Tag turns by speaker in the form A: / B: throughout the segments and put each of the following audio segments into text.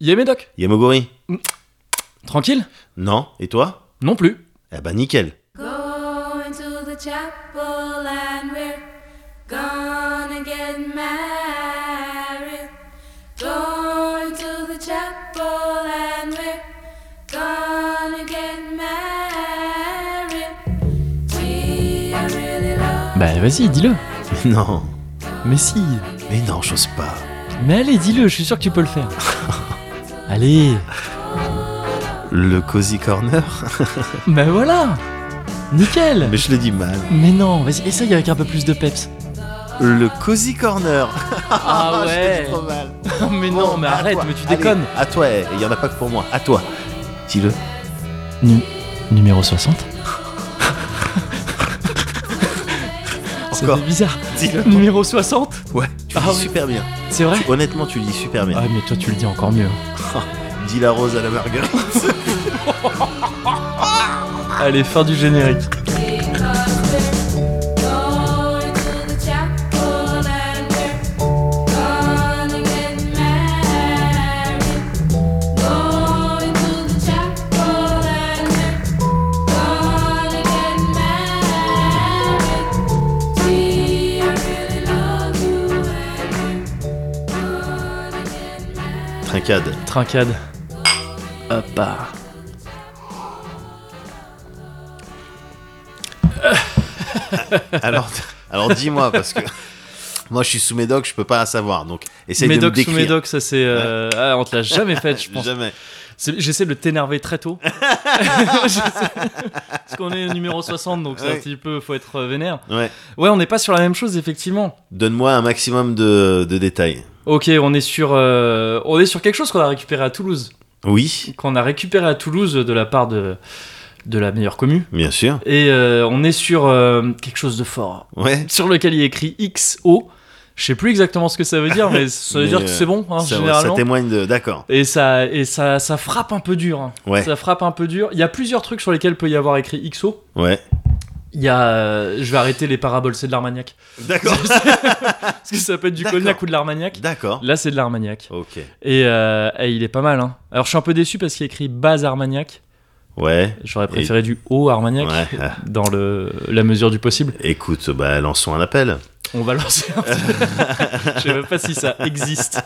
A: Yé Médoc
B: Yamogori
A: Tranquille
B: Non Et toi
A: Non plus.
B: Ah bah nickel.
C: Going to the chapel and we're gonna get married. Going to the chapel and we're gonna get married. We are really loved.
A: Bah vas-y, dis-le.
B: non,
A: Mais si.
B: mais non, j'ose pas.
A: Mais allez, dis-le, je suis sûr que tu peux le faire. allez.
B: Le cozy corner
A: Bah voilà. Nickel.
B: Mais je le dis mal.
A: Mais non, vas-y, essaye avec un peu plus de peps.
B: Le cozy corner
A: Ah
B: je le
A: ouais
B: dis trop mal.
A: Mais
B: Bon,
A: non, mais
B: à
A: arrête,
B: toi.
A: mais tu
B: Allez,
A: déconnes.
B: À toi, eh, il y en a pas que pour moi. À toi. Dis-le.
A: Nu- numéro 60 C'est
B: Encore.
A: bizarre.
B: Dis-le.
A: Numéro 60
B: Ouais, tu
A: Ah
B: le
A: ouais.
B: dis super bien.
A: C'est vrai
B: Honnêtement, tu le dis super bien.
A: Ah mais toi tu le dis encore mieux.
B: Dis la rose à la marguerite.
A: Allez, fin du générique.
C: Going to the chapel and we're gonna get married. Going to the chapel and we're gonna get married. We really love you and we're gonna get married.
B: Trincade.
A: Trincade. Hop ah.
B: Alors, alors dis-moi, parce que moi je suis sous médoc, je peux pas savoir. Donc, essaye
A: Médoc
B: de me
A: sous
B: décrire.
A: Médoc, ça c'est... euh, ah, on te l'a jamais fait, je pense.
B: Jamais.
A: C'est- J'essaie de le t'énerver très tôt. J'essaie- Parce qu'on est numéro 60, donc c'est un
B: Ouais.
A: petit peu... Faut être euh, vénère.
B: Ouais.
A: Ouais, on n'est pas sur la même chose, effectivement.
B: Donne-moi un maximum de, de détails.
A: Ok, on est sur... euh, on est sur quelque chose qu'on a récupéré à Toulouse.
B: Oui,
A: qu'on a récupéré à Toulouse de la part de, de la meilleure commu.
B: bien sûr.
A: Et euh, on est sur euh, quelque chose de fort,
B: Ouais.
A: sur lequel il est écrit XO. Je sais plus exactement ce que ça veut dire, mais ça veut
B: Mais,
A: dire que
B: euh,
A: c'est bon, hein,
B: ça, ça
A: généralement.
B: témoigne de. D'accord.
A: et ça, et ça, ça frappe un peu dur. hein.
B: Ouais.
A: Ça frappe un peu dur. Il y a plusieurs trucs sur lesquels peut y avoir écrit XO.
B: Ouais.
A: Il y a, euh, je vais arrêter les paraboles, c'est de l'armagnac.
B: D'accord.
A: Parce que ça peut être du
B: D'accord.
A: cognac ou de l'armagnac.
B: D'accord.
A: Là, c'est de l'armagnac.
B: Ok.
A: Et, euh, et il est pas mal. hein. Alors, je suis un peu déçu parce qu'il y a écrit base armagnac.
B: Ouais.
A: J'aurais préféré du haut Armagnac
B: Ouais, ouais.
A: dans le, la mesure du possible.
B: Écoute, bah lançons un appel.
A: On va lancer un Je sais même pas si ça existe.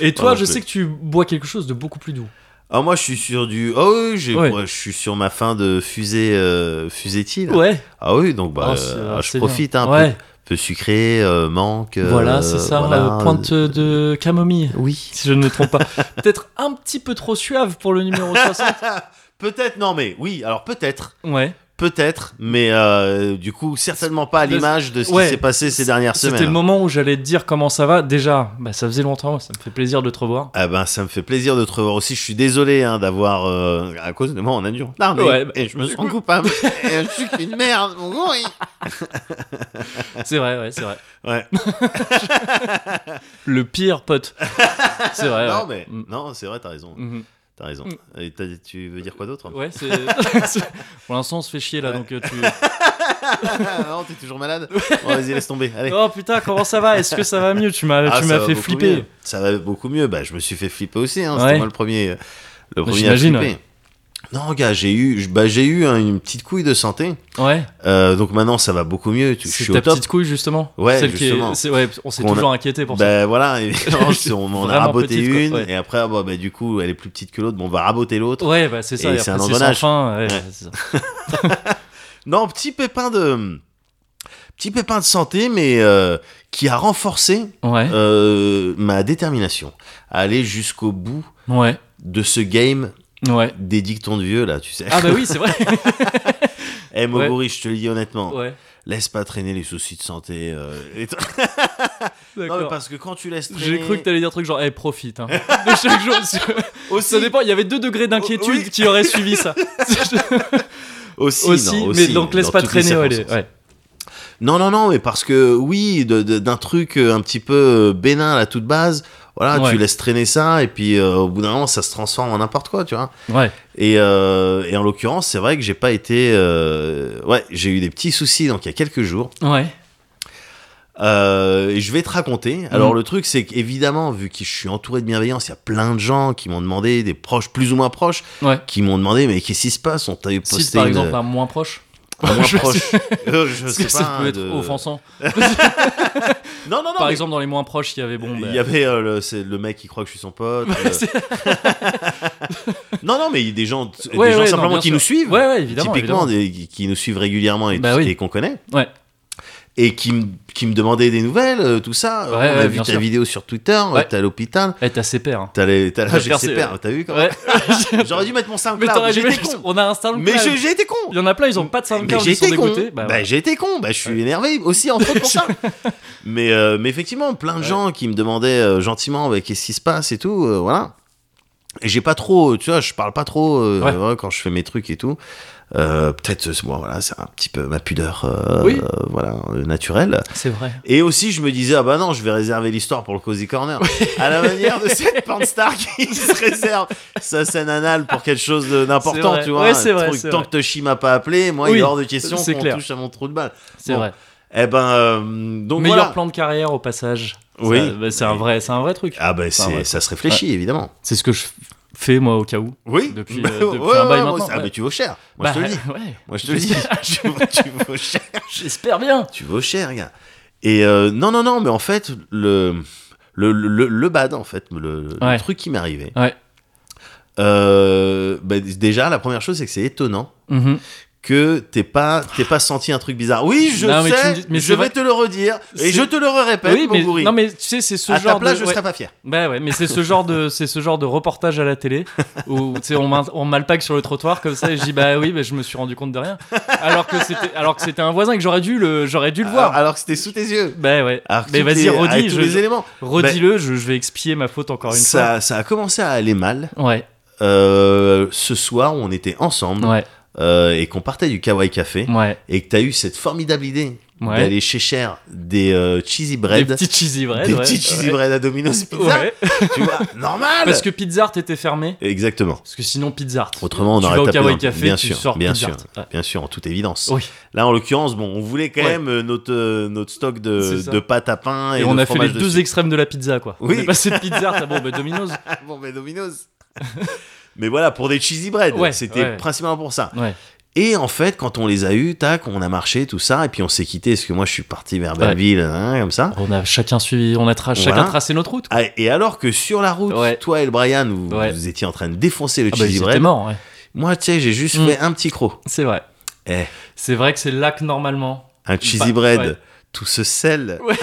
A: Et toi,
B: Oh,
A: je
B: je-
A: sais que tu bois quelque chose de beaucoup plus doux.
B: Ah moi je suis sur du. Ah oui, j'ai-
A: Ouais.
B: moi, je suis sur ma fin de fusée euh, fusétile.
A: Ouais,
B: Ah oui, donc bah
A: Oh, c'est-
B: euh, je
A: c'est
B: profite
A: bien.
B: un
A: Ouais,
B: peu, peu sucré, euh, manque. euh,
A: voilà, c'est ça, euh,
B: voilà.
A: pointe de camomille.
B: Oui.
A: Si je ne me trompe pas. Peut-être un petit peu trop suave pour le numéro 60.
B: Peut-être non mais oui. Alors peut-être.
A: Ouais.
B: Peut-être, mais euh, du coup, certainement pas à
A: De-
B: l'image de ce
A: ouais.
B: qui s'est passé ces dernières semaines. hein.
A: C'était le moment où j'allais te dire comment ça va. Déjà, bah, ça faisait longtemps, ça me fait plaisir de te revoir.
B: Ah ben, ça me fait plaisir de te revoir aussi. Je suis désolé hein, d'avoir, euh, à cause de moi, on a dû retard. mais-
A: Ouais, bah-
B: et je me sens coupable. et je suis qu'une merde. mon gros, oui.
A: C'est vrai, ouais, c'est vrai.
B: Ouais.
A: Le pire pote. C'est vrai.
B: non,
A: ouais.
B: mais non, c'est vrai, t'as raison.
A: Mhm.
B: T'as raison.
A: Mm.
B: Et t'as- tu veux dire quoi d'autre
A: Ouais, c'est. c'est- Pour l'instant, on se fait chier là,
B: Ouais.
A: donc euh, tu.
B: Non, t'es toujours malade. Bon, vas-y, laisse tomber. Allez.
A: Oh putain, comment ça va Est-ce que ça va mieux Tu m'as,
B: Ah,
A: tu
B: ça
A: m'as
B: va
A: fait
B: beaucoup
A: flipper.
B: mieux. Ça va beaucoup mieux. Bah, je me suis fait flipper aussi. Hein.
A: Ouais.
B: C'était moi le premier. Le premier à
A: j'imagine,
B: flipper. Non, gars, j'ai eu, bah, j'ai eu hein, une petite couille de santé.
A: Ouais.
B: Euh, donc maintenant, ça va beaucoup mieux. Tu- Je
A: C'est
B: suis
A: ta
B: au top.
A: petite couille justement.
B: Ouais,
A: Celle qui est-
B: justement.
A: c'est- ouais, on s'est
B: Qu'on a-
A: toujours inquiété pour ça.
B: Ben voilà, évidemment, si on en a
A: Vraiment
B: raboté
A: petite, quoi,
B: une,
A: ouais.
B: et après, ah, bah, bah, du coup, elle est plus petite que l'autre, bon, on va raboter l'autre.
A: Ouais, bah c'est ça.
B: Et
A: et
B: c'est
A: après,
B: un
A: sans
B: engrenage.
A: fin, ouais,
B: Ouais.
A: c'est ça.
B: Non, petit pépin de. Petit pépin de santé, mais euh, qui a renforcé
A: Ouais.
B: euh, ma détermination à aller jusqu'au bout
A: Ouais.
B: de ce game
A: Ouais.
B: des dictons de vieux, là, tu sais.
A: Ah bah oui, c'est vrai.
B: Eh, Moguri, je te le dis honnêtement,
A: ouais.
B: laisse pas traîner les soucis de santé. euh, et- non, mais
A: D'accord.
B: parce que quand tu laisses traîner.
A: J'ai cru que t'allais dire un truc genre, eh, profite. Hein. De chaque jour.
B: Aussi,
A: Ça dépend, il y avait deux degrés d'inquiétude
B: Oui.
A: qui auraient suivi ça.
B: aussi, non,
A: aussi, mais
B: aussi,
A: donc laisse
B: dans
A: pas
B: toutes les
A: traîner. ouais, les-
B: circonstances.
A: ouais.
B: Non, non, non, mais parce que oui, de- de- d'un truc euh, un petit peu euh, bénin à la toute base, voilà,
A: Ouais.
B: tu laisses traîner ça, et puis euh, au bout d'un moment, ça se transforme en n'importe quoi, tu vois.
A: Ouais.
B: Et, euh, et en l'occurrence, c'est vrai que j'ai pas été. euh, Ouais, j'ai eu des petits soucis, donc il y a quelques jours.
A: Ouais.
B: Euh, et je vais te raconter.
A: Mhm.
B: Alors le truc, c'est qu'évidemment, vu que je suis entouré de bienveillance, il y a plein de gens qui m'ont demandé, des proches plus ou moins proches,
A: Ouais.
B: qui m'ont demandé, mais qu'est-ce qui se passe On t'avait posté
A: Cite par
B: une- euh,
A: exemple un moins proche.
B: un moins
A: Je
B: proche.
A: sais-
B: Euh, je
A: Parce
B: sais
A: que
B: pas.
A: ça peut
B: hein,
A: être
B: de-
A: offensant.
B: Non, non, non.
A: Par
B: mais-
A: exemple, dans les moins proches, il y avait bon. bah,
B: Il y avait euh, le, c'est le mec qui croit que je suis son pote. euh.
A: c'est-
B: non, non, mais il y a des gens, des
A: Ouais,
B: gens
A: ouais, non,
B: simplement
A: bien
B: qui
A: sûr.
B: nous suivent.
A: Ouais, ouais, évidemment.
B: typiquement
A: évidemment.
B: des- qui nous suivent régulièrement et,
A: Bah oui.
B: et qu'on connaît
A: Ouais.
B: et qui, me- qui me demandaient des nouvelles euh, tout ça
A: Ouais,
B: on
A: ouais,
B: a vu
A: bien
B: ta
A: sûr.
B: vidéo sur Twitter euh,
A: Ouais.
B: t'es à l'hôpital
A: Eh, t'as ses pères. hein.
B: t'as les t'as
A: Ouais,
B: la
A: percé,
B: GCPR,
A: ouais.
B: t'as vu quand
A: Ouais.
B: j'aurais dû mettre mon
A: Mais
B: SoundCloud
A: t'aurais
B: j'étais
A: jamais.
B: con
A: On a un SoundCloud.
B: mais je- j'ai été con
A: Il y en a plein, ils ont pas de
B: mais
A: SoundCloud,
B: j'ai
A: ils sont
B: été con
A: dégoûtés.
B: bah,
A: Bah, voilà.
B: j'ai été con bah je suis
A: Ouais.
B: énervé aussi en fait pour ça mais euh, mais effectivement plein de
A: Ouais.
B: gens qui me demandaient euh, gentiment bah, qu'est-ce qui se passe et tout euh, voilà et j'ai pas trop euh, tu vois je parle pas trop euh,
A: Ouais.
B: voilà, quand je fais mes trucs et tout Euh, peut-être euh, bon, voilà c'est un petit peu ma pudeur euh,
A: Oui.
B: euh, voilà euh, naturelle
A: C'est vrai.
B: et aussi je me disais ah bah non je vais réserver l'histoire pour le cozy corner à la manière de cette panstar qui se réserve sa scène anale pour quelque chose de- d'important
A: vrai.
B: tu vois
A: Ouais, c'est
B: un
A: vrai,
B: truc,
A: c'est
B: tant
A: vrai.
B: que Toshi m'a pas appelé moi
A: Oui,
B: il est hors de question
A: c'est
B: qu'on
A: clair.
B: touche à mon trou de balle
A: C'est
B: Bon.
A: vrai.
B: eh ben euh, donc
A: Meilleur
B: voilà
A: plan de carrière au passage.
B: Oui.
A: Ça, bah, c'est un vrai, c'est un vrai truc.
B: ah ben
A: Enfin, ouais.
B: c'est ça se réfléchit évidemment
A: C'est ce que je fais moi au cas où.
B: oui
A: Depuis,
B: Bah,
A: euh, depuis
B: ouais,
A: un bail
B: ouais,
A: maintenant,
B: moi, ah
A: ouais.
B: mais tu vaux cher moi je te
A: Bah,
B: le dis
A: ouais.
B: moi je te le dis tu, tu vaux cher
A: J'espère bien.
B: tu vaux cher, gars. Et euh, non, non, non, mais en fait, le, le, le, le bad, en fait, le, le
A: Ouais.
B: truc qui m'est arrivé.
A: Ouais.
B: Euh, bah, d- déjà, la première chose, c'est que c'est étonnant
A: Mhm.
B: que t'aies pas, t'aies pas senti un truc bizarre. Oui, je
A: Non, mais tu
B: sais,
A: me dis- mais
B: je
A: c'est
B: vais
A: vrai-
B: te le redire,
A: C'est-
B: et je te le répète,
A: Bah Oui,
B: mon
A: mais
B: bourri.
A: non, mais tu sais, c'est ce
B: à
A: genre
B: ta place,
A: de.
B: je
A: ouais.
B: serais pas fier.
A: Bah ouais, mais c'est ce genre de c'est ce genre de reportage à la télé où tu sais on m'in- on m'alpague sur le trottoir comme ça et je dis bah oui mais je me suis rendu compte de rien alors que c'était alors que c'était un voisin et que j'aurais dû le j'aurais dû le
B: Alors,
A: voir.
B: Ah, alors que c'était sous tes yeux.
A: Bah ouais.
B: Alors que
A: mais
B: tout
A: vas-y
B: est- avec
A: redis
B: tous les
A: je,
B: éléments.
A: redis-le je, je vais expier ma faute encore une
B: Ça, ça a commencé à aller mal.
A: fois. Ouais
B: Euh, ce soir, on était ensemble
A: ouais
B: euh, et qu'on partait du Kawaii Café.
A: ouais
B: et que tu as eu cette formidable idée
A: Ouais.
B: d'aller chez Cher des euh,
A: des
B: cheesy bread,
A: petites cheesy bread
B: des
A: ouais.
B: petites cheesy
A: Ouais.
B: bread à Domino's Pizza,
A: Ouais.
B: tu vois, normal.
A: parce que Pizza Hut était fermé
B: Exactement.
A: parce que sinon Pizza Hut
B: Autrement, on
A: tu
B: aurait
A: vas au
B: tapé
A: Kawaii
B: dans-
A: Café
B: bien
A: tu
B: sûr,
A: sors
B: bien
A: Pizza
B: sûr,
A: Hut. Ouais.
B: bien sûr, en toute évidence.
A: Oui.
B: Là, en l'occurrence, bon, on voulait quand
A: Ouais.
B: même euh, notre euh, notre stock de,
A: C'est ça.
B: de pâte à pain et,
A: Et,
B: de
A: on a fait les
B: fromage dessus.
A: deux extrêmes de la pizza quoi.
B: Oui.
A: On est passé de Pizza Hut à bon bah Domino's.
B: Ah bon, mais Domino's. mais voilà, pour des cheesy bread,
A: Ouais,
B: c'était
A: ouais.
B: principalement pour ça.
A: Ouais.
B: Et en fait, quand on les a eus, tac, on a marché, tout ça, et puis on s'est quitté, parce que moi, je suis parti vers Belleville, hein, comme ça.
A: On a chacun suivi, on a tra-
B: Voilà.
A: chacun tracé notre route. quoi.
B: Ah, et alors que sur la route,
A: Ouais.
B: toi et le Brian, vous,
A: Ouais.
B: vous étiez en train de défoncer le
A: Ah bah,
B: cheesy
A: ils étaient
B: bread,
A: morts, ouais.
B: moi, tu sais, j'ai juste
A: Mm.
B: fait un petit croc.
A: C'est vrai.
B: Eh.
A: C'est vrai que c'est là que normalement.
B: Un cheesy
A: Bah,
B: bread,
A: ouais.
B: tout ce sel,
A: Ouais,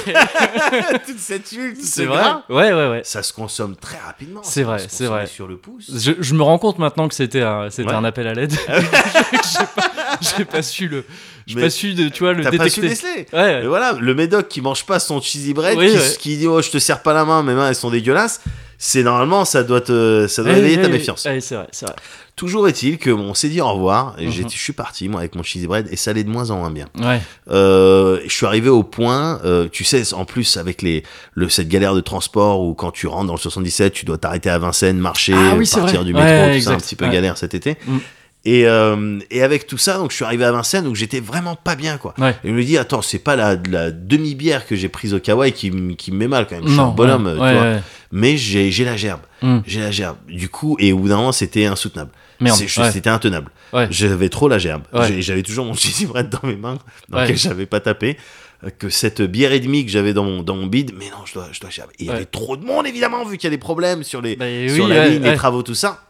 B: toute cette huile, tout ce
A: c'est vrai.
B: gras,
A: Ouais, ouais, ouais.
B: ça se consomme très rapidement.
A: C'est
B: ça
A: vrai,
B: se
A: c'est
B: consomme
A: vrai.
B: sur le pouce.
A: Je, je me rends compte maintenant que c'était un, c'était
B: Ouais. Ah
A: un appel à l'aide. j'ai pas, j'ai pas su le, j'ai
B: Mais
A: pas su de, tu vois, le
B: T'as pas Eh su
A: détecter.
B: déceler.
A: ouais,
B: Et voilà, le médoc qui mange pas son cheesy bread,
A: Oui,
B: qui,
A: ouais.
B: qui dit oh je te serre pas la main, mes mains elles sont dégueulasses, c'est normalement ça doit te, ça doit
A: Ouais,
B: éveiller
A: Eh ouais,
B: ta
A: ouais.
B: méfiance.
A: Ouais, c'est vrai, c'est vrai.
B: Toujours est-il que bon, on s'est dit au revoir et
A: Mhm.
B: j'étais- je suis parti moi avec mon cheesy bread et ça allait de moins en moins bien.
A: Ouais,
B: Euh, je suis arrivé au point, euh, tu sais, en plus avec les, le, cette galère de transport où quand tu rentres dans le 77, tu dois t'arrêter à Vincennes, marcher,
A: Ah oui, c'est
B: partir
A: vrai.
B: du métro,
A: Ouais,
B: tout ça,
A: exact.
B: un petit peu
A: Ouais.
B: galère cet été.
A: Mm.
B: Et, euh, et avec tout ça, donc je suis arrivé à Vincennes, donc j'étais vraiment pas bien, quoi.
A: ouais.
B: Et je me dis, attends, c'est pas la, la demi-bière que j'ai prise au kawaii qui, m- qui me met mal quand même. Je suis
A: Non,
B: un bonhomme,
A: ouais,
B: tu
A: ouais,
B: vois.
A: ouais.
B: Mais j'ai j'ai la gerbe.
A: Mm.
B: J'ai la gerbe. Du coup, et au bout d'un moment, c'était insoutenable.
A: Merde.
B: C'est- je-
A: ouais.
B: C'était intenable.
A: Ouais.
B: J'avais trop la gerbe.
A: Ouais.
B: J'ai- J'avais toujours mon cheesy bread dans mes mains, dans
A: Ouais.
B: lequel j'avais pas tapé. euh, Que cette bière et demie que j'avais dans mon, dans mon bide, mais non, je dois, je dois gerber. Et Il y
A: Ouais.
B: avait trop de monde, évidemment, vu qu'il y a des problèmes sur les,
A: Bah,
B: sur
A: oui,
B: la
A: ouais,
B: ligne, les
A: ouais.
B: travaux, tout ça.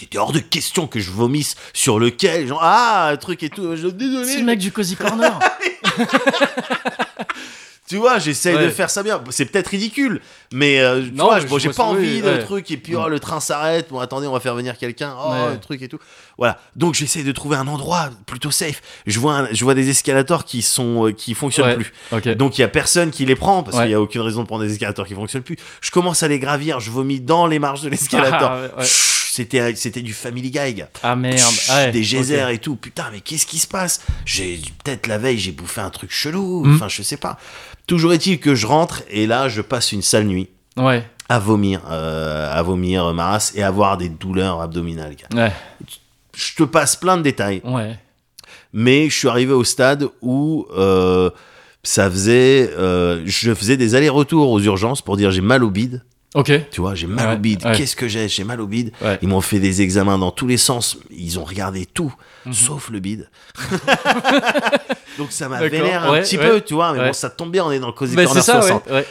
B: Il était hors de question que je vomisse sur lequel, genre, ah, un truc et tout. Je, désolé.
A: C'est le mec du Cozy Corner.
B: Tu vois, j'essaye
A: Ouais.
B: de faire ça bien. C'est peut-être ridicule, mais euh, tu
A: Non,
B: vois,
A: mais
B: bon,
A: je
B: j'ai
A: vois ça,
B: pas
A: oui,
B: envie de
A: ouais. Mm.
B: truc. Et puis, oh, le train s'arrête. Bon, attendez, on va faire venir quelqu'un. Oh,
A: Ouais.
B: le truc et tout. Voilà. Donc, j'essaye de trouver un endroit plutôt safe. Je vois, un- je vois des escalators qui sont, euh, qui fonctionnent
A: Ouais.
B: plus.
A: ok.
B: Donc, il y a personne qui les prend parce
A: Ouais.
B: qu'il y a aucune raison de prendre des escalators qui fonctionnent plus. Je commence à les gravir. Je vomis dans les marches de l'escalator.
A: Ah, ouais.
B: Chut, C'était, c'était du Family Guy, gars.
A: Ah merde.
B: Chut,
A: Ouais,
B: des
A: ok.
B: geysers et tout. Putain, mais qu'est-ce qui se passe J'ai peut-être la veille, j'ai bouffé un truc chelou.
A: Mm.
B: Enfin, je sais pas. Toujours est-il que je rentre et là, je passe une sale nuit
A: Ouais.
B: à vomir, euh, à vomir euh, ma race et avoir des douleurs abdominales. gars.
A: Ouais.
B: Je te passe plein de détails,
A: Ouais.
B: mais je suis arrivé au stade où euh, ça faisait, euh, je faisais des allers-retours aux urgences pour dire j'ai mal au bide.
A: Ok.
B: Tu vois, j'ai mal
A: Ouais,
B: au bide.
A: ouais.
B: Qu'est-ce que j'ai J'ai mal au bide.
A: Ouais.
B: Ils m'ont fait des examens dans tous les sens. Ils ont regardé tout,
A: Mhm.
B: sauf le bide. Donc ça m'a
A: D'accord,
B: vénère un
A: ouais,
B: petit
A: ouais,
B: peu, tu vois. Mais
A: ouais.
B: bon, ça tombe bien, on est dans le Cozy
A: Bah, c'est
B: Corner
A: ça,
B: 60
A: ouais. ouais.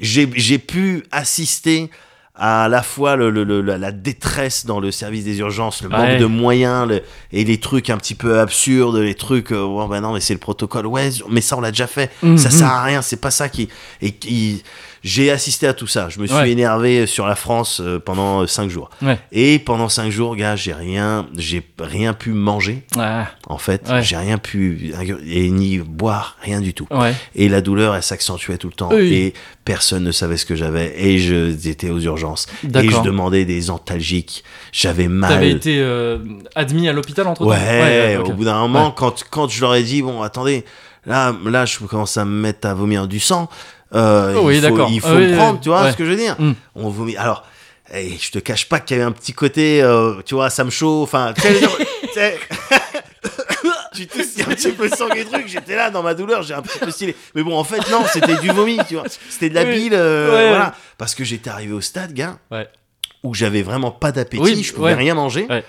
B: j'ai, j'ai pu assister à la fois le, le- le- la, la détresse dans le service des urgences, le manque
A: Ouais.
B: de moyens le- et les trucs un petit peu absurdes, les trucs, euh, ouais, bah non, mais c'est le protocole, ouais, mais ça on l'a déjà fait,
A: Mhm.
B: ça sert à rien, c'est pas ça qui. Et qui... J'ai assisté à tout ça, je me suis
A: Ouais.
B: énervé sur la France euh, pendant 5 jours.
A: Ouais.
B: Et pendant 5 jours, gars, j'ai rien, j'ai rien pu manger,
A: Ah,
B: en fait,
A: Ouais.
B: j'ai rien pu, et ni boire, rien du tout
A: ouais.
B: et la douleur elle s'accentuait tout le temps
A: Oui.
B: et personne ne savait ce que j'avais et je j'étais aux urgences et
A: D'accord.
B: je demandais des antalgiques j'avais
A: T'avais
B: mal
A: été euh, admis à l'hôpital entre
B: ouais,
A: temps.
B: au bout d'un moment quand quand je leur ai dit bon attendez là là je commence à me mettre à vomir du sang euh,
A: Oui,
B: il faut,
A: d'accord.
B: il faut
A: Ah
B: me
A: oui,
B: prendre
A: oui,
B: tu vois
A: ouais.
B: ce que je veux dire
A: Mm.
B: on vomit alors et je te cache pas qu'il y avait un petit côté euh, tu vois ça me chauffe enfin tu sais, je veux dire, tu sais, j'ai toussé un petit peu sang et truc, j'étais là dans ma douleur, j'ai un petit peu stylé. Mais bon, en fait, non, c'était du vomi, tu vois. C'était de la
A: Oui.
B: bile, euh,
A: Ouais, ouais.
B: voilà. Parce que j'étais arrivé au stade, gars,
A: Ouais.
B: où j'avais vraiment pas d'appétit,
A: Oui,
B: je pouvais
A: ouais.
B: rien manger.
A: Ouais.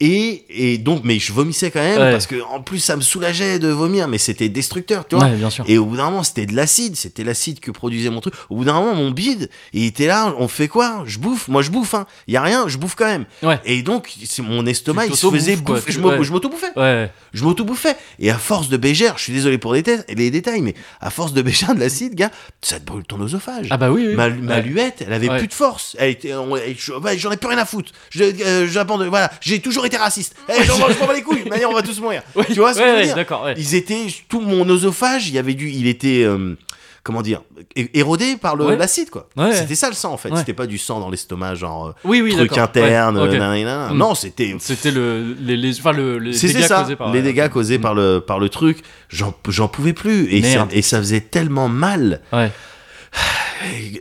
B: Et, et donc, mais je vomissais quand même,
A: Ouais.
B: parce que en plus, ça me soulageait de vomir, mais c'était destructeur, tu vois.
A: Ouais, bien sûr.
B: Et au bout d'un moment, c'était de l'acide, c'était l'acide que produisait mon truc. Au bout d'un moment, mon bide, il était là, on fait quoi Je bouffe, moi je bouffe, hein. Y a rien, je bouffe quand même.
A: Ouais.
B: Et donc, c'est mon estomac,
A: Tu
B: il se faisait
A: t'auto-bouffes, quoi,
B: bouffer,
A: tu-
B: je m'au-
A: ouais.
B: je m'auto-bouffais.
A: Ouais.
B: Je m'auto-bouffais. Et à force de bégère, je suis désolé pour les, déta- les détails, mais à force de bégère de l'acide, gars, ça te brûle ton oesophage.
A: Ah bah oui. oui.
B: Ma, ma
A: Ouais.
B: luette, elle avait
A: Ouais.
B: plus de force. Elle était, on- elle- je- ouais, j'en ai plus rien à foutre. Je, euh, j'abandonne. Voilà, j'ai toujours été raciste. Eh, j'en- je m'en bats les couilles. Maintenant, on va tous mourir.
A: Ouais,
B: Tu vois ce que
A: ouais,
B: je veux
A: ouais,
B: dire
A: D'accord. Ouais.
B: Ils étaient tout mon oesophage. Il y avait du, il était, euh, comment dire, é- érodé par le
A: Ouais.
B: l'acide quoi.
A: Ouais.
B: C'était ça le sang en fait.
A: Ouais.
B: C'était pas du sang dans l'estomac genre euh,
A: Oui, oui.
B: truc
A: d'accord.
B: interne.
A: Ouais, ok.
B: nanana.
A: Mm.
B: Non, c'était
A: C'était le, les, les, enfin, le, les
B: c'est
A: dégâts
B: c'est ça,
A: causés par euh, Mm.
B: les dégâts causés par le, par le truc, j'en j'en pouvais plus. Et ça,
A: Merde.
B: et ça faisait tellement mal.
A: Ouais.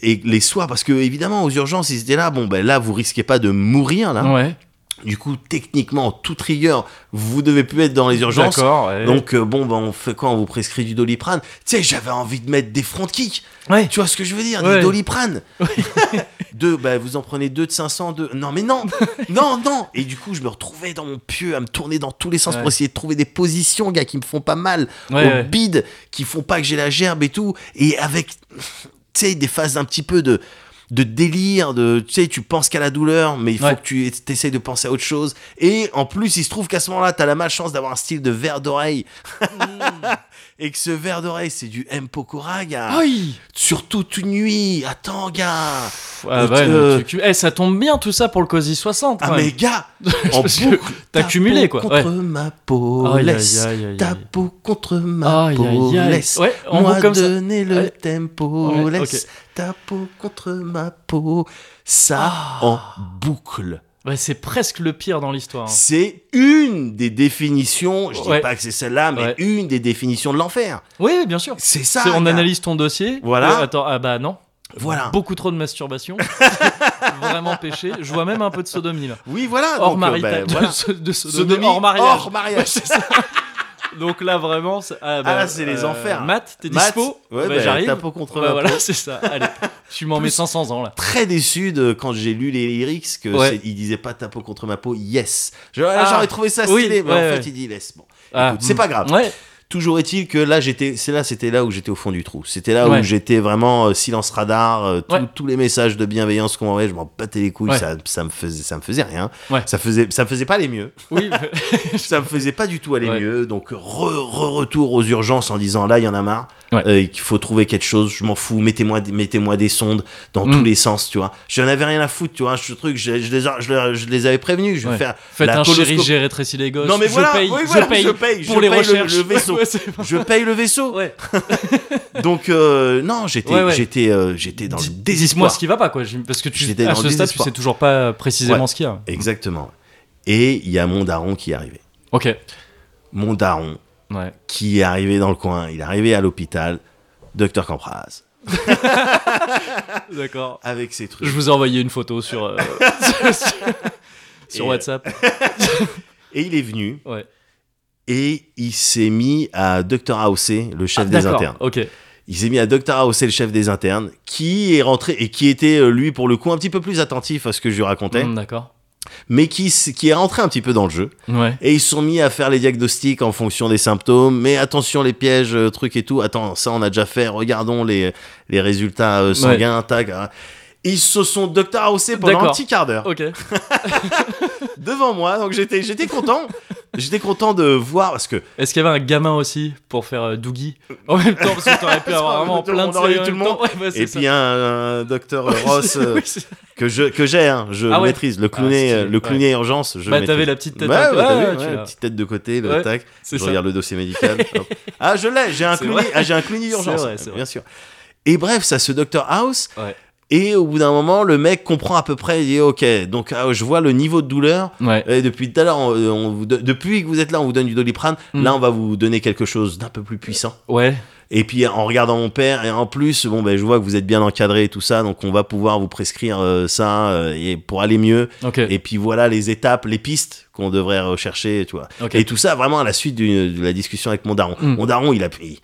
B: Et, et les soirs, parce que évidemment, aux urgences, ils étaient là, bon, ben là, vous risquez pas de mourir, là.
A: Ouais.
B: Du coup, techniquement, en toute rigueur, vous devez plus être dans les urgences.
A: D'accord. ouais.
B: Donc, euh, bon, ben on fait quoi On vous prescrit du doliprane. Tu sais, j'avais envie de mettre des front kicks.
A: Ouais.
B: Tu vois ce que je veux dire
A: Ouais.
B: Des doliprane. deux, bah, vous en prenez deux de 500, deux. Non, mais non Non, non Et du coup, je me retrouvais dans mon pieu à me tourner dans tous les sens
A: Ouais.
B: pour essayer de trouver des positions, gars, qui me font pas mal,
A: Ouais,
B: au
A: ouais.
B: bide, qui font pas que j'ai la gerbe et tout. Et avec, tu sais, des phases un petit peu de de délire, de tu sais, tu penses qu'à la douleur, mais il faut
A: Ouais.
B: que tu essayes de penser à autre chose. Et en plus, il se trouve qu'à ce moment-là, t'as la malchance d'avoir un style de verre d'oreille.
A: Mm.
B: et que ce verre d'oreille, c'est du M. Pokora, gars.
A: Aïe.
B: Surtout toute nuit. Attends, gars.
A: Ah,
B: Et
A: ouais,
B: tu-
A: non, tu- tu- Eh, ça tombe bien tout ça pour le COSI 60.
B: euh, Ah,
A: quand
B: mais
A: même.
B: gars.
A: Parce que
B: boucle,
A: t'as
B: ta
A: cumulé,
B: peau
A: quoi,
B: Contre ma peau.
A: Aïe, aïe,
B: laisse.
A: aïe, aïe,
B: Ta
A: aïe.
B: peau contre ma
A: Aïe,
B: peau.
A: aïe, aïe.
B: Laisse.
A: Ouais, en
B: Moi
A: gros, comme ça.
B: donner le
A: Ouais.
B: tempo.
A: Ouais,
B: laisse.
A: ok.
B: Ta peau contre ma peau. Ça
A: Ah.
B: en boucle.
A: Ouais, c'est presque le pire dans l'histoire. hein.
B: C'est une des définitions. Je dis
A: Ouais.
B: pas que c'est celle-là, mais
A: Ouais.
B: une des définitions de l'enfer.
A: Oui, oui, bien sûr.
B: C'est ça.
A: C'est- on
B: gars.
A: analyse ton dossier.
B: Voilà.
A: Euh, attends, ah bah non.
B: Voilà.
A: Beaucoup trop de masturbation. Vraiment péché. Je vois même un peu de sodomie là.
B: Oui, voilà.
A: Hors
B: donc, euh,
A: marital.
B: ben, voilà.
A: de, so- de sodomie,
B: Sodomie
A: hors mariage.
B: Hors mariage.
A: Donc là vraiment. c'est- Ah,
B: là, c'est les enfers.
A: Matt, t'es
B: Matt,
A: dispo
B: ouais,
A: Bah,
B: bah,
A: j'arrive.
B: ta peau contre
A: Bah,
B: ma
A: voilà,
B: peau.
A: c'est ça. Allez, tu m'en
B: Plus-
A: mets 500 ans là.
B: très déçu de quand j'ai lu les lyrics que
A: Ouais.
B: c'est- il disait pas ta peau contre ma peau, yes. Je-
A: Ah.
B: J'aurais trouvé ça
A: Oui,
B: stylé, mais
A: ouais,
B: en
A: ouais.
B: fait il dit yes. Bon,
A: Ah,
B: écoute, c'est
A: hmm.
B: pas grave.
A: Ouais.
B: Toujours est-il que là j'étais, c'est là, c'était là où j'étais au fond du trou. C'était là
A: Ouais.
B: où j'étais vraiment euh, silence radar. euh, tout-
A: Ouais.
B: Tous les messages de bienveillance qu'on m'envoyait, je m'en battais les couilles.
A: Ouais.
B: Ça, ça me faisait, ça me faisait rien.
A: Ouais.
B: Ça faisait, ça me faisait pas les mieux.
A: Oui.
B: ça me faisait pas du tout aller
A: Ouais.
B: mieux. Donc re-retour aux urgences en disant là il y en a marre,
A: Ouais.
B: euh, qu'il faut trouver quelque chose. Je m'en fous. Mettez-moi, des- mettez-moi des sondes dans
A: Mm.
B: tous les sens, tu vois. Je n'en avais rien à foutre, tu vois. Ce truc, je, je les, a- je, les- je les avais prévenus. Je vais
A: Ouais.
B: faire
A: Faites
B: la
A: un chéri,
B: coloscopie.
A: j'ai rétréci les gosses.
B: Non, mais
A: je
B: voilà,
A: paye,
B: oui, voilà,
A: je paye,
B: je paye,
A: pour
B: je
A: les
B: paye le-
A: recherches.
B: le vaisseau.
A: Ouais, ouais, c'est pas-
B: Je paye le vaisseau.
A: Ouais.
B: Donc euh, non, j'étais,
A: Ouais, ouais.
B: j'étais, euh, j'étais dans
A: Dis-
B: le
A: Dis-moi
B: désespoir.
A: ce qui va pas, quoi. J'im- Parce que tu,
B: J'étais
A: à
B: dans
A: ce
B: le
A: stade, tu
B: désespoir.
A: sais toujours pas euh, précisément
B: Ouais.
A: ce qu'il y a.
B: Exactement. Et il y a mon daron qui est arrivé.
A: Ok.
B: Mon daron
A: Ouais.
B: qui est arrivé dans le coin. Il est arrivé à l'hôpital. Docteur Campraz.
A: D'accord.
B: Avec ses trucs.
A: Je vous ai envoyé une photo sur, euh, sur- sur
B: Et-
A: WhatsApp.
B: Et il est venu.
A: Ouais.
B: et il s'est mis à Dr. Housey, le chef
A: Ah,
B: des
A: d'accord,
B: internes.
A: Ok.
B: Il s'est mis à Dr. Housey, le chef des internes, qui est rentré et qui était, euh, lui, pour le coup, un petit peu plus attentif à ce que je lui racontais,
A: Mm, d'accord.
B: mais qui, s- qui est rentré un petit peu dans le jeu.
A: Ouais.
B: Et ils se sont mis à faire les diagnostics en fonction des symptômes. Mais attention, les pièges, euh, trucs et tout. Attends, ça, on a déjà fait. Regardons les, les résultats euh, sanguins. Tac, hein. Ils se sont docteur haussés pendant un
A: D'accord.
B: petit quart d'heure
A: Ok.
B: devant moi. Donc j'étais, j'étais content. j'étais content de voir parce que
A: Est-ce qu'il y avait un gamin aussi pour faire euh, Doogie en même temps Parce que t'aurais pu avoir vraiment
B: On
A: plein de
B: aurait eu
A: séries en
B: tout le
A: même
B: monde.
A: temps. Ouais, bah, c'est
B: et
A: ça.
B: puis un, un docteur
A: Ouais,
B: Ross
A: c'est-
B: euh,
A: oui, c'est-
B: que je que j'ai, hein, je
A: Ah ouais.
B: maîtrise le clownet,
A: stylé,
B: euh, le
A: ouais.
B: clownet urgence. Je
A: Bah,
B: maîtrise.
A: t'avais la petite tête.
B: Ouais,
A: un peu-
B: ouais, t'as
A: Ah,
B: vu,
A: ouais,
B: ouais,
A: tu
B: la
A: l'as.
B: petite tête de côté, le
A: Ouais.
B: tac.
A: C'est
B: je
A: ça.
B: regarde le dossier médical. hop. Ah, je l'ai, j'ai un
A: C'est
B: Clooney,
A: vrai.
B: ah, j'ai un Clooney d'urgence,
A: C'est vrai, c'est
B: bien sûr. Et bref, ça se Dr House.
A: Ouais.
B: Et au bout d'un moment, le mec comprend à peu près, il dit OK, donc ah, je vois le niveau de douleur.
A: Ouais.
B: Et depuis tout à l'heure, on- on vous don- depuis que vous êtes là, on vous donne du doliprane.
A: Mm.
B: Là, on va vous donner quelque chose d'un peu plus puissant.
A: Ouais.
B: Et puis en regardant mon père, et en plus, bon, ben, je vois que vous êtes bien encadré et tout ça, donc on va pouvoir vous prescrire euh, ça euh, et pour aller mieux.
A: Ok.
B: Et puis voilà les étapes, les pistes qu'on devrait rechercher, tu vois.
A: Ok.
B: Et tout ça vraiment à la suite d'une- de la discussion avec mon daron.
A: Mm.
B: Mon daron, il a, il,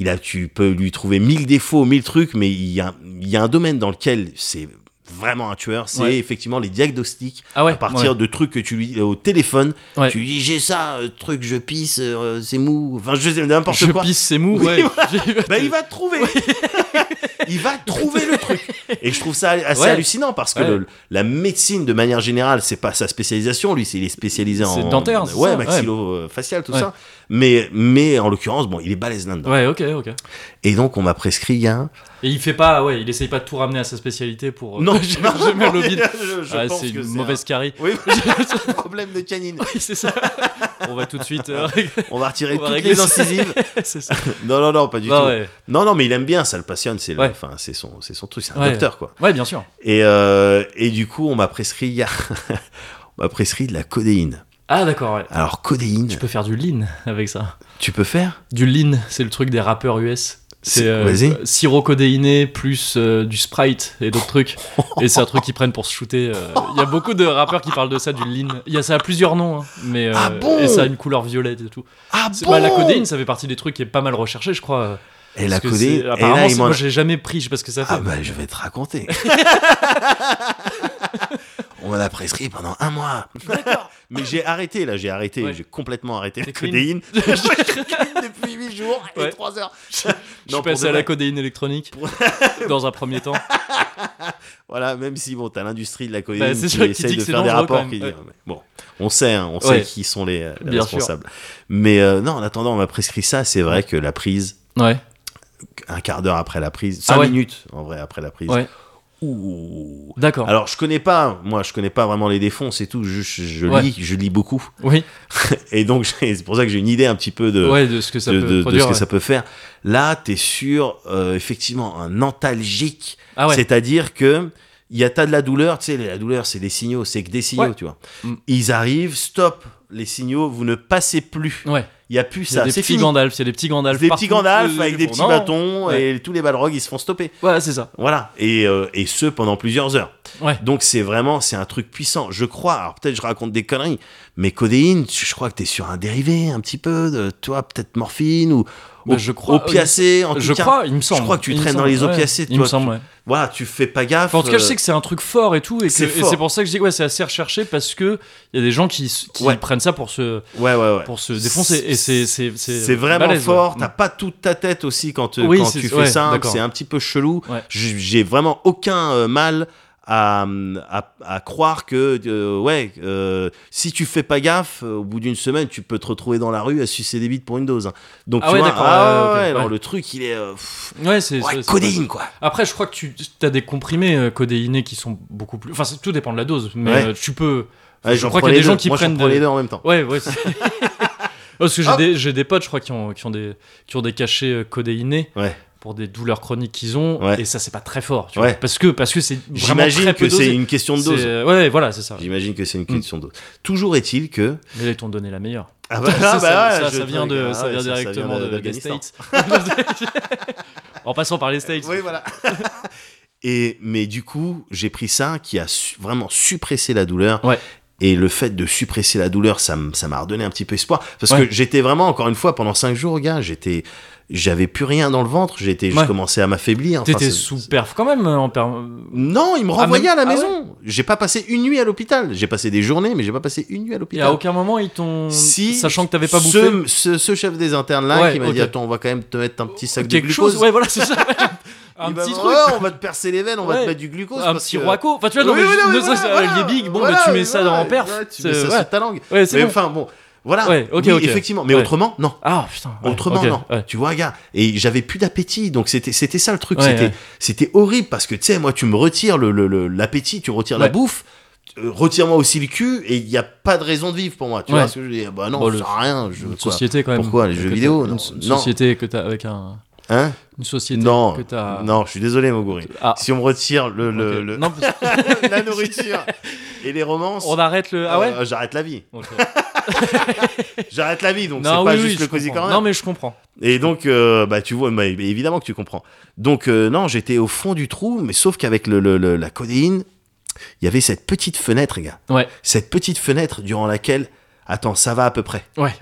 B: il a, tu peux lui trouver mille défauts, mille trucs, mais il y a, il y a un domaine dans lequel c'est vraiment un tueur, c'est
A: Ouais.
B: effectivement les diagnostics
A: Ah ouais.
B: à partir
A: ouais.
B: de trucs que tu lui dis au téléphone.
A: Ouais.
B: Tu lui dis j'ai ça, euh, truc, je pisse, euh, c'est mou, enfin je sais n'importe
A: Je
B: quoi.
A: pisse, c'est mou.
B: Oui,
A: Ouais.
B: Ben,
A: Euh,
B: il va te trouver. il va trouver le truc. Et je trouve ça assez
A: Ouais.
B: hallucinant parce que
A: Ouais.
B: le- la médecine, de manière générale, c'est pas sa spécialisation. Lui, c'est- il est spécialisé
A: C'est
B: en
A: dentaire, c'est
B: ouais,
A: ça
B: maxillo-facial, tout
A: Ouais.
B: ça. Mais, mais en l'occurrence, bon, il est balèze là-dedans.
A: Ouais. Ok. Ok.
B: Et donc, on m'a prescrit un.
A: Et il fait pas. Ouais. Il essaye pas de tout ramener à sa spécialité pour. euh, j'ai j'ai mal au bide.
B: je, je
A: Ah,
B: pense
A: c'est
B: que
A: une
B: c'est
A: mauvaise carie.
B: un- Oui, problème de canine.
A: Oui, c'est ça. On va tout de suite. euh,
B: On va retirer
A: On va
B: toutes
A: régler
B: les
A: ça.
B: incisives.
A: c'est ça.
B: Non, non, non, pas du
A: Bah,
B: tout.
A: ouais.
B: Non, non, mais il aime bien, ça le passionne. C'est le-
A: Ouais.
B: enfin, c'est son, c'est son truc, c'est un
A: Ouais.
B: docteur, quoi.
A: Ouais, bien sûr.
B: Et, euh, et du coup, on m'a prescrit, on m'a prescrit de la codéine.
A: Ah d'accord. Ouais.
B: Alors, codéine,
A: Tu
B: tu peux,
A: peux faire du lean avec ça.
B: faire
A: Du lean, c'est le truc des rappeurs US.
B: C'est-
A: C'est euh,
B: vas-y.
A: euh, sirop codéiné plus euh, du Sprite et d'autres trucs. Et c'est un truc qu'ils prennent pour se shooter. euh. Il y a beaucoup de rappeurs qui parlent de ça, du lean. Il y a ça a plusieurs noms, hein, mais euh,
B: Ah bon
A: et ça a une couleur violette et tout.
B: Ah
A: C'est bah, la codéine, ça fait partie des trucs qui est pas mal recherché, je crois. euh,
B: Et
A: parce
B: la
A: que
B: codéine,
A: c'est-
B: et
A: Apparemment,
B: là, il
A: c'est-
B: m'en-
A: moi j'ai jamais pris, je sais pas ce que ça fait.
B: Ah bah, je vais te raconter. on m'en a prescrit pendant un mois. Mais j'ai arrêté, là, j'ai arrêté,
A: Ouais.
B: j'ai complètement arrêté la
A: T'es clean.
B: codéine. Je suis clean depuis 8 jours et
A: Ouais.
B: 3 heures.
A: je
B: Non,
A: suis
B: pour
A: passé
B: de
A: à
B: vrai.
A: la codéine électronique dans un premier temps.
B: Voilà, même si bon, t'as l'industrie de la codéine
A: Bah, c'est
B: qui
A: sûr qu'il
B: essaye
A: dit
B: de
A: que c'est
B: faire des
A: dangereux,
B: rapports.
A: quand
B: qui-
A: même,
B: Bon, on sait, hein, on
A: Ouais.
B: sait qui sont les, les
A: Bien sûr.
B: responsables. Mais euh, non, en attendant, on m'a prescrit ça. C'est vrai que la prise,
A: Ouais,
B: un quart d'heure après la prise, cinq
A: Ah ouais.
B: minutes en vrai après la prise.
A: Ouais.
B: Ouh.
A: d'accord.
B: Alors je connais pas, moi je connais pas vraiment les défauts, c'est tout. Je, je- je
A: Ouais.
B: lis, je lis beaucoup,
A: Oui,
B: et donc j'ai- c'est pour ça que j'ai une idée un petit peu de,
A: ouais, de ce que ça
B: de,
A: peut
B: de- de
A: produire.
B: ce que
A: ouais.
B: ça peut faire. Là, t'es sur euh, effectivement un antalgique,
A: Ah ouais,
B: c'est-à-dire que il y a t'as de la douleur, tu sais, la douleur c'est des signaux, c'est que des signaux,
A: Ouais.
B: tu vois.
A: Mm.
B: Ils arrivent, stop les signaux, vous ne passez plus.
A: ouais.
B: Il y a plus
A: Il y a
B: ça,
A: des
B: c'est
A: petits
B: fini.
A: Gandalf, il y a des petits Gandalf.
B: Des
A: partout.
B: petits Gandalf
A: Euh,
B: avec des
A: bon,
B: petits
A: non.
B: bâtons et tous les balrogs ils se font stopper.
A: Ouais, c'est ça.
B: Voilà, et, euh, et ce pendant plusieurs heures.
A: Ouais.
B: Donc c'est vraiment, c'est un truc puissant, je crois. Alors peut-être je raconte des conneries, mais codéine, tu- je crois que t'es sur un dérivé un petit peu, de, toi peut-être morphine ou
A: Bah,
B: op-
A: je crois- euh,
B: opiacé, en tout
A: Je
B: cas.
A: crois, il me semble.
B: crois que tu
A: Il me
B: traînes dans
A: semble,
B: les
A: ouais.
B: opiacés,
A: Il
B: toi,
A: me
B: tu-
A: semble, ouais.
B: Voilà, tu fais pas gaffe.
A: Enfin, en tout cas, je
B: euh,
A: sais que c'est un truc fort et tout, et, que-
B: c'est
A: et
B: fort.
A: c'est pour ça que je dis ouais, c'est assez recherché parce que il y a des gens qui, s- qui
B: Ouais.
A: prennent ça pour se
B: Ouais, ouais, ouais.
A: pour se défoncer, et c'est c'est c'est
B: C'est vraiment
A: euh, balèze, ouais. Mm.
B: fort, t'as pas toute ta tête aussi quand, euh,
A: Oui,
B: quand
A: c'est-
B: tu fais
A: ouais,
B: ça,
A: d'accord.
B: c'est un petit peu chelou.
A: Ouais.
B: J- J'ai vraiment aucun euh, mal à, à, à croire que, euh, ouais, euh, si tu fais pas gaffe, euh, au bout d'une semaine, tu peux te retrouver dans la rue à sucer des bites pour une dose. hein. Donc
A: Ah
B: tu
A: ouais,
B: vois,
A: d'accord,
B: ah
A: ouais,
B: ouais,
A: ok,
B: alors
A: ouais.
B: le truc, il est. euh, pff,
A: Mm. Ouais, c'est
B: ouais,
A: c'est- c'est-
B: codéine, quoi.
A: Après, je crois que tu as des comprimés euh, codéinés qui sont beaucoup plus. Enfin, c'est- tout dépend de la dose, mais
B: Ouais.
A: euh, tu peux.
B: Ouais,
A: je
B: j'en
A: crois
B: prends
A: qu'il y a
B: les
A: des gens
B: deux.
A: qui
B: Moi, j'en
A: prennent
B: prends les
A: de-
B: deux en même temps.
A: Ouais, ouais. c'est- Parce que j'ai
B: Hop.
A: des, j'ai des potes, je crois, qui ont, qui ont, des, qui ont des cachets euh, codéinés
B: Ouais.
A: pour des douleurs chroniques qu'ils ont.
B: Ouais.
A: Et ça, c'est pas très fort. Tu
B: Ouais.
A: vois, parce que parce que c'est vraiment
B: J'imagine
A: très peu
B: que c'est
A: dosé.
B: une question de
A: C'est- euh,
B: dose.
A: Ouais, voilà, c'est ça.
B: J'imagine que c'est une
A: Mm.
B: question de dose. Toujours est-il que.
A: Mais là, ils t'ont donné la meilleure.
B: Ah
A: bah, ça, ça-
B: ouais,
A: ça-
B: je-
A: ça vient, de,
B: ah
A: ça
B: ouais,
A: vient
B: ça- ça vient
A: directement de- des
B: d'Afghanistan.
A: States. en passant par les States.
B: Oui, voilà. Et mais du coup, j'ai pris ça qui a su- vraiment suppressé la douleur.
A: Ouais.
B: Et le fait de suppresser la douleur, ça m- ça m'a redonné un petit peu espoir. Parce
A: Ouais.
B: que j'étais vraiment, encore une fois, pendant cinq jours, gars, j'étais. J'avais plus rien dans le ventre, j'étais, je
A: Ouais.
B: commençais à m'affaiblir. Enfin,
A: T'étais
B: c'est-
A: sous perf quand même en per...
B: Non, il me
A: Ah,
B: renvoyait
A: même-
B: à la
A: ah
B: maison. J'ai pas passé une nuit à l'hôpital. J'ai passé des journées, mais j'ai pas passé une nuit à
A: Et à
B: l'hôpital.
A: aucun moment ils t'ont.
B: Si
A: Sachant que t'avais pas bouffé.
B: ce, ce, ce chef des internes là
A: Ouais,
B: qui m'a dit
A: ok.
B: attends on va quand même te mettre un petit sac de
A: quelque
B: glucose
A: chose. Ouais, voilà, c'est ça. ouais.
B: Il
A: Un
B: m'a
A: petit
B: dit,
A: truc.
B: Ouais, on va te percer les veines on va
A: Ouais.
B: te mettre du glucose
A: Un
B: parce
A: petit
B: que-
A: roaco. Enfin, tu vois, non,
B: Oui,
A: mais,
B: oui,
A: juste-
B: non,
A: ne
B: mais
A: serait-ce-
B: voilà,
A: les bigs, bon,
B: voilà,
A: bah, tu
B: mais
A: mets ça
B: voilà,
A: dans en perf.
B: ouais, tu
A: c'est-
B: mets ça
A: ouais.
B: sur ta langue
A: Ouais, c'est
B: mais
A: bon.
B: enfin bon voilà
A: Ouais, ok,
B: Oui,
A: ok.
B: effectivement mais
A: Ouais.
B: autrement non
A: Ah putain. ouais,
B: Autrement,
A: ok,
B: non.
A: ouais.
B: Tu vois, gars, et j'avais plus d'appétit, donc c'était c'était ça le truc.
A: Ouais,
B: c'était
A: ouais.
B: c'était horrible parce que tu sais, moi, tu me retires le- le- le- l'appétit, le, tu retires la
A: Ouais.
B: bouffe, euh, retire-moi aussi le cul, et il n'y a pas de raison de vivre pour moi. Tu
A: Ouais.
B: vois ce que je dis Bah non,
A: Bon,
B: ça
A: le-
B: sert à rien. Je,
A: Une
B: quoi.
A: société quand même.
B: Pourquoi, les
A: que
B: jeux
A: t'as-
B: vidéo,
A: Une
B: non.
A: so-
B: Non.
A: société que t'as avec un.
B: Hein
A: Une société
B: Non,
A: que t'as.
B: non, je suis désolé, mon gourou.
A: Ah.
B: Si on me retire le, le-
A: ok.
B: le-
A: Non, parce-
B: la nourriture et les romances,
A: on arrête le. Ah ouais.
B: euh, j'arrête la vie.
A: Ok.
B: J'arrête la vie, donc c'est
A: Non,
B: pas
A: oui, oui,
B: juste
A: je
B: le cosy
A: comprends.
B: corner.
A: Non mais je comprends.
B: Et donc, euh, bah, tu vois, bah, évidemment que tu comprends. Donc, euh, non, j'étais au fond du trou, mais sauf qu'avec le, le- le- la codéine, il y avait cette petite fenêtre, gars.
A: Ouais.
B: Cette petite fenêtre durant laquelle, attends, ça va à peu près.
A: Ouais.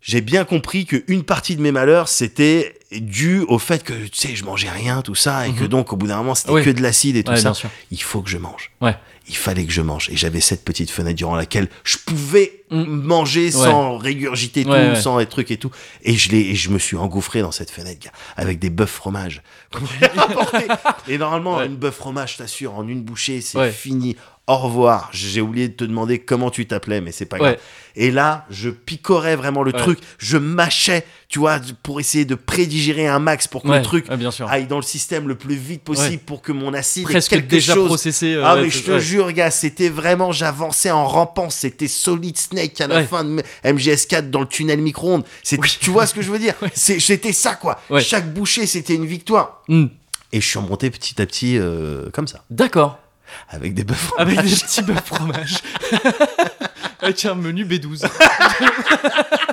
B: J'ai bien compris qu'une partie de mes malheurs, c'était dû au fait que, tu sais, je mangeais rien, tout ça, et que
A: Mhm.
B: donc, au bout d'un moment, c'était
A: Ouais.
B: que de l'acide et tout
A: Ouais,
B: ça.
A: bien sûr.
B: Il faut que je mange.
A: Ouais.
B: Il fallait que je mange. Et j'avais cette petite fenêtre durant laquelle je pouvais
A: Mm.
B: manger sans régurgiter tout,
A: Ouais, ouais.
B: sans être truc et tout. Et je, l'ai- et je me suis engouffré dans cette fenêtre, gars, avec des bœufs fromage. qu'on m'avait apporté. et normalement,
A: Ouais.
B: une bœuf fromage, je t'assure, en une bouchée, c'est
A: Ouais.
B: fini. Au revoir. J'ai oublié de te demander comment tu t'appelais, mais c'est pas grave.
A: Ouais.
B: Et là, je picorais vraiment le
A: Ouais.
B: truc. Je mâchais, tu vois, pour essayer de prédigérer un max pour que
A: Ouais,
B: le truc
A: ouais, bien sûr.
B: aille dans le système le plus vite possible pour que mon acide ait
A: Presque
B: quelque
A: déjà
B: chose.
A: processé. euh,
B: ah
A: ouais,
B: mais
A: c'est-
B: je te
A: ouais.
B: jure gars, c'était vraiment j'avançais en rampant, c'était solide Snake à la
A: Ouais.
B: fin de MGS4 dans le tunnel micro-ondes. C'est tu vois ce que je veux dire C'est c'était ça quoi.
A: Ouais.
B: Chaque bouchée, c'était une victoire.
A: Hmm.
B: Et je suis remonté petit à petit euh, comme ça
A: D'accord. Ah,
B: avec des bœufs.
A: Avec des petits bœufs fromage. Avec un menu B12.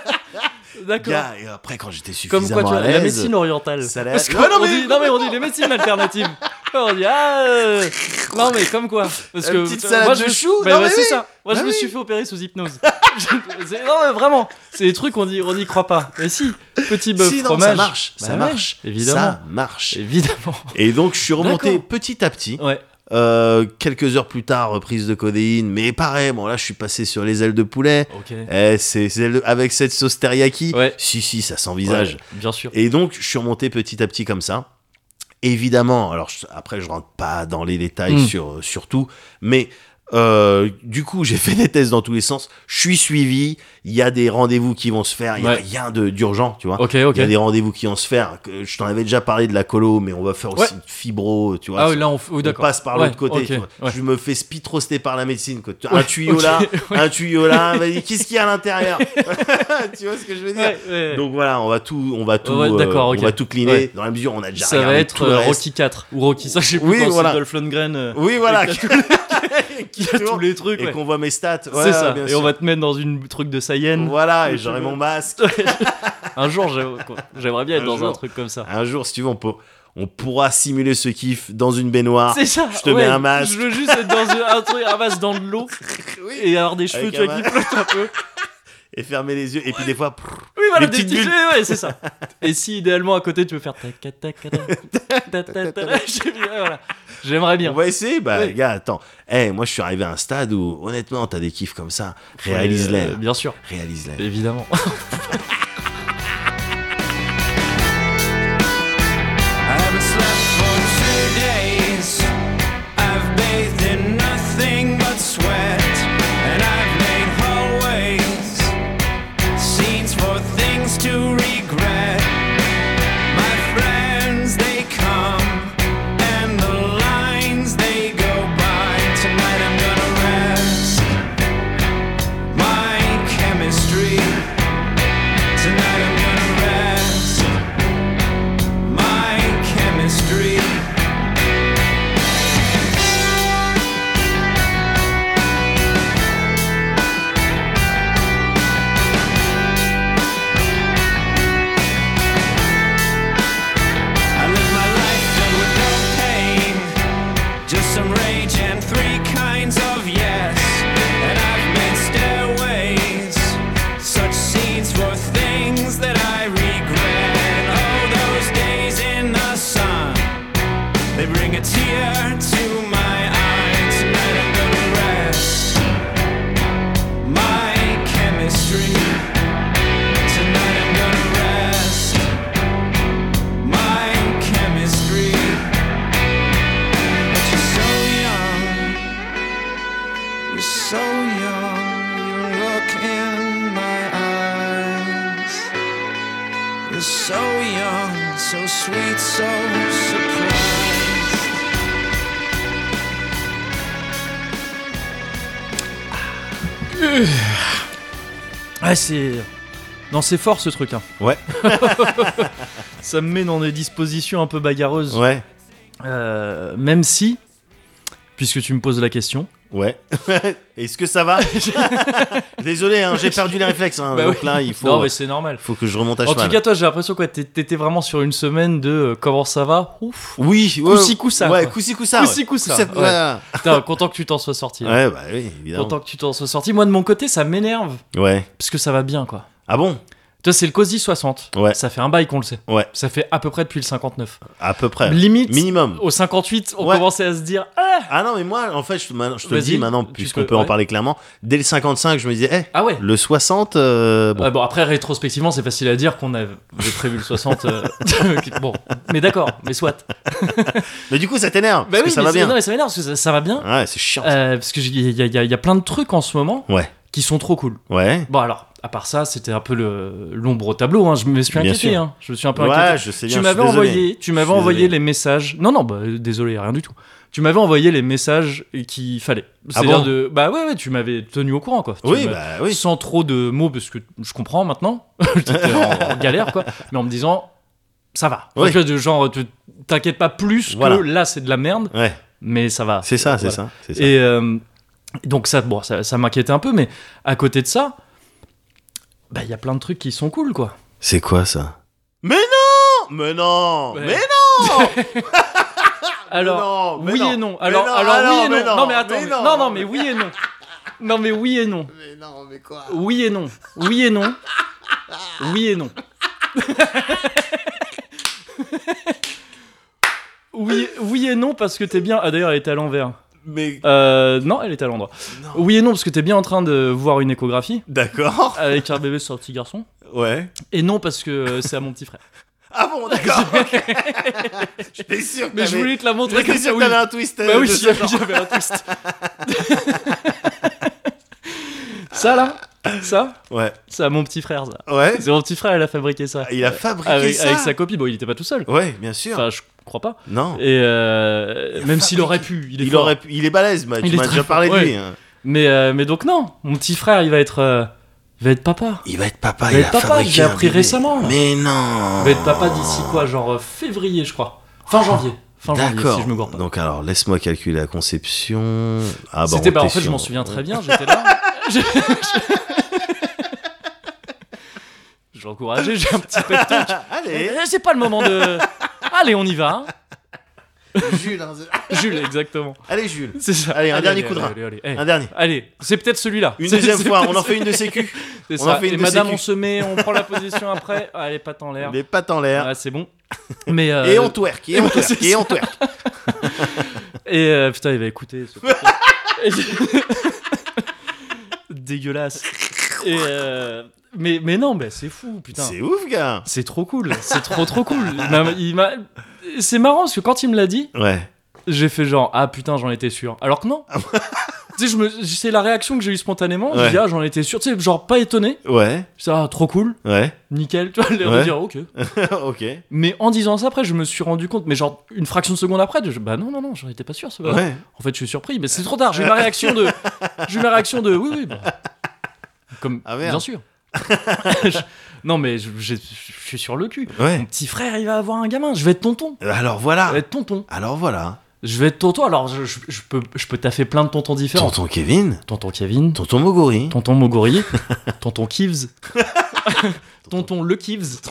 A: D'accord.
B: Gars, et après quand j'étais
A: Comme
B: suffisamment
A: quoi, tu vois,
B: à
A: la
B: l'aise,
A: médecine orientale.
B: ça allait-
A: Parce que
B: Ouais, non,
A: on
B: mais-
A: dit, non, mais on dit les médecines alternatives. Ouais, On dit, ah. euh, Non, mais comme quoi. Parce
B: Une
A: que.
B: petite
A: euh,
B: salade
A: moi,
B: de
A: je-
B: choux,
A: bah,
B: non,
A: bah,
B: mais
A: c'est
B: oui.
A: ça. Moi,
B: Bah
A: je me
B: oui.
A: suis fait opérer sous hypnose. Je- c'est- non, mais vraiment. C'est des trucs, on y, on y croit pas. Mais si, petit bœuf
B: si, non,
A: fromage.
B: ça marche,
A: Bah
B: ça
A: ouais,
B: marche,
A: évidemment.
B: ça marche.
A: Évidemment.
B: Et donc je suis remonté
A: D'accord.
B: petit à petit.
A: Ouais.
B: Euh, quelques heures plus tard, reprise de codéine, mais pareil, bon là je suis passé sur les ailes de poulet.
A: Ok.
B: Eh, c'est c'est le- avec cette sauce teriyaki.
A: Ouais.
B: Si, si, ça s'envisage.
A: Ouais, bien sûr.
B: Et donc, je suis remonté petit à petit comme ça. Évidemment, alors je- après, je rentre pas dans les détails
A: Mm.
B: sur, sur tout, mais euh, du coup, j'ai fait des tests dans tous les sens. Je suis suivi. Il y a des rendez-vous qui vont se faire. Il y a
A: Ouais.
B: rien de- d'urgent, tu vois.
A: Ok,
B: Il y a
A: ok.
B: des rendez-vous qui vont se faire. Que- Je t'en avais déjà parlé de la colo, mais on va faire aussi
A: Ouais.
B: de fibro, tu vois.
A: Ah
B: ça-
A: oui, là, on, f- oui,
B: on
A: d'accord.
B: passe par
A: Ouais,
B: l'autre côté.
A: ok,
B: tu vois.
A: ouais.
B: Je me fais spitroster par la médecine. quoi. Un
A: Ouais,
B: tuyau
A: ok,
B: là,
A: ouais.
B: un tuyau là. vas-y, Qu'est-ce qu'il y a à l'intérieur Tu vois ce que je veux dire
A: Ouais, ouais.
B: Donc voilà, on va tout, on va tout,
A: Ouais,
B: euh,
A: d'accord, ok.
B: on va tout cleaner
A: Ouais.
B: dans la mesure où on a déjà
A: ça va
B: regardé
A: être
B: tout le
A: euh,
B: reste.
A: Rocky 4 ou Rocky ça je sais plus
B: Oui,
A: quand
B: voilà.
A: c'est Dolph Lundgren euh,
B: Oui, voilà.
A: qui qui
B: qui
A: a tous
B: tourne
A: les trucs
B: Et
A: ouais.
B: qu'on voit mes stats. Ouais,
A: c'est ça
B: bien
A: et
B: sûr.
A: on va te mettre dans une truc de Saiyan
B: Voilà,
A: Oui,
B: et
A: tu
B: j'aurai
A: veux.
B: mon masque.
A: un jour j'ai- quoi, j'aimerais bien être
B: Un
A: dans un
B: jour.
A: truc comme ça
B: Un jour, si tu veux, on peut, on pourra simuler ce kiff dans une baignoire.
A: c'est ça
B: je te
A: ouais,
B: mets un masque.
A: je veux juste être dans un, un truc un masque dans de l'eau
B: Oui.
A: et avoir des cheveux
B: Avec
A: tu vois
B: un
A: qui flottent un peu
B: Et fermer les yeux. Et puis des fois, prrr,
A: oui voilà
B: Des
A: des
B: petites
A: petits
B: bulles.
A: ouais, ouais, c'est ça et si idéalement à côté tu peux faire tac tac tac tac, tac tac tac j'ai- voilà. j'aimerais
B: On
A: bien
B: va essayer, bah,
A: Oui.
B: gars, attends. Eh, moi, je suis arrivé à un stade où, honnêtement, t'as des kiffs comme ça. Réalise-les.
A: Euh, bien sûr
B: Réalise-les.
A: évidemment
D: I haven't slept for two days. I've bathed in nothing but sweat. And I've made hallways scenes for things to regret. My friends, they come. And the lines, they go by. Tonight I'm gonna rest. My chemistry. Tonight I'm gonna rest my chemistry. I live my life filled with no pain, just some rage and three kinds of yes. And Oh,
A: Ah, c'est. Non, c'est fort ce truc. Hein.
B: Ouais.
A: Ça me met dans des dispositions un peu bagarreuses.
B: Ouais,
A: Euh, même si, puisque tu me poses la question,
B: ouais. Est-ce que ça va Désolé, hein, j'ai perdu les réflexes. hein,
A: Bah
B: donc
A: oui.
B: là, il faut,
A: non, mais c'est normal.
B: faut que je remonte à
A: En
B: cheval.
A: tout cas, toi, j'ai l'impression que t'étais vraiment sur une semaine de euh, comment ça va. Ouf.
B: oui, ouais,
A: Coussi coussa.
B: Ouais,
A: quoi.
B: coussi coussa.
A: Coussi
B: ouais.
A: coussa,
B: Coussa-
A: ouais.
B: voilà.
A: Putain, content que tu t'en sois sorti. là.
B: Ouais, bah oui, évidemment.
A: Content que tu t'en sois sorti. Moi, de mon côté, ça m'énerve
B: Ouais.
A: parce que ça va bien, quoi.
B: Ah bon
A: Toi, c'est le COSI 60.
B: Ouais.
A: Ça fait un bail qu'on le sait.
B: Ouais.
A: Ça fait à peu près depuis le 59.
B: À peu près.
A: Limite,
B: Minimum.
A: au 58, on
B: Ouais.
A: commençait à se dire Ah,
B: Ah non, mais moi, en fait, je, maintenant, je te le
A: Vas-y,
B: dis maintenant,
A: tu
B: puisqu'on
A: peux-
B: peut en
A: ouais.
B: parler clairement, dès le 55, je me disais, eh,
A: ah ouais.
B: le 60, euh, bon.
A: Ouais, Ah bon, après, rétrospectivement, c'est facile à dire qu'on avait prévu le 60. euh, bon, mais d'accord, mais soit.
B: Mais du coup, ça t'énerve, parce que ça
A: Bah mais
B: va
A: c'est-
B: bien.
A: non, mais ça m'énerve parce que ça, ça va bien.
B: Ouais, c'est chiant.
A: euh, parce qu'il y, a- y a- y a plein de trucs en ce moment
B: Ouais.
A: qui sont trop cool.
B: Ouais.
A: Bon, alors, à part ça, c'était un peu le- l'ombre au tableau. hein, Je me suis
B: Bien
A: inquiété.
B: sûr.
A: hein, Je me suis un peu
B: Ouais,
A: inquiété.
B: je
A: Tu
B: sais bien. je suis
A: m'avais
B: désolé.
A: envoyé, tu m'avais
B: suis
A: envoyé
B: désolé.
A: les messages. Non, non, bah, euh, désolé, rien du tout. Tu m'avais envoyé les messages qu'il fallait. C'est-à-dire
B: Ah bon
A: de, bah ouais, ouais, tu m'avais tenu au courant, quoi. Tu
B: Oui,
A: m'as-
B: bah oui.
A: Sans trop de mots, parce que je comprends maintenant. J'étais en, en galère, quoi. Mais en me disant, ça va. Enfin,
B: Oui.
A: tu vois, de genre, tu- t'inquiète pas plus
B: Voilà.
A: que là, c'est de la merde,
B: Ouais,
A: mais ça va.
B: c'est ça, c'est
A: Voilà.
B: ça. c'est ça.
A: Et euh, donc ça, bon, ça, ça m'inquiétait un peu, mais à côté de ça, bah il y a plein de trucs qui sont cool, quoi.
B: C'est quoi ça Mais non Mais non
A: Ouais.
B: Mais non
A: Alors
B: Oh, mais Ah, non, mais
A: oui
B: non,
A: et non.
B: mais
A: Alors
B: non,
A: alors
B: ah
A: oui
B: non,
A: et
B: mais
A: non.
B: non,
A: Non mais attends.
B: mais
A: mais-
B: non.
A: Non non mais oui et non. Non mais oui et non.
B: Mais non, mais quoi
A: Oui et non. Oui et non. Oui et non. Oui, oui et non parce que t'es bien. Ah d'ailleurs elle était à l'envers.
B: Mais
A: Euh, non elle était à l'endroit.
B: non.
A: Oui et non parce que t'es bien en train de voir une échographie
B: D'accord.
A: avec un bébé sur un petit garçon.
B: Ouais.
A: Et non parce que euh, c'est à mon petit frère.
B: Ah bon, d'accord. ok. J'étais sûr que
A: Mais je
B: t'avais-
A: voulais te la montrer
B: J'étais
A: comme
B: sûr
A: ça.
B: que
A: Oui.
B: t'avais un twist. euh,
A: Bah oui,
B: de ce genre.
A: j'avais un twist. ça là, ça,
B: Ouais,
A: c'est à mon petit frère. Ça.
B: ouais.
A: C'est mon petit frère, il a fabriqué ça.
B: Ah, Il a fabriqué
A: avec,
B: ça.
A: avec sa copie. Bon, il était pas tout seul.
B: Ouais, bien sûr.
A: Enfin, je crois pas.
B: non.
A: Et euh,
B: Il a
A: même s'il
B: fabriqué-
A: aurait pu, il est
B: Il,
A: fort.
B: aurait, pu- il est balèze, bah,
A: Il
B: tu
A: est
B: m'as
A: très
B: déjà parlé
A: fort,
B: de lui.
A: ouais.
B: hein.
A: Mais euh, mais donc non, mon petit frère, il va être euh, il va être papa.
B: Il va être papa.
A: Il va
B: il
A: être
B: a
A: papa,
B: fabriqué
A: je l'ai
B: un
A: appris
B: bébé.
A: récemment.
B: Mais non.
A: Il va être papa d'ici quoi, genre euh, février, je crois. Fin janvier. Fin janvier,
B: D'accord.
A: si je me gourre pas.
B: Donc alors, laisse-moi calculer la conception. Ah bah.
A: C'était
B: on
A: bah, en
B: t'est
A: fait, je
B: sûr.
A: m'en souviens très bien, j'étais là. Je- je- je l'encourageais, j'ai un petit peu de temps.
B: Allez,
A: Eh, C'est pas le moment de. Allez, on y va.
B: Jules. hein.
A: Jules, exactement.
B: Allez, Jules.
A: C'est ça.
B: Allez, un dernier coup de rein.
A: Allez, allez, allez.
B: Un dernier.
A: Allez, c'est peut-être celui-là.
B: Une
A: C'est-
B: deuxième
A: c'est
B: fois,
A: peut-être
B: on en fait une de sécu.
A: c'est
B: on en
A: ça.
B: fait une
A: Et
B: de
A: madame,
B: sécu.
A: on se met, on prend la position après. Allez, pas en l'air.
B: Les pattes en l'air.
A: Ah, c'est bon. Mais euh,
B: Et on twerk, et on
A: c'est
B: twerk, et
A: ça.
B: on twerk.
A: Et euh, putain, il va écouter ce podcast. Et je- Dégueulasse. Et euh, mais, mais non, bah, c'est fou, putain.
B: C'est ouf, gars.
A: C'est trop cool, c'est trop trop cool. Il m'a- il m'a- C'est marrant parce que quand il me l'a dit,
B: Ouais.
A: j'ai fait genre ah putain j'en étais sûr. Alors que non. tu sais, je me... c'est la réaction que j'ai eue spontanément. J'ai
B: Ah Ouais.
A: dit ah j'en étais sûr. Tu sais genre pas étonné.
B: Ouais.
A: Ça ah, trop cool,
B: Ouais.
A: nickel. Tu vois l'air de
B: Ouais.
A: dire ok.
B: ok. Ouais.
A: Mais en disant ça après je me suis rendu compte. Mais genre une fraction de seconde après je... bah non non non j'en étais pas sûr. ça va. En fait je suis surpris. Mais c'est trop tard. J'ai eu ma réaction de j'ai eu ma réaction de oui oui. bah, Comme
B: Ah, merde.
A: bien sûr. Je- Non mais je, je- je suis sur le cul. Mon
B: Ouais.
A: petit frère, il va avoir un gamin. Je vais être tonton.
B: Alors
A: Je
B: voilà.
A: vais être tonton.
B: Alors voilà.
A: Je vais être tonton. Alors, je, je- je peux, je peux taffer plein de tontons différents.
B: Tonton Kevin,
A: Tonton Kevin,
B: tonton Mogori.
A: tonton Mogori, tonton Kivs, tonton Le Kivs,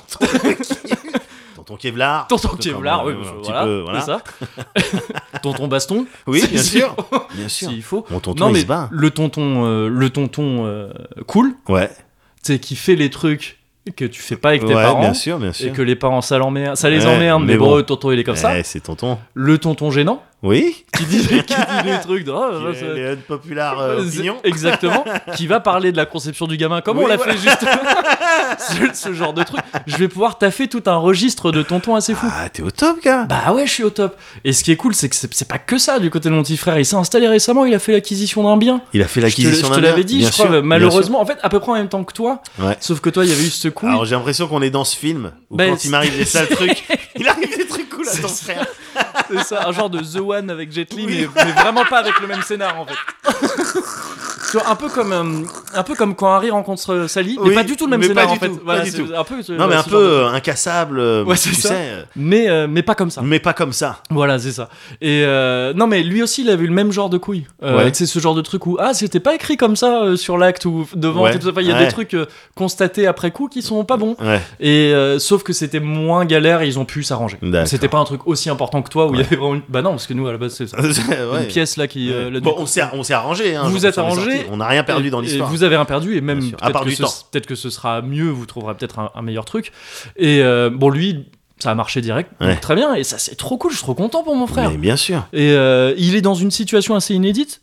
B: Tonton Kevlar.
A: tonton Kevlar, oui, bah,
B: un petit
A: voilà,
B: peu, voilà.
A: c'est ça. tonton Baston,
B: Oui, bien
A: Si-
B: sûr. Bien sûr. Ah.
A: s'il faut.
B: Mon tonton,
A: Non
B: il
A: mais
B: se bat.
A: le tonton, euh, le tonton euh, cool,
B: Ouais.
A: tu sais, qui fait les trucs que tu fais pas avec tes
B: ouais,
A: parents.
B: bien sûr, bien
A: Et
B: sûr.
A: que les parents ça l'emmerde, ça les
B: Ouais,
A: emmerde, mais,
B: mais
A: bon,
B: bon.
A: le tonton il est comme ça.
B: Eh, c'est tonton.
A: Le tonton gênant,
B: Oui.
A: qui dit, qui dit des trucs de, oh,
B: Qui
A: ouais,
B: est-
A: ça-
B: les populaires
A: Euh, z- Exactement. qui va parler de la conception du gamin, comme
B: Oui,
A: on l'a
B: voilà.
A: fait juste. ce, ce genre de truc. Je vais pouvoir taffer tout un registre de tonton assez fou.
B: Ah, t'es au top, gars.
A: Bah ouais, je suis au top. Et ce qui est cool, c'est que c'est c'est pas que ça du côté de mon petit frère. Il s'est installé récemment, il a fait l'acquisition d'un bien.
B: Il a
A: Je te,
B: fait l'acquisition
A: je
B: d'un
A: te
B: bien,
A: l'avais dit,
B: bien
A: je crois, bah,
B: sûr, bien
A: malheureusement. En fait, à peu près en même temps que toi.
B: Ouais.
A: Sauf que toi, il y avait eu ce coup.
B: sûr. Alors j'ai l'impression qu'on est dans ce film où
A: Ben,
B: quand il m'arrive des sales trucs, il arrive des trucs cool à
A: C'est
B: ton
A: ça.
B: frère.
A: C'est ça, un genre de The One avec Jet Li,
B: Oui.
A: mais, mais vraiment pas avec le même scénar en fait. Tu vois, un peu comme euh, un peu comme quand Harry rencontre euh, Sally, mais
B: Oui,
A: pas du tout le même
B: mais
A: scénar
B: pas
A: en
B: du
A: fait.
B: tout, pas du
A: c'est
B: tout.
A: Un peu, ce-
B: Non, mais
A: ce
B: un
A: genre de-
B: peu euh, incassable, euh,
A: Ouais, c'est
B: tu
A: ça.
B: sais, euh,
A: mais euh, mais pas comme ça.
B: mais pas comme ça.
A: Voilà, c'est ça. Et euh, non, mais lui aussi, il avait le même genre de couille. Euh,
B: Ouais.
A: tu sais, ce genre de truc où ah, c'était pas écrit comme ça euh, sur l'acte ou f- devant.
B: Ouais.
A: tu sais, enfin, Il y a
B: Ouais.
A: des trucs euh, constatés après coup qui sont pas bons.
B: Ouais.
A: Et euh, sauf que c'était moins galère, et ils ont pu s'arranger.
B: D'accord.
A: C'était pas un truc aussi important que toi où il
B: Ouais.
A: y avait vraiment. Une... Bah non, parce que nous à la base c'est ça.
B: Ouais.
A: Une pièce là qui. euh,
B: Ouais.
A: là, du
B: bon,
A: coup,
B: on s'est on s'est arrangé. Hein,
A: Vous
B: je
A: vous êtes
B: pense qu'on est
A: arrangé.
B: sortis. On n'a rien perdu dans
A: Et- et
B: l'histoire.
A: Vous avez rien perdu et même
B: Bien sûr. À
A: peut-être
B: part
A: que
B: du
A: ce-
B: temps.
A: Peut-être que ce sera mieux, vous trouverez peut-être un, un meilleur truc. Et euh, bon, lui, ça a marché direct, donc
B: Ouais.
A: très bien. Et ça, c'est trop cool. Je suis trop content pour mon frère.
B: Mais bien sûr.
A: Et euh, il est dans une situation assez inédite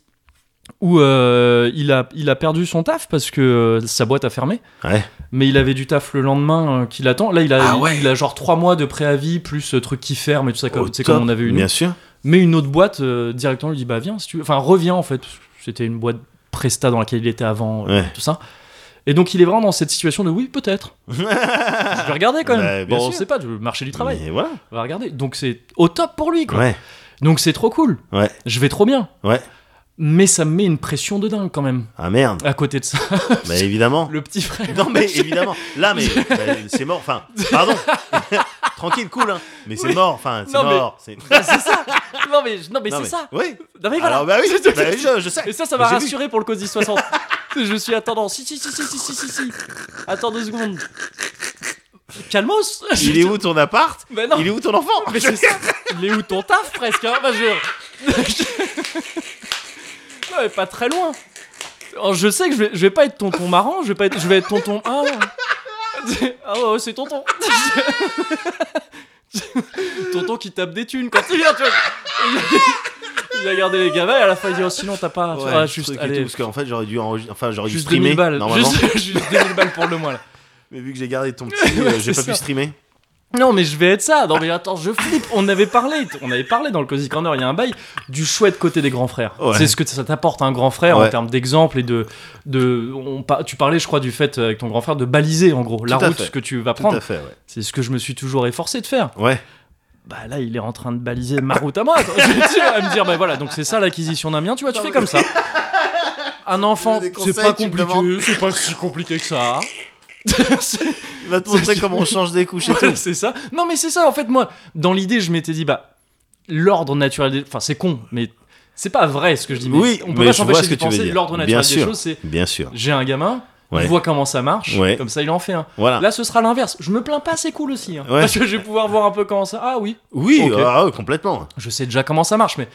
A: où euh, il a il a perdu son taf parce que euh, sa boîte a fermé.
B: Ouais.
A: Mais il avait du taf le lendemain euh, qui l'attend. Là, il a
B: Ah
A: il-
B: ouais.
A: il, a genre trois mois de préavis plus euh, truc qui ferme et tout ça
B: Au
A: comme tu sais,
B: top,
A: comme on avait eu. nous.
B: Bien sûr.
A: Mais une autre boîte euh, directement lui dit bah viens si tu veux. Enfin reviens en fait. C'était une boîte Presta dans laquelle il était avant, euh,
B: Ouais.
A: tout ça. Et donc il est vraiment dans cette situation de oui peut-être. je vais regarder quand
B: Bah,
A: même.
B: bien
A: bon, on
B: sûr.
A: sait pas, le marché du travail.
B: Mais voilà.
A: On va regarder. Donc c'est au top pour lui quoi.
B: Ouais.
A: Donc c'est trop cool.
B: Ouais.
A: Je vais trop bien.
B: Ouais.
A: Mais ça me met une pression de dingue quand même.
B: Ah merde.
A: À côté de ça,
B: Bah évidemment.
A: le petit frère.
B: Non mais évidemment. Là mais bah, c'est mort. Enfin pardon. Tranquille cool hein. Mais c'est
A: Oui.
B: mort. Enfin c'est
A: Non, mais-
B: mort. C'est-
A: Bah, c'est ça. Non mais non mais
B: Non,
A: c'est
B: mais-
A: ça.
B: Oui.
A: Non mais voilà.
B: Alors, bah oui. bah, oui, je, je sais.
A: Et ça, ça m'a
B: J'ai vu.
A: rassuré pour le cause 60. je suis attendant. Si, si, si, si, si, si, si, si. Attends deux secondes. Calmos
B: Il est où ton appart
A: Mais non,
B: Il est où ton enfant
A: mais c'est ça. Il est où ton taf presque hein bah, je... Non, mais pas très loin. Alors, je sais que je vais, je vais pas être tonton marrant, je vais, pas être, je vais être tonton. Ah, ah ouais, ouais, c'est tonton. tonton qui tape des thunes quand il vient, tu vois. Il a gardé les gamins et à la fin il dit Oh, sinon t'as pas. tu
B: Ouais,
A: vois,
B: ce
A: juste,
B: truc et tout,
A: allez,
B: parce qu'en fait j'aurais dû enregistrer, enfin j'aurais dû
A: Juste
B: streamer
A: 2000 balles.
B: normalement,
A: Juste, juste 2000 balles pour le mois là.
B: mais vu que j'ai gardé ton petit, euh,
A: Ouais,
B: j'ai pas
A: c'est
B: pu
A: ça.
B: streamer.
A: Non mais je vais être ça. Non mais attends, je flippe. On avait parlé, on avait parlé dans le Cozy Corner, il y a un bail du chouette côté des grands frères.
B: Ouais.
A: C'est ce que ça t'apporte un grand frère en
B: Ouais.
A: termes d'exemple et de de on par- tu parlais je crois du fait euh, avec ton grand frère de baliser en gros la
B: à
A: route
B: fait.
A: que tu vas
B: Tout à
A: prendre.
B: fait, ouais.
A: C'est ce que je me suis toujours efforcé de faire.
B: Ouais,
A: Bah là, il est en train de baliser ma route à moi. quoi. Je veux dire, à me dire bah voilà, donc c'est ça l'acquisition d'un bien, tu vois, tu fais comme ça. Un enfant,
B: veux des
A: c'est
B: conseils,
A: pas
B: tu me
A: compliqué,
B: demandes
A: c'est pas si compliqué que ça.
B: il va te montrer comment on change des couches et
A: Voilà,
B: tout.
A: c'est ça. Non, mais c'est ça. En fait, moi, dans l'idée, je m'étais dit, bah, l'ordre naturel des. Enfin, c'est con, mais c'est pas vrai ce que je dis. Mais
B: Oui,
A: on peut
B: mais
A: pas
B: je vois
A: s'empêcher
B: ce
A: de
B: que tu veux
A: penser.
B: dire.
A: L'ordre
B: Bien
A: naturel des
B: sûr.
A: choses, c'est
B: Bien sûr,
A: j'ai un gamin,
B: Ouais.
A: il voit comment ça marche,
B: Ouais.
A: comme ça, il en fait un.
B: voilà.
A: Là, ce sera l'inverse. Je me plains pas, c'est cool aussi. hein.
B: Ouais.
A: Parce que je vais pouvoir voir un peu comment ça. Ah oui,
B: Oui,
A: Ok.
B: ah, ouais, complètement.
A: je sais déjà comment ça marche, mais.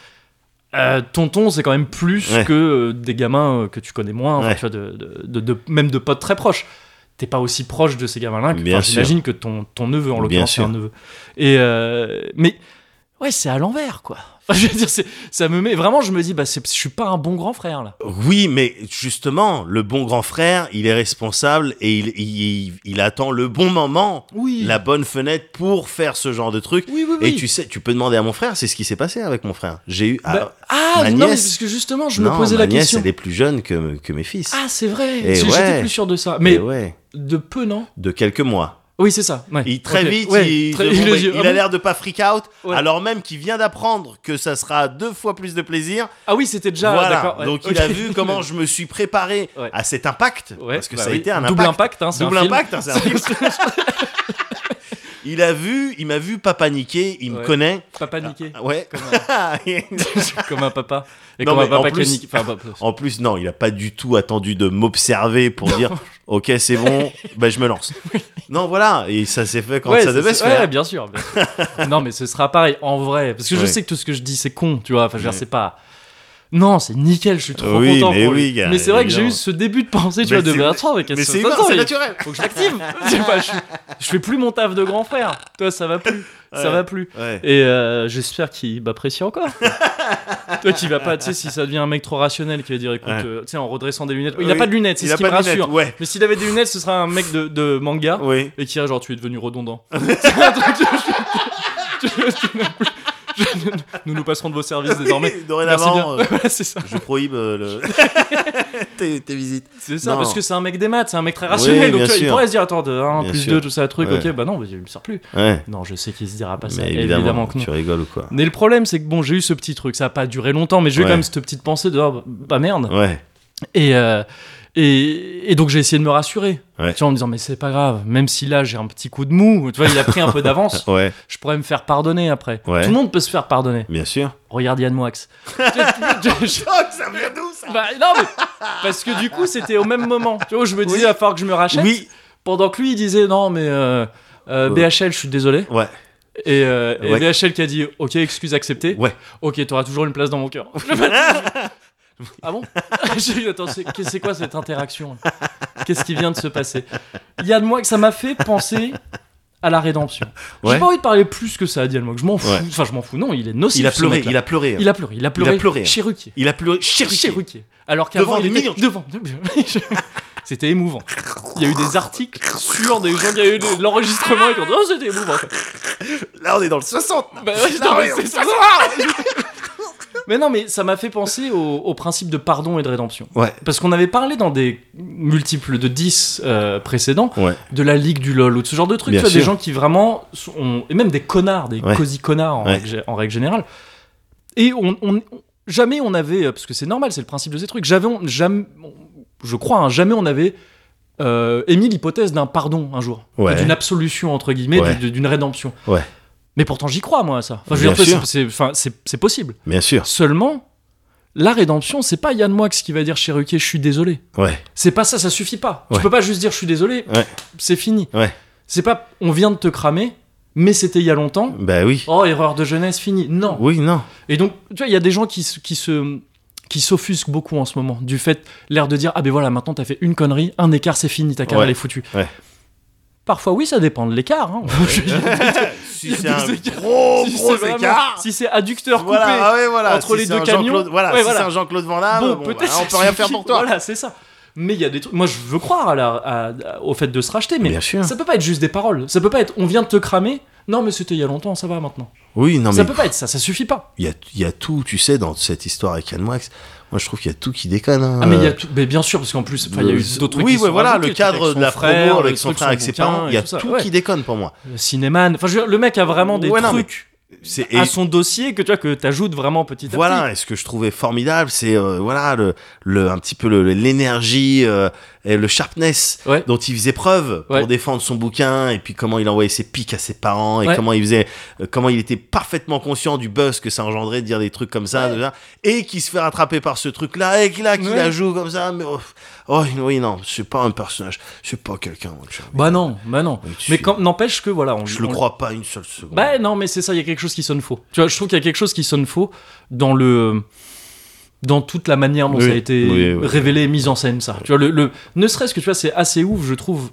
A: euh, tonton, c'est quand même plus
B: Ouais.
A: que euh, des gamins euh, que tu connais moins, enfin,
B: Ouais.
A: tu vois, de, de- de- de- même de potes très proches. T'es pas aussi proche de ces gamins-là que
B: Bien
A: enfin,
B: sûr.
A: j'imagine que ton, ton neveu, en
B: Bien
A: l'occurrence, c'est
B: sûr.
A: un neveu. Et euh, mais ouais, c'est à l'envers, quoi. Enfin, je veux dire, c'est- ça me met vraiment, je me dis, bah, c'est- je suis pas un bon grand frère là.
B: Oui, mais justement, le bon grand frère, il est responsable et il, il, il attend le bon moment,
A: Oui.
B: la bonne fenêtre pour faire ce genre de truc.
A: Oui, oui, oui.
B: Et tu sais, tu peux demander à mon frère, c'est ce qui s'est passé avec mon frère. J'ai eu.
A: Bah,
B: ah,
A: ah
B: ma
A: non, mais
B: nièce-
A: parce que justement, je
B: non,
A: me posais
B: ma
A: la
B: nièce,
A: question.
B: elle est plus jeune que, que mes fils.
A: Ah, c'est vrai.
B: Eh
A: J'étais
B: ouais.
A: plus sûr de ça,
B: Et
A: mais
B: ouais,
A: de peu, non
B: de quelques mois.
A: Oui, c'est ça. ouais.
B: Il, très
A: Ok.
B: vite,
A: Ouais,
B: il,
A: très-
B: de- bon,
A: il
B: bah,
A: dit,
B: il
A: ah
B: a
A: bon
B: l'air de pas freak out,
A: Ouais.
B: alors même qu'il vient d'apprendre que ça sera deux fois plus de plaisir.
A: Ah oui, c'était déjà.
B: voilà.
A: d'accord, ouais,
B: Donc
A: ok.
B: il a vu comment je me suis préparé
A: Ouais.
B: à cet impact,
A: Ouais,
B: parce que
A: bah
B: ça a
A: oui.
B: été un
A: double
B: impact.
A: impact. hein, c'est
B: Double
A: un film.
B: impact, hein, c'est un film. il a vu, il m'a vu pas paniquer, il me
A: Ouais.
B: connaît.
A: Pas paniquer.
B: Ah, Ouais.
A: Comme un- comme un papa. Et
B: Non,
A: comme un
B: mais en
A: papa qui a
B: plus-
A: niqué- enfin, bah,
B: en plus, non, il a pas du tout attendu de m'observer pour dire, ok, c'est bon, bah, je me lance. non, voilà, et ça s'est fait quand
A: bah, Ouais,
B: ça devait se
A: ouais,
B: faire.
A: bien sûr. bien sûr. non, mais ce sera pareil en vrai. Parce que je
B: Ouais.
A: sais que tout ce que je dis, c'est con, tu vois. Enfin, je veux dire,
B: Ouais.
A: c'est pas. Non, c'est nickel, je suis trop
B: Oui,
A: content.
B: mais
A: pour lui.
B: oui, gars,
A: mais c'est vrai que j'ai eu
B: évidemment.
A: ce début de pensée, tu
B: Mais
A: vois, de
B: c'est-
A: bah, attends, mais
B: Mais
A: qu'est-ce
B: c'est
A: que
B: humain,
A: attends,
B: c'est
A: il-
B: naturel.
A: Faut que je m'active. C'est pas- je, je fais plus mon taf de grand frère. Toi, ça va plus.
B: Ouais.
A: Ça va plus.
B: Ouais.
A: Et euh, j'espère qu'il m'apprécie encore. Toi qui va pas, tu sais, si ça devient un mec trop rationnel qui va dire écoute,
B: Ouais.
A: euh, tu sais, en redressant des lunettes. Il a
B: Oui,
A: pas de lunettes, c'est
B: Il
A: ce
B: a
A: qui me
B: pas de
A: rassure.
B: lunettes, ouais.
A: Mais s'il avait des lunettes, ce serait un mec de, de manga
B: Oui.
A: et qui a genre tu es devenu redondant. C'est un truc que je- je- je n'ai plus- je- nous nous passerons de vos services désormais.
B: Oui,
A: Merci bien.
B: Dorénavant, euh,
A: Voilà, c'est ça.
B: je prohibe euh, le... tes, tes visites.
A: C'est ça,
B: Non.
A: parce que c'est un mec des maths, c'est un mec très rationnel. donc
B: bien
A: tu vois, il
B: sûr.
A: pourrait se dire attends, de 1
B: Bien
A: plus
B: sûr.
A: 2, tout ça, truc,
B: Ouais.
A: ok, bah non, mais il me sert plus.
B: Ouais.
A: Non, je sais qu'il se dira pas ça.
B: Mais
A: évidemment,
B: évidemment,
A: que non.
B: tu rigoles ou quoi
A: Mais le problème, c'est que bon, j'ai eu ce petit truc, ça a pas duré longtemps, mais j'ai eu
B: Ouais.
A: quand même cette petite pensée de oh, bah merde,
B: Ouais.
A: Et, euh, et, et donc j'ai essayé de me rassurer,
B: Ouais.
A: tu vois, en me disant mais c'est pas grave, même si là j'ai un petit coup de mou, tu vois, il a pris un peu d'avance,
B: Ouais,
A: je pourrais me faire pardonner après.
B: Ouais.
A: Tout le monde peut se faire pardonner.
B: bien sûr.
A: Regarde Yann Moix. Tu vois, tu- tu- je-
B: Oh, ça vient d'où ça
A: bah, non mais parce que du coup c'était au même moment. Tu vois, je me disais
B: Oui.
A: il va falloir que je me rachète.
B: Oui.
A: Pendant que lui il disait non mais euh, euh,
B: Ouais.
A: BHL je suis désolé
B: Ouais.
A: et, euh, et
B: Ouais.
A: BHL qui a dit ok excuse acceptée.
B: Ouais.
A: Ok t'auras toujours une place dans mon cœur. Je me dis, ah bon J'ai dit, attends c'est qu'est- c'est quoi cette interaction Qu'est-ce qui vient de se passer Il y a de moi que ça m'a fait penser à la rédemption.
B: Ouais.
A: J'ai pas envie de parler plus que ça à Diane Moix. Je m'en fous.
B: Ouais.
A: Enfin je m'en fous non il est nocif.
B: Il a
A: ce
B: pleuré,
A: mec-là.
B: il a pleuré.
A: il a pleuré. Il a pleuré.
B: pleuré.
A: Chez Ruquier.
B: Il a pleuré. Cherché.
A: Ruquier. Alors qu'avant,
B: Devant
A: il
B: des
A: était
B: millions.
A: devant. C'était émouvant. Il y a eu des articles sur des gens qui avaient eu de de l'enregistrement et qui ont dit Oh, c'était émouvant.
B: Là, on est dans le 60.
A: Bah, ouais,
B: Là,
A: non, mais
B: on est
A: c'est
B: dans le
A: ça.
B: 60.
A: Mais non, mais ça m'a fait penser au, au principe de pardon et de rédemption.
B: Ouais.
A: Parce qu'on avait parlé dans des multiples de 10 euh, précédents
B: Ouais.
A: de la Ligue du LOL ou de ce genre de trucs.
B: Bien
A: Tu vois, des
B: sûr.
A: gens qui vraiment. sont- ont- et même des connards, des
B: Ouais.
A: cosy connards en,
B: Ouais.
A: règle, gé- en règle générale. Et on. on- jamais on avait. euh, Parce que c'est normal, c'est le principe de ces trucs. Jamais, on- jamais, je crois, hein, jamais on avait. euh, émis l'hypothèse d'un pardon un jour,
B: Ouais.
A: d'une absolution entre guillemets,
B: Ouais.
A: d'une- d'une rédemption.
B: Ouais.
A: Mais pourtant j'y crois moi à ça. Enfin, je veux
B: Bien
A: dire,
B: sûr.
A: c'est- c'est- enfin, c'est c'est possible.
B: Bien sûr.
A: Seulement, la rédemption, c'est pas Yann Moix qui va dire chez Ruquier, je suis désolé.
B: Ouais.
A: C'est pas ça, ça suffit pas.
B: Ouais.
A: Tu peux pas juste dire je suis désolé,
B: Ouais.
A: c'est fini.
B: Ouais.
A: C'est pas on vient de te cramer, mais c'était il y a longtemps.
B: Bah oui.
A: Oh, erreur de jeunesse, fini. Non.
B: Oui, non.
A: Et donc, tu vois, il y a des gens qui, se- qui se qui s'offusquent beaucoup en ce moment du fait l'air de dire ah ben voilà maintenant t'as fait une connerie un écart c'est fini ta carrière
B: Ouais.
A: elle est foutue
B: Ouais.
A: parfois oui ça dépend de l'écart hein. Je veux dire,
B: Si
A: Il y a
B: c'est un
A: deux écarts.
B: gros,
A: si
B: gros
A: c'est vraiment-
B: écart.
A: si c'est adducteur coupé
B: Voilà, ah ouais, voilà.
A: entre
B: Si
A: les
B: c'est
A: deux
B: un
A: camions.
B: Jean-Claude- Voilà,
A: Ouais,
B: si
A: voilà.
B: c'est un Jean-Claude Van Damme,
A: bon,
B: bon,
A: peut-être
B: bah, on peut
A: ça
B: rien faire
A: suffit.
B: pour toi.
A: Voilà, c'est ça. Mais il y a des trucs. Moi, je veux croire à la- à- au fait de se racheter, mais
B: Bien sûr.
A: ça peut pas être juste des paroles. Ça peut pas être on vient de te cramer. Non, mais c'était il y a longtemps, ça va maintenant.
B: Oui, non,
A: ça
B: mais
A: peut pas être ça, ça suffit pas.
B: il y a, il y a tout, tu sais, dans cette histoire avec Anne Wax. Moi, je trouve qu'il y a tout qui déconne. hein.
A: Ah, mais il y a tout- mais bien sûr, parce qu'en plus, enfin, il y a eu d'autres trucs.
B: Oui,
A: qui
B: ouais,
A: sont
B: voilà,
A: rajoutés,
B: le
A: trucs avec
B: cadre
A: son
B: de la
A: frère,
B: promo
A: le
B: avec son
A: truc,
B: frère, avec ses
A: bouquin
B: parents,
A: et
B: il y a
A: tout
B: tout,
A: ça. Ouais.
B: qui déconne pour moi.
A: Le cinéman. Enfin, je veux dire, le mec a vraiment des
B: Ouais, non, mais-
A: trucs
B: C'est-
A: à
B: et-
A: son dossier que tu vois, que t'ajoutes vraiment petit à petit.
B: Voilà, et ce que je trouvais formidable, c'est euh, voilà le, le un petit peu le- le- l'énergie euh, et le sharpness
A: Ouais.
B: dont il faisait preuve
A: Ouais.
B: pour défendre son bouquin et puis comment il envoyait ses pics à ses parents et
A: Ouais.
B: comment il faisait euh, comment il était parfaitement conscient du buzz que ça engendrait de dire des trucs comme ça, de ça, et qui se fait rattraper par ce truc là et qui là qui
A: Ouais.
B: la joue comme ça mais oh, oh, oui non, c'est pas un personnage, c'est pas quelqu'un. moi, je-
A: Bah non, bah non.
B: Mais tu-
A: Mais quand- n'empêche que voilà, on
B: Je le
A: on-
B: crois pas une seule seconde.
A: Bah non, mais c'est ça, il y a quelque chose qui sonne faux. Tu vois, je trouve qu'il y a quelque chose qui sonne faux dans le dans toute la manière dont
B: Oui,
A: ça a été
B: oui, oui.
A: révélé et mis en scène ça. Tu vois le, le- ne serait-ce que tu vois c'est assez ouf, je trouve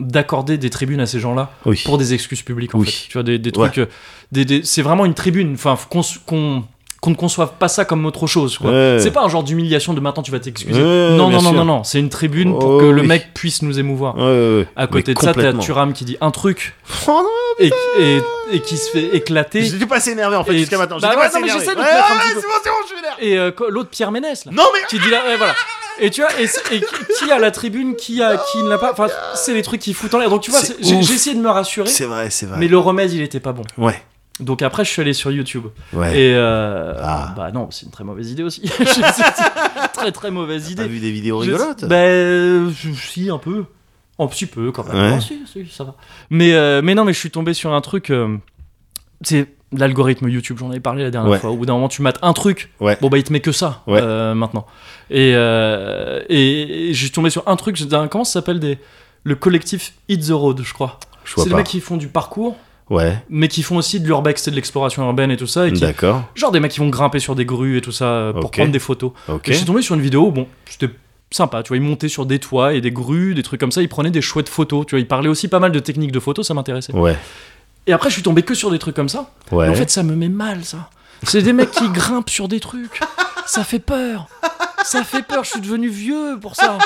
A: d'accorder des tribunes à ces gens-là
B: oui.
A: pour des excuses publiques en
B: Oui.
A: fait. Tu vois des, des
B: Ouais.
A: trucs euh, des- des- c'est vraiment une tribune, enfin faut qu'on s- qu'on qu'on ne conçoive pas ça comme autre chose quoi.
B: Ouais.
A: C'est pas un genre d'humiliation de maintenant tu vas t'excuser.
B: Ouais,
A: non,
B: bien
A: non, non,
B: sûr.
A: non, non, c'est une tribune pour
B: Oh,
A: que le
B: oui.
A: mec puisse nous émouvoir.
B: Ouais, ouais, ouais.
A: À côté
B: Mais
A: de ça, t'as
B: complètement.
A: Turam qui dit un truc
B: Oh, non,
A: et, et, et qui se fait éclater.
B: J'étais pas assez énervé en fait
A: Et-
B: jusqu'à maintenant.
A: Bah
B: J'étais
A: ouais,
B: pas assez
A: non, mais
B: énervé.
A: j'essaie de te
B: Eh Ouais,
A: mettre un
B: ouais,
A: petit peu-
B: c'est bon, c'est bon, je m'énerve.
A: Et euh, quand- l'autre Pierre Ménès, là,
B: Non mais
A: qui dit là, ouais, voilà. Et tu vois, et, c'est- et qui- qui a la tribune, qui a, qui ne l'a pas. Enfin, c'est les trucs qui foutent en l'air. Donc tu vois,
B: C'est
A: c'est- j'ai
B: ouf.
A: j'ai essayé de me rassurer,
B: c'est vrai, c'est vrai.
A: mais le remède, il était pas bon.
B: Ouais,
A: Donc après, je suis allé sur YouTube.
B: ouais.
A: Et euh,
B: Ah.
A: bah non, c'est une très mauvaise idée aussi. Je sais, c'est très très mauvaise
B: T'as
A: idée.
B: vu des vidéos
A: Je-
B: rigolotes
A: Bah, euh, si, un peu. Un petit peu, quand même.
B: Ouais.
A: Ah, si, si, ça va. Mais, euh, mais non, mais je suis tombé sur un truc. euh, c'est l'algorithme YouTube, j'en avais parlé la dernière
B: Ouais.
A: fois. Au bout d'un moment, tu mates un truc.
B: Ouais.
A: Bon, bah, il te met que ça
B: Ouais.
A: euh, maintenant. Et, euh, et, et je suis tombé sur un truc. je- Comment ça s'appelle des... le collectif Hit the Road, je crois.
B: Je vois
A: C'est les
B: pas.
A: mecs qui font du parcours,
B: Ouais,
A: mais qui font aussi de l'urbex, c'est de l'exploration urbaine et tout ça. Et qui...
B: d'accord.
A: Genre des mecs qui vont grimper sur des grues et tout ça euh, pour
B: Ok.
A: prendre des photos.
B: Ok.
A: Et je suis tombé sur une vidéo, bon, c'était sympa, tu vois, ils montaient sur des toits et des grues, des trucs comme ça, ils prenaient des chouettes photos, tu vois, ils parlaient aussi pas mal de techniques de photos, ça m'intéressait.
B: Ouais,
A: Et après, je suis tombé que sur des trucs comme ça.
B: ouais.
A: En fait, ça me met mal, ça. C'est des mecs qui grimpent sur des trucs. Ça fait peur. Ça fait peur, je suis devenu vieux pour ça.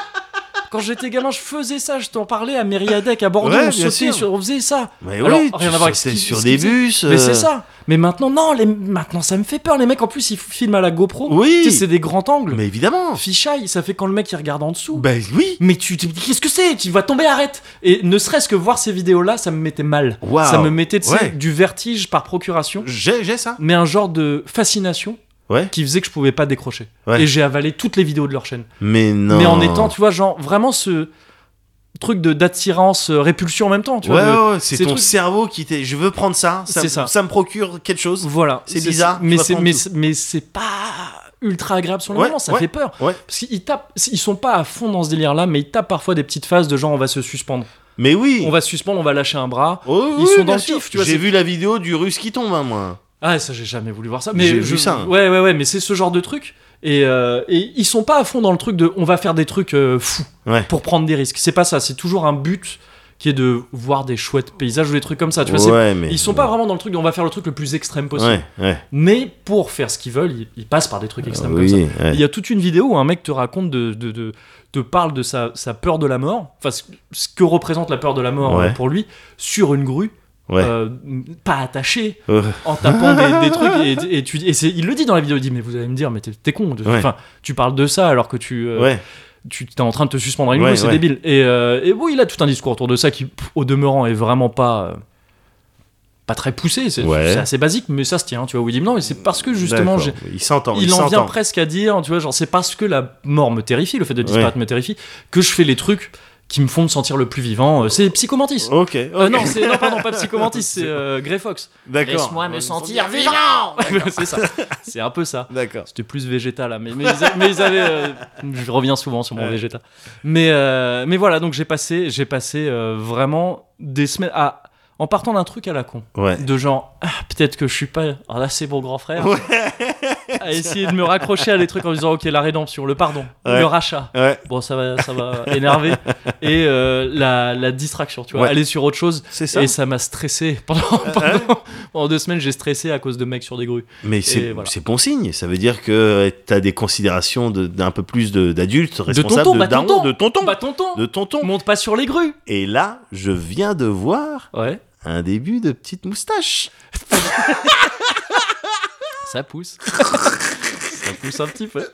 A: Quand j'étais gamin, je faisais ça, je t'en parlais à Mériadec, à Bordeaux,
B: Ouais,
A: on
B: bien
A: sautait,
B: sûr.
A: sur- on faisait ça.
B: mais
A: alors,
B: oui,
A: rien
B: tu
A: à voir avec ce
B: sautais
A: qui-
B: sur
A: ce
B: des
A: qu'ils
B: bus.
A: Mais c'est
B: euh,
A: ça. Mais maintenant, non, les... maintenant, ça me fait peur. Les mecs, en plus, ils filment à la GoPro. Tu sais,
B: Oui.
A: c'est des grands angles.
B: Mais évidemment.
A: Fichaille, ça fait quand le mec il regarde en dessous.
B: Bah oui.
A: Mais tu tu- qu'est-ce que c'est Tu vas tomber, arrête Et ne serait-ce que voir ces vidéos-là, ça me mettait mal.
B: Waouh.
A: Ça me mettait tu sais,
B: Ouais.
A: du vertige par procuration,
B: J'ai j'ai ça.
A: mais un genre de fascination
B: Ouais.
A: qui faisait que je pouvais pas décrocher.
B: Ouais.
A: Et j'ai avalé toutes les vidéos de leur chaîne.
B: Mais non.
A: Mais en étant, tu vois, genre vraiment ce truc de d'attirance, euh, répulsion en même temps, tu
B: Ouais,
A: vois. de-
B: ouais, ouais, c'est
A: ces
B: ton
A: trucs-
B: cerveau qui t'est. Je veux prendre ça. Ça,
A: C'est
B: me-
A: ça.
B: me procure quelque chose.
A: Voilà.
B: C'est bizarre, tu
A: Mais
B: vas
A: c'est
B: prendre
A: mais,
B: tout.
A: c'est- mais c'est pas ultra agréable sur le
B: Ouais,
A: moment, ça
B: ouais,
A: fait peur.
B: ouais.
A: Parce qu'ils tapent, ils sont pas à fond dans ce délire là, mais ils tapent parfois des petites phases de genre on va se suspendre,
B: Mais oui.
A: on va se suspendre, on va lâcher un bras.
B: Oh,
A: Ils
B: oui,
A: sont
B: bien
A: dans le
B: sûr.
A: kiff, tu vois,
B: J'ai
A: c'est-
B: vu la vidéo du russe qui tombe, hein, moi.
A: Ah ça j'ai jamais voulu voir ça. Mais
B: J'ai
A: je-
B: vu ça.
A: Ouais ouais ouais, mais c'est ce genre de truc. Et, euh, et ils sont pas à fond dans le truc de on va faire des trucs euh, fous
B: Ouais.
A: pour prendre des risques. C'est pas ça, c'est toujours un but qui est de voir des chouettes paysages ou des trucs comme ça. Tu vois, c'est-
B: ouais, mais.
A: ils sont pas vraiment dans le truc de on va faire le truc le plus extrême possible.
B: Ouais, ouais.
A: Mais pour faire ce qu'ils veulent, ils, ils passent par des trucs extrêmes comme ça.
B: Oui, ouais.
A: Il y a toute une vidéo où un mec te raconte, de, de, de- te parle de sa, sa peur de la mort, enfin ce, ce que représente la peur de la mort
B: Ouais.
A: euh, pour lui, sur une grue,
B: Ouais.
A: euh, pas attachée,
B: Euh,
A: en tapant des, des trucs. Et, et tu, et c'est- il le dit dans la vidéo, il dit Mais vous allez me dire, mais t'es- t'es con, de-
B: Ouais.
A: enfin, tu parles de ça alors que tu, euh,
B: ouais.
A: tu es en train de te suspendre à une
B: Ouais,
A: grue, c'est
B: ouais.
A: débile. Et, euh, et bon, il a tout un discours autour de ça qui, pff, au demeurant, est vraiment pas. euh, pas très poussé, c'est
B: Ouais.
A: c'est assez basique, mais ça se tient, tu vois. Où il dit non, mais c'est parce que justement, j'ai-
B: D'accord. Il s'entend.
A: il en vient
B: s'entend.
A: presque à dire, tu vois, genre c'est parce que la mort me terrifie, le fait de disparaître me terrifie, que je fais les trucs qui me font me sentir le plus vivant. Euh, C'est psychomantis.
B: Ok.
A: Euh,
B: ok.
A: non, c'est- non, pardon, pas psychomantis, c'est euh, Grey Fox.
B: D'accord.
A: Laisse-moi me sentir vivant. c'est ça. C'est un peu ça.
B: D'accord.
A: C'était plus végétal, là, mais, mais, ils, a- mais ils avaient. euh, je reviens souvent sur mon
B: Ouais.
A: végétal. Mais, euh, mais voilà, donc j'ai passé, j'ai passé euh, vraiment des semaines à, en partant d'un truc à la con
B: Ouais.
A: de genre Ah, peut-être que je suis pas ah, un assez bon grand frère à essayer de me raccrocher à des trucs en disant ok la rédemption le pardon
B: Ouais.
A: le rachat
B: Ouais.
A: bon ça va ça va énerver et euh, la, la distraction tu vois
B: Ouais.
A: aller sur autre chose
B: C'est ça. Euh, hein
A: et ça m'a stressé pendant, pendant- pendant deux semaines j'ai stressé à cause de mecs sur des grues
B: Mais c'est
A: Et voilà.
B: c'est bon signe. Ça veut dire que euh, t'as des considérations de- d'un peu plus de- d'adultes responsables
A: tonton, bah,
B: daron,
A: tonton.
B: de tonton,
A: bah tonton
B: de tonton.
A: monte pas sur les grues
B: Et là, je viens de voir
A: ouais
B: un début de petite moustache.
A: ça pousse ça pousse un petit peu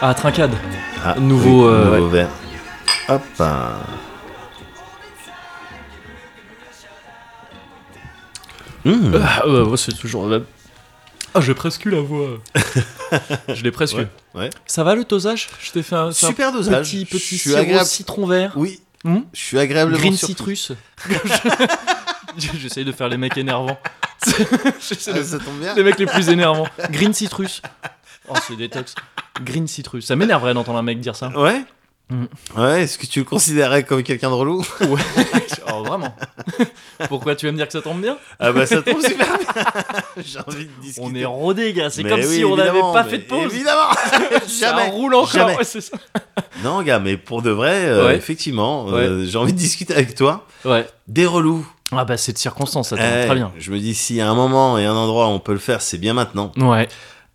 A: ah trincade
B: Ah,
A: Nouveau, euh,
B: nouveau verre. Hop. hein. Mmh.
A: Ah, ouais, ouais, c'est toujours. la- Ah, j'ai presque eu la voix. je l'ai presque.
B: Ouais,
A: eu.
B: ouais.
A: Ça va le dosage Je t'ai fait un, c'est un
B: Super dosage.
A: petit,
B: Je
A: petit
B: suis
A: sirop
B: agréable-
A: citron vert,
B: Oui,
A: Hmm
B: je suis agréablement
A: green
B: surpris.
A: citrus. J'essaye de faire les mecs énervants. J'essaie de-
B: Ah, ça tombe bien.
A: Les mecs les plus énervants. Green citrus. Oh, c'est détox. Green citrus. Ça m'énerverait d'entendre un mec dire ça.
B: Ouais.
A: Mm.
B: Ouais, est-ce que tu le considérais comme quelqu'un de relou
A: Oh, vraiment Pourquoi tu vas me dire que ça tombe bien
B: Ah bah ça tombe super bien. J'ai envie de discuter.
A: On est rodés, gars. C'est
B: Mais
A: comme
B: oui,
A: si on n'avait
B: évidemment,
A: pas
B: mais
A: fait de pause.
B: Évidemment.
A: Ça
B: Jamais.
A: roule encore.
B: Jamais.
A: Ouais, c'est ça.
B: Non gars, mais pour de vrai, euh,
A: Ouais.
B: effectivement, euh, j'ai envie de discuter avec toi.
A: Ouais.
B: Des relous.
A: Ah bah c'est de circonstance, ça tombe
B: Eh,
A: très bien.
B: Je me dis si à un moment et un endroit on peut le faire, c'est bien maintenant.
A: Ouais.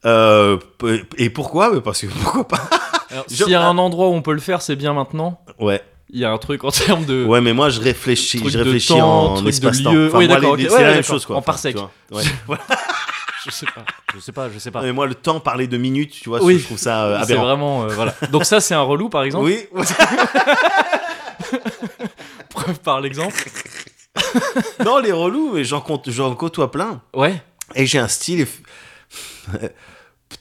B: Euh, p- et pourquoi Mais Parce que pourquoi pas Je- Ah.
A: S'il y a un endroit où on peut le faire, c'est bien maintenant.
B: Ouais.
A: Il y a un truc en termes de
B: Ouais, mais moi je réfléchis,
A: Euh, Truc
B: je
A: de
B: réfléchis
A: temps,
B: en
A: truc de
B: espace-temps.
A: lieu. Oui,
B: moi,
A: d'accord,
B: les-
A: ok.
B: c'est
A: Ouais,
B: la même
A: d'accord.
B: chose quoi.
A: En
B: Enfin,
A: parsec.
B: tu vois, ouais.
A: je sais pas, je sais pas, je sais pas.
B: Non, mais moi le temps parler de minutes, tu vois,
A: Oui.
B: je trouve ça euh,
A: c'est
B: aberrant.
A: vraiment euh, voilà. Donc ça c'est un relou par exemple.
B: Oui,
A: preuve par l'exemple.
B: Non, les relous, mais j'en compte- j'en côtoie plein.
A: Ouais,
B: Et j'ai un style.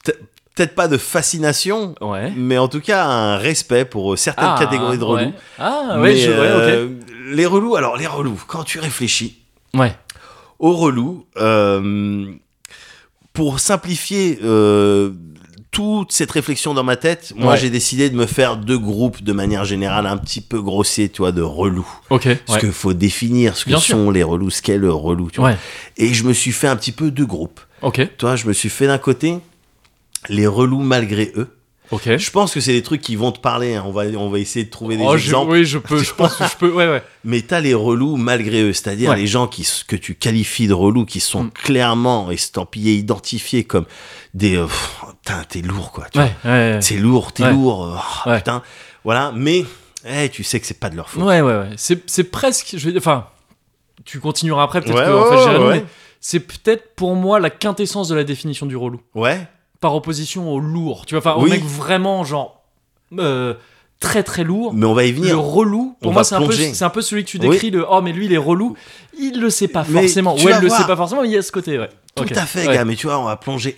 B: Peut- Peut-être pas de fascination,
A: ouais.
B: mais en tout cas un respect pour euh, certaines
A: Ah,
B: catégories de relous.
A: ouais. Ah, ouais,
B: Mais,
A: je- ouais,
B: euh, Les relous, alors les relous, quand tu réfléchis
A: ok. Ouais.
B: aux relous, euh, pour simplifier euh, toute cette réflexion dans ma tête, moi
A: Ouais.
B: j'ai décidé de me faire deux groupes de manière générale un petit peu grossier, tu vois, de relous.
A: Ok.
B: Ce
A: ouais.
B: que faut définir, ce que
A: Bien sûr.
B: sont les relous, ce qu'est le relou, tu vois.
A: Ouais.
B: Et je me suis fait un petit peu deux groupes.
A: Ok.
B: Toi, je me suis fait d'un côté les relous malgré eux.
A: Ok.
B: Je pense que c'est des trucs qui vont te parler. hein. On va, on va essayer de trouver des
A: Oh, je-
B: exemples.
A: oui, je peux. Je pense que je peux. Ouais, ouais.
B: Mais t'as les relous malgré eux, c'est-à-dire
A: Ouais.
B: les gens qui, s- que tu qualifies de relous, qui sont
A: Mm.
B: clairement estampillés, identifiés comme des. euh, pff, putain, t'es lourd quoi. tu vois.
A: Ouais. Ouais.
B: T'es lourd, t'es
A: Ouais.
B: lourd. euh, ah,
A: Ouais.
B: Putain. Voilà, mais eh, tu sais que c'est pas de leur faute.
A: Ouais, ouais, ouais. C'est, c'est presque. Je veux dire, enfin, tu continueras après, peut-être
B: Ouais,
A: que
B: ouais,
A: en fait,
B: ouais,
A: j'ai raison,
B: ouais.
A: mais c'est peut-être pour moi la quintessence de la définition du relou.
B: Ouais,
A: Par opposition au lourd. Tu vois, enfin,
B: Oui.
A: au mec vraiment, genre, euh, très très lourd.
B: mais on va y
A: Le
B: venir.
A: relou, pour
B: On
A: moi,
B: va
A: c'est un, peu,
B: plonger.
A: c'est un peu celui que tu
B: Oui.
A: décris, le oh, mais lui, il est relou. Il le sait pas
B: Mais
A: forcément.
B: tu
A: Ou elle
B: vas
A: le
B: voir.
A: sait pas forcément, mais il y a ce côté, ouais.
B: Tout
A: Ok.
B: à fait,
A: Ouais.
B: gars, mais tu vois, on va plonger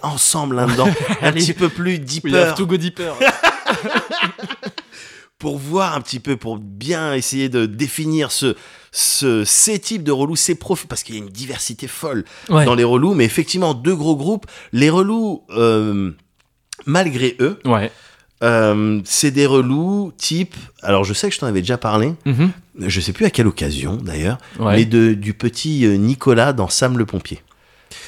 B: ensemble là-dedans, un
A: Allez.
B: petit peu plus
A: We have
B: deeper,
A: to go deeper.
B: pour voir un petit peu, pour bien essayer de définir ce, ce, ces types de relous, ces profils, parce qu'il y a une diversité folle.
A: Ouais.
B: dans les relous, mais effectivement, deux gros groupes. Les relous, euh, malgré eux,
A: Ouais.
B: euh, c'est des relous type. Alors, je sais que je t'en avais déjà parlé,
A: Mhm.
B: je sais plus à quelle occasion d'ailleurs,
A: Ouais.
B: mais de, du petit euh, Nicolas dans Sam le Pompier.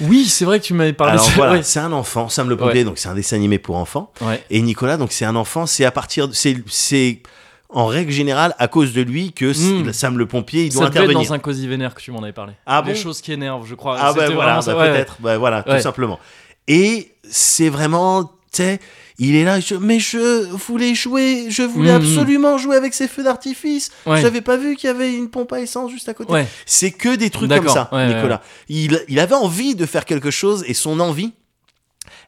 A: Oui, c'est vrai que tu m'avais parlé
B: Alors,
A: de ça.
B: voilà,
A: Ouais.
B: c'est un enfant, Sam le Pompier, donc c'est un dessin animé pour enfants.
A: Ouais.
B: Et Nicolas, donc c'est un enfant, c'est à partir. de- c'est- C'est en règle générale à cause de lui que
A: Mm.
B: Sam le Pompier, il doit
A: Ça devait être
B: intervenir.
A: dans un cosy vénère que tu m'en avais parlé.
B: Ah
A: Des
B: bon
A: choses qui énervent, je crois.
B: Ah
A: C'était
B: ben voilà,
A: vraiment ça,
B: bah
A: ouais, ouais.
B: peut-être, Bah voilà,
A: Ouais.
B: tout simplement. Et c'est vraiment, tu sais, il est là, je- mais je voulais jouer, je voulais
A: Mhm.
B: absolument jouer avec ces feux d'artifice.
A: Ouais.
B: J'avais pas vu qu'il y avait une pompe à essence juste à côté.
A: Ouais.
B: C'est que des trucs comme
A: D'accord,
B: ça,
A: ouais, ouais,
B: Nicolas. Il, il avait envie de faire quelque chose et son envie,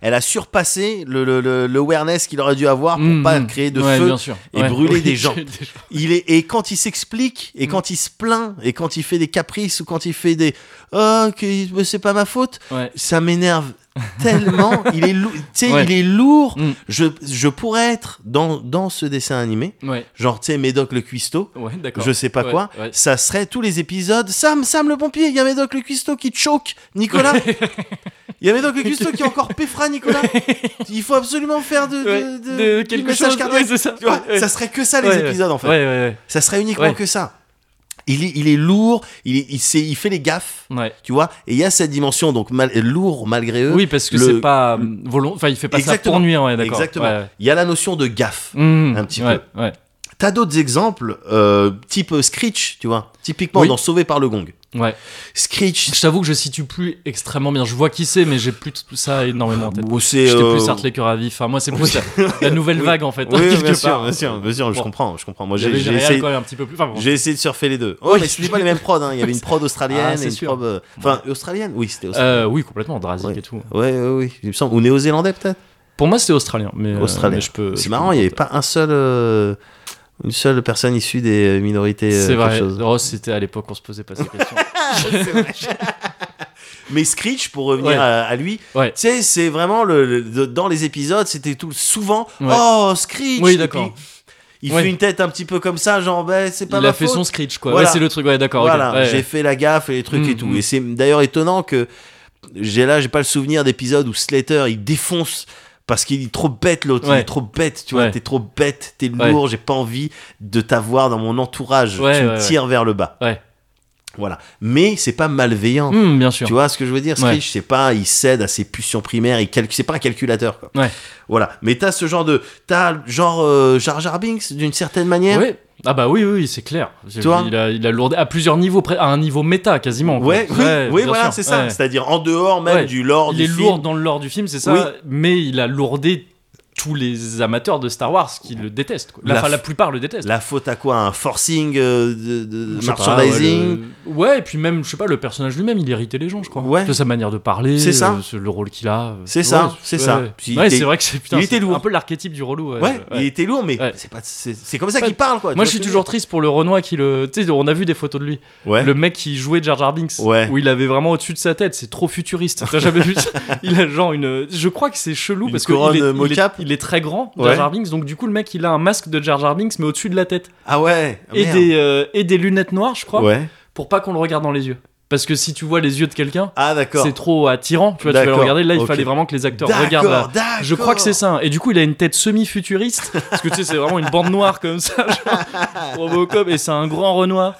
B: elle a surpassé le, le, le- le awareness qu'il aurait dû avoir pour
A: Mhm.
B: pas créer de
A: Ouais,
B: feu
A: bien sûr.
B: et
A: Ouais.
B: brûler
A: Oui,
B: des gens.
A: des gens.
B: il est et quand il s'explique
A: Mm.
B: et quand il se plaint et quand il fait des caprices ou quand il fait des oh que mais c'est pas ma faute
A: Ouais.
B: ça m'énerve tellement il est lourd tu sais
A: Ouais.
B: il est lourd
A: Mm.
B: je, je pourrais être dans, dans ce dessin animé
A: Ouais.
B: genre tu sais Médoc le cuistot
A: Ouais, d'accord.
B: je sais pas
A: Ouais,
B: quoi
A: ouais.
B: ça serait tous les épisodes Sam Sam le pompier il y a Médoc le cuistot qui te choque Nicolas il y a Médoc le cuistot qui encore péfra Nicolas il faut absolument faire de, de-
A: Ouais,
B: de-
A: de
B: du
A: quelque
B: message
A: chose.
B: cardiaque.
A: ouais, c'est ça.
B: tu vois
A: Ouais.
B: ça serait que ça les
A: Ouais, ouais.
B: épisodes en fait
A: Ouais, ouais,
B: ça serait uniquement
A: Ouais.
B: que ça. Il est, il est lourd, il, est- il, sait- il fait les gaffes,
A: ouais. Ouais.
B: tu vois, et il y a cette dimension, donc mal- lourd malgré eux.
A: Oui, parce que
B: Euh, le-
A: c'est pas euh, volon... Enfin, il fait pas ça
B: Exactement.
A: pour nuire, ouais, d'accord.
B: Exactement.
A: Ouais, ouais.
B: Il y a la notion de gaffe.
A: Mhm.
B: Un petit
A: Ouais, Ouais.
B: T'as d'autres exemples, euh, type euh, Screech, tu vois, typiquement
A: Oui.
B: dans Sauvé par le Gong.
A: Ouais.
B: Screech,
A: Je t'avoue que je situe plus extrêmement bien. Je vois qui c'est, mais j'ai plus tout ça énormément en tête.
B: bon, c'est.
A: J'étais
B: euh,
A: plus Artlaker à vif. Enfin, moi, c'est plus
B: oui.
A: la, la nouvelle
B: Oui.
A: vague, en fait. hein,
B: Oui,
A: quelque
B: bien sûr,
A: part.
B: bien sûr, bien sûr, je
A: Bon.
B: comprends, je comprends. Moi, j'ai
A: J'avais
B: j'ai
A: Gérard
B: essayé,
A: quand même un petit peu plus. Enfin, bon.
B: j'ai essayé de surfer les deux. Oh,
A: Oui. Ah,
B: mais c'était pas les mêmes prods, hein. il y avait une prod australienne
A: c'est
B: et une
A: sûr.
B: prod. euh, Enfin, australienne Oui, c'était australienne.
A: Euh, oui, complètement, Drasic
B: Ouais.
A: et tout.
B: Ouais, ouais, oui, il me semble. Ou néo-zélandais peut-être
A: Pour moi, c'était australien, mais, euh,
B: Australien.
A: mais je peux.
B: C'est
A: je
B: marrant,
A: peux
B: il n'y avait
A: me
B: pas un seul, euh, une seule personne issue des euh, minorités. euh,
A: C'est
B: quelque
A: vrai.
B: chose.
A: Oh, c'était à l'époque, on se posait pas ces questions.
B: Mais Screech, pour revenir
A: Ouais.
B: à, à lui,
A: Ouais.
B: tu sais, c'est vraiment le, le- de- dans les épisodes, c'était tout souvent
A: Ouais.
B: oh Screech.
A: Oui,
B: Et
A: d'accord.
B: puis, Il
A: Ouais.
B: fait une tête un petit peu comme ça, genre ben c'est pas
A: Il
B: ma
A: a fait
B: faute.
A: son screech, quoi.
B: Voilà.
A: Ouais, c'est le truc, ouais, d'accord. ok.
B: voilà,
A: Ouais,
B: j'ai
A: ouais.
B: fait la gaffe et les trucs
A: Mm,
B: et tout.
A: mm.
B: Et c'est d'ailleurs étonnant que j'ai là, j'ai pas le souvenir d'épisodes où Slater il défonce parce qu'il est trop bête l'autre, il
A: Ouais.
B: est trop bête, tu vois,
A: Ouais.
B: t'es trop bête, t'es
A: Ouais.
B: lourd, j'ai pas envie de t'avoir dans mon entourage,
A: Ouais,
B: tu me
A: ouais,
B: tires vers le bas.
A: Ouais.
B: Voilà. Mais c'est pas malveillant.
A: Hmm, bien sûr.
B: Tu vois ce que je veux dire,
A: Ouais.
B: Screech, c'est pas, il cède à ses pulsions primaires, il calcule, c'est pas un calculateur. Quoi.
A: Ouais.
B: Voilà. Mais t'as ce genre de, t'as genre euh, Jar Jar Binks d'une certaine manière.
A: Ouais. Ah bah oui, oui, oui, c'est clair.
B: vois
A: il, a, il a lourdé à plusieurs niveaux, près- à un niveau méta quasiment. quoi.
B: Ouais, oui, oui,
A: bien
B: voilà,
A: sûr.
B: c'est ça.
A: Ouais.
B: C'est-à-dire en dehors même
A: Ouais.
B: du lore
A: Il
B: du
A: est
B: film.
A: lourd dans le lore du film, c'est ça.
B: Oui.
A: Mais il a lourdé tous les amateurs de Star Wars qui le détestent. quoi. La,
B: La
A: enfin,
B: f-
A: la plupart le détestent.
B: La faute à quoi Un forcing euh, de, de
A: Je sais pas,
B: merchandising
A: ouais, le- ouais, et puis même, je sais pas, le personnage lui-même, il irritait les gens, je crois.
B: Ouais.
A: De sa manière de parler,
B: C'est ça.
A: euh, ce- le rôle qu'il a. euh,
B: C'est ça,
A: ouais,
B: c'est
A: ouais,
B: ça.
A: ouais.
B: Puis il
A: Ouais,
B: était-
A: c'est vrai que c'est putain,
B: il était
A: c'est
B: lourd.
A: un peu l'archétype du relou. ouais,
B: Ouais,
A: ouais.
B: il était lourd, mais
A: Ouais.
B: c'est pas, c'est c'est comme ça
A: Ouais.
B: qu'il parle, quoi.
A: Moi,
B: Tu
A: je suis
B: vois
A: toujours triste pour le Renoir qui le. Tu sais, on a vu des photos de lui.
B: Ouais.
A: Le mec qui jouait Jar Jar Binks,
B: Ouais.
A: où il avait vraiment au-dessus de sa tête, c'est trop futuriste. T'as jamais vu ça Il a genre une. Je crois que c'est chelou
B: Une
A: parce que
B: couronne,
A: il est,
B: euh,
A: il, est,
B: mocap
A: il est très grand,
B: Ouais.
A: Jar Jar Binks. Donc du coup, le mec, il a un masque de Jar Jar Binks, mais au-dessus de la tête
B: Ah ouais. ah
A: et
B: merde.
A: des euh, et des lunettes noires, je crois,
B: Ouais.
A: pour pas qu'on le regarde dans les yeux. Parce que si tu vois les yeux de quelqu'un,
B: Ah d'accord.
A: c'est trop attirant. Tu vois, tu vas le
B: D'accord,
A: regarder. Là, il
B: ok.
A: fallait vraiment que les acteurs
B: D'accord,
A: regardent. la-
B: d'accord. Ah,
A: je crois que c'est ça. hein. Et du coup, il a une tête semi-futuriste. Parce que tu sais, c'est vraiment une bande noire comme ça. Genre, Robocop. Et c'est un grand Renoir.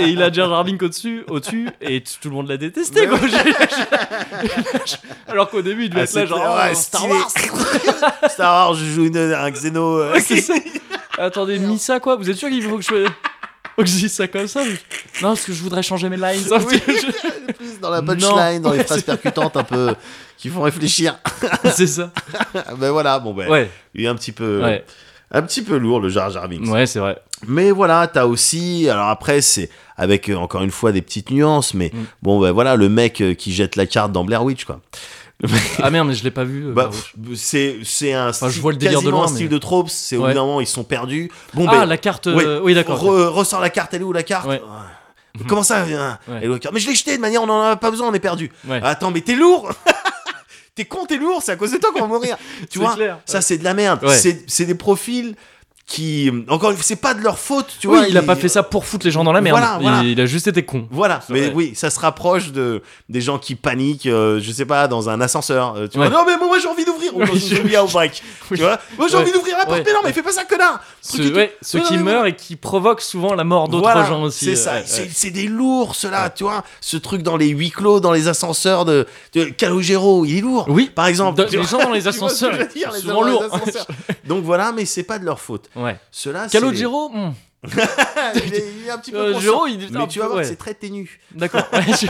A: Et il a Jar Jar Binks au-dessus. Au -dessus, et t- tout le monde l'a détesté. Quoi. Alors qu'au début, il devait
B: Ah,
A: être là,
B: c'est
A: genre.
B: clair, ouais,
A: oh, Star
B: stylé.
A: Wars.
B: Star Wars, je joue une- un xéno. euh,
A: Ouais, c'est ça. Attendez, Missa, quoi Vous êtes sûr qu'il faut que je. faut que je dise ça comme ça mais- Non, parce que je voudrais changer mes lines. hein, parce que je-
B: plus dans la
A: Non.
B: punchline, dans les
A: Ouais,
B: phrases
A: c'est-
B: percutantes un peu euh, qui font réfléchir.
A: C'est ça.
B: ben voilà, bon ben,
A: Ouais,
B: il est un petit peu,
A: ouais,
B: un petit peu lourd le Jar Jar Binks.
A: ouais, c'est vrai.
B: Mais voilà, t'as aussi, alors après c'est avec euh, encore une fois des petites nuances, mais
A: Mm. Euh,
B: bon ben voilà le mec euh, qui jette la carte dans Blair Witch quoi.
A: Ah merde, mais je l'ai pas vu. euh,
B: Bah,
A: Barouch.
B: pff, c'est c'est un style,
A: je vois le délire de
B: quasiment
A: loin,
B: un style
A: mais-
B: de tropes. C'est au
A: Ouais.
B: bout d'un moment ils sont perdus. Bon
A: ah,
B: ben
A: la carte.
B: oui,
A: euh, Oui, d'accord.
B: re- ressort la carte, elle est où la carte
A: Ouais.
B: Ouais. Comment ça hein,
A: Ouais.
B: elle est où la carte Mais je l'ai jetée de manière, on en a pas besoin, on est perdu.
A: Ouais.
B: Attends, mais t'es lourd T'es con, t'es lourd, c'est à cause de toi qu'on va mourir. tu
A: C'est
B: vois
A: clair.
B: Ça, c'est de la merde.
A: Ouais.
B: C'est c'est des profils qui. Encore une fois, c'est pas de leur faute, tu
A: oui,
B: vois.
A: il a
B: ils-
A: pas fait ça pour foutre les gens dans la merde.
B: Voilà, voilà.
A: Il, il a juste été con.
B: Voilà,
A: C'est
B: mais
A: vrai.
B: oui, ça se rapproche de des gens qui paniquent, euh, je sais pas, dans un ascenseur. euh, tu
A: Ouais.
B: vois, non mais moi j'ai envie d'ouvrir, ou dans
A: Oui,
B: une
A: je-
B: Zombie Outbreak,
A: Oui.
B: tu vois, moi j'ai
A: Ouais.
B: envie d'ouvrir la porte,
A: Ouais.
B: mais non, mais fais pas ça, connard.
A: Ce,
B: Truc et tout.
A: ouais, ceux
B: Ouais,
A: qui
B: ouais, ouais.
A: meurent et qui provoquent souvent la mort d'autres
B: Voilà,
A: gens aussi.
B: C'est
A: euh,
B: ça,
A: ouais,
B: c'est
A: ouais.
B: c'est des lourds, ceux-là, tu vois. Ce truc dans les huis clos, dans les ascenseurs de, de Calogero, il est lourd.
A: Oui.
B: Par exemple,
A: Dans-
B: Tu
A: les gens
B: vois-
A: dans les
B: tu vois ce que
A: ascenseurs,
B: je veux dire,
A: ils
B: les
A: sont
B: gens dans les
A: lourds.
B: ascenseurs. Donc voilà, mais c'est pas de leur faute.
A: Ouais.
B: Cela,
A: Calogero hmm,
B: il, est, il est un petit peu
A: Euh,
B: conscient.
A: Gero, il est un
B: mais tu
A: peu-
B: vas voir,
A: ouais.
B: que c'est très ténu.
A: D'accord. Ouais, je-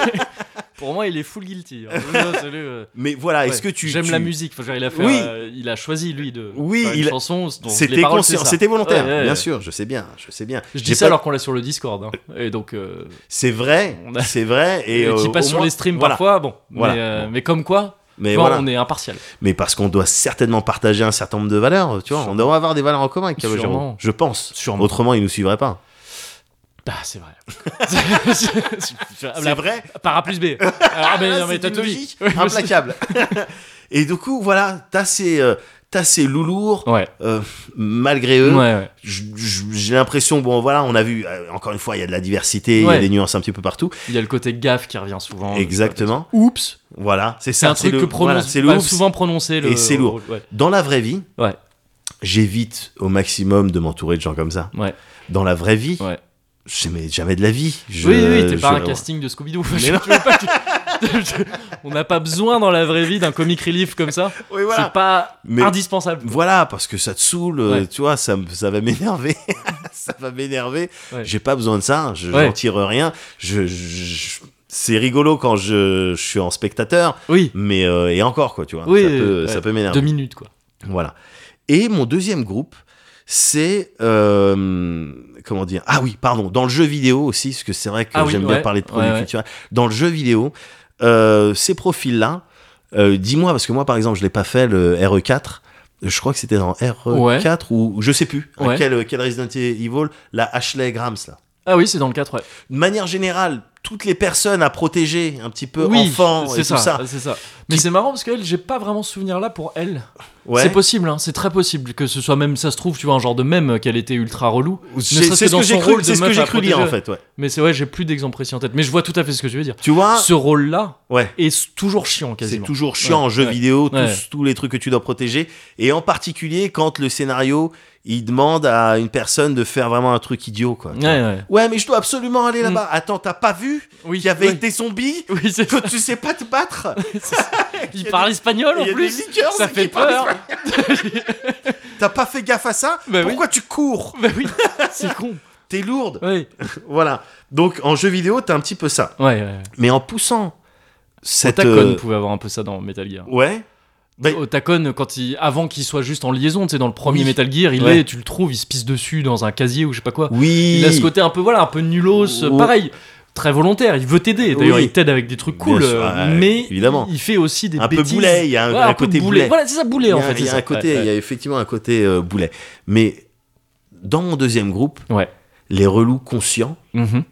A: Pour moi, il est full guilty. hein. Non, c'est le, euh,
B: Mais voilà,
A: ouais.
B: Ah, est-ce que tu
A: J'aime
B: tu-
A: la musique. Enfin, je veux dire, il, a fait,
B: Oui.
A: euh, il a choisi, lui, de
B: Oui,
A: faire une
B: il a-
A: chanson. dont les
B: C'était
A: paroles,
B: conscient,
A: c'est ça.
B: c'était volontaire,
A: Ouais, ouais,
B: bien
A: ouais.
B: sûr, je sais bien, je sais bien.
A: Je
B: J'ai
A: dis ça
B: pas-
A: alors qu'on l'a sur le Discord. hein. Et donc. euh,
B: C'est vrai,
A: On a-
B: c'est vrai. Et,
A: et
B: euh,
A: qui passe
B: au
A: sur
B: moins-
A: les streams
B: voilà.
A: parfois, bon.
B: Voilà.
A: Mais, euh, mais comme quoi,
B: Mais
A: bon,
B: voilà,
A: on est impartial.
B: mais parce qu'on doit certainement partager un certain nombre de valeurs, tu vois. On doit avoir des valeurs en commun avec Calogero,
A: Sûrement.
B: je pense.
A: Sûrement.
B: Autrement, il nous suivrait pas. Bah,
A: Ah, c'est vrai. C'est- c'est- la-
B: vrai.
A: Par A plus B. Ah, mais,
B: Ah,
A: non, mais
B: c'est
A: t'as
B: une
A: tout dit.
B: logique
A: Ouais,
B: implacable. et du coup, voilà, t'as ces, euh, t'as ces loulours,
A: Ouais.
B: euh, malgré
A: Ouais,
B: eux.
A: ouais.
B: J- j- J'ai l'impression, bon voilà, on a vu, euh, encore une fois, il y a de la diversité, il y
A: Ouais.
B: a des nuances un petit peu partout.
A: Il y a le côté gaffe qui revient souvent.
B: Exactement.
A: Oups.
B: Voilà, c'est
A: C'est
B: ça.
A: un truc
B: le-
A: que prononce,
B: voilà, c'est le
A: pas
B: oups.
A: souvent prononcé. Le,
B: Et c'est lourd.
A: Ouais.
B: Dans la vraie vie,
A: Ouais.
B: j'évite au maximum de m'entourer de gens comme ça.
A: Ouais.
B: Dans la vraie vie,
A: Ouais.
B: je n'ai jamais de la vie. Je-
A: oui, oui, t'es pas
B: je-
A: un casting de Scooby-Doo.
B: Mais non.
A: Tu veux pas que- on n'a pas besoin dans la vraie vie d'un comic relief comme ça.
B: Oui, voilà.
A: C'est pas
B: Mais-
A: indispensable.
B: Voilà, parce que ça te saoule, euh,
A: Ouais.
B: tu vois, ça, me- ça va m'énerver. ça va m'énerver.
A: Ouais.
B: J'ai pas besoin de ça, je
A: Ouais.
B: j'en tire rien. Je, je- je- c'est rigolo quand je, je suis en spectateur,
A: Oui,
B: mais euh, et encore, quoi, tu vois.
A: Oui,
B: ça, peut,
A: ouais.
B: ça peut m'énerver.
A: deux minutes quoi.
B: Voilà. Et mon deuxième groupe, c'est. euh, comment dire Ah oui, pardon, dans le jeu vidéo aussi, parce que c'est vrai que
A: Ah oui,
B: j'aime
A: ouais,
B: bien parler de produits
A: ouais, ouais.
B: culturels. Dans le jeu vidéo, euh, ces profils-là, euh, dis-moi, parce que moi, par exemple, je l'ai pas fait le RE4. Je crois que c'était dans RE4 ou je sais plus hein,
A: Ouais.
B: quel, quel Resident Evil, la Ashley Grams là.
A: Ah oui, c'est dans le 4, ouais.
B: De manière générale, toutes les personnes à protéger, un petit peu
A: oui,
B: enfants et
A: c'est
B: tout ça.
A: c'est ça. Mais
B: Qui-
A: c'est marrant parce qu'elle, j'ai pas vraiment ce souvenir là pour elle.
B: Ouais.
A: C'est possible, hein, c'est très possible que ce soit même, ça se trouve, tu vois, un genre de même qu'elle était ultra relou.
B: C'est
A: serait-ce
B: c'est
A: que
B: ce
A: dans
B: que j'ai
A: son
B: cru,
A: rôle de
B: c'est ce que
A: meuf
B: j'ai
A: à
B: cru lire en
A: protéger.
B: fait. ouais.
A: Mais c'est ouais, j'ai plus d'exemple précis en tête. Mais je vois tout à fait ce que tu veux dire.
B: Tu vois
A: Ce rôle-là
B: Ouais.
A: est s- toujours chiant
B: Ah. C'est
A: quasiment.
B: toujours chiant en jeu
A: ouais,
B: vidéo, tous,
A: ouais.
B: tous les trucs que tu dois protéger. Et en particulier quand le scénario, il demande à une personne de faire vraiment un truc idiot. Quoi.
A: Ouais, ouais.
B: Ouais, mais je dois absolument aller
A: Mm.
B: là-bas. Attends, t'as pas vu
A: Oui,
B: qu'il y avait
A: oui.
B: des zombies
A: Oui, c'est
B: que tu sais pas te battre
A: Il parle espagnol en
B: Il y a
A: plus.
B: des liqueurs
A: ça
B: qui
A: fait
B: parlent
A: peur.
B: T'as pas fait gaffe à ça
A: Bah oui.
B: Pourquoi tu cours
A: bah oui, c'est con.
B: T'es lourde.
A: Ouais,
B: Voilà. Donc en jeu vidéo, t'as un petit peu ça.
A: ouais, ouais.
B: Mais en poussant cette...
A: Otacon
B: euh,
A: pouvait avoir un peu ça dans Metal Gear.
B: Ouais. Ben-
A: Au Tacon, quand il, avant qu'il soit juste en liaison, tu sais, dans le premier
B: Oui.
A: Metal Gear, il
B: Ouais.
A: est, tu le trouves, il se pisse dessus dans un casier ou je sais pas quoi.
B: Oui.
A: Il a ce côté un peu, voilà, un peu nulos, euh,
B: Oh.
A: pareil, très volontaire, il veut t'aider. D'ailleurs,
B: Oui.
A: il t'aide avec des trucs
B: Bien
A: cool,
B: sûr,
A: euh,
B: ouais,
A: mais
B: évidemment.
A: il fait aussi des
B: un peu
A: bêtises.
B: boulet, il y a un,
A: Ouais,
B: un
A: peu
B: côté
A: boulet.
B: boulet.
A: Voilà, c'est ça, boulet
B: il y a,
A: en fait.
B: il y a
A: c'est ça.
B: un côté,
A: Ouais,
B: il y a effectivement un côté euh, boulet. Mais dans mon deuxième groupe,
A: Ouais.
B: les relous conscients,
A: ouais. Mhm.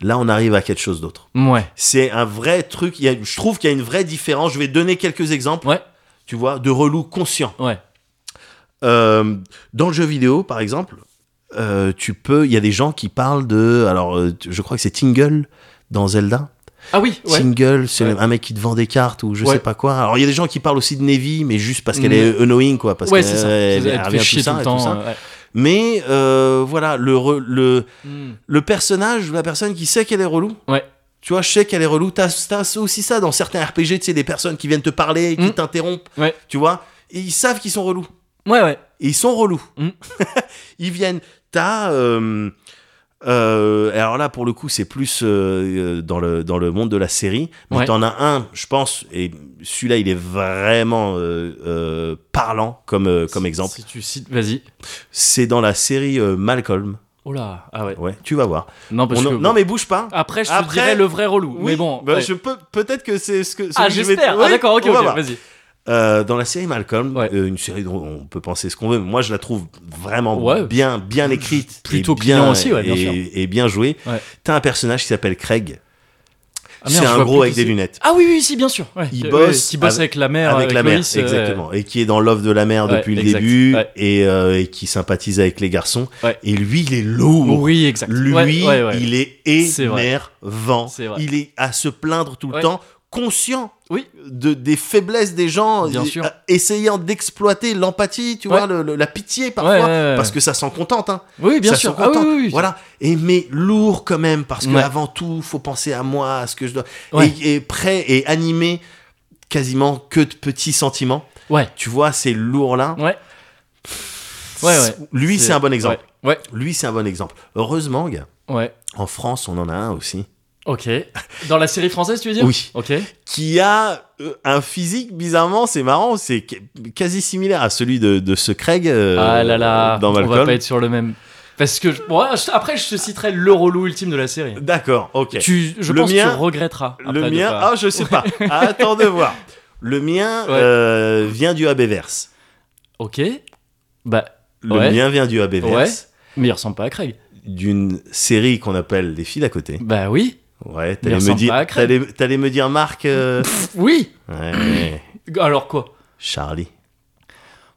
B: là on arrive à quelque chose d'autre.
A: Ouais.
B: C'est un vrai truc. il y a- je trouve qu'il y a une vraie différence. Je vais donner quelques exemples.
A: Ouais.
B: Tu vois, de relous conscients.
A: Ouais.
B: Euh, dans le jeu vidéo, par exemple, euh, tu peux. Il y a des gens qui parlent de. Alors, euh, je crois que c'est Tingle dans Zelda.
A: Ah oui, ouais.
B: Single, c'est
A: Ouais.
B: un mec qui te vend des cartes ou je
A: Ouais.
B: sais pas quoi. Alors il y a des gens qui parlent aussi de Navy, mais juste parce qu'elle
A: Mm.
B: est annoying quoi, parce
A: ouais,
B: qu'elle
A: c'est ça.
B: elle- elle
A: Elle te fait
B: revient
A: chier tout
B: ça
A: le
B: et
A: temps.
B: ça.
A: euh, ouais.
B: Mais euh, voilà, le, re- le
A: Mm.
B: le personnage, la personne qui sait qu'elle est relou.
A: Ouais.
B: Tu vois, je sais qu'elle est relou. T'as t'as aussi ça dans certains RPG, tu sais, des personnes qui viennent te parler, qui
A: Mm.
B: t'interrompent.
A: Ouais.
B: Tu vois, et ils savent qu'ils sont relous.
A: Ouais, ouais.
B: Et ils sont relous.
A: Mm.
B: ils viennent. T'as. euh, euh, alors là, pour le coup, c'est plus euh, dans, le, dans le monde de la série. Mais
A: Ouais.
B: t'en as un, je pense, et celui-là, il est vraiment euh, euh, parlant comme, euh, comme
A: Si-
B: exemple.
A: Si tu cites, vas-y.
B: C'est dans la série euh, Malcolm.
A: Oh là, ah ouais.
B: Ouais, tu vas voir.
A: Non, parce
B: On en-
A: que.
B: Non, mais bouge pas.
A: Après, je te
B: Après-
A: dirais le vrai relou.
B: Oui,
A: mais bon.
B: bah,
A: ouais.
B: je peux, peut-être que c'est ce que.
A: Ah,
B: celui que je vais-
A: j'espère.
B: Ouais,
A: Ah, d'accord, ok,
B: on va
A: ok,
B: voir.
A: vas-y.
B: Euh, dans la série Malcolm,
A: Ouais.
B: euh, une série dont on peut penser ce qu'on veut, mais moi je la trouve vraiment
A: Ouais.
B: bien, bien écrite,
A: Plutôt
B: et bien,
A: client aussi, ouais, bien
B: et,
A: sûr.
B: et bien jouée.
A: Ouais.
B: T'as un personnage qui s'appelle Craig.
A: Ah, merde,
B: c'est
A: je
B: un
A: vois
B: gros
A: plus
B: avec
A: qui
B: des
A: c'est.
B: lunettes.
A: Ah oui, oui, si, bien sûr. Ouais,
B: Il
A: qui-
B: bosse
A: ouais, qui bosse avec la mère.
B: avec la mère,
A: Loïs, euh,
B: exactement. Et qui est dans l'offre de la mère
A: Ouais,
B: depuis le
A: exact,
B: début
A: ouais.
B: et, euh, et qui sympathise avec les garçons.
A: Ouais.
B: Et lui, il est lourd.
A: Oui, exact.
B: Lui,
A: Ouais, ouais, ouais.
B: il est
A: C'est vrai.
B: énervant.
A: C'est vrai.
B: Il est à se plaindre tout le
A: Ouais.
B: temps, conscient
A: Oui.
B: de, des faiblesses des gens,
A: Bien
B: euh,
A: sûr.
B: essayant d'exploiter l'empathie, tu
A: Ouais.
B: vois, le- le- la pitié
A: Ouais,
B: parfois.
A: ouais, ouais.
B: Parce que ça s'en contente, hein.
A: Oui, bien
B: ça
A: sûr.
B: s'en
A: Ah oui,
B: contente.
A: oui, oui.
B: Voilà. Et mais lourd quand même, parce que
A: Ouais.
B: avant tout, faut penser à moi, à ce que je dois.
A: Ouais.
B: Et, et prêt et animé quasiment que de petits sentiments.
A: Ouais.
B: Tu vois, c'est lourd là.
A: Ouais. Ouais, ouais.
B: Lui, c'est un bon exemple.
A: Ouais,
B: Lui, c'est un bon exemple. Heureusement, gars,
A: ouais. ouais.
B: en France, on en a un aussi.
A: Ok. Dans la série française, tu veux dire
B: Oui. Euh,
A: Ok.
B: Qui a euh, un physique, bizarrement, c'est marrant, c'est qu- quasi similaire à celui de, de ce Craig euh,
A: ah là là.
B: dans
A: on va
B: Malcolm.
A: pas être sur le même. Parce que je- bon, je- après, je te citerai le relou ultime de la série.
B: D'accord, ok.
A: Tu, je
B: Le
A: pense que
B: mien-
A: tu regretteras. après
B: le
A: de
B: mien,
A: pas-
B: ah, je sais pas. Attends de voir. Le mien
A: Ouais.
B: euh, vient du Abéverse.
A: Ok. Bah,
B: Le
A: Ouais.
B: mien vient du Abéverse,
A: mais il ressemble pas à Craig.
B: d'une série qu'on appelle Les filles d'à côté.
A: Bah oui.
B: Ouais,
A: Il
B: t'allais me,
A: ressemble
B: dire-
A: pas à Craig.
B: t'allais- t'allais me dire Marc. euh,
A: Oui.
B: ouais,
A: Alors quoi
B: Charlie.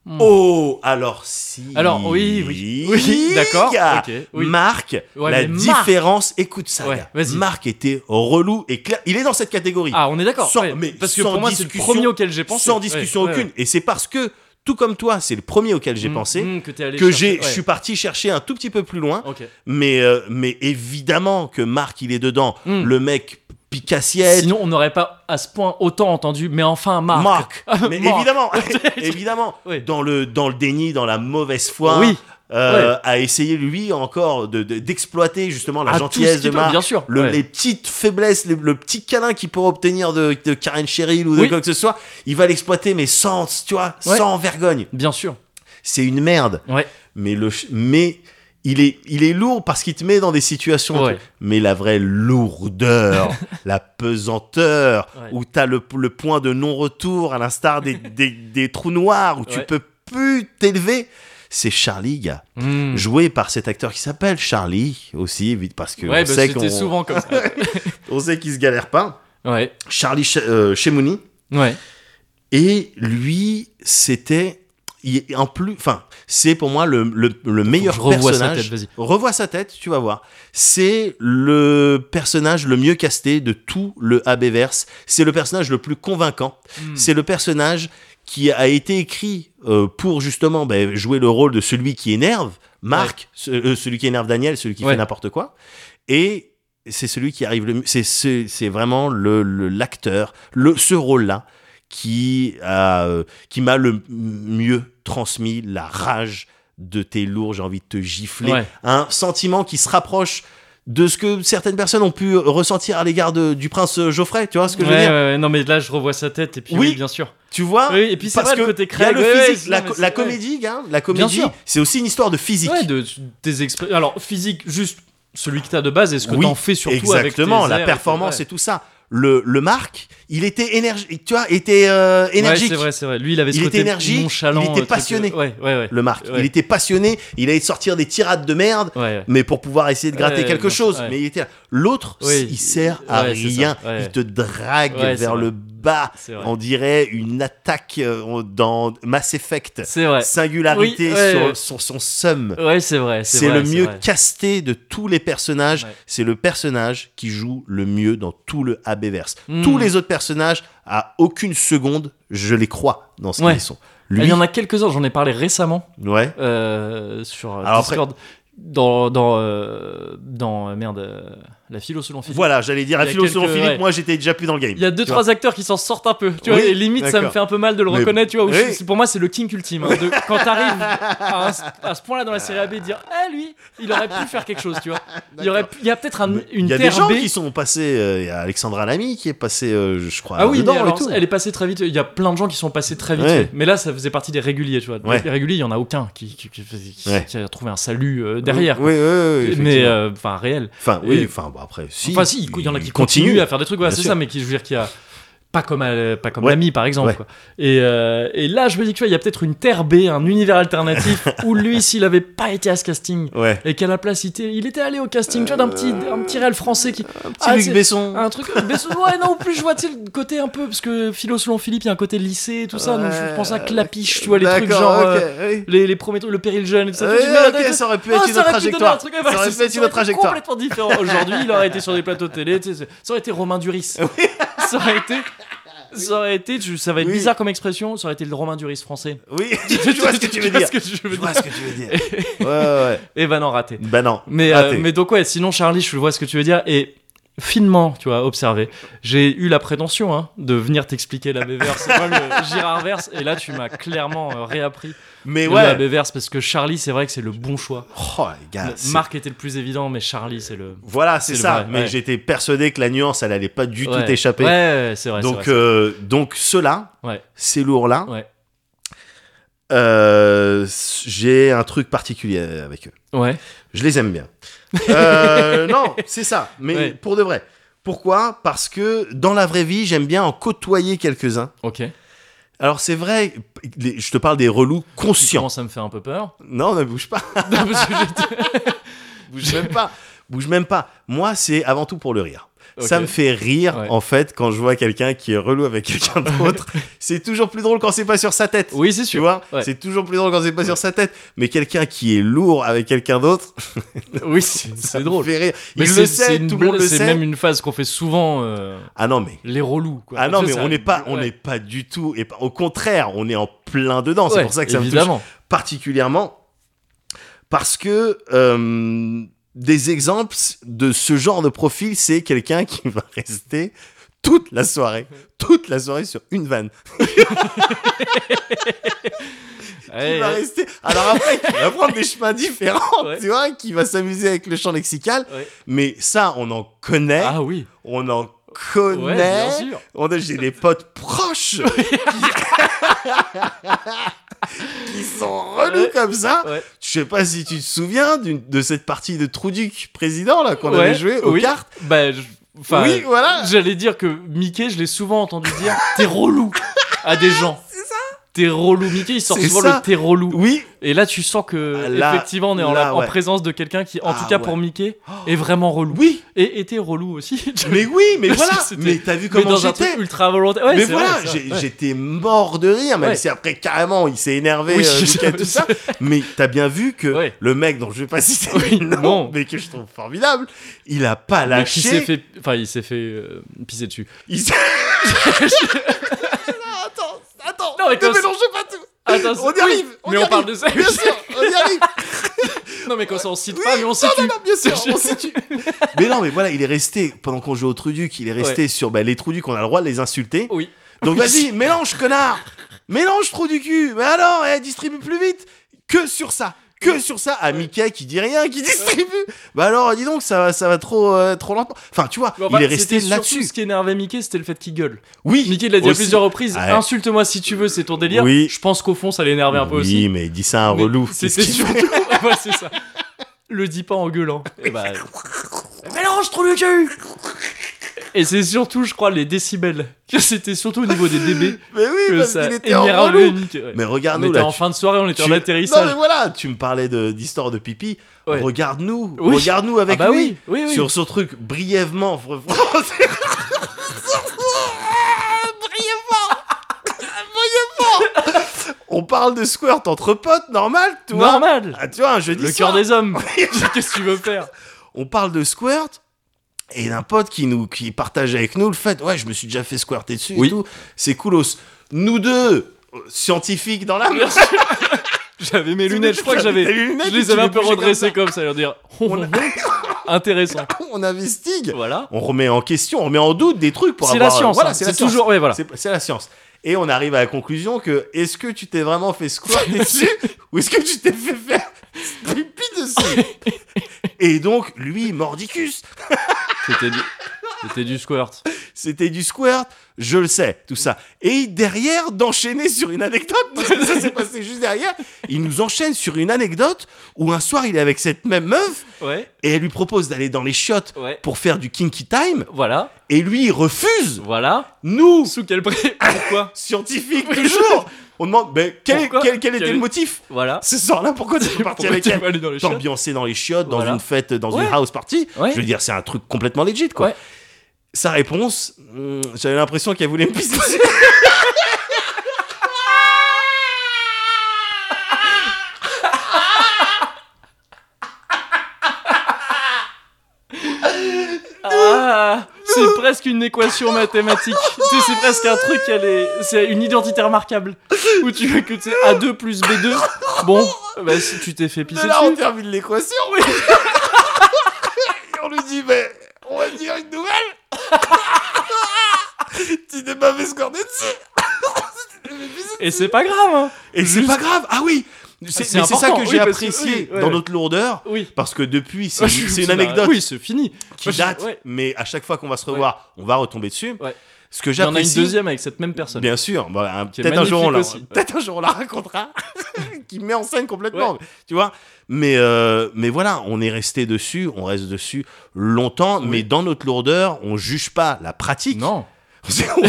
A: Hmm.
B: Oh, alors si.
A: Alors oui, oui, oui, d'accord.
B: gars.
A: Ok. Oui.
B: Marc,
A: Ouais,
B: la
A: mais Marc-
B: différence, écoute ça,
A: Ouais,
B: gars.
A: vas-y.
B: Marc était relou et clair. Il est dans cette catégorie.
A: Ah, on est d'accord.
B: Sans-
A: ouais,
B: mais
A: parce que
B: sans
A: pour moi, c'est le
B: discussion-
A: premier auquel j'ai pensé.
B: sans discussion
A: Ouais, ouais,
B: aucune. Et c'est parce que, tout comme toi, c'est le premier auquel j'ai
A: Mm,
B: pensé,
A: mm, que, t'es allé
B: que
A: chercher-
B: j'ai,
A: ouais.
B: je suis parti chercher un tout petit peu plus loin.
A: Ok.
B: Mais, euh, mais évidemment que Marc, il est dedans.
A: Mm.
B: Le mec picassiette.
A: Sinon, on n'aurait pas à ce point autant entendu. Mais enfin, Marc.
B: Marc, mais
A: Marc.
B: évidemment, évidemment,
A: Oui.
B: dans le dans le déni, dans la mauvaise foi,
A: Oui.
B: euh, à essayer lui encore de, de- d'exploiter justement
A: à
B: la
A: tout ce
B: gentillesse
A: qu'il
B: de
A: peut,
B: Marc,
A: bien sûr.
B: le-
A: ouais.
B: les petites faiblesses, les- le petit câlin qu'il peut obtenir de, de Karen Cheryl ou de
A: Oui.
B: quoi que ce soit, il va l'exploiter, mais sans, tu vois,
A: Ouais.
B: sans vergogne.
A: Bien sûr.
B: C'est une merde.
A: Ouais.
B: Mais le, ch- mais il est, il est lourd parce qu'il te met dans des situations.
A: Ouais.
B: Mais la vraie lourdeur, la pesanteur,
A: Ouais.
B: où t'as le, le point de non-retour, à l'instar des, des, des trous noirs, où tu
A: Ouais.
B: peux plus t'élever, c'est Charlie, gars.
A: Mm.
B: Joué par cet acteur qui s'appelle Charlie aussi, vite parce que
A: Ouais, bah,
B: on, sait qu'on,
A: c'était souvent comme ça.
B: on sait qu'il se galère pas.
A: ouais.
B: Charlie Ch- euh, Chemouni.
A: Ouais.
B: Et lui, c'était. il- En plus, enfin, c'est pour moi le, le, le meilleur
A: je revoie sa
B: personnage.
A: tête, vas-y.
B: Revois sa tête, tu vas voir. C'est le personnage le mieux casté de tout le Abéverse. C'est le personnage le plus convaincant.
A: Mm.
B: C'est le personnage qui a été écrit euh, pour justement ben, jouer le rôle de celui qui énerve Marc, ce- euh, celui qui énerve Daniel, celui qui
A: Ouais.
B: fait n'importe quoi. Et c'est celui qui arrive le mieux. C'est, c'est, c'est vraiment le, le- l'acteur, le, ce rôle-là, qui, a, euh, qui m'a le mieux transmis la rage de tes lourds, j'ai envie de te gifler.
A: Ouais.
B: Un sentiment qui se rapproche de ce que certaines personnes ont pu ressentir à l'égard de- du prince euh, Geoffrey, tu vois ce que
A: ouais,
B: je veux dire
A: ouais, ouais, non, mais là, je revois sa tête, et puis
B: Oui.
A: oui, bien sûr.
B: Tu vois
A: Oui, et puis c'est
B: Parce
A: vrai, le
B: que
A: côté
B: y a
A: Craig,
B: le
A: ouais, ouais,
B: physique,
A: c'est-
B: la,
A: non, mais
B: la
A: c'est-
B: comédie, gars, la comédie,
A: sûr.
B: c'est aussi une histoire de physique.
A: Ouais, de, des expré- Alors, physique, juste celui que t'as de base, et ce que
B: Oui,
A: t'en fais surtout avec tes
B: Exactement, la
A: airs et
B: performance
A: tout, ouais.
B: et tout ça. Le, le Marc, il était énergique, tu vois, était euh, énergique.
A: Ouais, c'est vrai, c'est vrai. Lui, il avait ce
B: Il
A: côté
B: était énergique,
A: nonchalant,
B: il était
A: euh, truc,
B: passionné.
A: euh, Ouais, ouais, ouais.
B: Le Marc,
A: Ouais.
B: il était passionné, il allait sortir des tirades de merde,
A: Ouais, ouais.
B: mais pour pouvoir essayer de gratter
A: Ouais,
B: quelque
A: bien sûr,
B: chose.
A: ouais.
B: Mais il était là. l'autre,
A: Oui,
B: il sert à
A: ouais, c'est ça,
B: rien.
A: ouais.
B: Il te drague
A: Ouais, c'est
B: vers
A: vrai.
B: le bas.
A: C'est vrai.
B: On dirait une attaque euh, dans Mass Effect.
A: C'est vrai.
B: Singularité
A: Oui, ouais,
B: sur,
A: ouais.
B: sur son sum.
A: Ouais, c'est vrai.
B: C'est
A: vrai,
B: le mieux
A: vrai.
B: casté de tous les personnages.
A: Ouais.
B: C'est le personnage qui joue le mieux dans tout le AB-verse.
A: Hmm.
B: Tous les autres personnages, à aucune seconde, je les crois dans ce
A: Ouais. Ah,
B: qu'ils sont.
A: Il
B: Lui,
A: y en a quelques-uns, j'en ai parlé récemment
B: ouais.
A: euh, sur euh,
B: Alors après-
A: Discord. Dans, dans, euh, dans euh, merde, euh, la philo selon Philippe.
B: Voilà, j'allais dire
A: Il
B: la
A: y a
B: philo selon
A: quelques-
B: Philippe,
A: ouais.
B: moi j'étais déjà plus dans le game.
A: Il y a deux,
B: Tu
A: trois acteurs qui s'en sortent un peu. Tu
B: Oui,
A: vois, et limite, ça me
B: d'accord.
A: fait un peu mal de le
B: Mais-
A: reconnaître. Tu vois, où je
B: Oui.
A: suis- c'est- pour moi, c'est le kink ultime. hein, de- quand t'arrives à, un- à ce point-là dans la série AB, dire, ah, lui, il aurait pu faire quelque chose, tu vois. Il y, aurait pu- il y a peut-être un-
B: Mais
A: une
B: Il y a des
A: terre
B: gens
A: B.
B: qui sont passés. euh, Il y a Alexandra Lamy qui est passée, euh, je crois.
A: Ah oui,
B: dedans
A: mais
B: et
A: alors,
B: tout.
A: elle est passée très vite. Il y a plein de gens qui sont passés très vite.
B: Ouais.
A: Mais là, ça faisait partie des réguliers, tu vois.
B: Ouais.
A: Les réguliers, il y en a aucun qui, qui- qui- qui-
B: Ouais.
A: qui a trouvé un salut euh, derrière.
B: Oui, oui, oui, oui,
A: mais,
B: effectivement.
A: euh, enfin, réel.
B: enfin, oui,
A: et-
B: enfin, bon, après, si.
A: enfin, si, il y en a qui continuent à faire des trucs, voilà,
B: Bien
A: c'est
B: sûr.
A: ça, mais qui, je veux dire, qui a. Pas comme, à- pas comme
B: Ouais.
A: l'ami, par exemple.
B: Ouais.
A: quoi. Et, euh, et là, je me dis que tu vois, il y a peut-être une terre B, un univers alternatif, où lui, s'il avait pas été à ce casting,
B: Ouais.
A: et qu'à la place, il était, il était allé au casting, tu vois, d'un petit, un petit réel français qui.
B: Euh, Un petit
A: Ah,
B: Luc
A: c'est-
B: Besson.
A: Un truc. mais ce- ouais, non, en plus, je vois, tu sais, le côté un peu. Parce que Philo selon Philippe, il y a un côté lycée et tout ça. donc je pense à Clapiche, tu vois, les trucs
B: D'accord,
A: genre.
B: ok,
A: euh,
B: oui.
A: les, les premiers trucs, le péril jeune et tout ça.
B: Ouais,
A: tu dis, mais là,
B: Euh, ok,
A: t'as-
B: ça aurait pu
A: ah,
B: être
A: ça
B: une
A: aurait pu
B: autre
A: donner un
B: trajectoire.
A: truc, ouais, voilà,
B: aurait
A: c'est-
B: pu être
A: ça
B: une
A: aurait
B: autre
A: été
B: trajectoire.
A: complètement différent. Aujourd'hui, il aurait été sur des plateaux de télé. tu sais, Ça aurait été Romain Duris. Ça aurait été. Ça aurait été, tu- ça va être
B: Oui.
A: bizarre comme expression, ça aurait été le Romain Duris français.
B: Oui, je vois ce que tu veux
A: vois
B: dire.
A: ce que je veux
B: Je
A: dire.
B: vois ce que tu veux dire. Ouais, ouais.
A: Et ben non, raté.
B: Bah non.
A: Mais,
B: raté.
A: euh, mais donc ouais, sinon Charlie, je vois ce que tu veux dire et finement, tu vois, observé. J'ai eu la prétention hein, de venir t'expliquer la Béverse, moi, le Girardverse, et là tu m'as clairement euh, réappris
B: Mais
A: la
B: ouais.
A: Béverse parce que Charlie, c'est vrai que c'est le bon choix.
B: Oh, les gars. c'est- Euh,
A: Marc était le plus évident, mais Charlie, c'est le.
B: Voilà, c'est
A: C'est le
B: ça.
A: vrai,
B: Mais
A: ouais.
B: j'étais persuadé que la nuance, elle allait pas du
A: Ouais.
B: tout échapper.
A: Ouais, ouais, ouais, c'est vrai.
B: donc,
A: c'est vrai,
B: euh, donc ceux-là,
A: c'est vrai. ouais.
B: ces lourds-là,
A: Ouais.
B: euh, s- j'ai un truc particulier avec eux.
A: Ouais,
B: Je les aime bien. Euh, non, c'est ça. Mais
A: Ouais.
B: pour de vrai. Pourquoi Parce que dans la vraie vie, j'aime bien en côtoyer quelques-uns.
A: ok.
B: Alors c'est vrai, les- je te parle des relous conscients.
A: Comment ça me fait un peu peur
B: Non, ne bouge pas,
A: Non, parce que j'étais-
B: bouge même pas, bouge même pas. Moi, c'est avant tout pour le rire. Ça
A: Ok.
B: me fait rire
A: Ouais.
B: en fait quand je vois quelqu'un qui est relou avec quelqu'un d'autre. c'est toujours plus drôle quand c'est pas sur sa tête.
A: Oui, c'est
B: Tu
A: sûr.
B: vois,
A: Ouais.
B: c'est toujours plus drôle quand c'est pas sur sa tête. Mais quelqu'un qui est lourd avec quelqu'un d'autre,
A: Oui, c'est
B: ça
A: c'est
B: me
A: drôle.
B: fait rire. Il
A: Mais
B: le
A: c'est- c'est
B: sait,
A: une
B: tout le
A: blague-
B: monde le
A: C'est
B: sait.
A: même une phase qu'on fait souvent. euh,
B: Ah non mais,
A: les relous quoi.
B: ah non
A: Tu
B: mais
A: sais, ça-
B: on n'est pas, on
A: ouais.
B: n'est pas du tout. Et pas- au contraire, on est en plein dedans. C'est
A: Ouais,
B: pour ça que ça me touche
A: évidemment.
B: particulièrement parce que euh, des exemples de ce genre de profil, c'est quelqu'un qui va rester toute la soirée, toute la soirée sur une vanne.
A: Ouais,
B: qui va
A: ouais.
B: rester. Alors après, qui va prendre des chemins différents,
A: Ouais.
B: tu vois, qui va s'amuser avec le champ lexical.
A: Ouais.
B: Mais ça, on en connaît,
A: Ah oui,
B: on en
A: ouais,
B: connaît.
A: bien sûr.
B: On a, j'ai des potes proches qui... qui sont relous
A: Ouais.
B: comme ça.
A: Ouais.
B: Je sais pas si tu te souviens d'une- de cette partie de Trouduc président là qu'on
A: Ouais,
B: avait joué aux
A: oui.
B: cartes.
A: Bah, je- enfin,
B: oui, voilà.
A: j'allais dire que Mickey, je l'ai souvent entendu dire t'es relou à des gens. C'est ça T'es relou, Mickey, il sort
B: C'est
A: souvent
B: ça.
A: le t'es relou.
B: Oui,
A: Et là, tu sens que
B: Ah, là-
A: effectivement, on est en,
B: là,
A: la- en
B: ouais.
A: présence de quelqu'un qui, en
B: Ah,
A: tout cas
B: ouais.
A: pour Mickey, est vraiment relou.
B: oui,
A: Et était relou aussi.
B: mais oui, mais
A: Parce
B: voilà.
A: que c'était-
B: Mais t'as vu
A: Mais
B: comment
A: dans un truc
B: j'étais
A: ultra volontaire. Ouais,
B: mais
A: c'est
B: voilà,
A: vrai, c'est
B: j'ai-
A: vrai. Ouais.
B: j'étais mort de rire, même
A: Ouais.
B: si après, carrément, il s'est énervé,
A: Oui,
B: euh,
A: je-
B: Lucas, tout ça. Mais t'as bien vu que
A: Ouais.
B: le mec dont je vais pas citer
A: Oui,
B: le nom,
A: non.
B: mais que je trouve formidable, il a pas
A: Mais qui
B: lâché.
A: s'est fait, enfin, il s'est fait euh, pisser dessus.
B: Il s- attends, attends,
A: Non, mais
B: ne
A: quand-
B: mélangez pas tout.
A: Attends,
B: on y
A: oui,
B: arrive. on
A: mais
B: y
A: on parle
B: arrive.
A: de ça.
B: Bien sûr, on y arrive.
A: Non, mais quand ça, on cite
B: Oui,
A: pas, mais on cite.
B: Non, non, bien sûr, on s'y tue. mais non, mais voilà, il est resté pendant qu'on jouait au Truduc, il est resté sur bah, les Truduc, on a le droit de les insulter.
A: Oui.
B: Donc vas-y, mélange, connard Mélange, trou du cul Mais alors, eh, distribue plus vite Que sur ça que sur ça à Mika qui dit rien, qui distribue. Bah alors, dis donc, ça, va- ça va trop, euh, trop lentement. Enfin, tu vois,
A: Bon, enfin,
B: il est
A: c'était
B: resté
A: surtout
B: là-dessus.
A: Ce qui énervait Mickey, c'était le fait qu'il gueule.
B: Oui,
A: Mickey l'a dit à
B: aussi.
A: plusieurs reprises
B: Ouais.
A: insulte-moi si tu veux, c'est ton délire.
B: Oui.
A: Je pense qu'au fond, ça l'énervait un peu
B: oui,
A: aussi.
B: mais il dit ça à un
A: Mais
B: relou.
A: C'était
B: Qu'est-ce qu'il fait
A: surtout. Ouais, c'est ça. Le dis pas en gueulant. Et bah, Mélange trop le cul Et c'est surtout, je crois, les décibels. Que c'était surtout au niveau des dB
B: Mais oui,
A: que
B: parce qu'il
A: ça
B: était en
A: énervait
B: relou.
A: Mickey. ouais.
B: Mais
A: On
B: regarde-nous
A: était
B: là.
A: en
B: tu-
A: fin de soirée, on était en
B: tu- Non, mais
A: atterrissage.
B: voilà, tu me parlais de- d'histoire de, pipi.
A: Ouais.
B: Regarde-nous,
A: Oui.
B: regarde-nous
A: Ah
B: avec
A: bah
B: lui.
A: oui, oui, oui.
B: Sur ce truc, brièvement. fr- On parle de squirt entre potes, normal, tu vois.
A: Normal
B: Ah, tu vois, un jeudi
A: Le
B: soir.
A: cœur des hommes Qu'est-ce que tu veux faire
B: on parle de squirt et d'un pote qui nous qui partage avec nous le fait ouais je me suis déjà fait squirter dessus
A: Oui.
B: et tout c'est coolos nous deux euh, scientifiques dans la
A: J'avais mes lunettes, je crois que
B: T'as
A: j'avais.
B: les
A: Je
B: lunettes et tu
A: les avais un peu
B: bougeais comme
A: redressées comme ça, leur dire. Oh,
B: On
A: Intéressant.
B: ça. on investigue
A: Voilà.
B: on remet en question on remet en doute des trucs pour
A: C'est la
B: avoir, euh,
A: science.
B: voilà
A: hein.
B: c'est la
A: C'est
B: science.
A: toujours. Ouais, voilà.
B: c'est c'est la science et on arrive à la conclusion que est-ce que tu t'es vraiment fait squirter dessus ou est-ce que tu t'es fait faire pipi dessus et donc lui mordicus
A: C'était du... C'était du squirt.
B: c'était du squirt, je le sais, tout ça. Et derrière, d'enchaîner sur une anecdote, parce que ça s'est passé juste derrière, il nous enchaîne sur une anecdote où un soir il est avec cette même meuf
A: Ouais,
B: et elle lui propose d'aller dans les chiottes
A: ouais.
B: pour faire du kinky time
A: Voilà,
B: et lui il refuse.
A: voilà.
B: Nous,
A: Sous quel prix Pourquoi
B: scientifiques toujours, on demande mais quel,
A: Pourquoi
B: quel- quel était
A: Quel-
B: le motif
A: Voilà.
B: ce soir-là Pourquoi tu es parti
A: Pourquoi
B: avec
A: t'es
B: elle
A: pas allé dans les chiottes
B: T'ambiancer dans les chiottes, dans
A: Voilà.
B: une fête, dans
A: Ouais.
B: une house party.
A: Ouais.
B: Je veux dire, c'est un truc complètement legit, quoi.
A: Ouais.
B: Sa réponse, hmm, j'avais l'impression qu'elle voulait me pisser dessus.
A: Ah, c'est presque une équation mathématique. Tu sais, c'est presque un truc, elle est... c'est une identité remarquable. Où tu veux que tu sais, A2 plus B2. Bon, bah si tu t'es fait
B: De
A: pisser
B: là, on
A: dessus.
B: termine l'équation. Et on lui dit, mais on va dire une nouvelle. tu t'es pas fait scorner dessus. Tu t'es fait pisser.
A: Et c'est pas grave, hein.
B: Et c'est pas grave. Ah oui. C'est
A: c'est
B: mais c'est ça
A: important,
B: que
A: oui,
B: j'ai
A: parce que-
B: apprécié
A: oui, ouais,
B: dans
A: ouais.
B: notre lourdeur.
A: Oui.
B: Parce que depuis, c'est
A: Ouais, je me
B: c'est
A: dis,
B: une
A: bah,
B: anecdote
A: Oui, c'est fini.
B: qui
A: Moi, je-
B: date,
A: ouais.
B: mais à chaque fois qu'on va se revoir, on va retomber dessus.
A: Ouais.
B: Ce que
A: Il y en a une
B: j'apprécie,
A: deuxième avec cette même personne.
B: bien sûr, bah, un-
A: Qui est
B: peut-être un jour on la,
A: magnifique aussi.
B: peut-être un jour on la racontera, qui met en scène complètement, tu vois. Mais euh, mais voilà, on est resté dessus, on reste dessus longtemps, mais dans notre lourdeur, on juge pas la pratique,
A: Non.
B: on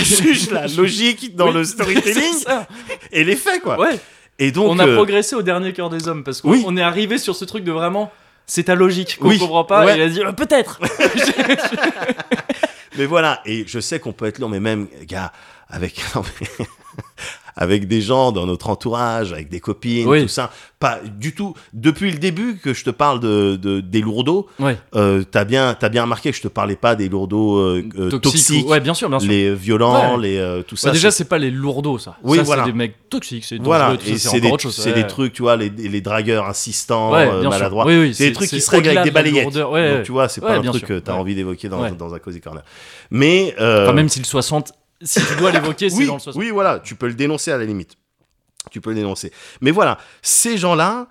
B: juge la logique dans
A: Oui,
B: le
A: c'est
B: storytelling
A: ça.
B: et les faits quoi.
A: Ouais.
B: Et donc
A: on a
B: euh,
A: progressé au dernier cœur des hommes parce qu'on
B: oui.
A: on est arrivé sur ce truc de vraiment. C'est ta logique qu'on
B: Oui.
A: comprend pas.
B: Ouais.
A: Et il a dit euh, peut-être.
B: Mais voilà, et je sais qu'on peut être long, mais même, gars, avec, non, mais- avec des gens dans notre entourage, avec des copines,
A: Oui.
B: tout ça, pas du tout. Depuis le début que je te parle de, de- des lourdeaux,
A: ouais.
B: euh, t'as bien, t'as bien remarqué que je te parlais pas des lourdeaux euh, euh,
A: Toxique,
B: toxiques,
A: ou- Ouais, bien sûr, bien sûr.
B: les violents,
A: Ouais.
B: les euh, tout
A: Bah,
B: ça.
A: déjà,
B: c'est-
A: c'est pas les lourdeaux, ça.
B: Oui,
A: ça,
B: voilà.
A: c'est des mecs toxiques, c'est
B: voilà,
A: dangereux, tout ça,
B: et c'est
A: c'est
B: des,
A: encore autre chose.
B: c'est
A: ouais.
B: des trucs, tu vois, les, les dragueurs insistants,
A: ouais, bien
B: euh,
A: sûr.
B: maladroits.
A: Oui, oui,
B: c'est des trucs qui se règlent
A: au-delà
B: avec des
A: de la
B: balayettes.
A: lourdeur, ouais,
B: Donc,
A: ouais.
B: tu vois, c'est
A: Ouais,
B: pas un
A: bien
B: truc
A: sûr,
B: que t'as
A: ouais.
B: envie d'évoquer dans,
A: Ouais.
B: dans un cozy corner. Mais euh,
A: Enfin, même si le 60, si tu dois l'évoquer, c'est
B: oui,
A: dans le 60.
B: oui, voilà, tu peux le dénoncer à la limite. Tu peux le dénoncer. Mais voilà, ces gens-là,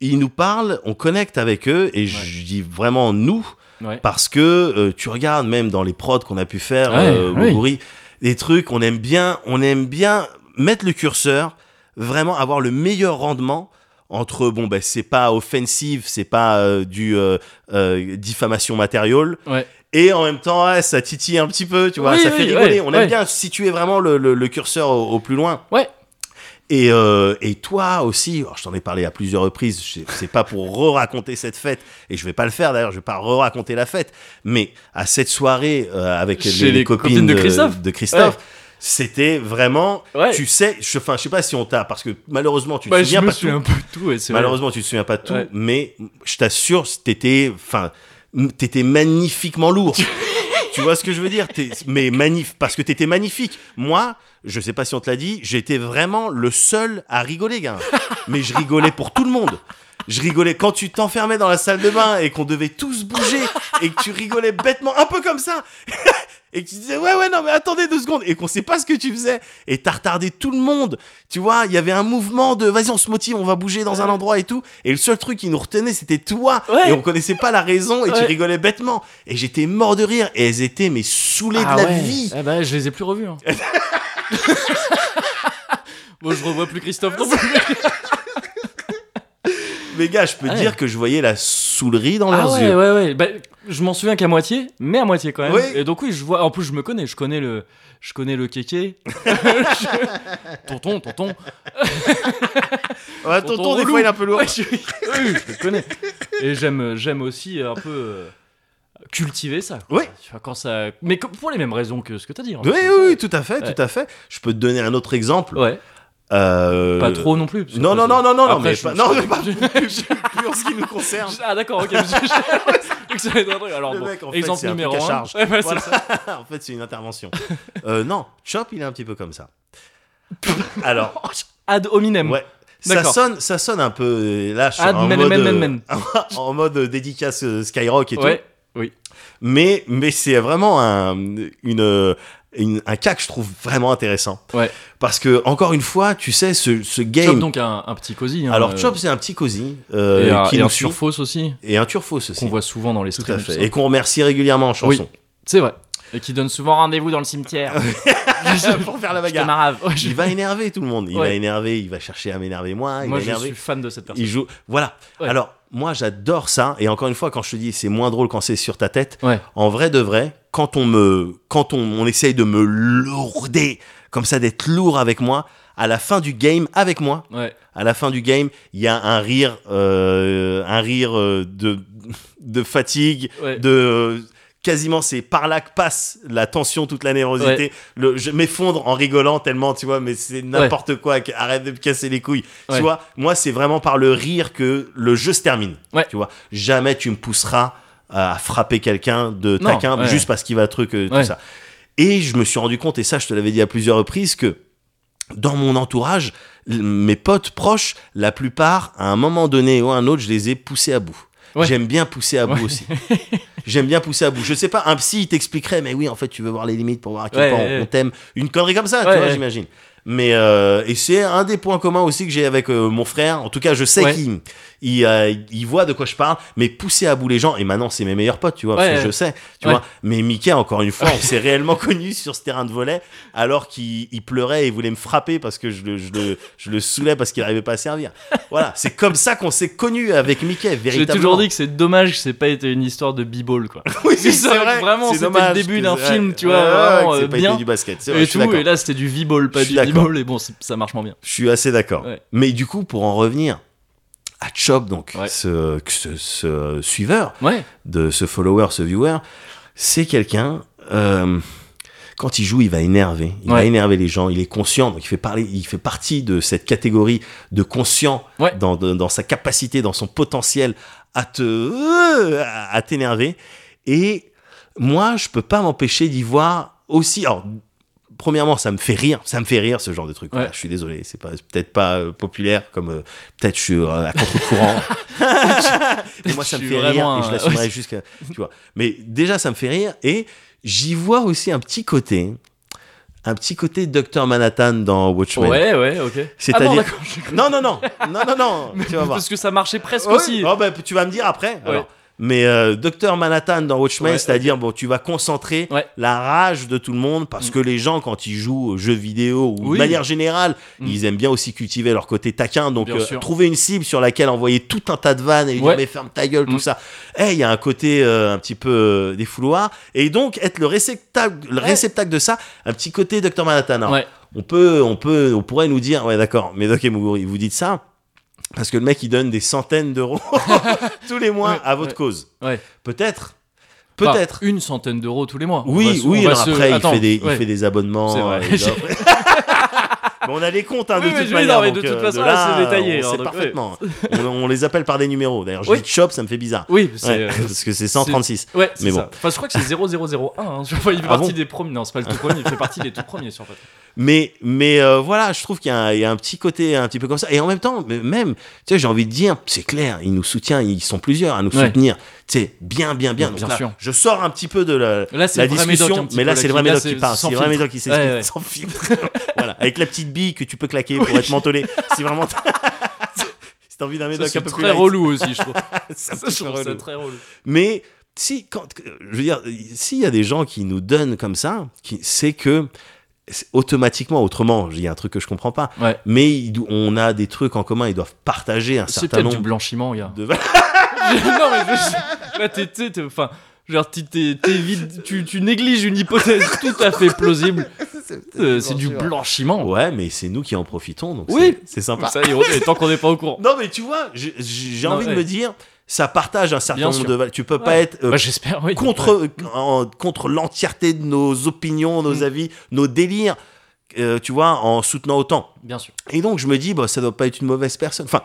B: ils nous parlent, on connecte avec eux, et je dis vraiment nous,
A: Ouais.
B: parce que euh, tu regardes même dans les prods qu'on a pu faire,
A: Ouais,
B: euh,
A: oui.
B: Moguri, des trucs, on aime bien, on aime bien mettre le curseur, vraiment avoir le meilleur rendement entre bon ben c'est pas offensif, c'est pas euh, du euh, euh, diffamation matérielle
A: Ouais.
B: et en même temps ouais, ça titille un petit peu, tu vois,
A: Oui,
B: ça
A: oui,
B: fait
A: ouais,
B: rigoler. on aime
A: ouais.
B: bien situer vraiment le, le- le curseur au, au plus loin.
A: Ouais.
B: Et, euh, et toi aussi, alors, je t'en ai parlé à plusieurs reprises, je- c'est pas pour re-raconter cette fête, et je vais pas le faire d'ailleurs, je vais pas re-raconter la fête, mais à cette soirée euh, avec
A: Chez
B: les,
A: les
B: copines,
A: copines de
B: de
A: Christophe.
B: de Christophe, c'était vraiment,
A: Ouais.
B: tu sais, je, enfin, je sais pas si on t'a, parce que malheureusement tu te
A: Bah, je
B: souviens
A: me
B: pas de
A: souviens
B: tout,
A: un peu de tout, ouais, c'est vrai.
B: malheureusement tu te souviens pas de tout,
A: Ouais.
B: mais je t'assure, t'étais, enfin, m- t'étais magnifiquement lourd. tu vois ce que je veux dire T'es- Mais manif, parce que t'étais magnifique. Moi, je sais pas si on te l'a dit, j'étais vraiment le seul à rigoler, gars. Mais je rigolais pour tout le monde. Je rigolais quand tu t'enfermais dans la salle de bain et qu'on devait tous bouger et que tu rigolais bêtement, un peu comme ça. Et que tu disais, ouais, ouais, non, mais attendez deux secondes. Et qu'on sait pas ce que tu faisais. Et t'as retardé tout le monde. Tu vois, il y avait un mouvement de, vas-y, on se motive, on va bouger dans un endroit et tout. Et le seul truc qui nous retenait, c'était toi.
A: Ouais.
B: Et on connaissait pas la raison et tu
A: Ouais.
B: rigolais bêtement. Et j'étais mort de rire. Et elles étaient, mais saoulées
A: Ah
B: de la
A: ouais.
B: vie.
A: Eh ben, je les ai plus revus. hein. Moi, je revois plus Christophe non plus.
B: Mais gars, je peux
A: Ah Ouais.
B: dire que je voyais la saoulerie dans
A: Ah
B: leurs
A: ouais,
B: yeux.
A: ouais, ouais. Bah, je m'en souviens qu'à moitié, mais à moitié quand même.
B: Oui.
A: Et donc oui, je vois. En plus, je me connais. Je connais le, je connais le kéké. Je- Tonton, tonton.
B: Ouais,
A: Tonton
B: Ah, tonton, des
A: relou.
B: fois, il est un peu lourd.
A: Ouais, je... oui, je le connais. Et j'aime, j'aime aussi un peu euh, cultiver ça. quoi.
B: Oui.
A: Tu vois, quand ça, mais comme- pour les mêmes raisons que ce que t'as dit. hein. en
B: Oui,
A: fait.
B: oui, oui, tout à fait,
A: Ouais.
B: tout à fait. Je peux te donner un autre exemple.
A: Ouais.
B: Euh,
A: Pas trop non plus. parce que
B: Non, non,
A: après,
B: non, non, non, non,
A: après,
B: mais
A: je-
B: pas-
A: je-
B: non, mais pas Plus en ce qui nous concerne.
A: Ah d'accord, ok. parce que je- Donc, ça va être un truc. Alors
B: Le
A: bon,
B: mec, en fait,
A: exemple
B: c'est un
A: numéro
B: truc à
A: un.
B: charge.
A: Ouais, bah, c'est
B: Voilà.
A: ça.
B: en fait, c'est une intervention. Euh, non, Chop, il est un petit peu comme ça. Alors,
A: Ad hominem.
B: ouais. Ça
A: D'accord.
B: sonne, ça sonne un peu euh, là je suis
A: Ah,
B: en,
A: men,
B: mode,
A: men, men,
B: euh,
A: men.
B: en mode dédicace euh, Skyrock et tout.
A: Ouais.
B: Mais, mais c'est vraiment un, une, euh, une- un cas que je trouve vraiment intéressant.
A: Ouais.
B: Parce que, encore une fois, tu sais, ce, ce game.
A: Chop donc un, un petit cosy. hein,
B: Alors,
A: euh,
B: Chop, c'est un petit cosy
A: et
B: euh,
A: un,
B: qui
A: et un
B: nous suit.
A: surfausse aussi
B: Et un turfo, ceci.
A: qu'on voit souvent dans les
B: Tout
A: streams.
B: à
A: tout
B: fait.
A: ça.
B: Et qu'on remercie régulièrement en chanson.
A: C'est vrai. Et qui donne souvent rendez-vous dans le cimetière.
B: Pour faire la
A: Je te marave. Ouais, je-
B: Il va énerver tout le monde. Il
A: Ouais.
B: va énerver, il va chercher à m'énerver moi. Il
A: Moi
B: va
A: je
B: énerver.
A: suis fan de cette personne.
B: Il joue. Voilà.
A: Ouais.
B: Alors, moi, j'adore ça. Et encore une fois, quand je te dis c'est moins drôle quand c'est sur ta tête,
A: Ouais.
B: en vrai de vrai, quand on me. Quand on, on essaye de me lourder, comme ça, d'être lourd avec moi, à la fin du game, avec moi,
A: Ouais.
B: à la fin du game, il y a un rire. euh, un rire euh, de, de fatigue,
A: Ouais.
B: de euh, quasiment c'est par là que passe la tension toute la nervosité Le- je m'effondre en rigolant tellement tu vois mais c'est n'importe quoi qu- arrête de me casser les couilles
A: Ouais.
B: tu vois moi c'est vraiment par le rire que le jeu se termine
A: Ouais.
B: tu vois jamais tu me pousseras à frapper quelqu'un de
A: Non,
B: taquin
A: ouais.
B: juste parce qu'il va truc euh, tout
A: Ouais.
B: ça et je me suis rendu compte et ça je te l'avais dit à plusieurs reprises que dans mon entourage l- mes potes proches la plupart à un moment donné ou à un autre je les ai poussés à bout
A: Ouais.
B: J'aime bien pousser à bout
A: Ouais.
B: aussi. J'aime bien pousser à bout. Je sais pas, un psy, il t'expliquerait, mais oui, en fait, tu veux voir les limites pour voir à quel
A: Ouais,
B: point
A: ouais,
B: on-
A: ouais.
B: on t'aime. Une connerie comme ça,
A: Ouais,
B: tu vois,
A: ouais.
B: j'imagine. Mais euh, et c'est un des points communs aussi que j'ai avec euh, mon frère. En tout cas, je sais
A: Ouais.
B: qu'il il, euh, il voit de quoi je parle, mais pousser à bout les gens. Et maintenant, c'est mes meilleurs potes, tu vois. parce
A: Ouais,
B: que
A: ouais.
B: Je sais, tu
A: Ouais.
B: vois. Mais Mickey, encore une fois, on s'est réellement connu sur ce terrain de volet, alors qu'il il pleurait et il voulait me frapper parce que je le, je le, je le saoulais parce qu'il n'arrivait pas à servir. Voilà, c'est comme ça qu'on s'est connu avec Mickey.
A: J'ai
B: Véritablement.
A: toujours dit que c'est dommage que c'est pas été une histoire de b-ball quoi.
B: Oui,
A: C'est vrai, vraiment, c'était le début
B: que-
A: d'un
B: ouais,
A: film, tu
B: ouais,
A: vois,
B: ouais,
A: vraiment,
B: que c'est
A: euh,
B: pas été
A: bien.
B: du basket. c'est vrai,
A: Et
B: je suis
A: tout
B: d'accord.
A: et là c'était du b-ball pas
B: Je suis
A: du
B: d'accord.
A: b-ball et bon c'est- ça marche moins bien.
B: Je suis assez d'accord.
A: Ouais.
B: Mais du coup, pour en revenir à Chop, donc,
A: Ouais.
B: ce, que ce, ce suiveur,
A: Ouais.
B: de ce follower, ce viewer, c'est quelqu'un. euh, quand il joue, il va énerver. Il va
A: Ouais.
B: énerver les gens. Il est conscient, donc il fait parler. Il fait partie de cette catégorie de conscient
A: Ouais.
B: dans, de- dans sa capacité, dans son potentiel à te euh, à à t'énerver. Et moi, je peux pas m'empêcher d'y voir aussi. Alors, premièrement, ça me fait rire. Ça me fait rire ce genre de truc. Voilà,
A: Ouais.
B: je suis désolé, c'est pas c'est peut-être pas euh, populaire comme euh, peut-être je suis euh, à contre-courant. Mais moi, ça
A: Je
B: me
A: suis
B: fait rire
A: vraiment
B: et
A: un-
B: je l'assumerai jusqu'à. Tu vois. Mais déjà, ça me fait rire et j'y vois aussi un petit côté, un petit côté Dr Manhattan dans Watchmen.
A: Ouais ouais ok. Ah
B: C'est-à-dire-
A: bon, d'accord, je-
B: Non, non, non, non, non, non. tu vas voir.
A: parce que ça marchait presque
B: Ouais.
A: aussi.
B: Oh, bah, tu vas me dire après.
A: Ouais.
B: alors. Mais euh, Dr Manhattan dans Watchmen,
A: Ouais,
B: c'est-à-dire bon, tu vas concentrer
A: Ouais. Mm.
B: la rage de tout le monde parce que les gens quand ils jouent aux jeux vidéo ou
A: Oui.
B: de manière générale,
A: Mm.
B: ils aiment bien aussi cultiver leur côté taquin. Donc
A: Bien
B: euh,
A: sûr.
B: trouver une cible sur laquelle envoyer tout un tas de vannes et lui
A: Ouais.
B: dire mais ferme ta gueule tout
A: Mm.
B: ça. Eh, il y a un côté euh, un petit peu euh, des fouloirs et donc être le réceptacle, le
A: Ouais.
B: réceptacle de ça, un petit côté Dr Manhattan. Alors,
A: Ouais.
B: on peut, on peut, on pourrait nous dire, ouais, d'accord, mais Doc et Muguri, vous dites ça parce que le mec, il donne des centaines d'euros tous les mois
A: Ouais,
B: à votre
A: ouais.
B: cause.
A: Ouais.
B: Peut-être, peut-être.
A: Enfin, une centaine d'euros tous les mois. On va
B: oui,
A: se- on
B: oui.
A: va
B: alors
A: se-
B: après,
A: Attends,
B: il fait des,
A: ouais.
B: il fait des abonnements.
A: C'est vrai.
B: euh, il offre- Mais on a les comptes hein,
A: Oui,
B: de,
A: mais
B: toute
A: je- oui, non,
B: manière,
A: mais de
B: donc,
A: toute
B: euh,
A: façon,
B: là,
A: c'est détaillé,
B: On
A: hein,
B: sait
A: donc, ouais.
B: parfaitement. on, on les appelle par des numéros. D'ailleurs, je
A: Oui.
B: dis chop, ça me fait bizarre.
A: Oui, c'est
B: Ouais,
A: euh,
B: parce que c'est 136.
A: Ouais, c'est
B: Mais bon.
A: ça. Enfin, je crois que c'est 0001. hein. Je vois, il fait
B: Ah
A: partie
B: bon
A: des premiers. Non, c'est pas le tout premier, il fait partie des tout premiers sur Patreon.
B: Mais, mais euh, voilà, je trouve qu'il y, a un- il y a un petit côté un petit peu comme ça. Et en même temps, mais même, tu sais, j'ai envie de dire, c'est clair, il nous soutient, ils sont plusieurs à nous
A: Ouais.
B: soutenir. Tu sais, bien, bien, bien.
A: Bien
B: Donc
A: sûr.
B: là, je sors un petit peu de la,
A: Là, c'est
B: la
A: le vrai Médoc,
B: discussion,
A: un petit
B: mais
A: peu,
B: là, c'est le vrai
A: qui- là,
B: Médoc qui parle.
A: sans
B: C'est le vrai
A: filtre.
B: Médoc qui s'explique
A: Ouais, ouais.
B: sans filtre. voilà, avec la petite bille que tu peux claquer pour être mentholé. Si vraiment t'as si t'as envie d'un
A: Ça,
B: Médoc un
A: C'est
B: peu
A: très
B: plus light,
A: relou aussi, je trouve.
B: c'est un
A: Ça,
B: peu
A: je trouve
B: relou.
A: ça très relou.
B: Mais si, quand, euh, je veux dire, s'il y a des gens qui nous donnent comme ça, qui, c'est que c'est automatiquement, autrement, il y a un truc que je comprends pas,
A: Ouais.
B: mais ils do- on a des trucs en commun, ils doivent partager un
A: C'est
B: certain
A: peut-être du
B: nombre
A: blanchiment, gars.
B: de
A: non, mais je- là, t'es- t'es- t'es- enfin, genre, t'es- t'es- t'es vide- tu, tu négliges une hypothèse tout à fait plausible. Euh, c'est du blanchiment. Bah.
B: Ouais, mais c'est nous qui en profitons, donc
A: Oui.
B: c'est c'est sympa.
A: Ça y est, on- et tant qu'on n'est pas au courant.
B: Non, mais tu vois, j'ai- j'ai
A: Non,
B: envie de
A: ouais.
B: me dire, ça partage un certain
A: Bien
B: nombre
A: sûr.
B: de valeurs. Tu peux pas être euh,
A: Bah, j'espère, oui.
B: contre, en- contre l'entièreté de nos opinions, nos
A: Mm.
B: avis, nos délires, euh, tu vois, en soutenant autant.
A: Bien sûr.
B: Et donc je me dis, bah, ça doit pas être une mauvaise personne. Enfin,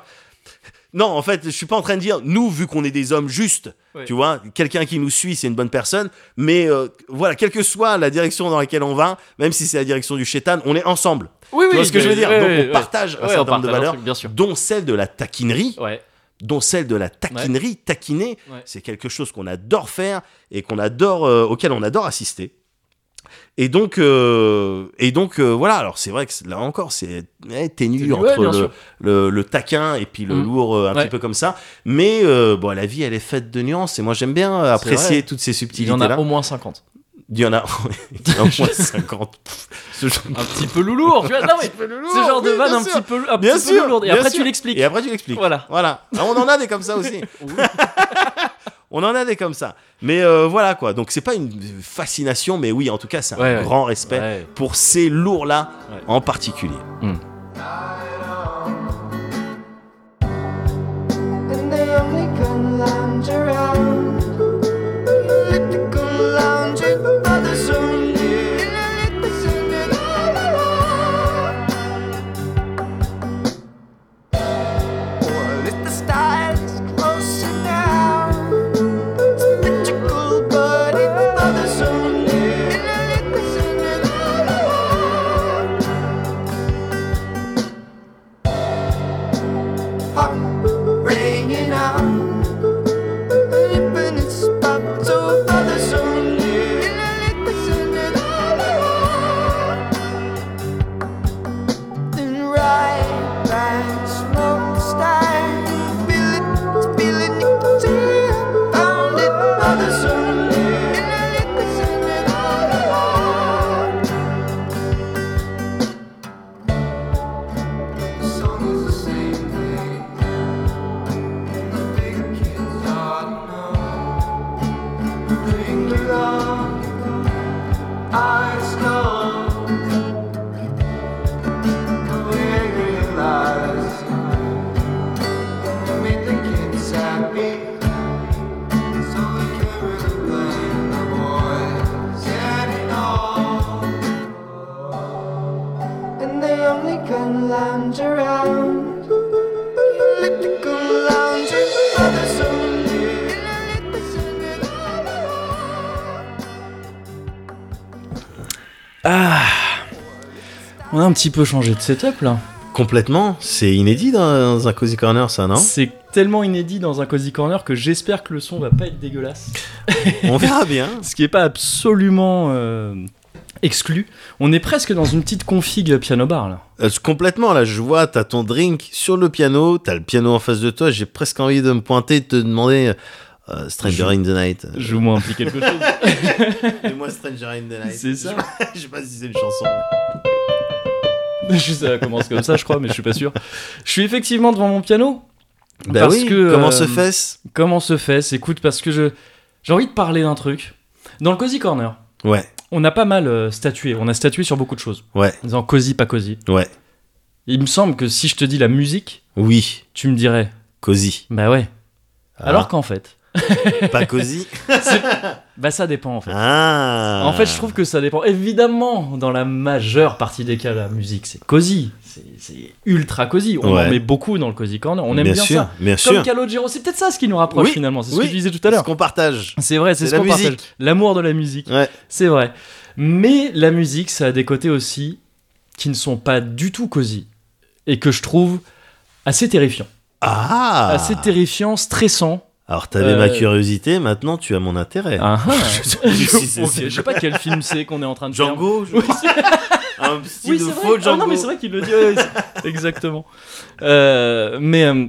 B: non, en fait, je suis pas en train de dire, nous, vu qu'on est des hommes justes,
A: Ouais.
B: tu vois, quelqu'un qui nous suit, c'est une bonne personne. Mais euh, voilà, quelle que soit la direction dans laquelle on va, même si c'est la direction du chétan, on est ensemble.
A: Oui, oui.
B: tu vois ce que je veux dire
A: ouais,
B: Donc
A: ouais,
B: on
A: ouais.
B: partage un
A: Ouais, on
B: certain nombre
A: partage
B: de
A: un
B: valeurs,
A: truc, bien sûr.
B: dont celle de la taquinerie,
A: Ouais.
B: dont celle de la taquinerie, taquiner,
A: Ouais.
B: c'est quelque chose qu'on adore faire et qu'on adore, euh, auquel on adore assister. Et donc, euh, et donc euh, voilà, alors c'est vrai que c'est- là encore, c'est eh, ténu
A: Ténu,
B: entre
A: ouais, bien
B: le,
A: sûr.
B: le, le taquin et puis le
A: Mm.
B: lourd euh, un
A: Ouais.
B: petit peu comme ça. Mais euh, bon, la vie, elle est faite de nuances et moi j'aime bien euh,
A: C'est
B: apprécier
A: vrai.
B: toutes ces
A: Il y en
B: subtilités-là.
A: a au moins 50.
B: Il y en a, il y en a au moins 50. Pff, ce genre de-
A: Un petit peu loulourd, tu vois. Non, mais ce genre de
B: oui,
A: vanne
B: bien
A: un
B: sûr.
A: petit peu, un
B: Bien
A: petit peu
B: sûr,
A: lourd. Et
B: bien
A: après,
B: sûr.
A: tu l'expliques.
B: Et après, tu l'expliques.
A: Voilà.
B: Voilà. Ah, on en a des comme ça aussi. On en a des comme ça. Mais euh, voilà quoi. Donc c'est pas une fascination, mais oui, en tout cas, c'est un
A: Ouais, ouais.
B: grand respect
A: Ouais.
B: pour ces lourds-là
A: Ouais.
B: en particulier.
E: And they only can lounge around. Elliptical lounging, others only. In a little circle all around. What if the style is closer now? Symmetrical, but it's others only. In a little circle all around. heart ringing out. An infinite spot so far the sun in a liquid sunlit all around. Then right back smoke stein. Feel it, it's feeling you can see I found it by the sun in a liquid sunlit all around. The song is the same thing. The big kids ought to know. Bring your love, eyes closed. We realize you made the kids happy. So we can really blame the boys getting old and they only can lounge around. Elliptical lounging, others only. In a little circle all around.
A: On a un petit peu changé de setup là.
B: Complètement, c'est inédit dans, dans un Cozy Corner, ça, non
A: C'est tellement inédit dans un Cozy Corner que j'espère que le son va pas être dégueulasse.
B: On verra bien.
A: Ce qui est pas absolument euh, exclu. On est presque dans une petite config piano bar là.
B: Euh, complètement, là, je vois, t'as ton drink sur le piano, t'as le piano en face de toi, j'ai presque envie de me pointer et de te demander euh, Stranger
A: Je-
B: in the Night.
A: Joue-moi un petit quelque chose.
B: Fais-moi Stranger in the Night.
A: C'est ça.
B: Je sais pas si c'est une chanson.
A: Je- ça commence comme ça, je crois, mais je suis pas sûr. Je suis effectivement devant mon piano.
B: Bah
A: Parce
B: oui,
A: que,
B: comment
A: euh,
B: se fait-ce
A: Comment se fait Écoute, parce que je j'ai envie de parler d'un truc. Dans le Cozy Corner,
B: Ouais,
A: on a pas mal euh, statué. On a statué sur beaucoup de choses.
B: ouais,
A: En disant Cozy, pas Cozy.
B: ouais.
A: Il me semble que si je te dis la musique,
B: Oui,
A: tu me dirais
B: cosy.
A: Bah ouais. Alors qu'en fait,
B: Ah, pas cosy
A: bah ça dépend en fait.
B: Ah
A: En fait, je trouve que ça dépend. Évidemment, dans la majeure partie des cas, la musique, c'est cosy. C'est c'est ultra cosy. On
B: Ouais.
A: en met beaucoup dans le Cozy Corner. On aime bien,
B: sûr,
A: ça.
B: Bien
A: Comme
B: sûr.
A: Calogero, c'est peut-être ça ce qui nous rapproche
B: Oui,
A: finalement. C'est ce
B: oui,
A: que tu disais tout à
B: ce
A: l'heure.
B: qu'on partage.
A: C'est vrai, c'est
B: C'est
A: ce
B: la
A: qu'on partage.
B: musique.
A: L'amour de la musique.
B: Ouais.
A: C'est vrai. Mais la musique, ça a des côtés aussi qui ne sont pas du tout cosy et que je trouve assez terrifiant.
B: Ah
A: Assez terrifiant, stressant.
B: Alors, t'avais
A: Euh,
B: ma curiosité, maintenant tu as mon intérêt.
A: Ah, ah.
B: Je sais-
A: Ok, je
B: c'est-
A: sais pas quel film c'est qu'on est en train de faire.
B: Django je-
A: Oui, c'est-
B: Un style de
A: c'est vrai.
B: faux
A: Ah
B: Django
A: non, mais c'est vrai qu'il le dit. ouais, ouais, c'est- Exactement. Euh, mais euh,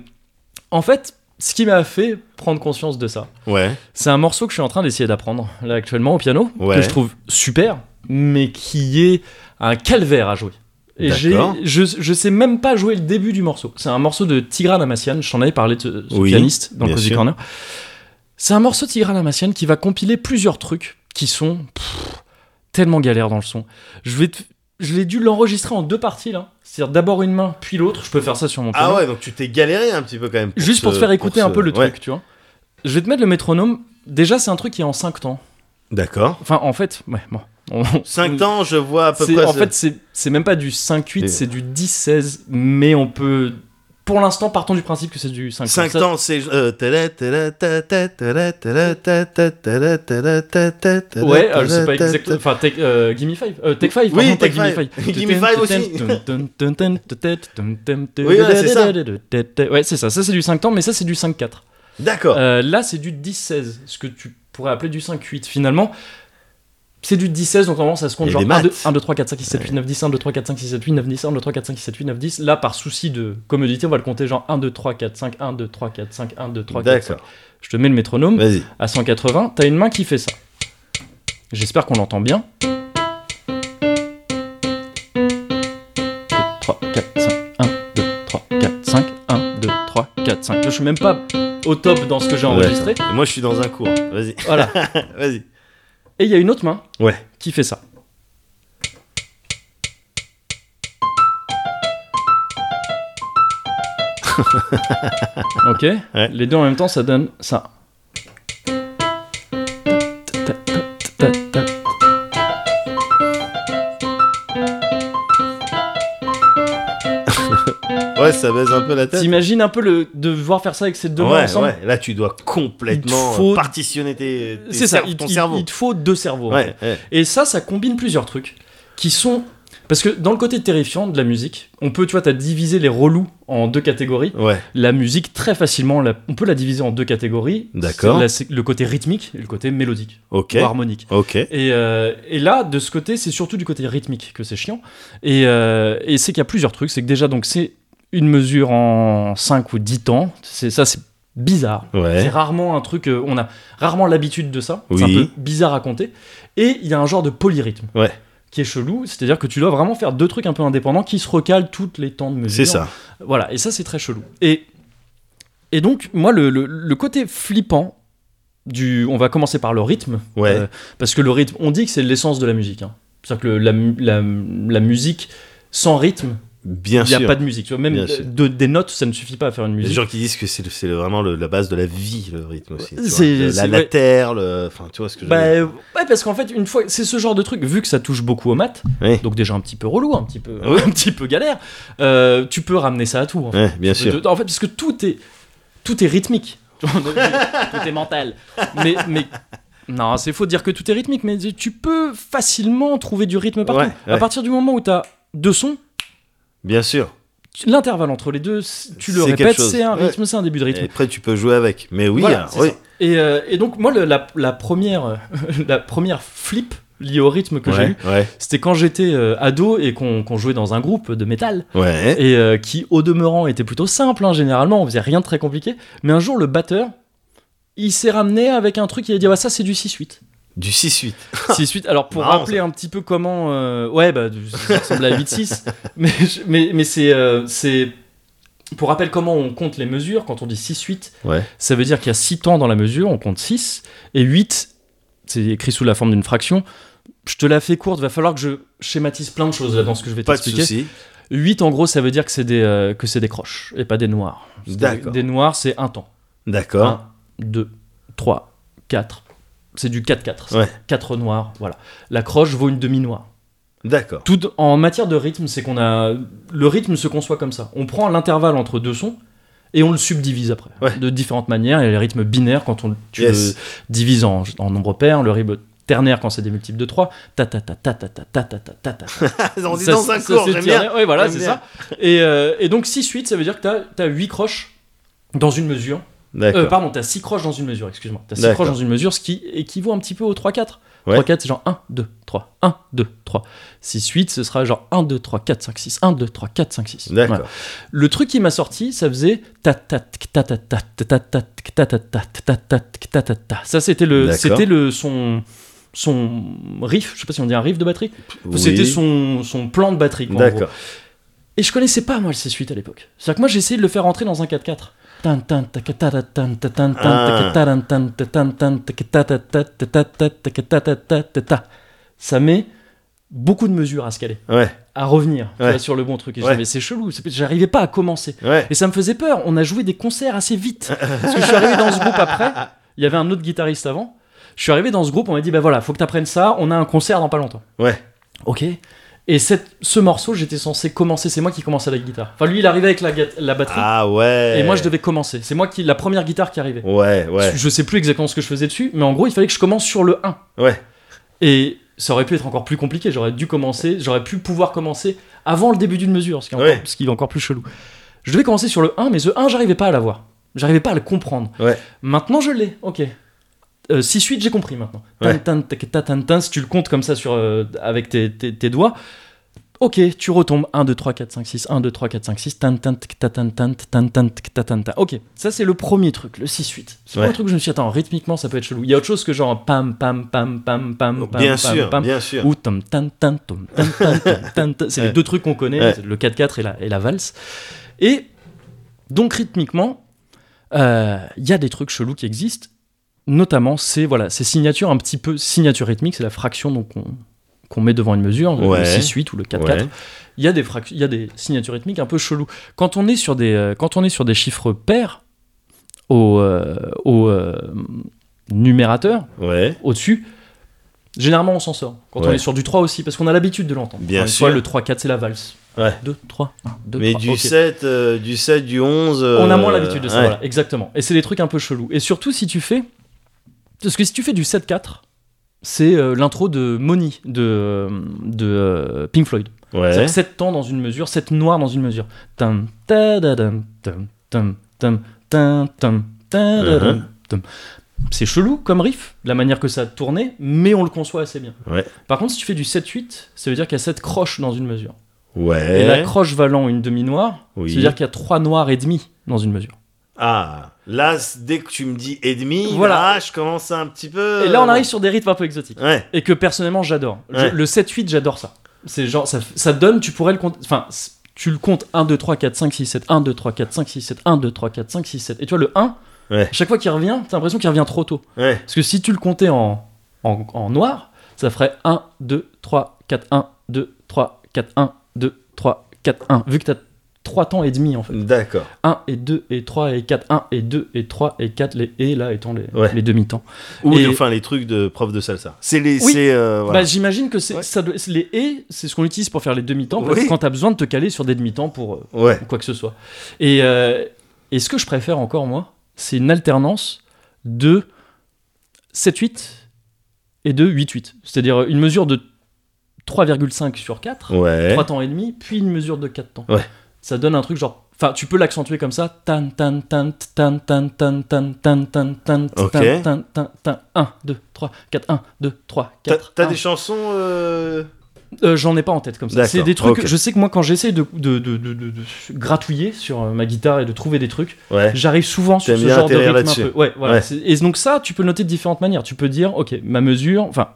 A: en fait, ce qui m'a fait prendre conscience de ça,
B: Ouais,
A: c'est un morceau que je suis en train d'essayer d'apprendre là actuellement au piano,
B: Ouais.
A: que je trouve super, mais qui est un calvaire à jouer. Et j'ai,
B: D'accord.
A: je, je sais même pas jouer le début du morceau. C'est un morceau de Tigran Amassian, je t'en avais parlé de ce ce
B: Oui,
A: pianiste dans
B: bien
A: Cozy
B: sûr.
A: Corner. C'est un morceau de Tigran Amassian qui va compiler plusieurs trucs qui sont pff, tellement galères dans le son. Je vais te- je l'ai dû l'enregistrer en deux parties là. C'est-à-dire d'abord une main, puis l'autre. Je peux faire ça sur mon piano.
B: Ah ouais, donc tu t'es galéré un petit peu quand même.
A: Juste pour
B: ce-
A: te faire écouter
B: pour
A: un
B: ce-
A: peu le
B: Ouais,
A: truc, tu vois. Je vais te mettre le métronome. Déjà, c'est un truc qui est en 5 temps.
B: D'accord.
A: Enfin, en fait, ouais, bon. On-
B: 5 temps, je vois à peu
A: c'est-
B: près.
A: En
B: ce-
A: fait, c'est c'est même pas du 5-8,
B: Et-
A: c'est du 10-16, mais on peut. Pour l'instant, partons du principe que c'est du 5
B: 5
A: Ça-
B: temps, c'est. euh, tala, tala, tala, tala, tala, tala, tala, tala, tala, tala,
A: Ouais, euh, je sais pas
B: tala,
A: exactement. Enfin, take, euh, Gimme 5. Euh, take 5,
B: Oui,
A: pardon, pas
B: Take Five. Gimme Five aussi.
A: Oui,
B: Oui, ouais, c'est ça.
A: Ouais, c'est ça. Ça, c'est du 5 temps, mais ça, c'est du 5-4.
B: D'accord.
A: Euh, là, c'est du 10-16, ce que tu pourrais appeler du 5-8 finalement. C'est du 10-16, donc normalement ça se compte
B: Et
A: genre
B: des
A: 1, 2,
B: maths.
A: 1, 2, 3, 4, 5, 6, 7, 8, 9, 10, 1, 2, 3, 4, 5, 6, 7, 8, 9, 10, 1, 2, 3, 4, 5, 6, 7, 8, 9, 10. Là, par souci de commodité, on va le compter genre 1, 2, 3, 4, 5, 1, 2, 3, 4, 5, 1, 2, 3, 4, 5.
B: D'accord.
A: Je te mets le métronome
B: Vas-y.
A: à 180, t'as une main qui fait ça. J'espère qu'on l'entend bien. 3, 4, 5, 1, 2, 3, 4, 5, 1, 2, 3, 4, 5. Je suis même pas au top dans ce que j'ai enregistré.
B: Ouais. Moi, je suis dans un cours. Vas-y.
A: Voilà.
B: Vas-y.
A: Et il y a une autre main
B: Ouais.
A: qui fait ça. ok
B: Ouais.
A: Les deux en même temps, ça donne ça.
B: Ouais, ça baise un peu la tête.
A: T'imagines un peu le, de voir faire ça avec ces deux mains
B: Ouais,
A: ensemble
B: ouais. Là, tu dois complètement
A: Il te faut-
B: euh, partitionner tes, tes
A: C'est ça,
B: cerveaux,
A: il,
B: ton
A: il-
B: cerveau.
A: il te faut deux cerveaux. en fait.
B: Ouais, ouais.
A: Et ça, ça combine plusieurs trucs qui sont. Parce que dans le côté terrifiant de la musique, on peut, tu vois, t'as divisé les relous en deux catégories.
B: Ouais.
A: La musique, très facilement, la- on peut la diviser en deux catégories.
B: D'accord.
A: C'est la- c'est Le côté rythmique et le côté mélodique,
B: Ok.
A: ou harmonique.
B: Ok.
A: Et, euh, et là, de ce côté, c'est surtout du côté rythmique que c'est chiant. Et, euh, et c'est qu'il y a plusieurs trucs. C'est que déjà, donc, c'est une mesure en 5 ou 10 temps. C'est, ça, c'est bizarre. C'est
B: Ouais.
A: rarement un truc, euh, on a rarement l'habitude de ça. C'est un peu
B: Oui.
A: bizarre à compter. Et il y a un genre de polyrythme
B: Ouais.
A: qui est chelou. C'est-à-dire que tu dois vraiment faire deux trucs un peu indépendants qui se recalent toutes les temps de mesure.
B: C'est ça.
A: Voilà, et ça c'est très chelou. Et, et donc, moi, le, le- le côté flippant du... On va commencer par le rythme.
B: Ouais.
A: euh, parce que le rythme, on dit que c'est l'essence de la musique. hein. C'est-à-dire que le- la, mu- la- la musique sans rythme,
B: Bien
A: il n'y a
B: sûr.
A: pas de musique. Tu vois, même
B: Bien
A: de-
B: sûr.
A: de- des notes, ça ne suffit pas à faire une
B: Il y a des
A: musique.
B: gens qui disent que c'est le- c'est le- vraiment le- la base de la vie, le rythme aussi. tu vois.
A: C'est-
B: Le- la,
A: c'est-
B: la
A: ouais.
B: terre, le... enfin, tu vois ce que je
A: Bah,
B: veux
A: euh, ouais, parce qu'en fait, une fois, c'est ce genre de truc, vu que ça touche beaucoup aux maths,
B: Oui.
A: euh, donc déjà un petit peu relou, un petit peu,
B: Oui.
A: un petit peu galère, euh, tu peux ramener ça à tout. en
B: dire. Ouais, bien
A: De-
B: sûr.
A: de- en fait, parce que tout est, tout est rythmique. tout est mental. Mais, mais non, c'est faux de dire que tout est rythmique, mais tu peux facilement trouver du rythme partout.
B: Ouais, ouais.
A: À partir du moment où tu as deux sons,
B: Bien sûr.
A: tu- l'intervalle entre les deux, c'est- tu le
B: C'est quelque
A: répètes,
B: chose.
A: c'est un
B: Ouais.
A: rythme, c'est un début de rythme.
B: Et après, tu peux jouer avec. Mais oui,
A: Voilà,
B: alors,
A: c'est
B: oui.
A: ça. Et, euh, et donc, moi, le- la, la première, euh, la première flip liée au rythme que j'ai
B: ouais,
A: eu,
B: ouais,
A: c'était quand j'étais euh, ado et qu'on qu'on jouait dans un groupe de métal
B: ouais.
A: et euh, qui au demeurant était plutôt simple hein, généralement on faisait rien de très compliqué mais un jour le batteur il s'est ramené avec un truc il a dit ah bah ça c'est du 6-8
B: Du 6-8.
A: 6-8 alors pour
B: Marrant,
A: rappeler un petit peu comment euh, ouais bah ça ressemble à 8-6 mais, je- mais, mais c'est euh, c'est pour rappel comment on compte les mesures quand on dit 6-8
B: Ouais.
A: ça veut dire qu'il y a 6 temps dans la mesure on compte 6 et 8 c'est écrit sous la forme d'une fraction je te la fais courte va falloir que je schématise plein de choses là dans ce que je vais
B: Pas de
A: t'expliquer
B: souci.
A: 8 en gros ça veut dire que c'est des, euh, que c'est des croches et pas des noirs. C'est-
B: D'accord.
A: Des noirs c'est un temps.
B: D'accord.
A: 1, 2, 3, 4. C'est du 4-4.
B: Ouais.
A: 4 noirs, voilà. La croche vaut une demi-noire.
B: D'accord.
A: Tout en matière de rythme, c'est qu'on a. Le rythme se conçoit comme ça. On prend l'intervalle entre deux sons et on le subdivise après.
B: Ouais.
A: De différentes manières. Il y a les rythmes binaires quand on tu le
B: Yes.
A: divises en, en nombre pair, le rythme ternaire quand c'est des multiples de 3. Ta ta ta ta ta ta ta ta ta ta ta.
B: Ah, On dit
A: Ça,
B: dans un
A: ça,
B: cours,
A: c'est
B: j'aime
A: tiré.
B: bien.
A: Ouais, voilà,
B: J'aime
A: c'est
B: bien.
A: ça. Et, euh, et donc 6-8, ça veut dire que t'as as 8 croches dans une mesure. Euh, pardon, t'as 6 croches dans une mesure, excuse-moi. T'as 6
B: D'accord.
A: croches dans une mesure, ce qui équivaut un petit peu au 3-4.
B: Ouais.
A: 3-4, c'est genre 1, 2, 3, 1, 2, 3. 6-8, ce sera genre 1, 2, 3, 4, 5, 6. 1, 2, 3, 4, 5, 6.
B: D'accord.
A: Voilà. Le truc qui m'a sorti, ça faisait ta ta ta ta ta ta ta ta ta ta ta ta ta ta ta ta. Ça, c'était le,
B: D'accord.
A: c'était le son son riff, je sais pas si on dit un riff de batterie,
B: Oui.
A: c'était son, son plan de batterie. quoi, en gros.
B: D'accord.
A: Et je connaissais pas moi le C8 à l'époque. C'est-à-dire que moi j'ai essayé de le faire rentrer dans un 4-4. Tan, tan, taca, tara, tan, ta, tan,
B: Ah.
A: tan, taca, taran, tan, ta, tan, tan, taca, ta, ta, ta, ta, ta, ta, taca, ta, ta, ta, ta, ta. Ça met beaucoup de mesures à se caler,
B: Ouais,
A: à revenir tu
B: Ouais.
A: vois, sur le bon truc. Et je
B: Ouais.
A: disais, mais c'est chelou, c'est- j'arrivais pas à commencer.
B: ouais.
A: Et ça me faisait peur. On a joué des concerts assez vite. Parce que je suis arrivé dans ce groupe après. Il y avait un autre guitariste avant. Je suis arrivé dans ce groupe. On m'a dit bah voilà, faut que t'apprennes ça. On a un concert dans pas longtemps.
B: Ouais.
A: Ok. Et cette, ce morceau, j'étais censé commencer. C'est moi qui commençais avec la guitare. Enfin, lui, il arrivait avec la, guit- la batterie.
B: Ah ouais.
A: Et moi, je devais commencer. C'est moi qui la première guitare qui arrivait.
B: Ouais, ouais,
A: Je sais plus exactement ce que je faisais dessus, mais en gros, il fallait que je commence sur le 1.
B: ouais.
A: Et ça aurait pu être encore plus compliqué. J'aurais dû commencer, j'aurais pu pouvoir commencer avant le début d'une mesure, ce qui, est encore,
B: Ouais.
A: ce qui est encore plus chelou. Je devais commencer sur le 1, mais ce 1, j'arrivais pas à l'avoir. J'arrivais pas à le comprendre.
B: Ouais.
A: Maintenant, je l'ai, ok. Euh, 6-8, j'ai compris maintenant. Tan,
B: Ouais.
A: tan, tac, ta, tan, tan, si tu le comptes comme ça sur, euh, avec tes, tes- tes doigts, ok, tu retombes. 1, 2, 3, 4, 5, 6, 1, 2, 3, 4, 5, 6, tan, tan, tic, ta, tan, tan, tan, tan, tic, ta, tan, ta. Ok, ça c'est le premier truc, le 6-8. C'est le
B: Ouais.
A: premier truc que je me suis dit, attends, rythmiquement, ça peut être chelou. Il y a autre chose que genre pam, pam, pam, pam, pam, pam,
B: bien
A: pam,
B: sûr,
A: pam,
B: bien sûr.
A: ou tam tam tam tom tam tam tom tam tam. C'est les
B: Ouais.
A: deux trucs qu'on connaît,
B: Ouais.
A: le 4-4 et la, et la valse. Et donc rythmiquement, euh, il y a des trucs chelous qui existent, notamment ces, voilà, ces signatures un petit peu, signature rythmique, c'est la fraction donc qu'on qu'on met devant une mesure, le
B: Ouais.
A: 6-8 ou le 4-4
B: Ouais.
A: il y a des frac- il y a des signatures rythmiques un peu chelou. Quand on est sur des euh, quand on est sur des chiffres pairs au euh, au euh, numérateur
B: Ouais.
A: au-dessus, généralement on s'en sort. Quand on
B: Ouais.
A: est sur du 3 aussi parce qu'on a l'habitude de l'entendre.
B: Bien
A: Encore une fois,
B: sûr.
A: le 3 4 c'est la valse.
B: Ouais.
A: 2 3 1 2
B: Mais
A: 3.
B: du
A: ok.
B: 7, euh, du 7, du 11.
A: On a
B: euh,
A: moins l'habitude de ça,
B: ouais.
A: voilà, exactement. Et c'est des trucs un peu chelous. Et surtout si tu fais parce que si tu fais du 7 4 c'est euh, l'intro de Money de, de euh, Pink Floyd.
B: Ouais.
A: 7 temps dans une mesure, 7 noirs dans une mesure. Tum, tadadam, tum, tum, tum, tum, tum, tadadam,
B: Mhm.
A: tum. C'est chelou comme riff, la manière que ça a tourné, mais on le conçoit assez bien.
B: Ouais.
A: Par contre, si tu fais du 7-8, ça veut dire qu'il y a 7 croches dans une mesure. Et la
B: Eh Ouais.
A: croche valant une demi-noire,
B: Oui.
A: ça veut dire qu'il y a 3 noirs et demi dans une mesure.
B: Ah, là, c- dès que tu me dis et demi,
A: Voilà.
B: là, je commence un petit peu. euh,
A: Et là, on arrive sur des rythmes un peu exotiques.
B: Ouais,
A: et que personnellement j'adore. Je-
B: Ouais.
A: Le 7-8, j'adore ça. C'est genre, ça, ça donne, tu pourrais le compter. Enfin, c- tu le comptes 1, 2, 3, 4, 5, 6, 7, 1, 2, 3, 4, 5, 6, 7, 1, 2, 3, 4, 5, 6, 7. Et tu vois, le 1,
B: Ouais.
A: chaque fois qu'il revient, t'as l'impression qu'il revient trop tôt.
B: ouais,
A: Parce que si tu le comptais en, en, en noir, ça ferait 1, 2, 3, 4, 1, 2, 3, 4, 1, 2, 3, 4, 1. Vu que t'as 3 temps et demi en fait.
B: d'accord.
A: 1 et 2 et 3 et 4, 1 et 2 et 3 et 4, les et là étant les,
B: Ouais.
A: les demi-temps.
B: Ou
A: Et-
B: enfin les trucs de prof de salsa. C'est les.
A: Oui.
B: C'est, euh, voilà.
A: Bah, j'imagine que c'est
B: Ouais.
A: ça doit- les et c'est ce qu'on utilise pour faire les demi-temps parce
B: Oui.
A: que quand t'as besoin de te caler sur des demi-temps pour euh,
B: ouais,
A: quoi que ce soit. Et, euh, et ce que je préfère encore moi, c'est une alternance de 7-8 et de 8-8. C'est-à-dire une mesure de 3,5 sur 4,
B: ouais.
A: 3 temps et demi, puis une mesure de 4 temps.
B: Ouais.
A: Ça donne un truc genre enfin tu peux l'accentuer comme ça tan tan tan tan tan tan tan tan tan tan
B: Ok.
A: tan tan tan tan 1 2 3 4 1 2 3
B: T'as,
A: 4
B: t'as des chansons. euh,
A: euh, J'en ai pas en tête comme ça.
B: D'accord,
A: C'est des trucs.
B: ok.
A: Je sais que moi, quand j'essaie de, de, de, de- de- de gratouiller sur euh, ma guitare et de trouver des trucs,
B: Ouais.
A: j'arrive souvent sur
B: T'aimes
A: ce
B: bien
A: genre de
B: atterrir
A: rythme un
B: là-dessus.
A: peu. Ouais, voilà.
B: Ouais.
A: C'est- Et donc ça, tu peux le noter de différentes manières. Tu peux dire, ok, ma mesure, enfin,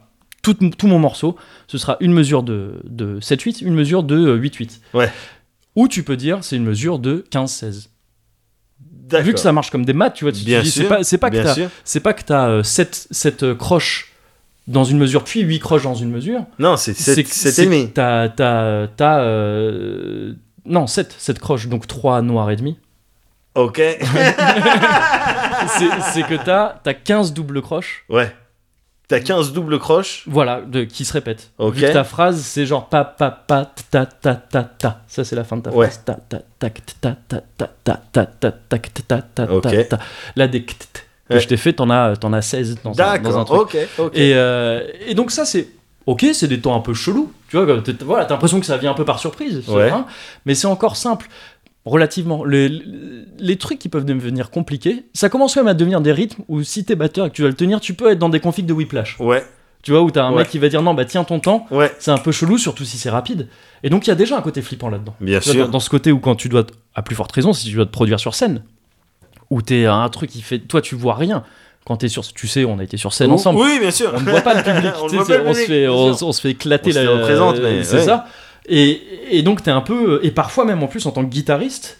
A: tout, tout mon morceau, ce sera une mesure de, de 7-8, une mesure de euh, 8-8.
B: Ouais.
A: Ou tu peux dire, c'est une mesure de 15-16.
B: D'accord.
A: Vu que ça marche comme des maths, tu vois, tu te
B: Bien
A: dis, c'est
B: sûr,
A: pas, c'est pas que
B: bien
A: t'as-
B: sûr.
A: c'est pas que t'as euh, 7, 7 croches dans une mesure, puis 8 croches dans une mesure.
B: Non, c'est
A: C'est-
B: 7
A: c'est-
B: demi.
A: T'as. t'as- t'as, euh, Non, 7, 7 croches, donc 3 noirs et demi.
B: Ok.
A: C'est c'est que t'as as 15 doubles croches,
B: ouais. T'as 15 doubles croches.
A: voilà, de, qui se répètent.
B: Ok.
A: Vu que ta phrase, c'est genre pa pa pa ta ta ta ta. Ça, c'est la fin de ta
B: Ouais.
A: phrase. Ta ta tac ta ta ta ta ta ta ta tac ta ta ta
B: Ok.
A: ta. Là, des ct- que
B: Ouais.
A: je t'ai fait, t'en as, t'en as 16 dans, un, dans un
B: D'accord,
A: truc.
B: ok, ok.
A: Et, euh, et donc ça c'est ok, c'est des temps un peu chelous, tu vois, comme t'es- voilà, t'as l'impression que ça vient un peu par surprise, ça,
B: Ouais.
A: hein, mais c'est encore simple. Relativement, les, les trucs qui peuvent devenir compliqués, ça commence même à devenir des rythmes où si t'es batteur et que tu dois le tenir, tu peux être dans des configs de whiplash.
B: Ouais,
A: Tu vois, où t'as un
B: Ouais.
A: mec qui va dire non, bah tiens ton temps,
B: ouais.
A: c'est un peu chelou, surtout si c'est rapide. Et donc il y a déjà un côté flippant là-dedans.
B: Bien
A: Tu vois,
B: sûr.
A: Dans, dans ce côté où quand tu dois, te- à plus forte raison, si tu dois te produire sur scène, où t'es à un truc qui fait, toi tu vois rien. Quand t'es sur, tu sais, on a été sur scène ensemble.
B: Oui, bien sûr.
A: On ne voit pas le public,
B: On
A: tu
B: ne
A: sais,
B: voit pas le
A: on se
B: public,
A: fait,
B: bien
A: on,
B: sûr.
A: on se fait éclater
B: On se
A: la.
B: les représente, mais
A: c'est
B: ouais.
A: ça. Et, et donc t'es un peu, et parfois même en plus en tant que guitariste.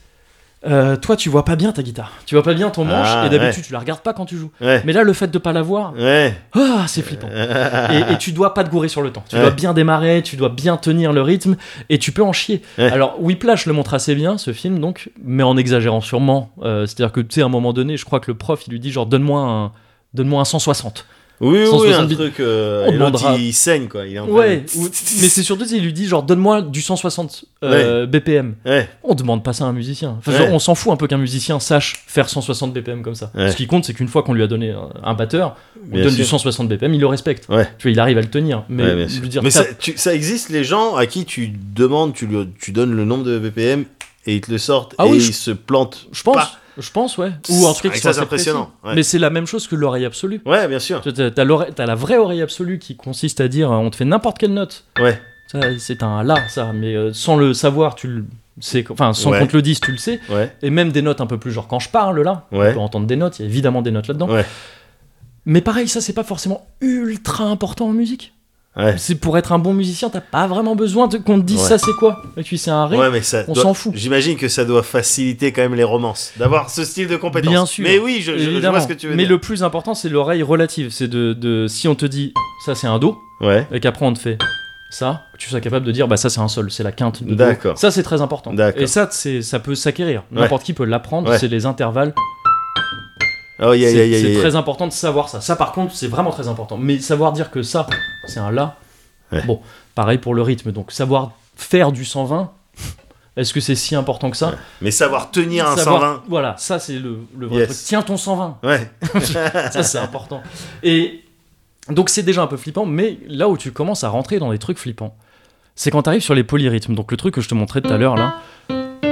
A: euh, toi, tu vois pas bien ta guitare, tu vois pas bien ton manche,
B: Ah,
A: et d'habitude tu la regardes pas quand tu joues.
B: Ouais.
A: Mais là, le fait de pas la voir,
B: Ouais.
A: ah, c'est flippant et, et tu dois pas te gourer sur le temps. Tu
B: Euh, Ouais.
A: dois bien démarrer, tu dois bien tenir le rythme et tu peux en chier.
B: Ouais.
A: Alors Whiplash le montre assez bien ce film donc, mais en exagérant sûrement. Euh, C'est-à-dire que tu sais à un moment donné, je crois que le prof il lui dit genre donne-moi un donne-moi un 160.
B: Oui, oui,
A: 160
B: un
A: bits.
B: truc. euh,
A: On
B: et l'autre,
A: demandera.
B: il saigne, quoi. Il est en train
A: Ouais,
B: de-
A: ou- mais c'est surtout il lui dit genre donne-moi du 160 euh, BPM.
B: Ouais,
A: On demande pas ça à un musicien. Enfin, genre,
B: Ouais.
A: on s'en fout un peu qu'un musicien sache faire 160 BPM comme ça.
B: Ouais.
A: Ce qui compte c'est qu'une fois qu'on lui a donné un- un batteur, on
B: bien
A: donne
B: sûr.
A: du 160 BPM, il le respecte.
B: Ouais.
A: Tu vois, il arrive à le tenir, mais
B: Ouais, bien sûr.
A: lui dire
B: Mais
A: tape-
B: ça, tu- ça existe les gens à qui tu demandes, tu, lui- tu donnes le nombre de BPM et ils te le sortent
A: Ah
B: et
A: oui,
B: ils
A: je-
B: se plantent.
A: Je pense,
B: pas.
A: je pense, ouais. Ou en tout cas,
B: Ouais,
A: qui sont
B: ça, c'est
A: assez
B: impressionnant,
A: précis.
B: ouais.
A: Mais c'est la même chose que l'oreille absolue.
B: Ouais, bien sûr.
A: Tu- T'as t'as l'oreille- t'as la vraie oreille absolue qui consiste à dire euh, on te fait n'importe quelle note.
B: Ouais.
A: Ça, C'est un la, ça, mais euh, sans le savoir, tu le sais. Enfin, sans
B: Ouais.
A: qu'on te le dise, tu le sais.
B: Ouais,
A: Et même des notes un peu plus genre quand je parle là,
B: ouais.
A: on peut entendre des notes, il y a évidemment des notes là-dedans.
B: Ouais.
A: Mais pareil, ça c'est pas forcément ultra important en musique.
B: Ouais.
A: C'est pour être un bon musicien, t'as pas vraiment besoin de- qu'on te dise
B: Ouais.
A: ça c'est quoi. Et puis c'est un ré.
B: Ouais, mais ça.
A: on
B: doit-
A: s'en fout.
B: J'imagine que ça doit faciliter quand même les romances, d'avoir ce style de compétence.
A: Bien sûr.
B: Mais oui, je, je- je
A: Évidemment.
B: vois ce que tu veux
A: Mais
B: dire.
A: le plus important, c'est l'oreille relative. C'est de, de- si on te dit ça c'est un do
B: Ouais,
A: et qu'après on te fait ça, que tu sois capable de dire bah ça c'est un sol, c'est la quinte de do.
B: D'accord.
A: Ça c'est très important.
B: D'accord.
A: Et ça c'est ça peut s'acquérir. N'importe qui peut l'apprendre.
B: Ouais.
A: C'est les intervalles.
B: oh, yeah,
A: c'est
B: yeah, yeah,
A: c'est
B: yeah,
A: très important de savoir ça. Ça par contre c'est vraiment très important. Mais savoir dire que ça c'est un la.
B: Ouais.
A: Bon, pareil pour le rythme. Donc savoir faire du 120. Est-ce que c'est si important que ça
B: Mais savoir tenir un
A: Savoir-
B: 120.
A: Voilà, ça c'est le, le vrai
B: Yes.
A: truc. Tiens ton 120.
B: Ouais,
A: Ça, c'est important. Et donc, c'est déjà un peu flippant, mais là où tu commences à rentrer dans des trucs flippants, c'est quand tu arrives sur les polyrythmes. Donc, le truc que je te montrais tout à l'heure, là,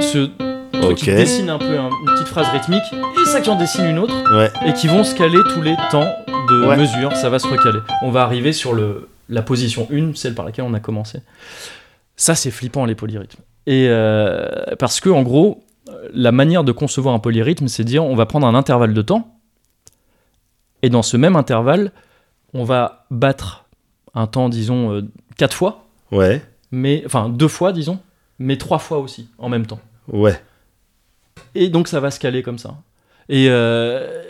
A: ce truc qui
B: Ok.
A: dessine un peu un- une petite phrase rythmique, et ça qui en dessine une autre,
B: ouais.
A: et qui vont se caler tous les temps de
B: Ouais.
A: mesure, ça va se recaler. On va arriver sur le, la position 1, celle par laquelle on a commencé. Ça, c'est flippant, les polyrythmes. Et euh, parce que, en gros, la manière de concevoir un polyrythme, c'est de dire on va prendre un intervalle de temps, et dans ce même intervalle, on va battre un temps, disons, euh, quatre fois,
B: Ouais,
A: mais, enfin deux fois, disons, mais trois fois aussi, en même temps.
B: ouais.
A: Et donc ça va se caler comme ça. Et, euh,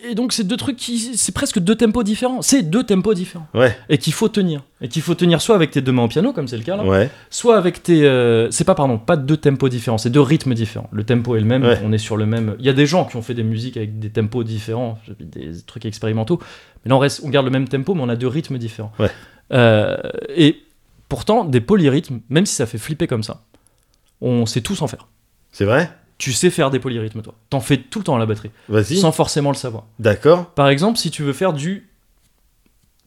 A: et donc c'est deux trucs qui. C'est presque deux tempos différents. C'est deux tempos différents.
B: Ouais.
A: Et qu'il faut tenir. Et qu'il faut tenir soit avec tes deux mains au piano, comme c'est le cas là,
B: Ouais,
A: soit avec tes. euh, c'est pas, pardon, pas deux tempos différents, c'est deux rythmes différents. Le tempo est le même,
B: Ouais.
A: on est sur le même. Il y a des gens qui ont fait des musiques avec des tempos différents, des trucs expérimentaux. Mais là on, reste, on garde le même tempo, mais on a deux rythmes différents.
B: Ouais.
A: Euh, et pourtant, des polyrythmes, même si ça fait flipper comme ça, on sait tous en faire
B: c'est vrai
A: tu sais faire des polyrythmes, toi. T'en fais tout le temps à la batterie,
B: Vas-y.
A: sans forcément le savoir.
B: D'accord.
A: Par exemple, si tu veux faire du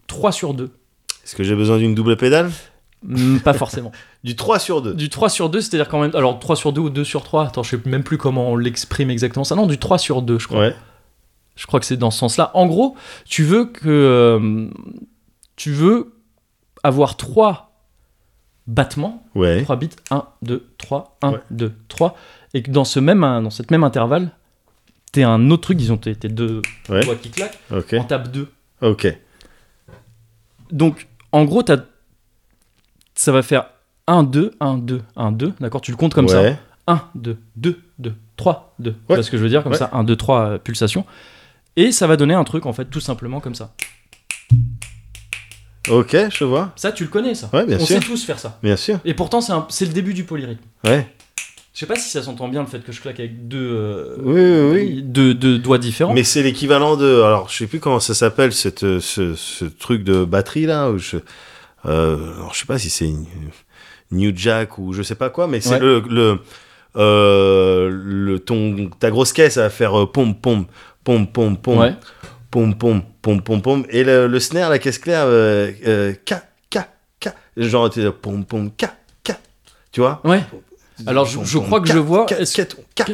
A: 3 sur 2,
B: Est-ce que j'ai besoin d'une double pédale
A: Hmm, pas forcément.
B: Du 3 sur 2.
A: Du 3 sur 2, c'est-à-dire quand même. Alors, 3 sur 2 ou 2 sur 3, attends, je sais même plus comment on l'exprime exactement ça. Non, du 3 sur 2, je crois.
B: Ouais,
A: Je crois que c'est dans ce sens-là. En gros, tu veux que. euh, tu veux avoir 3 battements
B: ouais.
A: 3 bits, 1, 2, 3, 1,
B: Ouais.
A: 2, 3, et que dans, ce même, dans cette même intervalle, t'es un autre truc, disons, t'es t'es deux
B: Ouais.
A: doigts qui claquent,
B: Ok,
A: on tape 2.
B: ok.
A: Donc, en gros, t'as- ça va faire 1, 2, 1, 2, 1, 2, d'accord Tu le comptes comme ça.
B: ouais.
A: 1, 2, 2, 2, 3, 2. Tu
B: Ouais.
A: vois ce que je veux dire Comme
B: Ouais.
A: ça, 1, 2, 3 euh, pulsations. Et ça va donner un truc, en fait, tout simplement comme ça.
B: Ok, je vois.
A: Ça, tu le connais, ça.
B: Ouais, bien
A: on
B: sûr.
A: sait tous faire ça.
B: Bien sûr.
A: Et pourtant, c'est un- c'est le début du polyrythme.
B: Ouais.
A: Je sais pas si ça s'entend bien le fait que je claque avec deux, euh,
B: Oui, oui, oui.
A: deux, deux doigts différents.
B: Mais c'est l'équivalent de. Alors, je sais plus comment ça s'appelle, cette, euh, ce, ce truc de batterie là. Où je, euh, alors, je sais pas si c'est une- New Jack ou je sais pas quoi, mais c'est
A: Ouais.
B: le. le euh, le ton ta grosse caisse à faire euh, pompe pompe pom, pom, pom,
A: Ouais.
B: pom, pom, pom, pom, pom. Et le, le snare, la caisse claire, euh, euh, ka, ka, ka. Genre, tu dis, pom, pom, ka, ka. Tu vois
A: Ouais. Alors, je-
B: Pom,
A: je
B: pom,
A: crois que
B: ka,
A: je vois.
B: ka,
A: Est-ce-
B: ka, ka.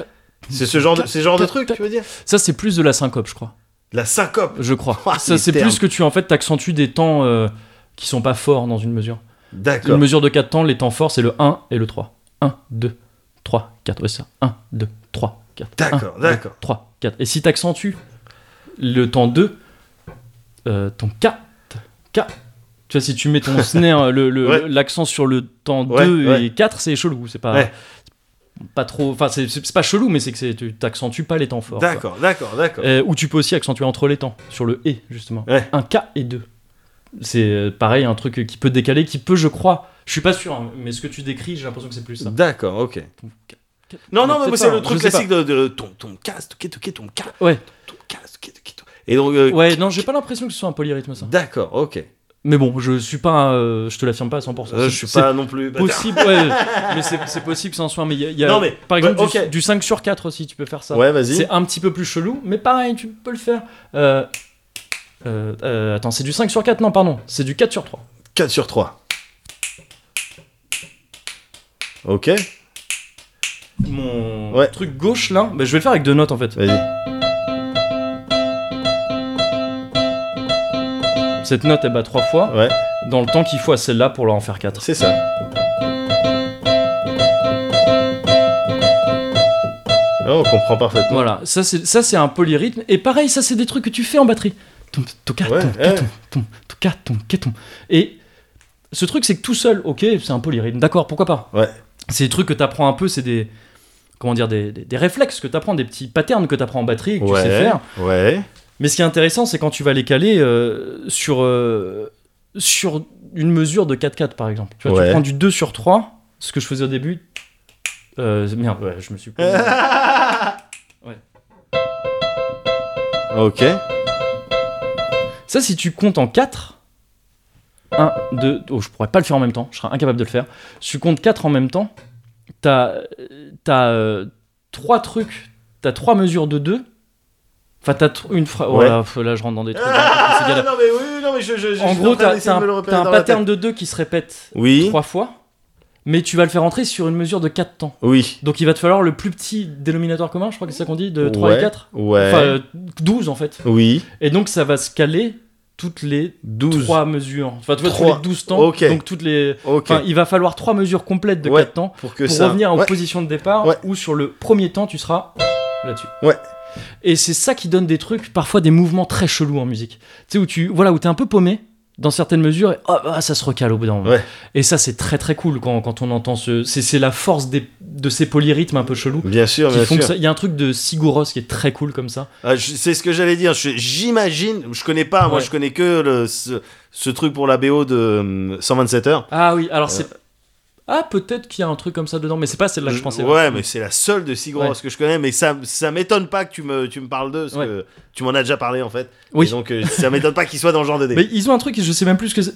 B: C'est ce genre de, ce genre de truc, tu veux dire
A: Ça, c'est plus de la syncope, je crois.
B: La syncope.
A: Je crois.
B: Ah,
A: ça,
B: les
A: c'est
B: termes.
A: plus que tu en fait t'accentues des temps euh, qui sont pas forts dans une mesure. Une
B: D'accord.
A: mesure de 4 temps, les temps forts, c'est le 1 et le 3. 1, 2, 3, 4. Ouais, c'est ça. 1, 2, 3, 4.
B: D'accord, d'accord.
A: 3, 4. Et si t'accentues le temps 2, euh, ton 4, 4. Tu vois, si tu mets ton snare, le- le-
B: Ouais.
A: l'accent sur le temps
B: Ouais,
A: 2
B: ouais.
A: et 4, c'est chelou. C'est pas,
B: Ouais.
A: c'est pas trop. Enfin, c'est- c'est c'est pas chelou, mais c'est que c'est- tu t'accentues pas les temps forts. quoi.
B: D'accord, d'accord, d'accord.
A: Euh, ou tu peux aussi accentuer entre les temps, sur le et justement.
B: Ouais.
A: Un K et deux. C'est euh, pareil, un truc qui peut décaler, qui peut, je crois, je suis pas sûr, hein, mais ce que tu décris, j'ai l'impression que c'est plus ça.
B: D'accord, ok. Non, non, mais moi, c'est le truc classique de, de ton, ton casse, toqué, toqué, ton casse,
A: Ouais.
B: ton casse, toqué, toqué, ton- Et donc, euh,
A: Ouais, non, j'ai pas l'impression que ce soit un polyrythme ça.
B: d'accord, ok.
A: Mais bon, je suis pas, euh, je te l'affirme pas à 100%.
B: Euh,
A: C'est-
B: je suis
A: c'est
B: pas non plus. bâtard.
A: possible, ouais, mais c'est c'est possible que ça en soit. Mais il y a, il y a-
B: Non, mais-
A: par exemple,
B: ouais,
A: du-
B: ok.
A: du, 5 sur 4 aussi, tu peux faire ça.
B: Ouais, vas-y.
A: c'est un petit peu plus chelou, mais pareil, tu peux le faire. Euh, euh, euh, attends, c'est du 5 sur 4, non, pardon, c'est du 4 sur 3.
B: 4 sur 3. Ok,
A: mon
B: Ouais.
A: truc gauche là, bah, je vais le faire avec deux notes en fait.
B: vas-y.
A: Cette note elle bat trois fois
B: Ouais,
A: dans le temps qu'il faut à celle-là pour leur en faire quatre.
B: c'est ça. Là, Ah, on comprend parfaitement.
A: Voilà, ça c'est ça c'est un polyrythme et pareil ça c'est des trucs que tu fais en batterie. Tom, tom, ka,
B: Ouais,
A: tom, ka,
B: ouais.
A: tom, tom, tom, ka, tom, ka, tom. Et ce truc c'est que tout seul, ok, c'est un polyrythme, d'accord, pourquoi pas.
B: Ouais.
A: C'est des trucs que t'apprends un peu, c'est des comment dire des, des- des réflexes que t'apprends, des petits patterns que t'apprends en batterie et que
B: ouais,
A: tu sais faire.
B: ouais,
A: Mais ce qui est intéressant, c'est quand tu vas les caler euh, sur, euh, sur une mesure de 4-4, par exemple. Tu, vois, tu
B: Ouais.
A: prends du 2 sur 3, ce que je faisais au début. Euh, merde, ouais, je me suis. pas-
B: ok.
A: Ça, si tu comptes en 4, 1, 2, oh, je pourrais pas le faire en même temps, je serais incapable de le faire. Si tu comptes 4 en même temps, t'as 3 trucs, t'as 3 mesures de 2. Enfin, t'as tr- une phrase.
B: Ouais.
A: là, je rentre dans des trucs. c'est
B: Ah,
A: galère.
B: non, mais oui, non, mais je. je, je
A: en
B: suis
A: gros,
B: train
A: t'as
B: d'essayer
A: t'as
B: de me le
A: un,
B: repérer
A: t'as un
B: dans la
A: pattern
B: tête.
A: de 2 qui se répète
B: Oui,
A: trois fois, mais tu vas le faire entrer sur une mesure de 4 temps.
B: oui.
A: Donc il va te falloir le plus petit dénominateur commun, je crois que c'est ça qu'on dit, de 3
B: ouais,
A: Euh, et 4.
B: Ouais.
A: Enfin, euh, 12 en fait.
B: oui,
A: Et donc ça va se caler toutes les
B: 12.
A: 3 mesures. Enfin, tu vois, tous
B: Trois.
A: les 12 temps.
B: Ok.
A: Donc toutes les.
B: ok.
A: Enfin, il va falloir 3 mesures complètes de
B: Ouais,
A: 4 temps
B: pour que
A: pour
B: ça.
A: revenir en
B: ouais.
A: position de départ
B: Ouais.
A: où sur le premier temps tu seras là-dessus.
B: Ouais.
A: Et c'est ça qui donne des trucs, parfois des mouvements très chelous en musique. Tu sais, où tu voilà, où t'es un peu paumé dans certaines mesures et oh, bah, ça se recale au bout d'un moment.
B: Ouais.
A: Et ça, c'est très très cool quand, quand on entend ce. C'est c'est la force des, de ces polyrythmes un peu chelous.
B: Bien sûr,
A: qui
B: bien
A: font que
B: sûr.
A: ça- Il y a un truc de Siguros qui est très cool comme ça.
B: Ah, je- c'est ce que j'allais dire. Je- J'imagine, je connais pas, moi
A: Ouais.
B: je connais que le- ce, ce truc pour la BO de hum, 127 heures.
A: Ah oui, alors c'est. Ah, peut-être qu'il y a un truc comme ça dedans, mais c'est pas celle-là que je
B: Je-
A: pensais. hein.
B: ouais, mais c'est la seule de Sigur
A: Ouais.
B: que je connais, mais ça, ça m'étonne pas que tu me, tu me parles d'eux, parce
A: Ouais.
B: que tu m'en as déjà parlé en fait.
A: Oui.
B: Et donc euh, ça m'étonne pas qu'ils soient dans le genre de dé.
A: Mais ils ont un truc et je sais même plus ce que c'est.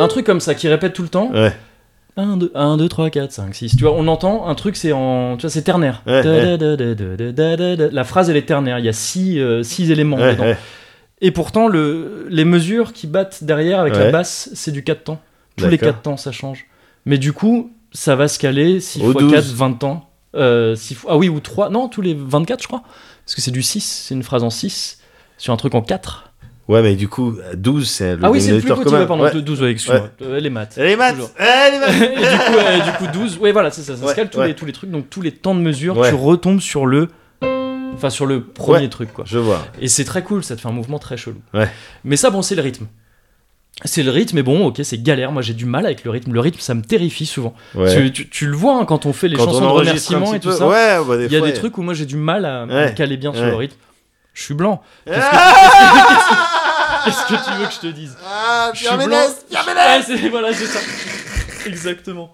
A: Un truc comme ça qui répète tout le temps.
B: Ouais.
A: 1, 2, 1, 2, 3, 4, 5, 6. Tu vois, on entend un truc, c'est en. Tu vois, c'est ternaire.
B: Ouais,
A: Da, da, da, da, da, da, da, da. La phrase, elle est ternaire. Il y a 6 éléments
B: Ouais,
A: dedans.
B: ouais.
A: Et pourtant, le, les mesures qui battent derrière avec la
B: Ouais.
A: basse, c'est du 4 temps. Tous les
B: D'accord.
A: 4 temps, ça change. Mais du coup, ça va se caler 6
B: Au
A: x
B: 12.
A: 4, 20 temps. Euh, six fois- Ah oui, ou 3. Non, tous les 24, je crois. Parce que c'est du 6, c'est une phrase en 6 sur un truc en 4.
B: Ouais, mais du coup, à 12, c'est le
A: ah oui, c'est le plus
B: dénominateur
A: petit,
B: commun.
A: ouais, pardon,
B: Ouais.
A: de 12, ouais, excuse-moi.
B: Ouais.
A: Euh, les maths.
B: Allez, Matt
A: Toujours.
B: Allez, Matt
A: et du coup, euh, du coup, 12, ouais, voilà, c'est ça, ça
B: Ouais,
A: se cale tous,
B: ouais.
A: les, tous les trucs, donc tous les temps de mesure,
B: Ouais.
A: tu retombes sur le. Enfin, sur le premier
B: Ouais.
A: truc, quoi.
B: Je vois.
A: Et c'est très cool, ça te fait un mouvement très chelou.
B: Ouais.
A: Mais ça, bon, c'est le rythme. C'est le rythme, et bon, ok, c'est galère. Moi, j'ai du mal avec le rythme. Le rythme, ça me terrifie souvent.
B: Ouais.
A: Tu, tu- tu le vois hein, quand on fait les
B: Quand
A: chansons
B: on
A: de
B: enregistre un
A: remerciements
B: petit
A: et tout
B: peu-
A: ça.
B: ouais, bah, des
A: Il y a
B: fois,
A: des trucs où moi j'ai du mal à me
B: Ouais.
A: caler bien sur
B: Ouais.
A: le rythme. Je suis blanc. Qu'est-ce que, qu'est-ce que tu veux que je te dise
B: Ah,
A: Je suis
B: Pierre
A: blanc.
B: Ménès
A: Ouais, c'est- Voilà, c'est ça. Exactement.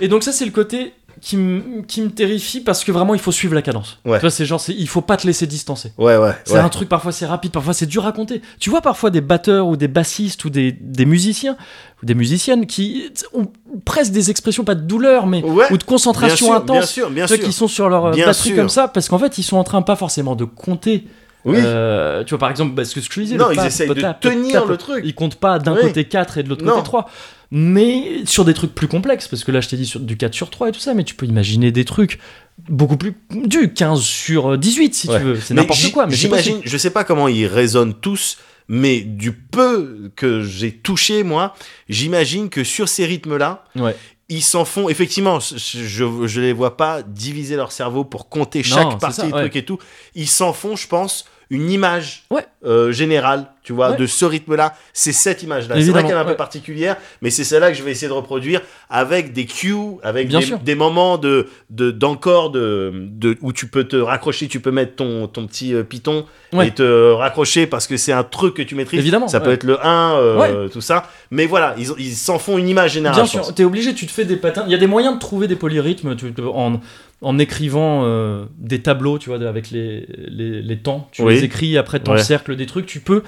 A: Et donc ça, c'est le côté qui me qui me terrifie parce que vraiment il faut suivre la cadence.
B: Ouais.
A: Tu vois, c'est genre, c'est- il faut pas te laisser distancer.
B: Ouais, ouais.
A: C'est un truc, parfois c'est rapide, parfois c'est dur à compter. Tu vois parfois des batteurs ou des bassistes ou des, des musiciens ou des musiciennes qui ont presque des expressions, pas de douleur, mais
B: Ouais.
A: ou de
B: bien
A: concentration
B: sûr, bien
A: intense.
B: sûr, bien
A: Ceux
B: sûr.
A: qui sont sur leur euh,
B: Bien
A: batterie
B: sûr.
A: comme ça, parce qu'en fait ils sont en train pas forcément de compter.
B: Oui.
A: Euh, tu vois par exemple, parce que ce que je disais,
B: non,
A: le
B: ils
A: pa-
B: essayent de
A: pota-
B: tenir
A: pota-
B: le truc.
A: ils comptent pas d'un
B: Oui.
A: côté 4 et de l'autre côté
B: Non.
A: 3. Mais sur des trucs plus complexes, parce que là je t'ai dit sur, du 4 sur 3 et tout ça, mais tu peux imaginer des trucs beaucoup plus du 15 sur 18 si
B: Ouais.
A: tu veux. C'est
B: Mais
A: n'importe
B: j-
A: quoi. Mais c'est possible.
B: j'imagine, je sais pas comment ils résonnent tous, mais du peu que j'ai touché moi, j'imagine que sur ces rythmes-là,
A: Ouais.
B: ils s'en font effectivement. Je, je, je les vois pas diviser leur cerveau pour compter
A: Non, c'est
B: chaque partie
A: ça,
B: du
A: ouais.
B: truc et tout. Ils s'en font, je pense, une image
A: Ouais.
B: euh, générale, tu vois,
A: Ouais.
B: de ce rythme-là. C'est cette image-là. C'est vrai
A: Évidemment,
B: qu'elle est un
A: ouais.
B: peu particulière, mais c'est celle-là que je vais essayer de reproduire avec des cues, avec
A: Bien
B: des,
A: sûr.
B: des moments de de- d'encore de, de, où tu peux te raccrocher, tu peux mettre ton ton petit euh, piton
A: Ouais.
B: et te raccrocher parce que c'est un truc que tu maîtrises.
A: Évidemment,
B: ça peut
A: ouais.
B: être le 1, euh, tout ça. Mais voilà, ils ont- ils s'en font une image générale.
A: Bien
B: je pense.
A: sûr, t'es obligé, tu te fais des patins. Il y a des moyens de trouver des polyrythmes tu- tu- en, en écrivant euh, des tableaux, tu vois, avec les, les, les temps. Tu
B: Oui.
A: les écris après ton
B: Ouais.
A: cercle des trucs. Tu peux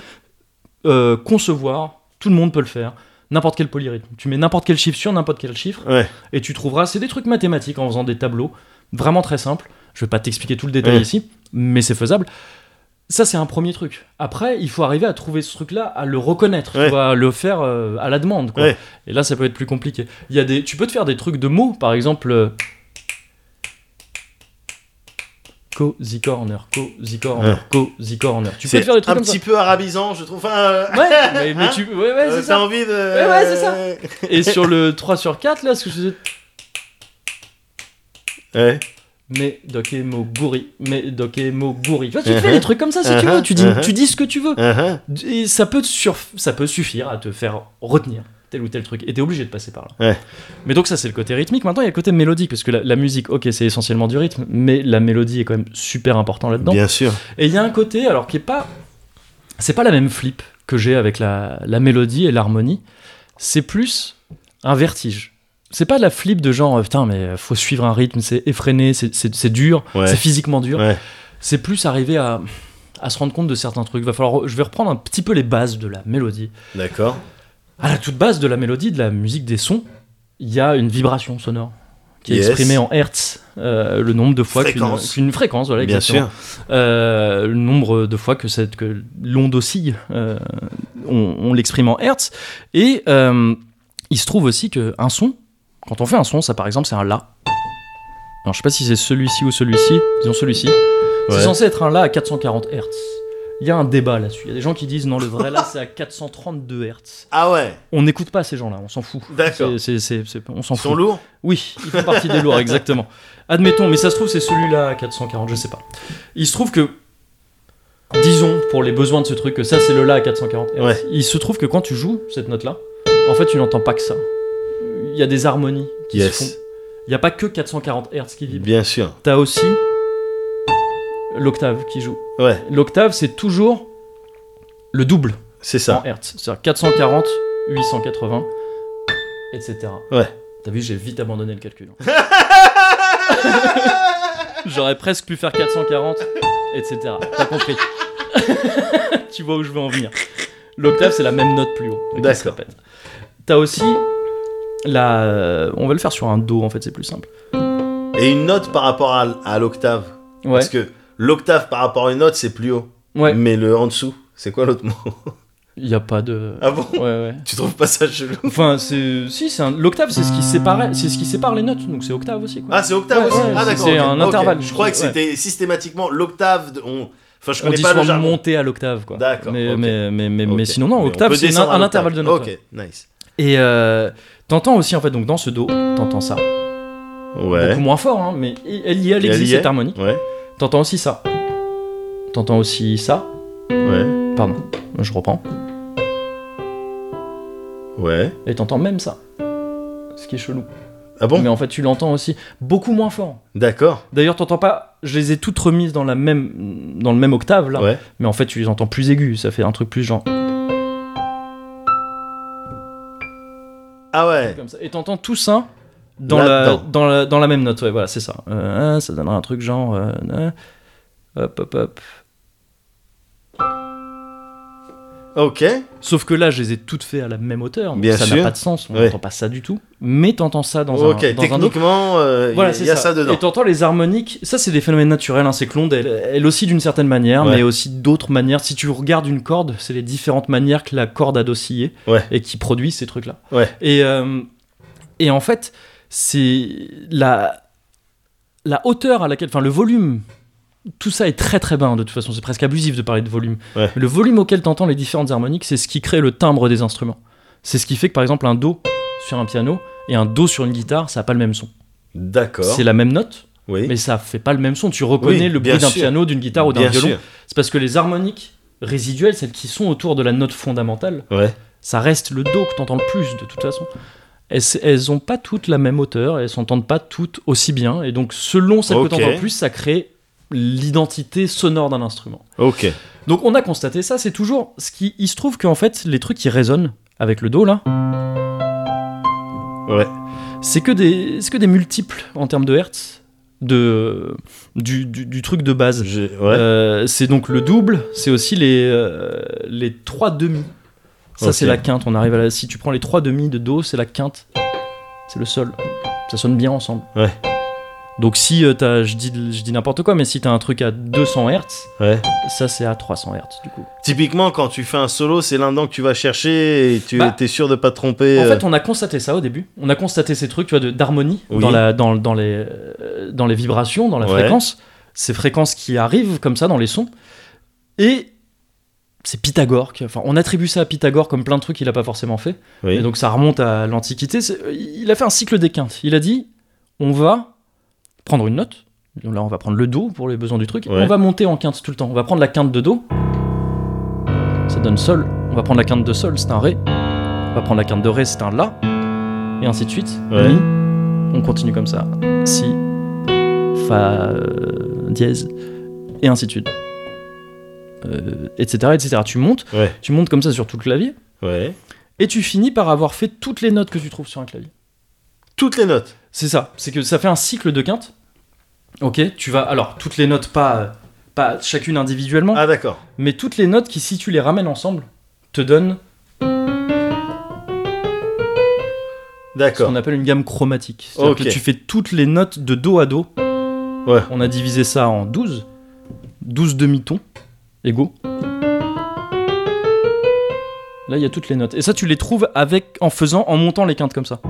A: euh, concevoir, tout le monde peut le faire, n'importe quel polyrythme. Tu mets n'importe quel chiffre sur n'importe quel chiffre
B: Ouais.
A: et tu trouveras. C'est des trucs mathématiques en faisant des tableaux, vraiment très simples. Je vais pas t'expliquer tout le détail
B: Ouais.
A: ici, mais c'est faisable. Ça, c'est un premier truc. Après, il faut arriver à trouver ce truc-là, à le reconnaître, tu
B: Ouais.
A: vois, à le faire euh, à la demande. Quoi.
B: Ouais.
A: Et là, ça peut être plus compliqué. Il y a des, tu peux te faire des trucs de mots, par exemple. euh, Cozy corner, cozy corner,
B: Ouais.
A: cozy corner. Tu peux
B: C'est
A: te faire des trucs
B: un
A: comme
B: petit peu arabisant, je trouve. Enfin, euh,
A: ça. Ouais, mais, mais
B: Hein
A: tu. Ouais, ouais,
B: euh,
A: c'est
B: t'as
A: ça.
B: envie de.
A: Ouais, ouais, c'est ça. Et sur le 3 sur 4, là, ce que je disais.
B: Ouais.
A: Mais Dokemo Gouri, mais Dokemo Gouri. Tu vois, tu te fais
B: Mhm.
A: des trucs comme ça si tu
B: Mhm.
A: veux. Tu dis,
B: Mhm.
A: tu dis ce que tu veux.
B: Uh-huh.
A: Et ça peut, te sur... ça peut suffire à te faire retenir tel ou tel truc. Et t'es obligé de passer par là.
B: Ouais.
A: Mais donc ça, c'est le côté rythmique. Maintenant, il y a le côté mélodique. Parce que la, la musique, ok, c'est essentiellement du rythme. Mais la mélodie est quand même super important là-dedans.
B: Bien sûr.
A: Et il y a un côté, alors qui est pas. C'est pas la même flip que j'ai avec la, la mélodie et l'harmonie. C'est plus un vertige. C'est pas de la flip de genre, euh, putain, mais faut suivre un rythme, c'est effréné, c'est- c'est c'est dur,
B: Ouais.
A: c'est physiquement dur.
B: Ouais.
A: C'est plus arriver à, à se rendre compte de certains trucs. Va falloir, je vais reprendre un petit peu les bases de la mélodie.
B: D'accord.
A: À la toute base de la mélodie, de la musique des sons, il y a une vibration sonore qui est
B: Yes.
A: exprimée en hertz, euh, le nombre de fois qu'une
B: Fréquence.
A: qu'une fréquence, voilà,
B: Bien
A: exactement.
B: sûr.
A: Euh, le nombre de fois que, cette- que l'onde oscille, euh, on, on l'exprime en hertz. Et euh, il se trouve aussi qu'un son, quand on fait un son, ça par exemple c'est un La. Alors je sais pas si c'est celui-ci ou celui-ci, disons celui-ci.
B: Ouais.
A: C'est censé être un La à 440 hertz. Il y a un débat là-dessus. Il y a des gens qui disent non, le vrai La c'est à 432 hertz.
B: Ah ouais.
A: On n'écoute pas ces gens-là, on s'en fout.
B: D'accord.
A: C'est- c'est- c'est- c'est- on s'en
B: Ils
A: fout.
B: sont lourds.
A: Oui, ils font partie des lourds, exactement. Admettons, mais ça se trouve, c'est celui-là à 440, je sais pas. Il se trouve que, disons, pour les besoins de ce truc, que ça c'est le là à 440. Hz.
B: Ouais.
A: Il se trouve que quand tu joues cette note-là, en fait, tu n'entends pas que ça. Il y a des harmonies qui
B: Yes.
A: se font. Il n'y a pas que 440 Hz qui vibre.
B: Bien sûr.
A: T'as aussi l'octave qui joue.
B: Ouais.
A: L'octave, c'est toujours le double
B: C'est ça.
A: en Hertz. C'est-à-dire 440, 880, etc.
B: Ouais.
A: T'as vu, j'ai vite abandonné le calcul. hein. J'aurais presque pu faire 440, etc. T'as compris. tu vois où je veux en venir. L'octave, c'est la même note plus haut. qui se
B: D'accord.
A: répète. T'as aussi la. On va le faire sur un Do, en fait, c'est plus simple.
B: Et une note par rapport à, à l'octave.
A: Ouais.
B: Parce que l'octave par rapport à une note, c'est plus haut.
A: Ouais.
B: Mais le en dessous, c'est quoi l'autre mot
A: Il n'y a pas de.
B: Ah bon
A: Ouais, ouais.
B: Tu trouves pas ça chelou
A: Enfin, c'est. Si, c'est un... l'octave, c'est ce, qui séparait... c'est ce qui sépare les notes, donc c'est octave aussi, quoi.
B: Ah, c'est octave
A: Ouais,
B: aussi
A: ouais,
B: Ah,
A: c'est-
B: d'accord.
A: c'est
B: ok.
A: un
B: Ok.
A: intervalle.
B: Je crois que
A: Ouais.
B: c'était systématiquement l'octave. de- on- Enfin, je
A: On
B: connais
A: dit
B: pas le
A: soit
B: jargon.
A: monter à l'octave, quoi.
B: D'accord,
A: Mais,
B: ok.
A: mais, mais, mais,
B: Ok.
A: mais sinon, non,
B: Mais on
A: octave,
B: peut
A: c'est un,
B: descendre à
A: un
B: l'octave.
A: intervalle de note. hein.
B: Ok, nice.
A: Et euh, t'entends aussi, en fait, donc dans ce Do, t'entends ça.
B: Ouais.
A: Beaucoup moins fort, hein, mais elle y est, elle
B: Elle y
A: existe,
B: est.
A: cette harmonie.
B: Ouais,
A: T'entends aussi ça. T'entends aussi ça.
B: ouais,
A: Pardon, je reprends.
B: ouais.
A: Et t'entends même ça. Ce qui est chelou.
B: Ah bon
A: Mais en fait, tu l'entends aussi beaucoup moins fort.
B: D'accord.
A: D'ailleurs, t'entends pas. Je les ai toutes remises dans la même, dans le même octave là.
B: Ouais.
A: Mais en fait, tu les entends plus aigus. Ça fait un truc plus genre.
B: Ah ouais. Ah
A: comme ça. Et t'entends tout ça dans la,
B: Là-dedans.
A: dans, la, dans la même note, ouais, voilà, c'est ça. Euh, hein, ça donnera un truc genre. euh, euh, hop, hop, hop.
B: Ok.
A: Sauf que là, je les ai toutes fait à la même hauteur. donc
B: Bien
A: ça
B: sûr.
A: n'a pas de sens. On
B: Ouais.
A: n'entend pas ça du tout. Mais t'entends ça dans
B: ok,
A: un dans un autre.
B: techniquement, euh, il
A: Voilà,
B: y,
A: c'est
B: a ça, dedans.
A: Et t'entends les harmoniques. Ça, c'est des phénomènes naturels. Hein. C'est que l'onde, elle, elle aussi d'une certaine manière,
B: Ouais.
A: mais aussi d'autres manières. Si tu regardes une corde, c'est les différentes manières que la corde a d'osciller
B: Ouais.
A: et qui produit ces trucs-là.
B: Ouais.
A: Et, euh, et en fait, c'est la, la hauteur à laquelle. Enfin, le volume. Tout ça est très très bas hein, de toute façon, c'est presque abusif de parler de volume.
B: Ouais.
A: Mais Le volume auquel t'entends les différentes harmoniques, c'est ce qui crée le timbre des instruments. C'est ce qui fait que par exemple un Do sur un piano et un Do sur une guitare, ça n'a pas le même son.
B: D'accord.
A: C'est la même note,
B: Oui.
A: mais ça fait pas le même son. Tu reconnais
B: Oui,
A: le
B: bien
A: bruit d'un
B: sûr.
A: piano, d'une guitare ou d'un
B: Bien
A: violon.
B: sûr.
A: C'est parce que les harmoniques résiduelles, celles qui sont autour de la note fondamentale,
B: Ouais.
A: ça reste le do que t'entends le plus de toute façon. Elles, elles ont pas toutes la même hauteur, elles s'entendent pas toutes aussi bien, et donc selon celle
B: Ok.
A: que t'entends le plus, ça crée l'identité sonore d'un instrument.
B: Ok.
A: Donc on a constaté ça, c'est toujours ce qui. Il se trouve qu'en fait, les trucs qui résonnent avec le do là,
B: Ouais.
A: c'est que des, c'est que des multiples en termes de hertz de du, du- du truc de base.
B: Je- ouais.
A: Euh, c'est donc le double, c'est aussi les, euh, les trois demi. Ça,
B: Ok.
A: c'est la quinte. On arrive à la... Si tu prends les trois demi de Do, c'est la quinte. C'est le sol. Ça sonne bien ensemble.
B: Ouais.
A: Donc, si euh, t'as- je dis, je dis n'importe quoi, mais si t'as un truc à 200 Hz,
B: ouais.
A: ça, c'est à 300 Hz du coup.
B: Typiquement, quand tu fais un solo, c'est l'un dedans que tu vas chercher et tu
A: Bah,
B: es sûr de pas te tromper.
A: En
B: euh,
A: fait, on a constaté ça au début. On a constaté ces trucs, tu vois, de- d'harmonie
B: Oui.
A: dans, la- dans, dans les, euh, dans les vibrations, dans la
B: Ouais.
A: fréquence. Ces fréquences qui arrivent comme ça dans les sons. Et c'est Pythagore. qui- Enfin, on attribue ça à Pythagore comme plein de trucs qu'il n'a pas forcément fait.
B: oui.
A: Et donc ça remonte à l'Antiquité. C'est- Il a fait un cycle des quintes. Il a dit on va prendre une note. Donc Là, on va prendre le Do pour les besoins du truc.
B: Ouais.
A: On va monter en quinte tout le temps. On va prendre la quinte de Do. Ça donne Sol. On va prendre la quinte de Sol, c'est un Ré. On va prendre la quinte de Ré, c'est un La. Et ainsi de suite.
B: Ouais.
A: Mi. On continue comme ça. Si. Fa. euh, dièse. Et ainsi de suite. Euh, etc., etc. Tu montes.
B: Ouais.
A: Tu montes comme ça sur tout le clavier.
B: Ouais.
A: Et tu finis par avoir fait toutes les notes que tu trouves sur un clavier.
B: Toutes les notes.
A: C'est ça, c'est que ça fait un cycle de quintes. Ok, tu vas. Alors, toutes les notes, pas, euh, pas chacune individuellement,
B: Ah, d'accord.
A: mais toutes les notes qui, si tu les ramènes ensemble, te donnent ce
B: D'accord.
A: qu'on appelle une gamme chromatique. C'est-à-dire
B: Ok.
A: que tu fais toutes les notes de Do à Do.
B: Ouais.
A: On a divisé ça en 12. 12 demi-tons égaux. Là, il y a toutes les notes. Et ça, tu les trouves avec, en faisant, en montant les quintes comme ça.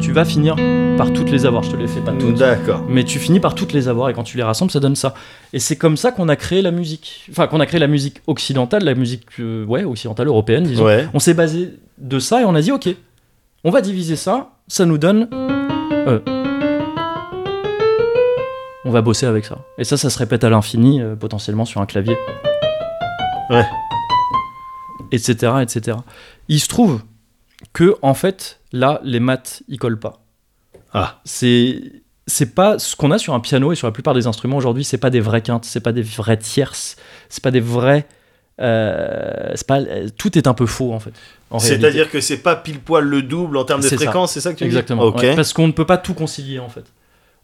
A: Tu vas finir par toutes les avoir. Je te les fais pas toutes.
B: D'accord.
A: Mais tu finis par toutes les avoir et quand tu les rassembles, ça donne ça. Et c'est comme ça qu'on a créé la musique. Enfin, qu'on a créé la musique occidentale, la musique euh, ouais, occidentale européenne, disons.
B: Ouais.
A: On s'est basé de ça et on a dit ok, on va diviser ça, ça nous donne. euh, on va bosser avec ça. Et ça, ça se répète à l'infini, euh, potentiellement sur un clavier.
B: Ouais.
A: Etc. etc. Il se trouve que, en fait, là, les maths, ils collent pas.
B: Ah.
A: C'est. C'est pas ce qu'on a sur un piano et sur la plupart des instruments aujourd'hui, c'est pas des vraies quintes, c'est pas des vraies tierces, c'est pas des vrais. euh, c'est pas, euh, tout est un peu faux en fait. en réalité.
B: C'est-à-dire que c'est pas pile poil le double en termes de
A: C'est ça.
B: fréquence, c'est ça que tu dis
A: Exactement.
B: Ok.
A: ouais, parce qu'on ne peut pas tout concilier en fait.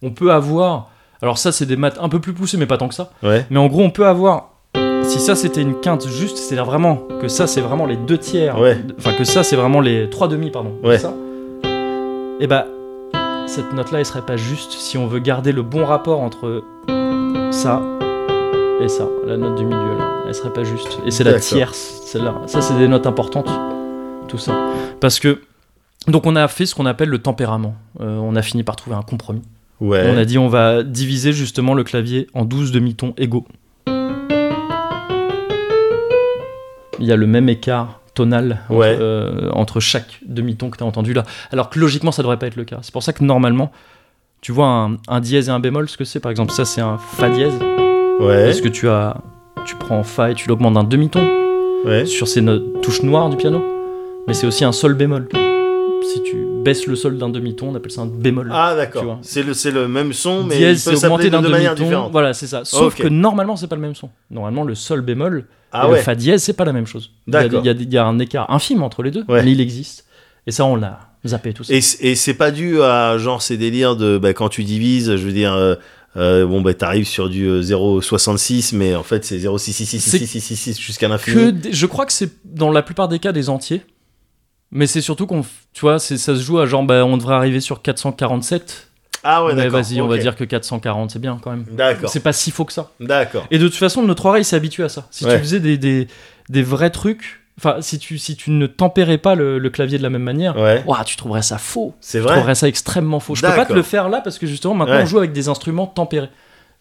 A: On peut avoir. Alors ça, c'est des maths un peu plus poussées, mais pas tant que ça.
B: Ouais.
A: Mais en gros, on peut avoir. Si ça c'était une quinte juste, c'est-à-dire vraiment que ça c'est vraiment les deux tiers,
B: Ouais.
A: enfin que ça c'est vraiment les trois demi, pardon,
B: Ouais.
A: ça, et bah cette note là elle serait pas juste si on veut garder le bon rapport entre ça et ça, la note du milieu là, elle serait pas juste. Et c'est la
B: D'accord.
A: tierce, celle-là, ça c'est des notes importantes, tout ça. Parce que, donc on a fait ce qu'on appelle le tempérament, Euh, on a fini par trouver un compromis.
B: Ouais.
A: On a dit on va diviser justement le clavier en 12 demi-tons égaux. Il y a le même écart tonal entre,
B: Ouais.
A: euh, entre chaque demi-ton que tu as entendu là. Alors que logiquement, ça devrait pas être le cas. C'est pour ça que normalement, tu vois un, un dièse et un bémol, ce que c'est par exemple, ça c'est un fa dièse.
B: Ouais.
A: Est-ce que tu as tu prends fa et tu l'augmentes d'un demi-ton
B: Ouais.
A: sur ces notes- touches noires du piano Mais c'est aussi un sol bémol. Si tu baisses le sol d'un demi-ton, on appelle ça un bémol
B: Ah,
A: Tu vois.
B: d'accord. C'est le, c'est le même son, mais
A: dièse,
B: il peut
A: c'est augmenté
B: s'appeler
A: d'un
B: de manière
A: demi-ton.
B: différente.
A: Voilà, c'est ça. Sauf
B: Ok.
A: que normalement, c'est pas le même son. Normalement, le sol bémol et
B: Ah
A: le
B: ouais.
A: fa dièse, c'est pas la même chose. Il y a-
B: D'accord.
A: Il y, a- il y a un écart infime entre les deux,
B: Ouais.
A: mais il existe. Et ça, on l'a zapper tout ça.
B: Et, c- et c'est pas dû à genre ces délires de bah, quand tu divises, je veux dire, euh, euh, bon bah t'arrives sur du euh, 0,66, mais en fait c'est 0,6666666 jusqu'à
A: que
B: l'infini.
A: des- je crois que c'est dans la plupart des cas des entiers mais c'est surtout qu'on f- tu vois c'est ça se joue à genre bah, on devrait arriver sur 447
B: Ah ouais,
A: mais
B: d'accord.
A: vas-y on va
B: ok.
A: dire que 440 c'est bien quand même
B: D'accord.
A: c'est pas si faux que ça
B: D'accord.
A: et de toute façon notre oreille s'est habituée à ça si
B: Ouais.
A: tu faisais des, des, des vrais trucs enfin si tu si tu ne tempérais pas le, le clavier de la même manière
B: Ouais.
A: ouah, tu trouverais ça faux
B: C'est
A: je
B: vrai.
A: trouverais ça extrêmement faux je peux pas te
B: D'accord.
A: le faire là parce que justement maintenant
B: Ouais.
A: on joue avec des instruments tempérés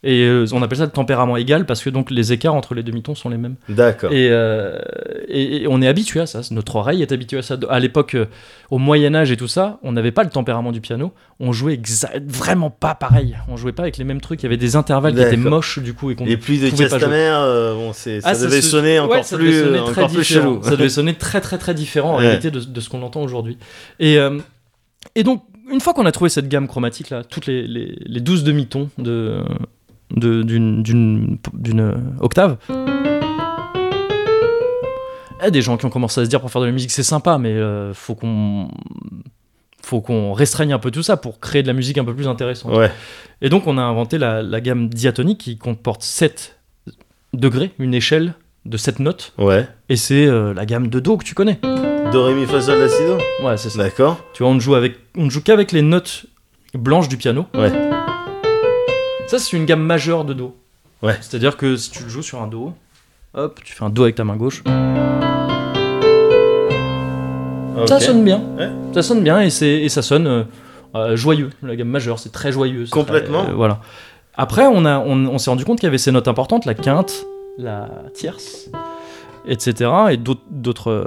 A: et euh, on appelle ça le tempérament égal parce que donc les écarts entre les demi-tons sont les mêmes
B: D'accord.
A: et, euh, et- et on est habitué à ça. Notre oreille est habituée à ça. À l'époque, euh, au Moyen Âge et tout ça, on n'avait pas le tempérament du piano. On jouait exa- vraiment pas pareil. On jouait pas avec les mêmes trucs. Il y avait des intervalles qui étaient
B: D'accord.
A: moches du coup et qu'on
B: Les pluies de
A: pouvait pas
B: Castaner, euh, bon, c'est, ça
A: Ah,
B: devait
A: se-
B: sonner
A: ouais,
B: encore
A: ça devait
B: plus,
A: sonner
B: euh,
A: très
B: encore plus
A: différent.
B: chelou.
A: Ça devait sonner très très très différent en
B: Ouais.
A: réalité de, de ce qu'on entend aujourd'hui. Et, euh, et donc, une fois qu'on a trouvé cette gamme chromatique là, toutes les, les, les 12 demi-tons de, de- d'une, d'une, d'une, euh, octave. Il y a des gens qui ont commencé à se dire pour faire de la musique c'est sympa, mais euh, faut qu'on faut qu'on restreigne un peu tout ça pour créer de la musique un peu plus intéressante.
B: Ouais.
A: Et donc on a inventé la, la gamme diatonique qui comporte 7 degrés, une échelle de 7 notes,
B: Ouais.
A: et c'est euh, la gamme de Do que tu connais.
B: Do, ré, mi, fa, sol, la, si, do.
A: Ouais, c'est ça.
B: D'accord.
A: Tu vois, on ne joue, avec, on ne joue qu'avec les notes blanches du piano.
B: Ouais.
A: Ça, c'est une gamme majeure de Do.
B: Ouais.
A: C'est-à-dire que si tu le joues sur un Do, hop, tu fais un Do avec ta main gauche. Ça
B: Ok.
A: sonne bien.
B: Ouais.
A: Ça sonne bien et, c'est, et ça sonne euh, euh, joyeux. La gamme majeure, c'est très joyeux. c'est
B: Complètement.
A: très- euh, voilà. Après, on, a, on, on s'est rendu compte qu'il y avait ces notes importantes, la quinte, la tierce, etc. Et d'autres. d'autres, euh,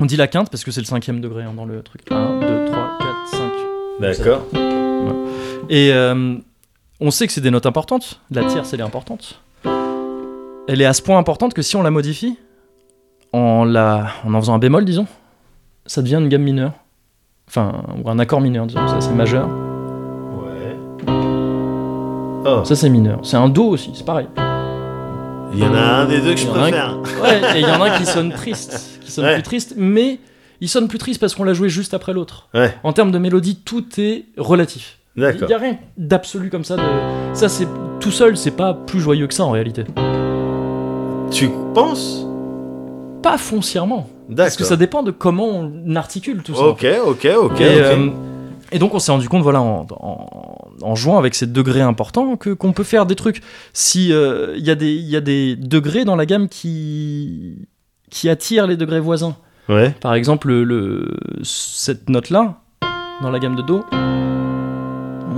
A: on dit la quinte parce que c'est le cinquième degré hein, dans le truc. 1, 2, 3, 4, 5.
B: D'accord.
A: Et euh, on sait que c'est des notes importantes. La tierce, elle est importante. Elle est à ce point importante que si on la modifie, en, la, en en faisant un bémol, disons, ça devient une gamme mineure. Enfin, ou un accord mineur, disons. Ça, c'est majeur.
B: Ouais. Oh,
A: Ça, c'est mineur. C'est un Do aussi, c'est pareil.
B: il y en a un des deux que je
A: Il y en a un-
B: préfère.
A: Ouais, et il y en a un qui sonne triste. Qui sonne
B: Ouais.
A: plus triste, mais il sonne plus triste parce qu'on l'a joué juste après l'autre.
B: Ouais.
A: En termes de mélodie, tout est relatif. Il
B: D'accord.
A: n'y a rien d'absolu comme ça. De... Ça, c'est tout seul, c'est pas plus joyeux que ça en réalité.
B: Tu penses
A: Pas foncièrement.
B: D'accord.
A: Parce que ça dépend de comment on articule tout ça.
B: Ok, ok, ok.
A: et,
B: ok.
A: euh, et donc on s'est rendu compte, voilà, en, en- en jouant avec ces degrés importants, que qu'on peut faire des trucs. Si euh, il y, a des- il y a des degrés dans la gamme qui qui attirent les degrés voisins.
B: Ouais.
A: Par exemple, le, le- cette note là dans la gamme de do,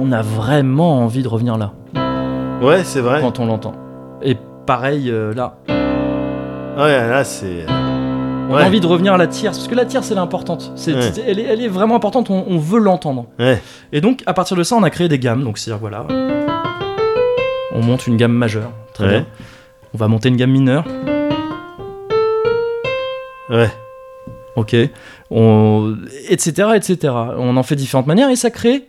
A: on a vraiment envie de revenir là
B: Ouais, c'est vrai. Ouais,
A: quand on l'entend. Et pareil euh, là,
B: Oh là, c'est. euh,
A: on
B: Ouais.
A: a envie de revenir à la tierce parce que la tierce elle est importante. C'est-
B: Ouais.
A: c'est- elle, est, elle est vraiment importante. On, on veut l'entendre.
B: Ouais.
A: Et donc, à partir de ça, on a créé des gammes. Donc, c'est-à-dire, voilà, on monte une gamme majeure. Très
B: Ouais.
A: bien. On va monter une gamme mineure.
B: Ouais.
A: Ok. On... Etc. Etc. On en fait différentes manières et ça crée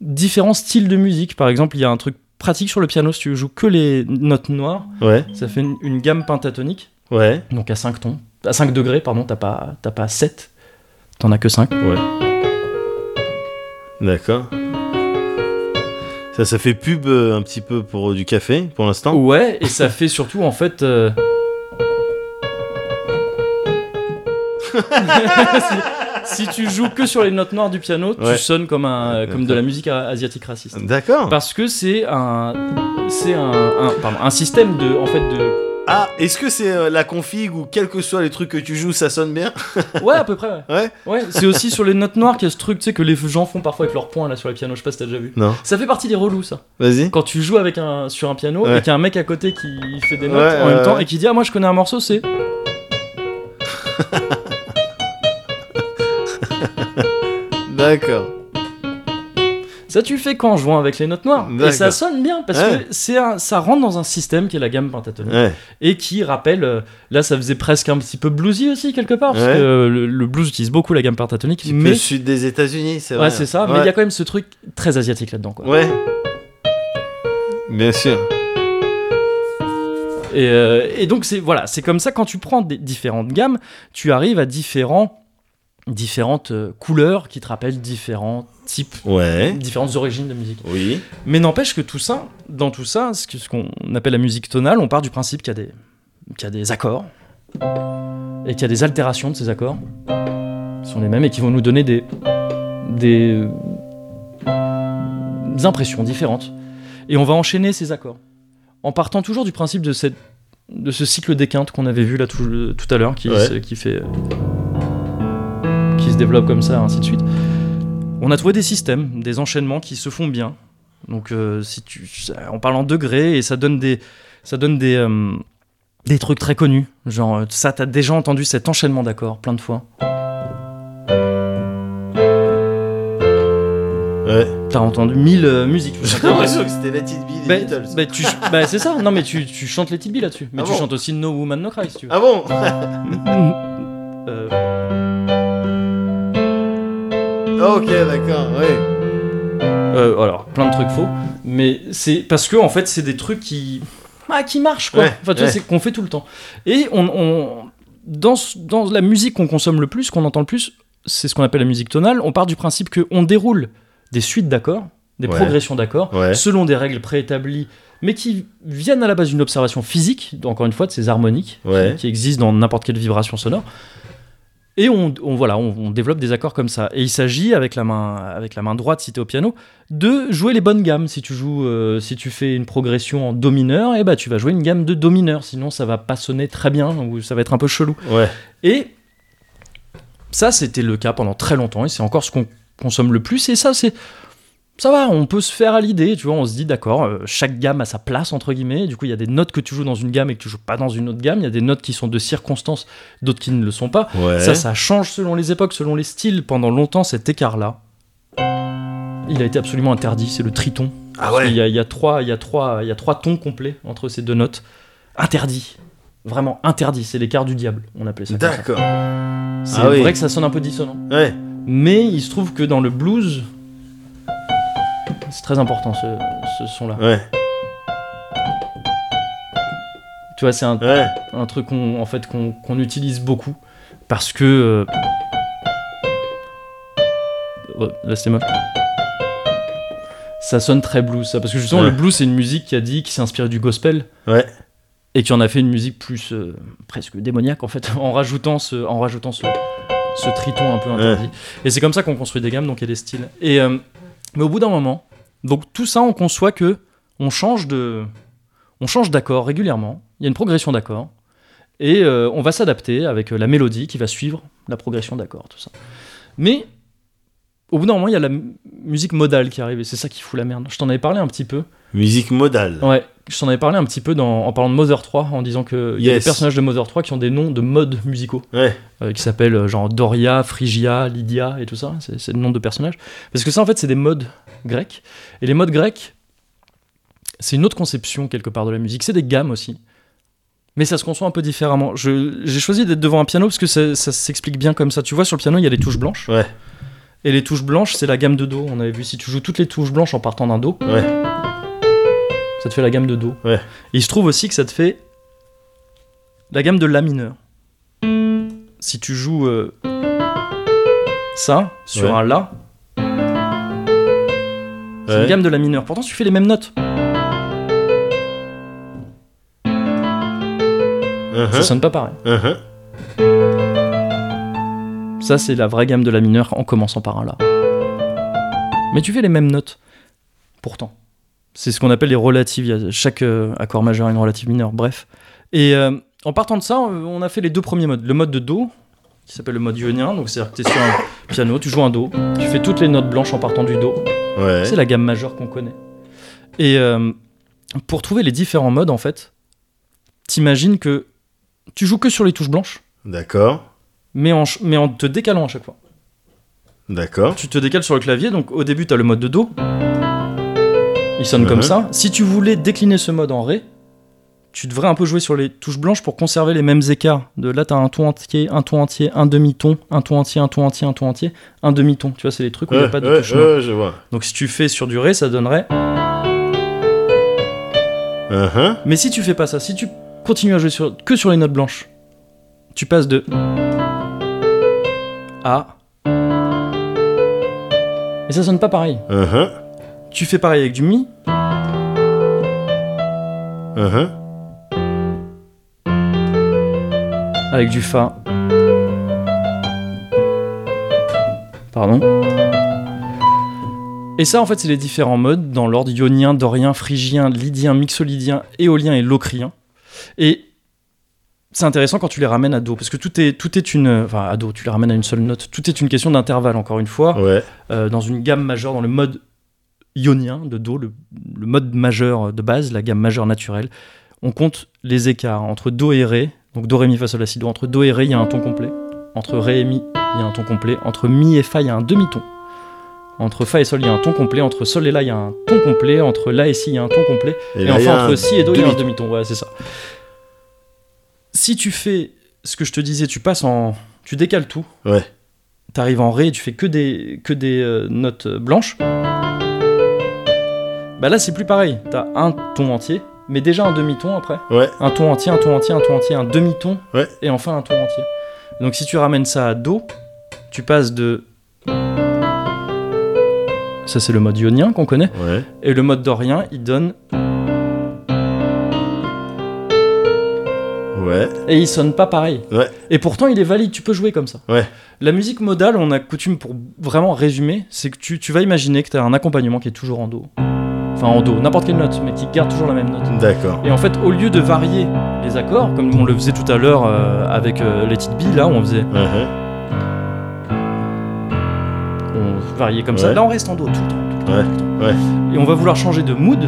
A: différents styles de musique. Par exemple, il y a un truc pratique sur le piano. Si tu joues que les notes noires,
B: Ouais.
A: ça fait une, une gamme pentatonique.
B: Ouais.
A: Donc, à 5 tons. À 5 degrés, pardon, t'as pas, t'as pas 7. T'en as que 5.
B: D'accord. Ça, ça fait pub euh, un petit peu pour euh, du café pour l'instant.
A: Ouais, et ça fait surtout en fait. euh, si, si tu joues que sur les notes noires du piano,
B: Ouais.
A: tu sonnes comme, un,
B: Ouais,
A: comme de la musique a- asiatique raciste.
B: D'accord.
A: Parce que c'est un, c'est un, un, pardon, un système de, en fait de,
B: Ah, est-ce que c'est euh, la config ou quels que soient les trucs que tu joues, ça sonne bien
A: ouais à peu près. Ouais.
B: Ouais.
A: Ouais, c'est aussi sur les notes noires qu'il y a ce truc, tu sais, que les gens font parfois avec leurs poings là sur les pianos. Je sais pas si t'as déjà vu.
B: Non.
A: Ça fait partie des relous ça.
B: Vas-y.
A: Quand tu joues avec un sur un piano et
B: Ouais.
A: qu'il y a un mec à côté qui fait des notes
B: Ouais,
A: en même
B: ouais,
A: temps
B: ouais.
A: et qui dit ah moi je connais un morceau c'est
B: D'accord.
A: Ça, tu le fais quand en jouant avec les notes noires. Et
B: D'accord.
A: ça sonne bien parce
B: Ouais.
A: que c'est un- ça rentre dans un système qui est la gamme pentatonique
B: Ouais.
A: et qui rappelle. euh, Là, ça faisait presque un petit peu bluesy aussi quelque part parce
B: Ouais.
A: que euh, le, le blues utilise beaucoup la gamme pentatonique.
B: Petit peu
A: Mais
B: sud des États-Unis, c'est vrai.
A: ouais, c'est ça. Mais il y a quand même ce truc très asiatique là-dedans, quoi.
B: Ouais. Bien sûr.
A: Et, euh, et donc c'est voilà, c'est comme ça quand tu prends des différentes gammes, tu arrives à différents différentes euh, couleurs qui te rappellent différents types,
B: Ouais.
A: différentes origines de musique.
B: Oui.
A: Mais n'empêche que tout ça, dans tout ça, ce que- ce qu'on appelle la musique tonale, on part du principe qu'il y a des, qu'il y a des accords et qu'il y a des altérations de ces accords qui sont les mêmes et qui vont nous donner des, des, euh, des impressions différentes. Et on va enchaîner ces accords en partant toujours du principe de, cette, de ce cycle des quintes qu'on avait vu là tout, euh, tout à l'heure qui,
B: Ouais.
A: se- qui fait. euh, qui se développe comme ça, ainsi de suite. On a trouvé des systèmes, des enchaînements qui se font bien. Donc, euh, si tu, ça- on parle en degrés et ça donne des, ça donne des, euh, des trucs très connus. Genre, euh, ça, t'as déjà entendu cet enchaînement d'accords plein de fois.
B: Ouais.
A: T'as entendu mille euh, musiques.
B: J'ai l'impression que c'était la petite Bee
A: Bah,
B: des Beatles.
A: bah, tu ch- bah, c'est ça, non mais tu, tu chantes les Tidby là-dessus. Mais
B: Ah
A: tu
B: bon
A: chantes aussi No Woman No Cry si tu veux.
B: Ah bon
A: Euh,
B: Ah, Ok, d'accord, ouais.
A: Euh, alors, plein de trucs faux, mais c'est parce que en fait, c'est des trucs qui ah, qui marchent quoi.
B: Ouais,
A: enfin, tu vois,
B: ouais.
A: c'est qu'on fait tout le temps. Et on, on- dans ce- dans la musique qu'on consomme le plus, qu'on entend le plus, c'est ce qu'on appelle la musique tonale. On part du principe que on déroule des suites d'accords, des
B: Ouais.
A: progressions d'accords
B: Ouais.
A: selon des règles préétablies, mais qui viennent à la base d'une observation physique, encore une fois de ces harmoniques
B: Ouais.
A: qui existent dans n'importe quelle vibration sonore. Et on, on- voilà, on, on développe des accords comme ça. Et il s'agit, avec la main, avec la main droite, si tu au piano, de jouer les bonnes gammes. Si tu joues, euh, si tu fais une progression en do mineur, et bah tu vas jouer une gamme de do mineur. Sinon, ça va pas sonner très bien ou ça va être un peu chelou.
B: Ouais.
A: Et ça, c'était le cas pendant très longtemps, et c'est encore ce qu'on consomme le plus. Et ça, c'est ça va, on peut se faire à l'idée, tu vois, on se dit d'accord, euh, chaque gamme a sa place entre guillemets. Du coup, il y a des notes que tu joues dans une gamme et que tu joues pas dans une autre gamme. Il y a des notes qui sont de circonstance, d'autres qui ne le sont pas.
B: Ouais.
A: Ça, ça change selon les époques, selon les styles. Pendant longtemps, cet écart-là, il a été absolument interdit. C'est le triton.
B: Ah
A: Parce qu'il
B: ouais.
A: y a- Il y, a trois, il y a trois, il y a trois tons complets entre ces deux notes. Interdit, vraiment interdit. C'est l'écart du diable. On appelait ça. comme ça.
B: D'accord.
A: C'est
B: Ah oui.
A: vrai que ça sonne un peu dissonant.
B: Ouais.
A: Mais il se trouve que dans le blues, c'est très important ce, ce son-là.
B: Ouais.
A: Tu vois, c'est un,
B: Ouais.
A: un truc qu'on en fait, qu'on qu'on utilise beaucoup parce que. euh, oh, là, c'était mal. Ça sonne très blues, ça. Parce que justement,
B: Ouais.
A: le blues, c'est une musique qui a dit, qui s'est inspirée du gospel.
B: Ouais.
A: et qui en a fait une musique plus euh, presque démoniaque en fait en rajoutant ce en rajoutant ce, ce triton un peu interdit et c'est comme ça qu'on construit des gammes donc il y a des styles et euh, mais au bout d'un moment donc tout ça on conçoit que on change de on change d'accord régulièrement il y a une progression d'accord et euh, on va s'adapter avec euh, la mélodie qui va suivre la progression d'accord tout ça mais au bout d'un moment il y a la mu- musique modale qui arrive et c'est ça qui fout la merde je t'en avais parlé un petit peu
B: Musique modale.
A: Ouais, je t'en avais parlé un petit peu dans- en parlant de Mother 3, en disant que il y a des
B: Yes.
A: personnages de Mother 3 qui ont des noms de modes musicaux,
B: Ouais.
A: euh, qui s'appellent euh, genre Doria, Phrygia, Lydia et tout ça, c'est c'est le nom de personnages. Parce que ça, en fait, c'est des modes grecs. Et les modes grecs, c'est une autre conception quelque part de la musique, c'est des gammes aussi. Mais ça se conçoit un peu différemment. Je- J'ai choisi d'être devant un piano parce que ça, ça s'explique bien comme ça. Tu vois, sur le piano, il y a les touches blanches.
B: Ouais.
A: Et les touches blanches, c'est la gamme de Do. On avait vu, si tu joues toutes les touches blanches en partant d'un Do,
B: Ouais.
A: ça te fait la gamme de Do.
B: Ouais.
A: Et il se trouve aussi que ça te fait la gamme de La mineur. Si tu joues euh, ça sur
B: Ouais.
A: un La, c'est
B: Ouais.
A: une gamme de La mineur. Pourtant, tu fais les mêmes notes. Ça
B: Uh-huh,
A: sonne pas pareil.
B: uh-huh.
A: Ça, c'est la vraie gamme de La mineur en commençant par un La. Mais tu fais les mêmes notes. Pourtant. C'est ce qu'on appelle les relatives. Il y a- Chaque euh, accord majeur a une relative mineure. Bref. Et euh, en partant de ça, on on a fait les deux premiers modes. Le mode de Do, qui s'appelle le mode ionien. Donc, c'est-à-dire que tu es sur un piano, tu joues un Do, tu fais toutes les notes blanches en partant du Do.
B: Ouais.
A: C'est la gamme majeure qu'on connaît. Et euh, pour trouver les différents modes, en fait, t'imagines que tu joues que sur les touches blanches,
B: D'accord.
A: mais en ch- mais en te décalant à chaque fois.
B: D'accord.
A: Tu te décales sur le clavier, donc au début, tu as le mode de Do. Il sonne comme
B: Mhm.
A: ça. Si tu voulais décliner ce mode en Ré, tu devrais un peu jouer sur les touches blanches pour conserver les mêmes écarts. De là, tu as un ton entier, un ton entier, un demi-ton, un ton entier, un ton entier, un ton entier, un demi-ton. Tu vois, c'est les trucs où il n'y a
B: Ouais,
A: pas de
B: ouais,
A: touche noire.
B: ouais, Euh, je vois.
A: Donc si tu fais sur du Ré, ça donnerait.
B: Uh-huh.
A: Mais si tu fais pas ça, si tu continues à jouer sur- que sur les notes blanches, tu passes de. à. Mais ça sonne pas pareil.
B: Uh-huh,
A: Tu fais pareil avec du mi,
B: uh-huh,
A: avec du fa. Pardon. Et ça, en fait, c'est les différents modes dans l'ordre ionien, dorien, phrygien, lydien, mixolydien, éolien et locrien. Et c'est intéressant quand tu les ramènes à do, parce que tout est, tout est une. Enfin, à do, tu les ramènes à une seule note. Tout est une question d'intervalle, encore une fois.
B: ouais.
A: euh, dans une gamme majeure, dans le mode ionien de Do, le, le mode majeur de base, la gamme majeure naturelle, on compte les écarts entre Do et Ré, donc Do, Ré, Mi, Fa, Sol, La, Si, Do. Entre Do et Ré, il y a un ton complet. Entre Ré et Mi, il y a un ton complet. Entre Mi et Fa, il y a un demi-ton. Entre Fa et Sol, il y a un ton complet. Entre Sol et La, il y a un ton complet. Entre La et Si, il y a un ton complet. Et,
B: là, il y a
A: enfin, entre
B: un
A: si et do, il y a un
B: demi-
A: demi-ton. Ouais, c'est ça. Si tu fais ce que je te disais, tu passes en. Tu décales tout.
B: Ouais.
A: T'arrives en ré et tu fais que des, que des euh, notes euh, blanches. Bah là, c'est plus pareil. T'as un ton entier, mais déjà un demi-ton après.
B: Ouais.
A: Un ton entier, un ton entier, un ton entier, un demi-ton.
B: Ouais.
A: Et enfin un ton entier. Donc si tu ramènes ça à do, tu passes de. Ça, c'est le mode ionien qu'on connaît.
B: Ouais.
A: Et le mode dorien, il donne
B: Ouais.
A: Et il sonne pas pareil.
B: Ouais.
A: Et pourtant, il est valide, tu peux jouer comme ça.
B: Ouais.
A: La musique modale, on a coutume pour vraiment résumer, c'est que tu, tu vas imaginer que tu as un accompagnement qui est toujours en Do. Enfin, en Do, n'importe quelle note, mais qui garde toujours la même note.
B: D'accord.
A: Et en fait, au lieu de varier les accords, comme on le faisait tout à l'heure euh, avec les Let It Be, là, on faisait.
B: Uh-huh.
A: On variait comme ça.
B: Ouais.
A: Là, on reste en Do tout le temps. tout le temps,
B: Ouais.
A: tout le temps.
B: Ouais.
A: Et on va vouloir changer de mood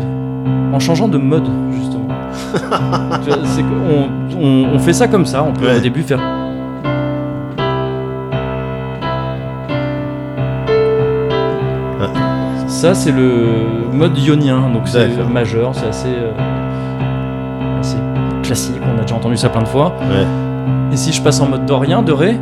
A: en changeant de mode, justement. Tu vois, c'est que on, on- on fait ça comme ça. On peut
B: Ouais.
A: au début faire. Ça, c'est le mode ionien, donc c'est
B: D'accord.
A: majeur, c'est assez, euh, assez classique, on a déjà entendu ça plein de fois.
B: Ouais.
A: Et si je passe en mode dorien, de Ré,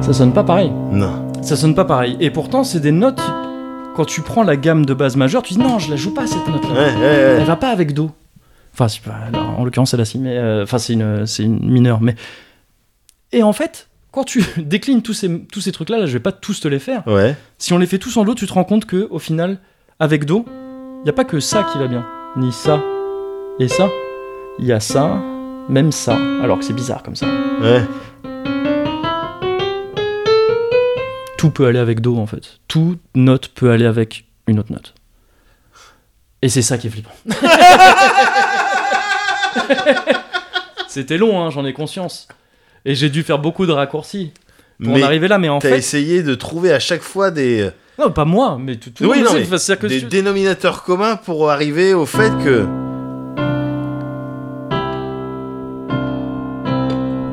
A: ça sonne pas pareil.
B: Non.
A: Ça sonne pas pareil. Et pourtant, c'est des notes. Quand tu prends la gamme de base majeure, tu dis non, je la joue pas cette note-là.
B: Ouais, ouais,
A: Elle
B: ouais.
A: va pas avec Do. Enfin, c'est pas- alors, en l'occurrence, c'est la Si, mais. euh, Enfin, c'est une, c'est une mineure, mais. Et en fait, quand tu déclines tous ces, tous ces trucs-là, là, je vais pas tous te les faire.
B: Ouais.
A: Si on les fait tous en Do, tu te rends compte que, au final, avec Do, il y a pas que ça qui va bien, ni ça et ça. Il y a ça, même ça. Alors que c'est bizarre comme ça.
B: Ouais.
A: tout peut aller avec Do en fait. Toute note peut aller avec une autre note. Et c'est ça qui est flippant. C'était long, hein, j'en ai conscience. Et j'ai dû faire beaucoup de raccourcis pour en
B: Mais
A: arriver là, mais en
B: t'as
A: fait.
B: essayé de trouver à chaque fois des,
A: Non, pas moi, mais tout, tout le
B: Oui,
A: monde
B: non,
A: sait.
B: mais
A: Enfin, c'est-à-dire que
B: des
A: tu-
B: dénominateurs communs pour arriver au fait que.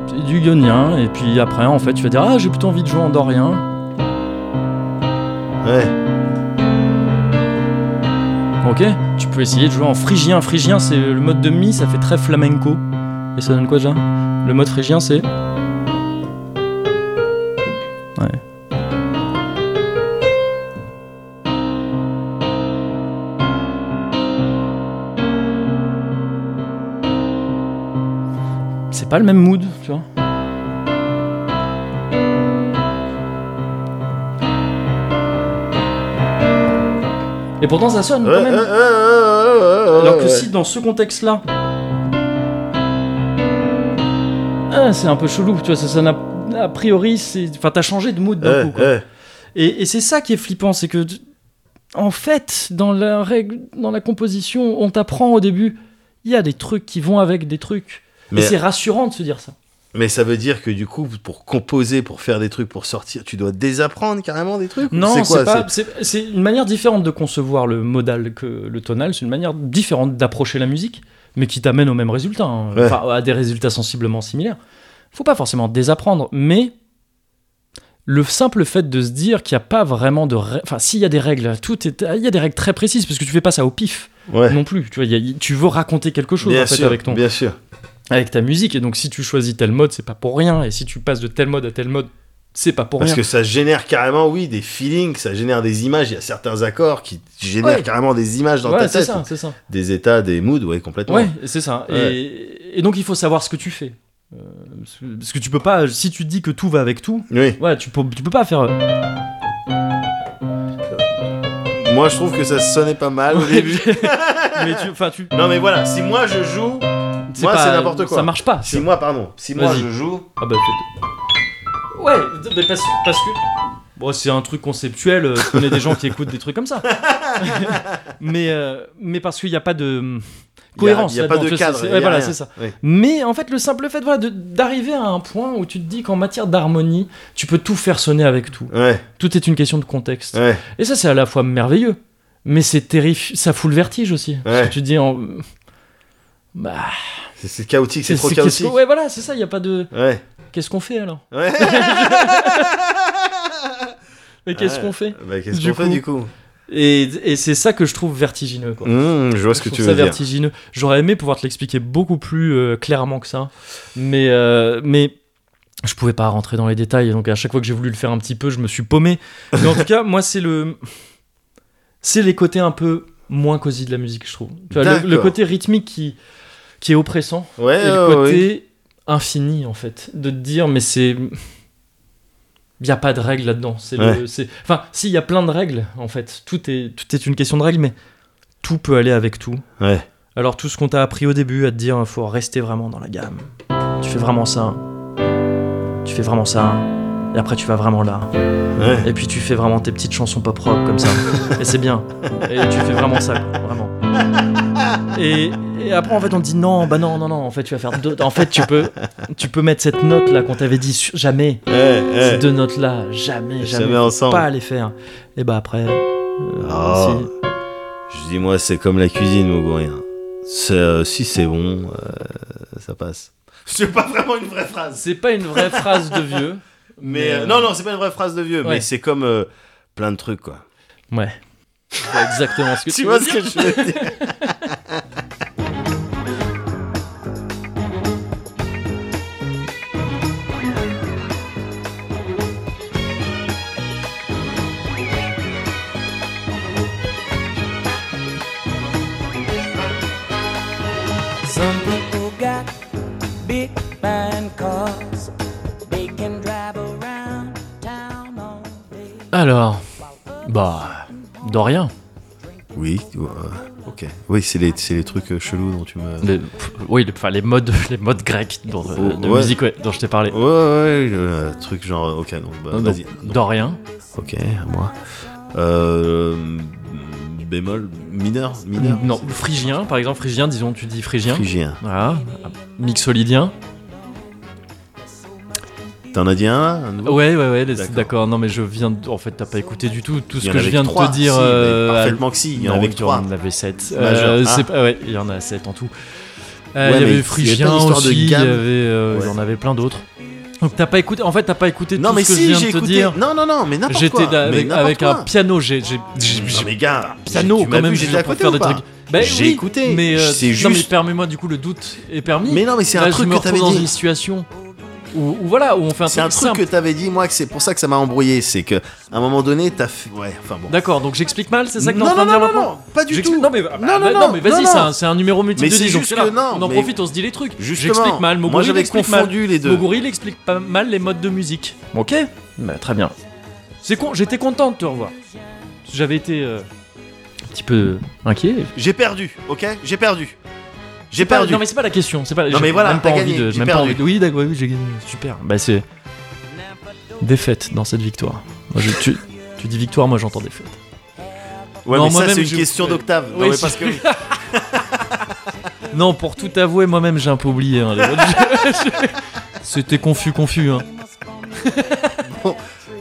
A: c'est du ionien, et puis après, en fait, tu vas dire Ah, j'ai plutôt envie de jouer en dorien.
B: Ouais.
A: Ok, tu peux essayer de jouer en phrygien. Phrygien, c'est le mode de mi, ça fait très flamenco. Et ça donne quoi déjà Le mode phrygien, c'est. c'est pas le même mood, tu vois. Et pourtant ça sonne
B: Ouais,
A: quand même.
B: ouais, ouais, ouais, ouais, ouais,
A: Alors que
B: ouais.
A: si dans ce contexte-là, Ah, c'est un peu chelou, tu vois, ça sonne a, a priori, c'est, enfin t'as changé de mood d'un
B: Ouais,
A: coup. Quoi.
B: ouais.
A: Et, et c'est ça qui est flippant, c'est que tu- en fait, dans la règle, dans la composition, on t'apprend au début, il y a des trucs qui vont avec des trucs.
B: Mais-
A: Et c'est rassurant de se dire ça.
B: Mais ça veut dire que du coup, pour composer, pour faire des trucs, pour sortir, tu dois désapprendre carrément des trucs ou
A: Non,
B: quoi,
A: c'est pas. c'est- C'est une manière différente de concevoir le modal que le tonal. C'est une manière différente d'approcher la musique, mais qui t'amène au même résultat, hein.
B: Ouais.
A: enfin à des résultats sensiblement similaires. Faut pas forcément désapprendre, mais le simple fait de se dire qu'il n'y a pas vraiment de, rè- enfin s'il y a des règles, tout est, il y a des règles très précises parce que tu fais pas ça au pif
B: Ouais.
A: non plus. Tu vois, il y a- il- tu veux raconter quelque chose
B: bien
A: en fait
B: sûr,
A: avec ton,
B: bien sûr.
A: avec ta musique. Et donc, si tu choisis tel mode, c'est pas pour rien. Et si tu passes de tel mode à tel mode, C'est pas pour
B: Parce
A: rien.
B: que ça génère carrément, oui, des feelings, ça génère des images. Il y a certains accords qui génèrent
A: Ouais.
B: carrément des images dans
A: Ouais,
B: ta
A: c'est
B: tête.
A: ça, c'est ça.
B: Des états, des moods, ouais, complètement.
A: Ouais, c'est ça.
B: Ouais.
A: Et, et donc il faut savoir ce que tu fais. Euh, parce que- parce que tu peux pas, si tu te dis que tout va avec tout,
B: Oui.
A: ouais, tu peux, tu peux pas faire. euh,
B: Moi, je trouve que ça sonnait pas mal au début.
A: Ah, mais tu, enfin tu.
B: Non, mais voilà, si moi je joue. Moi,
A: pas-
B: c'est n'importe quoi.
A: Ça marche pas.
B: Si moi, pardon. Si moi
A: Vas-y.
B: je joue.
A: Ah bah peut-être. Ouais, d- mais parce, parce que. Bon, c'est un truc conceptuel, euh, on est des gens qui écoutent des trucs comme ça. mais, euh, mais parce qu'il n'y a pas de hum,
B: il y a-
A: cohérence.
B: Il n'y a,
A: là-dedans,
B: pas de
A: tu vois,
B: cadre.
A: c'est-
B: il y
A: ouais,
B: a
A: voilà,
B: rien.
A: c'est ça.
B: Oui.
A: Mais en fait, le simple fait voilà, de- d'arriver à un point où tu te dis qu'en matière d'harmonie, tu peux tout faire sonner avec tout.
B: Ouais,
A: Tout est une question de contexte.
B: ouais.
A: Et ça, c'est à la fois merveilleux, mais c'est terrifiant. Ça fout le vertige aussi. Parce que tu te dis. En... Bah,
B: C'est- C'est chaotique, c'est trop
A: qu'est-ce qu'on-
B: chaotique.
A: Ouais, voilà, c'est ça, il n'y a pas de.
B: Ouais.
A: Qu'est-ce qu'on fait alors
B: Ouais.
A: Mais qu'est-ce
B: Ouais.
A: qu'on fait
B: Bah, qu'est-ce
A: Du
B: qu'on fait
A: coup-
B: du coup
A: Et, et c'est ça que je trouve vertigineux. Quoi.
B: Mmh, Je vois ce
A: Je
B: que
A: trouve
B: tu
A: ça
B: veux dire.
A: vertigineux. J'aurais aimé pouvoir te l'expliquer beaucoup plus euh, clairement que ça, mais euh, mais je pouvais pas rentrer dans les détails. Donc à chaque fois que j'ai voulu le faire un petit peu, je me suis paumé. Mais en tout cas, moi c'est le c'est les côtés un peu moins cosy de la musique, je trouve. Tu vois, le, le
B: D'accord.
A: côté rythmique qui qui est oppressant
B: Ouais,
A: et le
B: ouais, ouais.
A: côté infini en fait de te dire mais c'est il n'y a pas de règles là-dedans. C'est le-
B: Ouais.
A: c'est- Enfin, si, il y a plein de règles, en fait. Tout est, tout est une question de règles, mais tout peut aller avec tout.
B: Ouais.
A: Alors, tout ce qu'on t'a appris au début à te dire, faut rester vraiment dans la gamme. Tu fais vraiment ça. Tu fais vraiment ça. Et après, tu vas vraiment là.
B: Ouais.
A: Et puis, tu fais vraiment tes petites chansons pop rock comme ça. Et c'est bien. Et tu fais vraiment ça, quoi, vraiment. Et, et après, en fait, on te dit non, bah non, non, non. En fait, tu vas faire deux. En fait, tu peux, tu peux mettre cette note là qu'on t'avait dit su- jamais
B: Ouais, ouais.
A: ces deux notes là jamais
B: Jamais
A: jamais, faut
B: ensemble.
A: pas les faire et bah après euh,
B: Oh. Je dis, moi, c'est comme la cuisine, Mogorien. C'est, euh, si c'est bon, euh, ça passe. C'est pas vraiment une vraie
A: si-
B: phrase.
A: c'est pas une vraie phrase de vieux
B: Mais,
A: Mais,
B: euh,
A: euh,
B: non, non, c'est pas une vraie phrase de vieux,
A: ouais.
B: mais c'est comme euh, plein de trucs, quoi.
A: ouais c'est exactement ce que tu,
B: Tu vois
A: veux
B: ce
A: dire.
B: que je veux dire
F: Some people got big man cars. They can drive around town all day.
A: alors bah de rien
B: Oui, euh, ok. Oui, c'est les, c'est les trucs euh, chelous dont tu me.
A: Les- pff, oui les, enfin, les modes les modes grecs dont, euh,
B: Oh,
A: de
B: ouais.
A: musique ouais, dont je t'ai parlé
B: Ouais, ouais, ouais, le truc genre. Ok, non, bah,
A: Donc,
B: vas-y.
A: de rien
B: Ok, à moi. Euh, bémol mineur Mineur
A: non phrygien par exemple phrygien disons tu dis phrygien
B: Mmh. Phrygien.
A: voilà mixolydien
B: T'en as dit un, là un nouveau
A: ouais ouais ouais les-
B: Oh. D'accord.
A: d'accord non mais je viens de... en fait t'as pas écouté du tout tout
B: Il
A: ce
B: y en
A: que je
B: avait
A: viens
B: trois,
A: de te dire
B: si, mais
A: euh, à
B: parfaitement que si, il y en
A: Non,
B: avait que
A: il y en
B: trois.
A: avait 7.
B: Majeur. Ah.
A: ouais, il y en a 7 en tout. Euh,
B: Ouais,
A: il y avait
B: mais il y avait
A: Phrygien
B: pas d'histoire de
A: aussi, il y
B: gamme.
A: avait, euh,
B: Ouais.
A: il y en avait plein d'autres. Donc t'as pas écouté, en fait t'as pas écouté
B: Non
A: tout
B: mais
A: ce que je
B: si, j'ai
A: viens de te
B: écouté.
A: dire.
B: Non non non, mais n'importe quoi.
A: J'étais
B: Mais
A: avec,
B: n'importe
A: avec
B: quoi.
A: un piano, j'ai j'ai- j'ai-
B: Non
A: j'ai-
B: mais gars,
A: piano
B: tu m'as
A: quand même,
B: vu,
A: j'ai
B: j'étais à côté
A: faire
B: ou
A: des
B: pas
A: trucs. Ben
B: J'ai
A: oui,
B: écouté.
A: mais euh,
B: C'est
A: non mais
B: juste-
A: permets-moi du coup le doute est permis.
B: Mais non mais c'est
A: Là,
B: un
A: je
B: truc
A: me
B: que
A: retrouve
B: t'avais
A: dans une
B: dit.
A: situation où, où voilà où on fait un
B: C'est un
A: truc
B: truc
A: simple.
B: que t'avais dit moi que c'est pour ça que ça m'a embrouillé, c'est que à un moment donné t'as fait ouais, enfin bon.
A: D'accord, donc j'explique mal, c'est ça que t'es en
B: Non
A: train
B: non
A: de dire
B: non non,
A: maintenant
B: non, pas du
A: J'explique-
B: tout.
A: Non mais, bah,
B: Non,
A: bah,
B: non,
A: non,
B: non,
A: mais vas-y,
B: non,
A: c'est
B: non.
A: un, c'est un numéro multiple
B: Mais
A: de
B: c'est
A: 10, donc
B: juste
A: c'est là.
B: que non,
A: on en
B: mais-
A: profite, on se dit les trucs.
B: Justement,
A: J'explique mal, Moguri
B: moi j'avais
A: l'explique mal.
B: confondu les deux.
A: Moguri, il explique pas mal les modes de musique. Ok Bah, Très bien. C'est con, j'étais content de te revoir. J'avais été euh, un petit peu inquiet.
B: J'ai perdu, OK J'ai perdu.
A: C'est
B: J'ai
A: pas-
B: perdu.
A: Non mais c'est pas la question, c'est pas.
B: Non,
A: j'ai
B: mais voilà,
A: même pas
B: t'as
A: envie
B: gagné,
A: de.
B: j'ai
A: Même pas
B: perdu.
A: envie de- Oui, d'accord, oui, j'ai gagné. Super. Bah c'est défaite dans cette victoire. Moi, je- tu, tu dis victoire, moi j'entends défaite.
B: Ouais,
A: Non,
B: mais ça
A: moi-même,
B: c'est une
A: je-
B: question d'octave. Non
A: Oui,
B: mais
A: c'est-
B: parce que
A: Non, pour tout avouer, moi-même j'ai un peu oublié. hein, les autres. Je- je- C'était confus, confus. hein.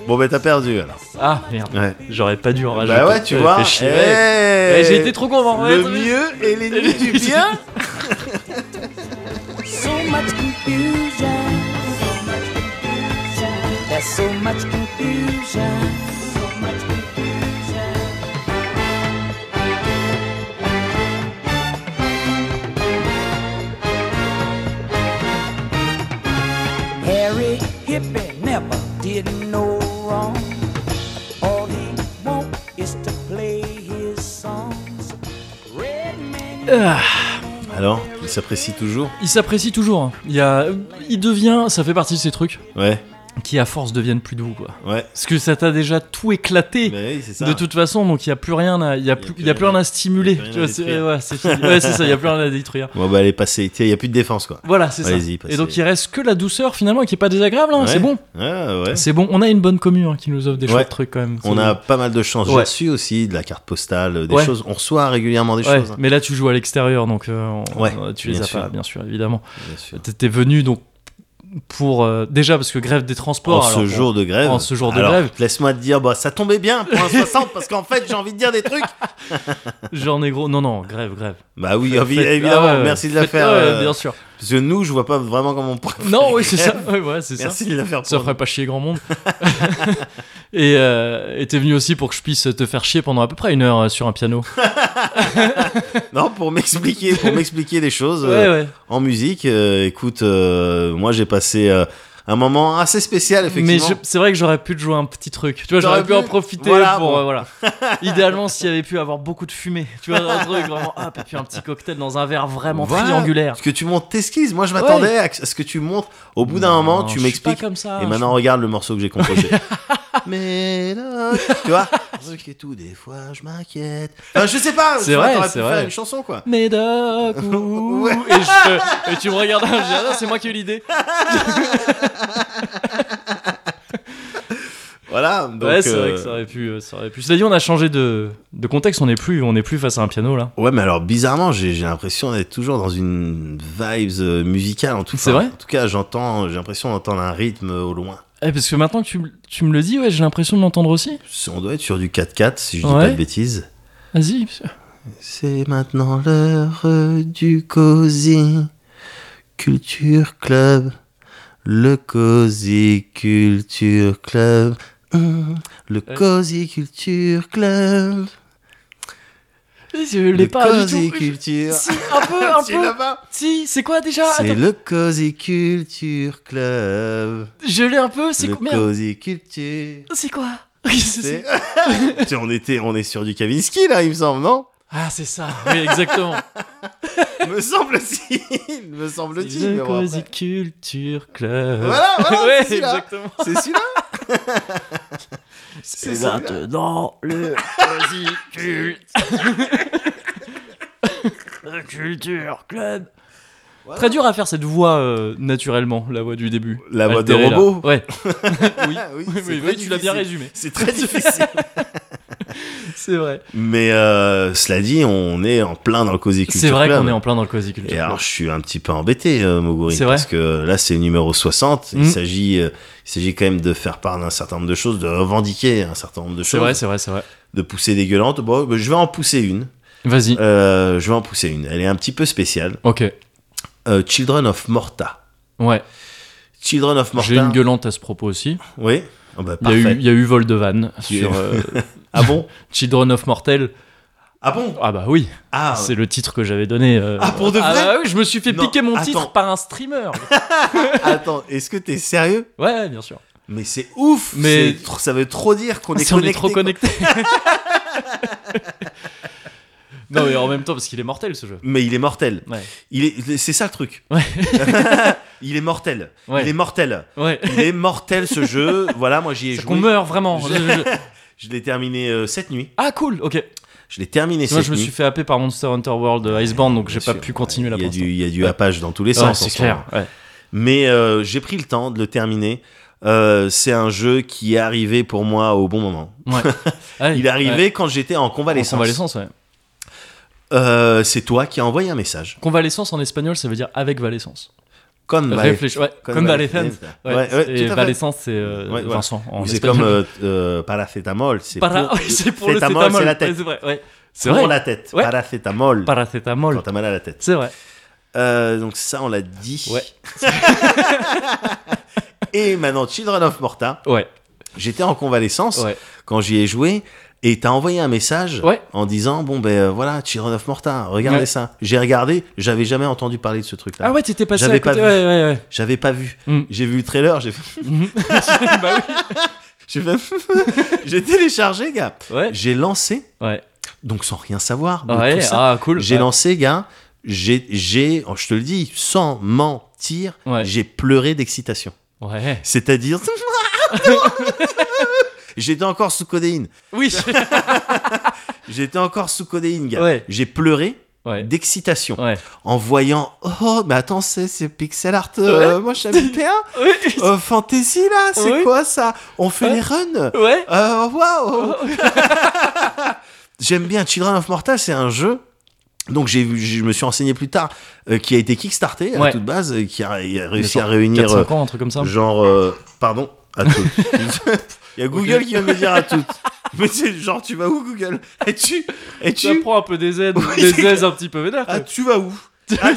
B: bon ben t'as perdu alors.
A: Ah merde,
B: Ouais.
A: j'aurais pas dû en rajouter.
B: Bah ouais, tu
A: Ça fait
B: vois.
A: chier.
B: eh,
A: Ouais. Ouais, J'ai été trop content. ouais,
B: Le
A: t'as vu.
B: mieux est l'ennemi du bien.
F: So much confusion. So much confusion. There's so much confusion. So much confusion. Harry Hippie never did
B: Alors, il s'apprécie toujours
A: Ah, Il s'apprécie toujours. hein. Il, y a... il devient, ça fait partie de ces trucs
B: Ouais,
A: qui à force deviennent plus doux. Quoi.
B: ouais.
A: Parce que ça t'a déjà tout éclaté
B: Mais oui, c'est ça.
A: de toute façon, donc il n'y a plus rien à, il y a plus, il y a plus rien à stimuler.
B: il y a plus
A: Tu vois,
B: rien à
A: c'est ouais, c'est
B: détruire.
A: fini. Ouais, c'est ça, il n'y a plus rien à détruire.
B: Bon, bah, allez, passez. Tiens, Il n'y a plus de défense, quoi.
A: Voilà, c'est ça.
B: Allez-y, passez.
A: Et donc il reste que la douceur finalement qui est pas désagréable, hein,
B: Ouais.
A: c'est bon.
B: Ah, ouais.
A: C'est bon, on a une bonne commune hein, qui nous offre des
B: Ouais.
A: chouettes trucs quand même.
B: On
A: C'est-
B: a pas mal de chance. J'ai
A: Ouais.
B: reçu aussi de la carte postale, des
A: Ouais.
B: choses. On reçoit régulièrement des
A: Ouais,
B: choses. hein.
A: mais là tu joues à l'extérieur donc euh, on-
B: Ouais,
A: euh, tu les
B: bien
A: as
B: sûr.
A: pas bien sûr évidemment.
B: Bien sûr.
A: T'es- T'es venu donc pour euh, déjà parce que grève des transports.
B: en Oh, ce
A: alors,
B: jour de grève.
A: en ce jour de
B: Alors,
A: grève.
B: Laisse-moi te dire, bah, ça tombait bien pour un 60 parce qu'en fait, j'ai envie de dire des trucs.
A: on- Genre négro, non non grève grève.
B: Bah oui,
A: Faites-
B: évi-
A: faites-
B: évidemment,
A: ah ouais,
B: merci de la
A: faites-
B: faire.
A: ouais,
B: euh,
A: bien sûr.
B: parce que nous, je vois pas vraiment comment on pourrait.
A: Non
B: faire
A: oui c'est ça.
B: grève.
A: Ouais, ouais, c'est ça.
B: Merci de la faire.
A: Ça
B: pour
A: ferait pas chier grand monde. et euh, et t'es venu aussi pour que je puisse te faire chier pendant à peu près une heure euh, sur un piano.
B: nous. Non, pour m'expliquer, pour m'expliquer des choses
A: Ouais,
B: euh,
A: ouais.
B: en musique. euh, écoute, euh, moi, j'ai passé euh, un moment assez spécial,
A: Mais
B: effectivement.
A: je- c'est vrai que j'aurais pu te jouer un petit truc. Tu vois,
B: T'aurais
A: j'aurais pu
B: pu-
A: en profiter
B: voilà,
A: pour.
B: bon.
A: euh, voilà. Idéalement, s'il y avait pu avoir beaucoup de fumée. Tu vois, un truc vraiment. Hop, et puis un petit cocktail dans un verre vraiment
B: Voilà.
A: triangulaire.
B: Parce que tu montes tes skis. Moi, je m'attendais à ce que tu montes. Au bout d'un moment,
A: Non,
B: tu
A: je suis pas
B: m'expliques.
A: comme ça.
B: Et maintenant, regarde le morceau que j'ai composé. Ah, Mais là, tu vois, parce que tout, des fois, je m'inquiète. Enfin, je sais pas,
A: C'est
B: tu vois,
A: vrai,
B: t'aurais pu
A: c'est
B: faire
A: vrai.
B: une chanson, quoi.
A: Médoc, ouh.
B: Ouais.
A: et, je- et tu me regardes, je dis, ah non, c'est moi qui ai eu l'idée.
B: Voilà, donc.
A: Ouais, c'est
B: euh,
A: vrai que ça aurait pu. euh, Ça aurait pu. Cela dit, on a changé de, de contexte, on n'est plus, on n'est plus face à un piano là.
B: Ouais, mais alors, bizarrement, j'ai j'ai l'impression d'être toujours dans une vibes euh, musicale, en tout
A: C'est
B: enfin,
A: vrai
B: En tout cas, j'entends, j'ai l'impression d'entendre un rythme euh, au loin.
A: Eh, parce que maintenant que tu, me- tu me le dis, ouais, j'ai l'impression de l'entendre aussi.
B: On doit être sur du 4-4, si je dis
A: Ouais.
B: pas de bêtises.
A: Vas-y.
B: C'est maintenant l'heure euh, du Cozy Culture Club. Le Cozy Culture Club. Hum, le
A: Ouais.
B: Cozy Culture Club.
A: Je
B: Le
A: l'ai pas
B: Cozy
A: du tout.
B: Culture.
A: Si, un peu, un
B: C'est
A: peu.
B: là-bas.
A: Si, c'est quoi déjà
B: C'est
A: Attends,
B: le Cozy Culture Club.
A: Je l'ai un peu, c'est
B: le
A: quoi Merde,
B: Cozy Culture.
A: c'est quoi Oui, c'est-
B: C'est-
A: c'est-
B: Tiens, on, était, on est sur du Kavinsky là, il me semble, non
A: Ah, c'est ça, oui, exactement.
B: Me semble-t-il, me semble-t-il. mais
A: le
B: bon, après-
A: Cosy Culture Club.
B: Voilà, voilà,
A: ouais,
B: c'est celui-là.
A: exactement.
B: C'est celui-là
A: C'est
B: celui-là.
A: maintenant le Cosy Culture Culture Club.
B: Voilà.
A: Très dur à faire cette voix euh, naturellement, la voix du début.
B: La voix de
A: Altérée, là.
B: robot
A: Ouais. oui.
B: Ah
A: Oui,
B: oui, c'est
A: oui,
B: très
A: oui, tu l'as bien
B: difficile.
A: résumé.
B: C'est très difficile.
A: C'est vrai.
B: Mais euh, cela dit, on est en plein dans le Cozy Culture
A: C'est vrai
B: Club.
A: qu'on est en plein dans le Cosy Culture
B: Et alors,
A: Club.
B: je suis un petit peu embêté, euh, Moguri,
A: C'est vrai.
B: parce que là, c'est le numéro 60.
A: Mm.
B: Il s'agit, euh, il s'agit quand même de faire part d'un certain nombre de choses, de revendiquer un certain nombre de
A: C'est
B: choses,
A: vrai, c'est vrai, c'est vrai.
B: de pousser des gueulantes. Bon, bah, je vais en pousser une.
A: Vas-y.
B: Euh, je vais en pousser une. Elle est un petit peu spéciale.
A: Ok.
B: Euh, Children of Morta.
A: Ouais.
B: Children of Morta.
A: J'ai une gueulante à ce propos aussi.
B: Oui. Ah bah,
A: Il y, a eu,
B: parfait.
A: il y a eu vol de van
B: Qui est-
A: sur euh,
B: Ah bon
A: Children of Mortel.
B: Ah bon
A: Ah bah oui,
B: Ah,
A: c'est le titre que j'avais donné. euh,
B: Ah, pour de vrai
A: bah oui, je me suis fait
B: Non,
A: piquer mon titre
B: attends.
A: par un streamer.
B: attends, est-ce que t'es sérieux
A: Ouais, ouais, bien sûr.
B: Mais c'est ouf
A: Mais- Ah,
B: Mais ça veut trop dire qu'on est
A: Si on est
B: connecté.
A: trop
B: quoi.
A: connecté. non mais en même temps parce qu'il est mortel ce jeu.
B: Mais il est mortel.
A: Ouais.
B: Il est, c'est ça le truc.
A: Ouais.
B: il est mortel.
A: Ouais.
B: Il est mortel.
A: Ouais.
B: Il est mortel ce jeu. Voilà, moi j'y ai
A: C'est
B: joué.
A: qu'on meurt vraiment.
B: Je-
A: Je- je-
B: Je l'ai terminé euh, cette nuit.
A: Ah cool, ok.
B: Je l'ai terminé
A: Moi
B: cette
A: je me
B: nuit.
A: suis fait happer par Monster Hunter World euh, Iceborne donc j'ai
B: Bien
A: pas
B: sûr,
A: pu continuer
B: ouais.
A: la
B: Il y a
A: partie.
B: du, il y a du
A: Ouais.
B: happage dans tous les sens. en
A: c'est
B: ce
A: clair.
B: moment.
A: ouais.
B: Mais euh, j'ai pris le temps de le terminer. Euh, c'est un jeu qui est arrivé pour moi au bon moment.
A: Ouais,
B: Il est
A: ouais.
B: arrivé quand j'étais en
A: en
B: convalescence.
A: convalescence. Ouais.
B: Euh, c'est toi qui as envoyé un message.
A: Convalescence en espagnol ça veut dire avec valescence.
B: Comme
A: Réfléchis, ouais, comme Valescence. Ouais,
B: bah Ouais, ouais,
A: et
B: tout à fait.
A: Valescence, c'est euh,
B: Ouais, ouais.
A: Vincent. en
B: Ou c'est
A: espagnol.
B: comme euh, euh, paracétamol, c'est
A: Para-
B: pour,
A: oui, c'est pour le
B: cétamol,
A: cétamol.
B: c'est la
A: Ouais,
B: tête.
A: C'est vrai. ouais. C'est
B: pour
A: vrai.
B: la tête.
A: Ouais.
B: Paracétamol. Quand
A: Paracétamol.
B: t'as mal à la tête.
A: C'est vrai.
B: Euh, donc ça, on l'a dit.
A: Ouais.
B: Et maintenant, Children of Morta.
A: Ouais.
B: J'étais en convalescence
A: Ouais.
B: quand j'y ai joué. Et t'as envoyé un message
A: Ouais.
B: en disant bon ben euh, voilà Children of Morta regardez
A: Ouais.
B: ça j'ai regardé j'avais jamais entendu parler de ce truc là
A: Ah ouais, t'étais passé
B: J'avais
A: à côté.
B: pas vu.
A: ouais, ouais, ouais.
B: j'avais pas vu
A: Mm.
B: j'ai vu le trailer j'ai fait-
A: Mhm. bah
B: j'ai fait- j'ai téléchargé gars
A: oui. Ouais.
B: j'ai lancé
A: Ouais.
B: donc sans rien savoir de
A: Ouais,
B: tout ça.
A: ah cool.
B: J'ai
A: Ouais.
B: lancé, gars, j'ai, j'ai, oh, je te le dis, sans mentir,
A: Ouais.
B: j'ai pleuré d'excitation.
A: Ouais.
B: C'est-à-dire. J'étais encore sous codéine.
A: Oui.
B: J'étais encore sous codéine, gars.
A: Ouais.
B: J'ai pleuré
A: ouais.
B: d'excitation
A: Ouais.
B: en voyant Oh, mais attends, c'est, c'est pixel art. euh, moi, j'avais P1. Euh, fantasy, là, c'est
A: Oui.
B: quoi ça On fait
A: Ouais.
B: les runs
A: Ouais.
B: Euh, waouh
A: Oh.
B: J'aime bien Children of Mortal, c'est un jeu. Donc j'ai vu- je me suis renseigné plus tard euh, qui a été kickstarté à
A: Ouais.
B: toute base, euh, qui a, il a réussi
A: Mais
B: à réunir
A: 4-5 ans, un truc comme ça.
B: euh, genre euh, pardon à toutes. il y a Google qui vient me dire à toutes. Mais c'est genre tu vas où Google Et tu et
A: Tu
B: tu
A: prends un peu des aides,
B: Oui,
A: des
B: c'est
A: aides un petit peu vénères.
B: ah, tu vas où Ah,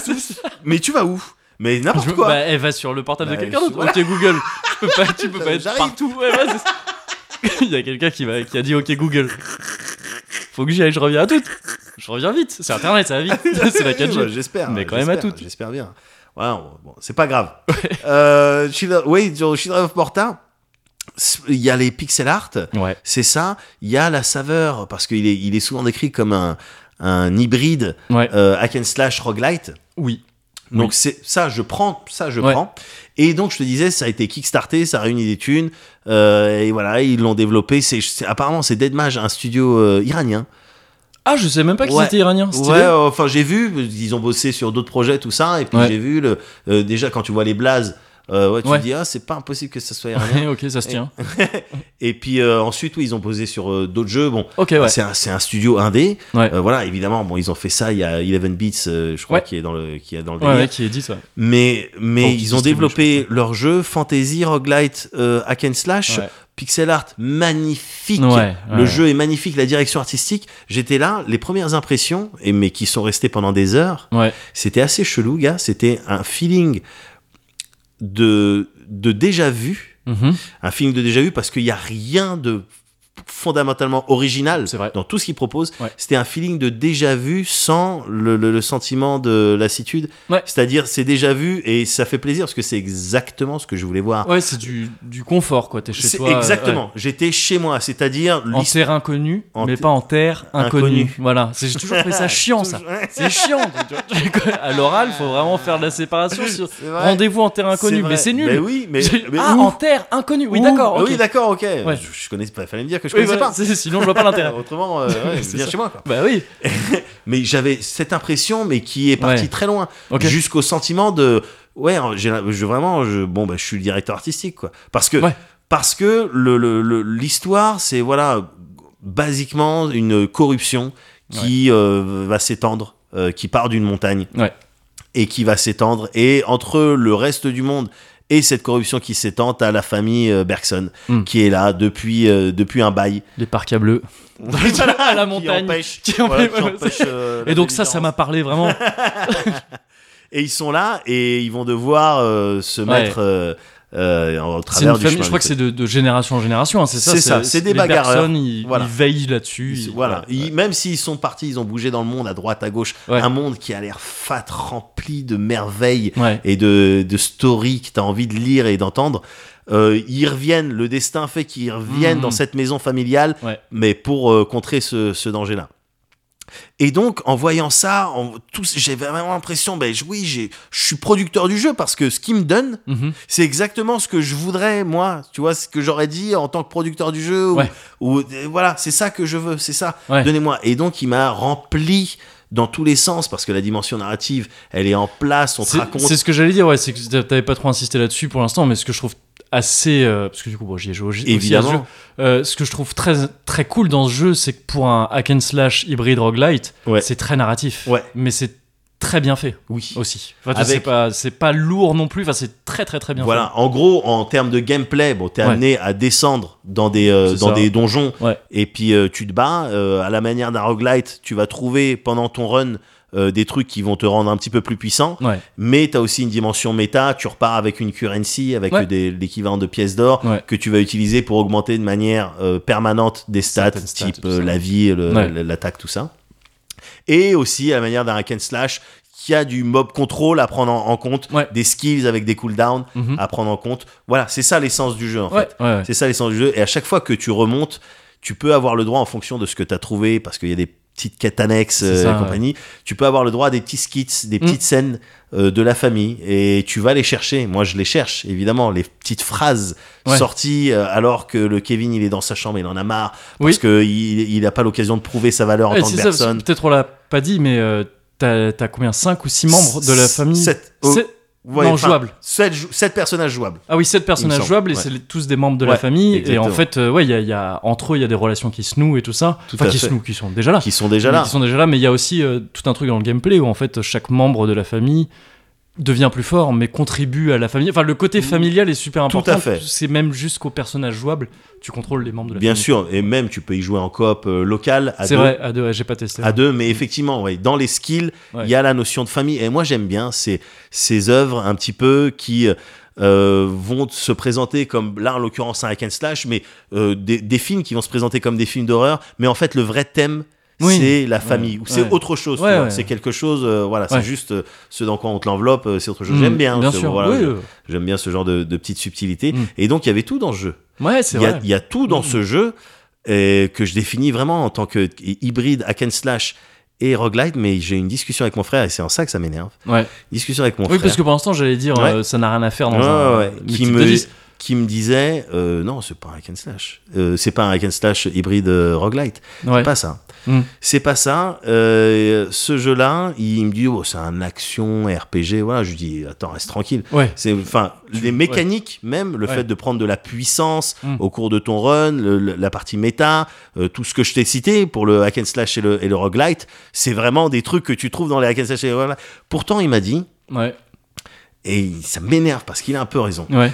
B: Mais tu vas où Mais n'importe
A: Je-
B: quoi.
A: bah, elle va sur le portable de
B: Bah,
A: quelqu'un d'autre.
B: voilà.
A: Ok Google. Tu peux pas, tu peux pas être
B: J'arrive.
A: partout. Ouais, ouais, c'est- Il y a quelqu'un qui, va- qui a dit Ok Google. Faut que j'y aille, je reviens à toutes. Je reviens vite. C'est Internet, ça va vite. C'est la
B: Ouais,
A: 4G.
B: J'espère.
A: Mais quand même à
B: j'espère,
A: toutes.
B: J'espère bien. Voilà, on- bon, c'est pas grave. Euh, Children- oui, sur Children of Morta, il y a les pixel art,
A: Ouais.
B: c'est ça. Il y a la saveur, parce qu'il est, il est souvent décrit comme un, un hybride
A: Ouais.
B: euh, hack and slash roguelite.
A: Oui.
B: Donc
A: Oui.
B: c'est ça, je prends, ça je
A: Ouais.
B: prends. Et donc je te disais, ça a été kickstarté, ça a réuni des thunes, euh, et voilà, ils l'ont développé. C'est, c'est- apparemment c'est Deadmage, un studio euh, iranien.
A: Ah, je sais même pas qu'ils
B: Ouais.
A: étaient iraniens. Stylé.
B: Ouais, euh, enfin j'ai vu, ils ont bossé sur d'autres projets, tout ça, et puis
A: Ouais.
B: j'ai vu le, euh, déjà quand tu vois les blazes, euh, ouais, tu
A: Ouais.
B: te dis ah c'est pas impossible que ça soit iranien.
A: Ouais, ok, ça se tient.
B: et puis euh, ensuite oui, ils ont posé sur euh, d'autres jeux. Bon,
A: Ok, ouais.
B: c'est un, c'est un studio indé.
A: Ouais.
B: Euh, voilà, évidemment, bon ils ont fait ça. Il y a 11 bits, euh, je crois,
A: Ouais.
B: qui est dans le qui est dans le
A: Ouais,
B: délire.
A: ouais, qui est dit ça.
B: Mais
A: Donc,
B: mais ils ont
A: distribué, je
B: développé leur jeu fantasy roguelite euh, hack and slash.
A: Ouais.
B: Pixel art magnifique.
A: Ouais,
B: le
A: ouais.
B: jeu est magnifique, la direction artistique. J'étais là, les premières impressions, et mais qui sont restées pendant des heures,
A: Ouais.
B: c'était assez chelou, gars. C'était un feeling de, de déjà vu.
A: Mhm.
B: Un feeling de déjà vu parce qu'il n'y a rien de fondamentalement original
A: C'est vrai.
B: dans tout ce qu'ils proposent.
A: Ouais.
B: C'était un feeling de déjà vu sans le, le- le sentiment de lassitude.
A: Ouais.
B: C'est-à-dire, c'est déjà vu et ça fait plaisir parce que c'est exactement ce que je voulais voir.
A: Ouais, c'est du, du confort, quoi. T'es chez
B: C'est
A: toi. euh,
B: exactement. J'étais chez moi, c'est-à-dire
A: ouais. En terre inconnue,
B: En
A: mais
B: te-
A: pas en terre inconnue.
B: Inconnue.
A: Voilà. C'est- J'ai toujours fait ça chiant, ça. C'est chiant. à l'oral, faut vraiment faire de la séparation. Sur...
B: vrai.
A: Rendez-vous en terre inconnue,
B: vrai.
A: mais c'est nul.
B: Mais oui, mais,
A: J'ai-
B: mais
A: ah,
B: où
A: en terre inconnue. Oui,
B: Où
A: d'accord.
B: Ah
A: ok.
B: Oui, d'accord, ok.
A: Ouais.
B: Je, je connais pas. Fallait me dire que je
A: Oui,
B: connaissais
A: voilà, c'est- Sinon, je vois pas
B: pas.
A: l'intérêt.
B: Autrement, euh, ouais,
A: C'est
B: viens
A: ça.
B: chez moi. Quoi.
A: bah oui.
B: Mais j'avais cette impression, mais qui est partie
A: Ouais.
B: très loin,
A: Ok.
B: jusqu'au sentiment de ouais, j'ai, la- je, vraiment, je, bon, bah, je suis le directeur artistique, quoi. Parce que
A: Ouais.
B: parce que le, le- le- l'histoire, c'est voilà, basiquement une corruption qui euh, va s'étendre, euh, qui part d'une montagne
A: Ouais.
B: et qui va s'étendre. Et entre le reste du monde et cette corruption qui s'étend, à la famille euh, Bergson
A: Mm.
B: qui est là depuis, euh, depuis un bail.
A: Les parcs à bleu. Voilà, à la montagne.
B: Qui empêche.
A: Qui
B: voilà, qui
A: empêche-
B: empêche, euh, la
A: Et donc ça, ça
B: délivrance.
A: m'a parlé vraiment.
B: Et ils sont là et ils vont devoir euh, se
A: Ouais.
B: mettre euh, euh, au
A: C'est une
B: travers du
A: famille.
B: chemin.
A: Je crois que c'est de, de génération en génération. hein, c'est ça.
B: C'est ça, c'est des
A: les
B: bagarreurs.
A: personnes, Ils,
B: Voilà.
A: ils veillent là-dessus.
B: Ils-
A: ils-
B: voilà.
A: ouais.
B: Ils- même s'ils sont partis, ils ont bougé dans le monde à droite, à gauche.
A: Ouais.
B: Un monde qui a l'air fat, rempli de merveilles
A: Ouais.
B: et de, de stories que tu as envie de lire et d'entendre. Euh, ils reviennent, le destin fait qu'ils reviennent
A: Mhm.
B: dans cette maison familiale,
A: Ouais.
B: mais pour euh, contrer ce, ce danger-là. Et donc, en voyant ça, en- tous- j'ai vraiment l'impression, ben je- oui, j'ai- je suis producteur du jeu parce que ce qui me donne,
A: Mhm.
B: c'est exactement ce que je voudrais moi tu vois ce que j'aurais dit en tant que producteur du jeu ou,
A: Ouais.
B: ou, euh, voilà c'est ça que je veux c'est ça
A: Ouais.
B: donnez-moi et donc il m'a rempli dans tous les sens parce que la dimension narrative elle est en place on te
A: C'est-
B: raconte
A: C'est ce que j'allais dire, ouais, c'est que t'avais pas trop insisté là-dessus pour l'instant, mais ce que je trouve assez. euh, parce que du coup, bon, j'y ai joué aussi à ce jeu.
B: évidemment
A: Euh, ce que je trouve très, très cool dans ce jeu, c'est que pour un hack and slash hybride roguelite,
B: Ouais.
A: c'est très narratif.
B: Ouais.
A: Mais c'est très bien fait
B: oui
A: aussi. Enfin, tu sais,
B: Avec-
A: c'est pas, c'est pas lourd non plus, enfin, c'est très très très bien
B: voilà en gros en termes de gameplay bon t'es
A: Ouais.
B: amené à descendre dans des euh,
A: C'est
B: dans
A: ça.
B: des donjons
A: Ouais.
B: et puis euh, tu te bats euh, à la manière d'un roguelite tu vas trouver pendant ton run euh, des trucs qui vont te rendre un petit peu plus puissant
A: fait. Ouais.
B: mais tu as aussi une dimension méta, tu repars avec une currency, avec
A: Ouais.
B: des- l'équivalent de pièces d'or
A: Ouais.
B: que tu vas utiliser pour augmenter de manière euh, permanente des stats,
A: Certaines stats,
B: type
A: tout
B: euh,
A: ça.
B: la vie, le-
A: Ouais.
B: le- l'attaque, tout ça. Et aussi à la manière d'un hack and slash qui a du mob control à prendre en, en compte,
A: Ouais.
B: des skills avec des cooldowns
A: Mhm.
B: à prendre en compte. Voilà, c'est ça l'essence du jeu Ah, en
A: ouais,
B: fait.
A: ouais, ouais.
B: C'est ça l'essence du jeu. Et à chaque fois que tu remontes, tu peux avoir le droit en fonction de ce que tu as trouvé, parce qu'il y a des petites quêtes annexes
A: C'est
B: euh,
A: ça, Mm.
B: et compagnie, tu peux avoir le droit à des petits skits, des petites scènes euh, de la famille et tu vas les chercher. Moi, je les cherche, évidemment, les petites phrases
A: Ouais.
B: sorties euh, alors que le Kevin, il est dans sa chambre, il en a marre
A: Oui.
B: parce que il n'a pas l'occasion de prouver sa valeur en
A: Eh,
B: tant
A: c'est
B: que
A: ça, parce que
B: personne.
A: Peut-être on l'a pas dit, mais euh, t'as t'as combien 5 ou 6 membres de la famille
B: Sept. oh,
A: Sept- non, jouables.
B: 7, personnages jouables.
A: Ah oui, 7 personnages
B: semble,
A: jouables et
B: ouais.
A: c'est les- tous des membres de
B: Ouais,
A: la famille. Et en
B: exactement.
A: fait, euh, ouais, il y a- il y a, entre eux, il y a des relations qui se nouent et tout ça.
B: Tout
A: enfin,
B: à
A: qui
B: fait.
A: se nouent, qui sont déjà là.
B: Qui sont déjà là.
A: Qui sont déjà là, mais il y a aussi euh, tout un truc dans le gameplay où en fait chaque membre de la famille devient plus fort, mais contribue à la famille. Enfin, le côté familial est super
B: Mm. Tout
A: important.
B: à fait.
A: C'est même jusqu'au personnage jouable, tu contrôles les membres de la
B: Bien
A: famille.
B: sûr, et même tu peux y jouer en coop euh, local à
A: C'est
B: deux.
A: vrai, à deux, ouais, j'ai pas testé.
B: À deux, mais effectivement, ouais, dans les skills, il
A: Ouais.
B: y a la notion de famille. Et moi, j'aime bien ces, ces œuvres un petit peu qui euh, vont se présenter comme, là en l'occurrence, un hack and slash, mais euh, des, des films qui vont se présenter comme des films d'horreur. Mais en fait, le vrai thème,
A: Oui.
B: c'est la famille. Ou c'est
A: Ouais.
B: autre chose. tu
A: Ouais,
B: vois.
A: ouais.
B: C'est quelque chose, euh, voilà,
A: Ouais.
B: c'est juste euh, ce dans quoi on te l'enveloppe, euh, c'est autre chose.
A: Mm,
B: J'aime bien.
A: Bien
B: ce-
A: sûr,
B: voilà,
A: oui,
B: je-
A: euh,
B: J'aime bien ce genre de, de petites subtilités.
A: Mm.
B: Et donc, il y avait tout dans le jeu.
A: ouais, c'est
B: Il y, a,
A: vrai. Mm.
B: il y a tout dans ce jeu euh, que je définis vraiment en tant que hybride hack and slash et roguelite, mais j'ai eu une discussion avec mon frère et c'est en ça que ça m'énerve.
A: Ouais.
B: Discussion avec mon
A: Oui,
B: frère
A: parce que pour l'instant, j'allais dire, euh, ça n'a rien à faire dans
B: Ouais,
A: un.
B: ouais, ouais,
A: une
B: qui
A: petite
B: me
A: playlist.
B: qui me disait euh, non, c'est pas un hack and slash, Euh, c'est pas un hack and slash hybride euh, roguelite,
A: Ouais.
B: pas ça.
A: Mm.
B: C'est pas ça. Euh, ce jeu-là, il me dit oh, c'est un action RPG, voilà. Je lui dis attends, reste tranquille.
A: Ouais.
B: C'est enfin les mécaniques même, le
A: Ouais.
B: fait de prendre de la puissance
A: Mm.
B: au cours de ton run, le- le- la partie méta, euh, tout ce que je t'ai cité pour le hack and slash et le, et le roguelite, c'est vraiment des trucs que tu trouves dans les hack and slash. Et le roguelite. Pourtant, il m'a dit
A: Ouais.
B: et ça m'énerve parce qu'il a un peu raison.
A: Ouais.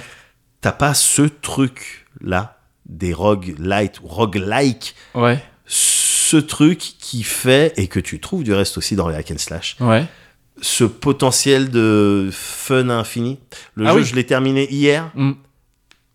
B: T'as pas ce truc là des roguelite ou roguelike,
A: Ouais.
B: ce truc qui fait et que tu trouves du reste aussi dans les hack and slash
A: Ouais.
B: ce potentiel de fun à infini. Le
A: Ah
B: jeu,
A: oui.
B: je l'ai terminé hier. Il
A: Mm.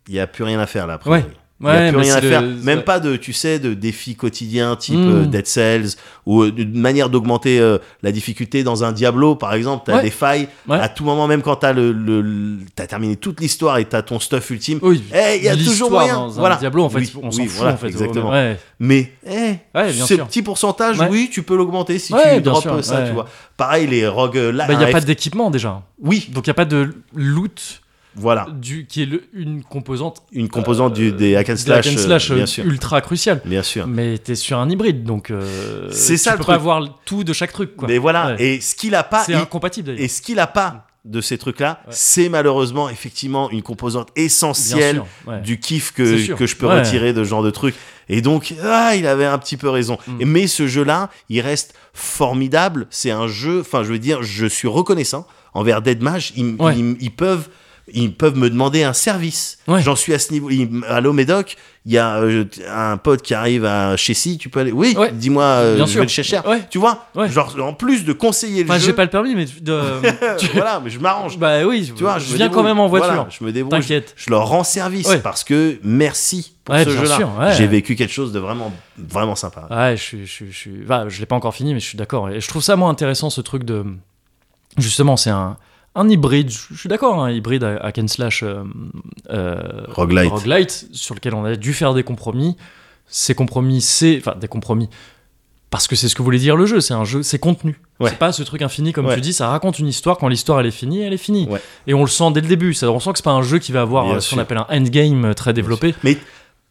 B: n'y a plus rien à faire là. après.
A: Ouais.
B: Il n'y a
A: Ouais,
B: plus
A: mais
B: rien à
A: c'est le-
B: faire.
A: c'est
B: Même
A: vrai.
B: pas de, tu sais, de défis quotidiens type
A: Mm.
B: euh, Dead Cells ou euh, d'une manière d'augmenter euh, la difficulté dans un Diablo, par exemple. Tu as
A: Ouais.
B: des failles.
A: Ouais.
B: À tout moment, même quand tu as, le, le- le- t'as terminé toute l'histoire et tu as ton stuff ultime.
A: Oui.
B: Eh, il y a
A: l'histoire
B: toujours moyen.
A: Dans un
B: Voilà.
A: Diablo, en fait,
B: Oui,
A: on s'en
B: oui,
A: fout,
B: voilà,
A: en fait.
B: exactement.
A: Ouais.
B: Mais, eh,
A: Ouais, bien
B: ce
A: sûr.
B: petit pourcentage,
A: Ouais.
B: oui, tu peux l'augmenter si
A: Ouais,
B: tu
A: bien
B: drops
A: sûr,
B: ça,
A: ouais.
B: tu vois. Pareil, les rogues là.
A: Bah, il n'y a pas d'équipement déjà.
B: Oui,
A: Donc, il n'y a pas de loot
B: voilà.
A: du, qui est le- une composante
B: une composante
A: Euh,
B: du, des hack and
A: de la
B: slash,
A: hack and
B: euh,
A: slash, euh,
B: bien sûr.
A: ultra cruciale.
B: Bien sûr.
A: Mais t'es sur un hybride, donc euh,
B: C'est ça,
A: tu
B: le
A: peux
B: truc.
A: pas voir tout de chaque truc. Quoi.
B: Mais voilà,
A: Ouais.
B: et ce qu'il a pas,
A: c'est
B: il-
A: incompatible d'ailleurs.
B: et ce qu'il a pas de ces trucs-là,
A: Ouais.
B: c'est malheureusement effectivement une composante essentielle
A: Bien sûr, ouais.
B: du kiff
A: C'est
B: que,
A: sûr.
B: que je peux
A: Ouais.
B: retirer de ce genre de truc. Et donc, ah, il avait un petit peu raison.
A: Mm.
B: Mais ce jeu-là, il reste formidable. C'est un jeu, enfin, je veux dire, je suis reconnaissant envers Deadmage. Ils, m-
A: Ouais.
B: ils m- ils peuvent. Ils peuvent me demander un service.
A: Ouais.
B: J'en suis à ce niveau. Ils- Allô, Médoc, il y a euh, un pote qui arrive à Chessy, tu peux aller. Oui,
A: Ouais.
B: dis-moi, euh,
A: Bien
B: je
A: sûr.
B: vais le chercher.
A: Ouais.
B: Tu vois
A: Ouais.
B: Genre, en plus de conseiller le
A: Enfin,
B: jeu.
A: j'ai pas le permis, mais de... tu-
B: voilà, mais je m'arrange.
A: bah oui,
B: Tu vois, je
A: je
B: me
A: viens quand
B: débrouille.
A: même en voiture.
B: Voilà, je me débrouille. Je,
A: T'inquiète.
B: je leur rends service
A: Ouais.
B: parce que merci pour
A: Ouais,
B: ce
A: bien
B: jeu-là.
A: sûr, ouais.
B: J'ai vécu quelque chose de vraiment, vraiment sympa.
A: Ouais, je suis, je suis, je suis- enfin, je l'ai pas encore fini, mais je suis d'accord. Et je trouve ça moi intéressant ce truc de, justement, c'est un, un hybride. Je je suis d'accord, un hybride à hack and slash euh, euh,
B: Roguelite.
A: roguelite, sur lequel on a dû faire des compromis. Ces compromis, c'est enfin des compromis parce que c'est ce que voulait dire le jeu. C'est un jeu, c'est contenu.
B: Ouais.
A: C'est pas ce truc infini comme
B: Ouais.
A: tu dis. Ça raconte une histoire. Quand l'histoire elle est finie, elle est finie.
B: Ouais.
A: Et on le sent dès le début. Ça, on sent que c'est pas un jeu qui va avoir
B: Bien
A: euh, ce qu'on
B: sûr.
A: appelle un endgame très développé.
B: Mais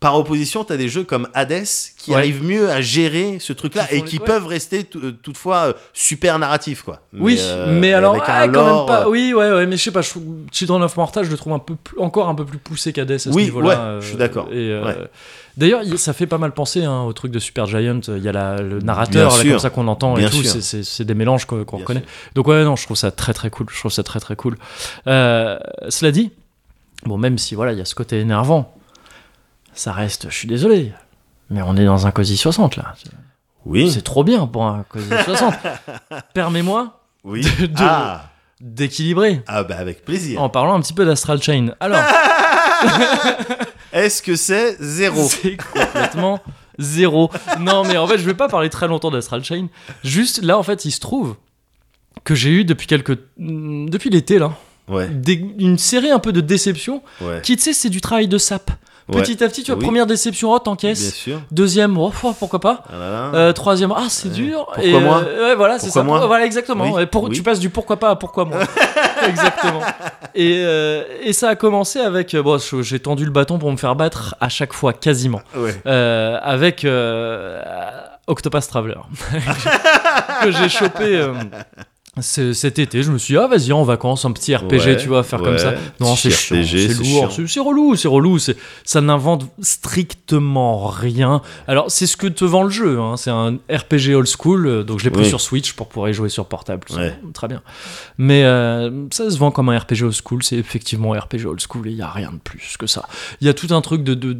B: par opposition, tu as des jeux comme Hades qui
A: Ouais.
B: arrivent mieux à gérer ce truc-là
A: Qui
B: et
A: font
B: qui
A: les- ouais.
B: peuvent rester t- euh, toutefois euh, super narratifs. Quoi.
A: Oui,
B: euh,
A: mais alors,
B: avec un
A: ah, quand même
B: lore,
A: pas.
B: euh,
A: Oui, ouais, ouais, mais je sais pas, je trouve Children of Morta, je le trouve un peu plus- encore un peu plus poussé qu'Hades à ce
B: Oui,
A: niveau-là.
B: ouais,
A: euh,
B: je suis d'accord,
A: et, euh,
B: ouais.
A: D'ailleurs, il- ça fait pas mal penser hein, au truc de Super Giant. Il y a la- le narrateur,
B: Bien
A: là,
B: sûr.
A: comme ça qu'on entend
B: Bien
A: et tout.
B: sûr.
A: c'est- C'est c'est des mélanges qu'on qu'on
B: Bien
A: reconnaît. Donc, ouais, non, je trouve ça très très cool. Je trouve ça très très cool. Euh, cela dit, bon, même si voilà, il y a ce côté énervant, ça reste, je suis désolé, mais on est dans un COSI 60 là.
B: Oui.
A: C'est trop bien pour un COSI 60. Permets-moi
B: oui.
A: de- de-
B: Ah,
A: d'équilibrer
B: ah, bah avec plaisir.
A: en parlant un petit peu d'Astral Chain. Alors,
B: Ah, Est-ce que c'est zéro
A: c'est complètement zéro. Non, mais en fait, je vais pas parler très longtemps d'Astral Chain. Juste là, en fait, il se trouve que j'ai eu depuis quelques mm, depuis l'été là
B: Ouais,
A: des- une série un peu de déceptions
B: ouais.
A: qui tu sais c'est du travail de sap
B: Ouais.
A: Petit à petit, tu vois,
B: Oui.
A: première déception, oh,
B: Bien
A: t'encaisses.
B: sûr.
A: Deuxième, oh, oh, pourquoi pas.
B: Ah là là.
A: Euh, troisième, ah, c'est dur.
B: Pourquoi
A: Et, euh,
B: moi
A: ouais, voilà, c'est
B: Pourquoi
A: ça.
B: moi
A: Voilà, exactement.
B: Oui,
A: Et pour-
B: oui.
A: Tu passes du pourquoi pas à pourquoi moi. exactement. Et, euh, et ça a commencé avec. euh, Bon, je- j'ai tendu le bâton pour me faire battre à chaque fois, quasiment.
B: Ouais.
A: Euh, avec euh, Octopus Traveler. que j'ai chopé. euh, ce- cet été, je me suis dit, ah vas-y, en vacances, un petit RPG,
B: Ouais,
A: tu vois, faire
B: ouais.
A: comme ça. Non, c'est
B: Petit
A: chiant,
B: RPG,
A: c'est
B: c'est
A: lourd,
B: chiant.
A: c'est c'est relou, c'est relou, c'est- ça n'invente strictement rien. Alors, c'est ce que te vend le jeu, hein, c'est un RPG old school, euh, donc je l'ai pris
B: Oui.
A: sur Switch pour pouvoir y jouer sur portable. ça,
B: Ouais.
A: Très bien. Mais euh, ça se vend comme un RPG old school, c'est effectivement un RPG old school et il n'y a rien de plus que ça. Il y a tout un truc de. de-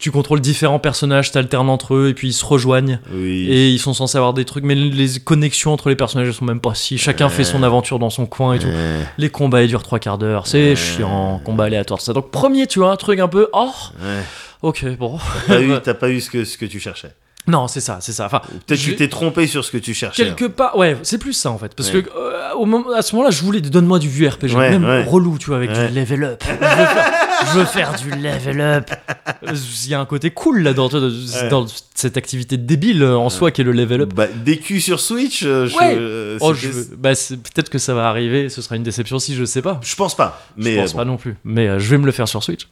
A: tu contrôles différents personnages, t'alternes entre eux et puis ils se rejoignent
B: Oui.
A: et ils sont censés avoir des trucs, mais les connexions entre les personnages elles sont même pas si. Chacun fait son aventure dans son coin et tout.
B: Euh,
A: Les combats ils durent trois quarts d'heure, c'est chiant, combat aléatoire, tout ça. Donc premier, tu vois, un truc un peu, oh,
B: ouais.
A: ok, bon.
B: T'as pas eu- T'as pas eu ce que, ce que tu cherchais.
A: non, c'est ça, c'est ça. Enfin,
B: Peut-être que
A: j'ai-
B: tu t'es trompé sur ce que tu cherchais.
A: quelque part, ouais, c'est plus ça en fait, parce
B: Ouais.
A: que euh, au moment, à ce moment-là, je voulais donne-moi du vieux RPG,
B: Ouais,
A: même
B: ouais.
A: relou, tu vois, avec
B: Ouais.
A: du level up. Je veux, faire, je veux faire du level up. Il y a un côté cool là dans, dans cette activité débile euh, en soi qui est le level up.
B: Bah, des culs sur Switch, euh, je,
A: Ouais.
B: euh,
A: Oh, je
B: c'était-
A: veux- bah, c'est- peut-être que ça va arriver, ce sera une déception si je sais pas.
B: je pense pas. Mais
A: je pense
B: euh, bon.
A: pas non plus. Mais euh, je vais me le faire sur Switch.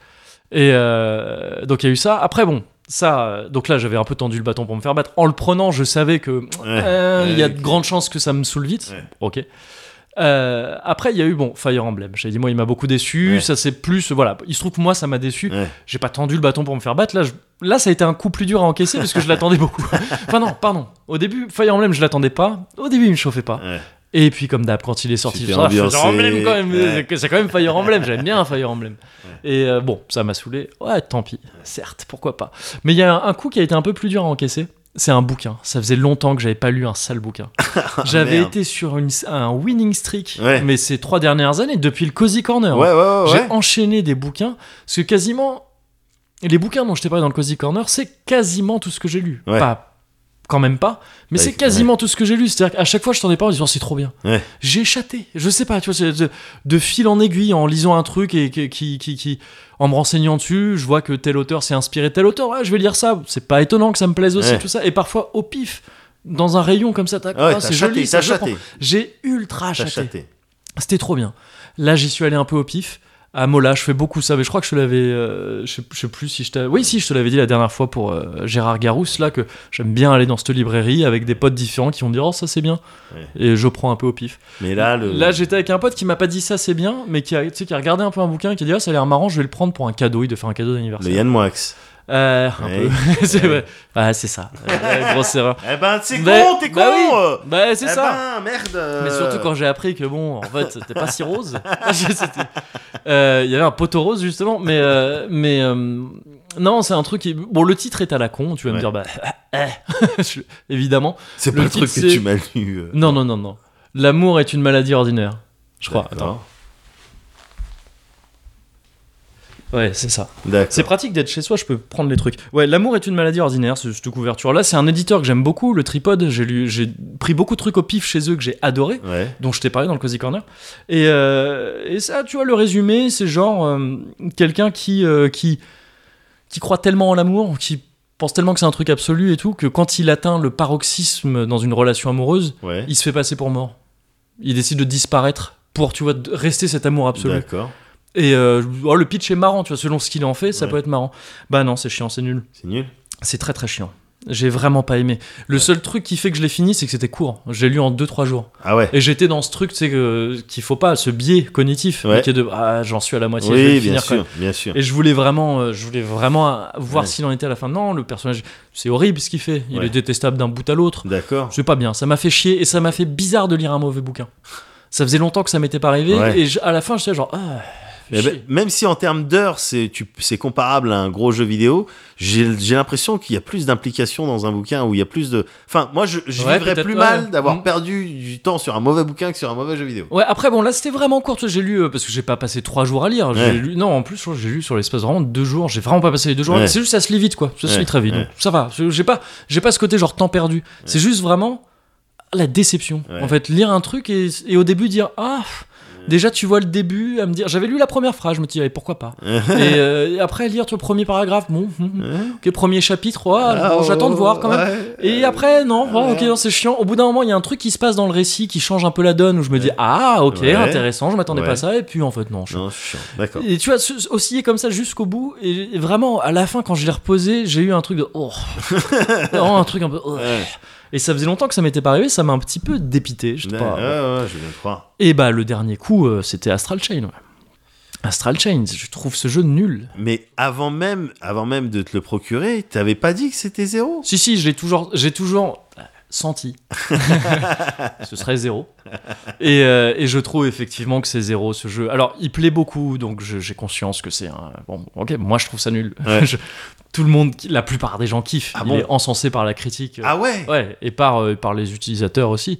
A: Et euh, donc il y a eu ça. Après bon, ça. euh, donc là j'avais un peu tendu le bâton pour me faire battre. En le prenant, je savais que
B: Ouais.
A: euh, il y a
B: Ouais,
A: de grandes chances que ça me saoule vite.
B: Ouais.
A: Ok. Euh, après il y a eu bon Fire Emblem. J'ai dit moi il m'a beaucoup déçu.
B: Ouais.
A: Ça c'est plus voilà. Il se trouve que moi ça m'a déçu.
B: Ouais.
A: J'ai pas tendu le bâton pour me faire battre. Là je- là ça a été un coup plus dur à encaisser parce que je l'attendais beaucoup. enfin non pardon. Au début Fire Emblem je l'attendais pas. Au début il me chauffait pas.
B: Ouais.
A: Et puis comme d'hab quand il est sorti,
B: C'était
A: je suis
B: ambiancé.
A: Fire Emblem quand même.
B: Ouais.
A: que C'est quand même Fire Emblem. J'aime bien Fire Emblem. Et euh, bon, ça m'a saoulé. Ouais, tant pis. Certes, pourquoi pas. Mais il y a un, un coup qui a été un peu plus dur à encaisser. C'est un bouquin. Ça faisait longtemps que j'avais pas lu un sale bouquin. J'avais
B: Ah, merde.
A: été sur une- un winning streak,
B: Ouais.
A: mais ces trois dernières années, depuis le Cozy Corner.
B: Ouais, ouais, ouais.
A: J'ai
B: ouais.
A: enchaîné des bouquins, parce que quasiment. Les bouquins dont je t'ai parlé dans le Cozy Corner, c'est quasiment tout ce que j'ai lu.
B: Ouais.
A: Pas, quand même pas, mais
B: Ouais,
A: c'est quasiment tout ce que j'ai lu. C'est-à-dire qu'à chaque fois, je t'en ai parlé en disant oh, c'est trop bien.
B: Ouais.
A: J'ai échaté. Je sais pas, tu vois, c'est de, de fil en aiguille, en lisant un truc et qui, qui, qui, qui- en me renseignant dessus, je vois que tel auteur s'est inspiré de tel auteur. Ouais, je vais lire ça. C'est pas étonnant que ça me plaise aussi,
B: Ouais.
A: tout ça. Et parfois, au pif, dans un rayon comme ça, tac,
B: Ah ouais,
A: ah,
B: t'as
A: c'est
B: chaté,
A: joli.
B: t'as
A: ça, je
B: chaté.
A: prends. J'ai ultra
B: T'as
A: chaté.
B: chaté.
A: C'était trop bien. Là, j'y suis allé un peu au pif. À Mola, je fais beaucoup ça, mais je crois que je te l'avais. euh, je, sais, je sais plus si je t'avais. Oui, si, je te l'avais dit la dernière fois pour euh, Gérard Garousse, là, que j'aime bien aller dans cette librairie avec des potes différents qui vont me dire Oh, ça c'est bien.
B: Ouais. Euh.
A: Et je prends un peu au pif.
B: Mais là, le.
A: Là, j'étais avec un pote qui m'a pas dit ça c'est bien, mais qui a, tu sais, qui a regardé un peu un bouquin et qui a dit Ah, ça a l'air marrant, je vais le prendre pour un cadeau. Il devait faire un cadeau
B: le
A: d'anniversaire.
B: Yann Moix.
A: Euh, un
B: Ouais.
A: peu. c'est
B: Ouais.
A: vrai. Ouais, c'est ça. Ouais, grosse erreur.
B: Eh ben, c'est
A: Mais-
B: con, t'es con
A: bah oui.
B: euh.
A: Bah, c'est
B: Eh
A: ça.
B: ben, merde euh.
A: Mais surtout quand j'ai appris que bon, en fait, c'était pas si rose. C'était- Euh, Il y avait un poteau rose justement, mais euh, mais euh, non, c'est un truc qui. Bon, le titre est à la con. Tu vas me
B: Ouais.
A: dire bah eh. Je- évidemment.
B: C'est pas
A: le
B: le truc
A: titre,
B: que
A: c'est-
B: tu m'as lu. euh.
A: Non non non non. L'amour est une maladie ordinaire. Je crois.
B: D'accord.
A: Attends. Ouais, c'est ça.
B: D'accord.
A: C'est pratique d'être chez soi, je peux prendre les trucs. Ouais, L'amour est une maladie ordinaire, ce- cette couverture-là. C'est un éditeur que j'aime beaucoup, le Tripod. J'ai lu- j'ai pris beaucoup de trucs au pif chez eux que j'ai adoré.
B: Ouais.
A: dont je t'ai parlé dans le Cozy Corner. Et, euh, et ça, tu vois, le résumé, c'est genre euh, quelqu'un qui, euh, qui, qui croit tellement en l'amour, qui pense tellement que c'est un truc absolu et tout, que quand il atteint le paroxysme dans une relation amoureuse,
B: Ouais.
A: il se fait passer pour mort. Il décide de disparaître pour, tu vois, de rester cet amour absolu.
B: D'accord.
A: Et euh, oh, le pitch est marrant, tu vois, selon ce qu'il en fait, ça
B: Ouais.
A: peut être marrant. Bah non, c'est chiant, c'est nul.
B: C'est nul.
A: C'est très très chiant. J'ai vraiment pas aimé. Le seul truc qui fait que je l'ai fini, c'est que c'était court. J'ai lu en 2-3 jours.
B: Ah ouais.
A: Et j'étais dans ce truc, tu sais, que- qu'il faut pas, ce biais cognitif,
B: Ouais.
A: mais qui est de ah, j'en suis à la moitié, je vais
B: Oui,
A: le
B: bien
A: finir quand même.
B: sûr, bien sûr.
A: Et je voulais vraiment, euh, je voulais vraiment euh, voir
B: Ouais.
A: s'il en était à la fin. Non, le personnage, c'est horrible ce qu'il fait. Il
B: Ouais.
A: est détestable d'un bout à l'autre.
B: D'accord.
A: C'est pas bien. Ça m'a fait chier et ça m'a fait bizarre de lire un mauvais bouquin. Ça faisait longtemps que ça m'était pas arrivé
B: Ouais.
A: et je- à la fin, j'étais genre ah.
B: Mais
A: chier.
B: ben, même si en termes d'heures, c'est tu- c'est comparable à un gros jeu vidéo, j'ai j'ai l'impression qu'il y a plus d'implication dans un bouquin où il y a plus de. Enfin, moi, je, je
A: Ouais,
B: vivrais
A: peut-être,
B: plus
A: ouais.
B: mal d'avoir
A: Mm.
B: perdu du temps sur un mauvais bouquin que sur un mauvais jeu vidéo.
A: Ouais, après, bon, là, c'était vraiment court. tu vois, J'ai lu, euh, parce que j'ai pas passé trois jours à lire. J'ai
B: Ouais.
A: lu, non, en plus, je crois que j'ai lu sur l'espace vraiment de deux jours. J'ai vraiment pas passé les deux jours.
B: Ouais.
A: C'est juste, ça se lit vite, quoi. Ça se
B: Ouais,
A: lit très vite.
B: ouais.
A: Donc, ça va. J'ai pas, j'ai pas ce côté, genre, temps perdu. C'est juste vraiment la déception.
B: Ouais.
A: En fait, lire un truc et, et au début dire, ah, pff, Déjà, tu vois le début à me dire. J'avais lu la première phrase, je me dis, allez, pourquoi pas. et, euh, et après, lire ton premier paragraphe, bon, hum, hum. ok, premier chapitre, ouais,
B: Ah,
A: bon, j'attends de voir quand même. Et après, non, ouais, ok, non, c'est chiant. Au bout d'un moment, il y a un truc qui se passe dans le récit qui change un peu la donne où je me dis, ah, ok,
B: Ouais.
A: intéressant, je m'attendais pas
B: Ouais.
A: à ça. Et puis, en fait, non, je
B: Non, c'est chiant. D'accord.
A: Et tu vois, ce- ce- osciller comme ça jusqu'au bout, et et vraiment, à la fin, quand je l'ai reposé, j'ai eu un truc de. Oh. Vraiment un truc un peu. oh.
B: Ouais.
A: Et ça faisait longtemps que ça m'était pas arrivé, ça m'a un petit peu dépité, je sais
B: Ouais,
A: pas.
B: ouais, ouais, je veux bien te croire.
A: Et bah, le dernier coup, euh, c'était Astral Chain, ouais. Astral Chain, je trouve ce jeu nul.
B: Mais avant même, avant même de te le procurer, t'avais pas dit que c'était zéro
A: Si, si, je l'ai toujours, j'ai toujours euh, senti. ce serait zéro. Et, euh, et je trouve effectivement que c'est zéro ce jeu. Alors, il plaît beaucoup, donc je- j'ai conscience que c'est un. Bon, ok, moi je trouve ça nul.
B: Ouais.
A: Je- tout le monde, la plupart des gens kiffent.
B: Ah
A: il
B: bon
A: est encensé par la critique. euh,
B: Ah ouais,
A: ouais, et par, euh, par les utilisateurs aussi.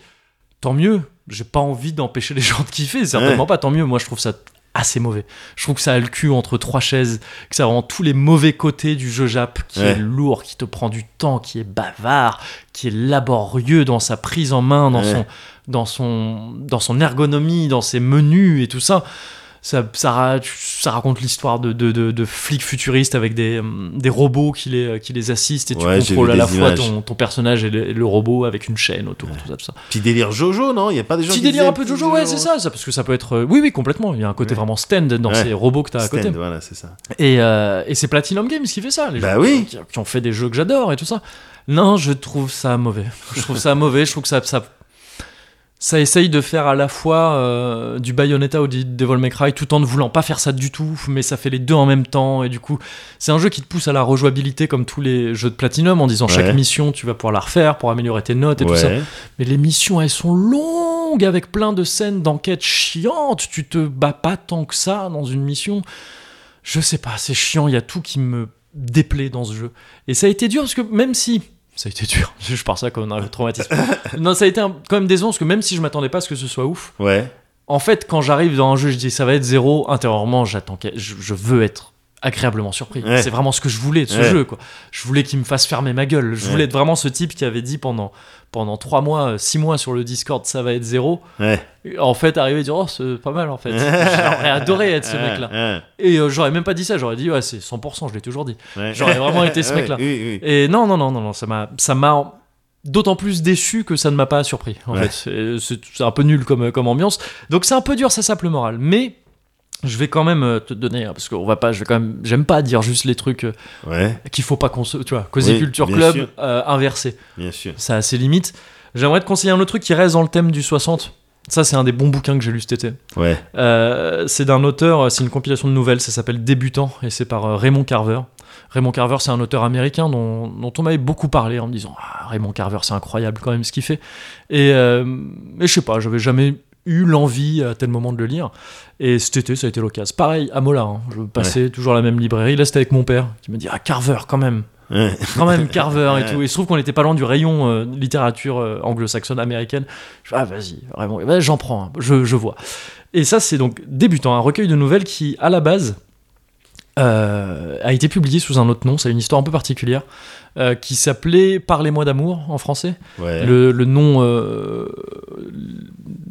A: Tant mieux. J'ai pas envie d'empêcher les gens de kiffer, certainement
B: Ouais.
A: pas. Tant mieux. Moi, je trouve ça assez mauvais. Je trouve que ça a le cul entre trois chaises, que ça rend tous les mauvais côtés du jeu Jap, qui
B: Ouais.
A: est lourd, qui te prend du temps, qui est bavard, qui est laborieux dans sa prise en main, dans
B: Ouais.
A: son dans son dans son ergonomie, dans ses menus et tout ça. Ça, ça, ra- ça raconte l'histoire de, de, de, de flics futuristes avec des, hum, des robots qui les, qui les assistent et tu
B: Ouais, j'ai
A: contrôles
B: vu
A: à la
B: des
A: fois
B: images.
A: ton, ton personnage et le, et le robot avec une chaîne autour, tout ça, tout ça.
B: Petit délire Jojo, non Il y a pas des gens
A: Petit
B: qui
A: délire
B: disaient
A: un peu Jojo, ouais, c'est ça, ça, parce que ça peut être. euh, oui, oui, complètement. Il y a un côté
B: Ouais.
A: vraiment stand dans
B: Ouais.
A: ces robots que t'as à côté.
B: Stand, voilà, c'est ça.
A: Et, euh, et c'est Platinum Games qui fait ça, les
B: Bah
A: gens
B: oui.
A: qui, qui ont fait des jeux que j'adore et tout ça. Non, je trouve ça mauvais. Je trouve ça mauvais, je trouve que ça. ça ça essaye de faire à la fois euh, du Bayonetta ou du Devil May Cry tout en ne voulant pas faire ça du tout, mais ça fait les deux en même temps et du coup c'est un jeu qui te pousse à la rejouabilité comme tous les jeux de Platinum en disant
B: Ouais.
A: chaque mission tu vas pouvoir la refaire pour améliorer tes notes et tout ça.
B: Ouais.
A: Mais les missions, elles sont longues, avec plein de scènes d'enquête chiantes. Tu te bats pas tant que ça dans une mission. Je sais pas, c'est chiant. Il y a tout qui me déplaît dans ce jeu. Et ça a été dur parce que même si. Ça a été dur. Je pars ça comme un traumatisme. non, ça a été un- quand même décevant parce que même si je m'attendais pas à ce que ce soit ouf,
B: Ouais.
A: en fait, quand j'arrive dans un jeu, je dis ça va être zéro. Intérieurement, j'attends, que- je, je veux être agréablement surpris.
B: Ouais.
A: C'est vraiment ce que je voulais de ce
B: Ouais.
A: jeu. Quoi. Je voulais qu'il me fasse fermer ma gueule. Je
B: Ouais.
A: voulais être vraiment ce type qui avait dit pendant pendant trois mois, euh, six mois sur le Discord, ça va être zéro.
B: Ouais.
A: Et En fait, arriver et dire oh c'est pas mal en fait. J'aurais adoré être ce
B: Ouais,
A: mec-là.
B: ouais,
A: Et euh, j'aurais même pas dit ça. J'aurais dit ouais c'est 100%. Je l'ai toujours dit.
B: ouais.
A: J'aurais vraiment été ce
B: Ouais,
A: mec-là.
B: Oui, oui.
A: Et non non non non non ça m'a ça m'a d'autant plus déçu que ça ne m'a pas surpris en
B: Ouais.
A: fait C'est- c'est c'est un peu nul comme euh, comme ambiance donc c'est un peu dur ça sape le moral mais je vais quand même euh, te donner hein, parce qu'on va pas je vais quand même j'aime pas dire juste les trucs euh,
B: Ouais,
A: qu'il faut pas qu'on se tu vois Cozy
B: Oui,
A: Culture
B: bien
A: Club
B: sûr.
A: euh, inversé
B: bien sûr.
A: ça a ses limites j'aimerais te conseiller un autre truc qui reste dans le thème du 60 ça c'est un des bons bouquins que j'ai lu cet été
B: Ouais.
A: euh, c'est d'un auteur, euh, c'est une compilation de nouvelles, ça s'appelle Débutant, et c'est par euh, Raymond Carver. Raymond Carver, c'est un auteur américain dont, dont on m'avait beaucoup parlé en me disant Ah, Raymond Carver, c'est incroyable quand même ce qu'il fait. Et, euh, mais je sais pas, j'avais jamais eu l'envie à tel moment de le lire. Et cet été, ça a été l'occasion. Pareil, à Mola, hein, je passais toujours à la même librairie. Là, c'était avec mon père qui me dit Ah, Carver, quand même
B: Ouais.
A: quand même Carver et tout. Et je trouve qu'on était pas loin du rayon euh, littérature euh, anglo-saxonne américaine. Je fais, ah vas-y, vraiment, Eh ben, j'en prends, un, je, je vois. Et ça, c'est donc débutant, un recueil de nouvelles qui, à la base, euh, a été publié sous un autre nom. C'est une histoire un peu particulière euh, qui s'appelait Parlez-moi d'amour en français.
B: Ouais.
A: Le, le nom euh,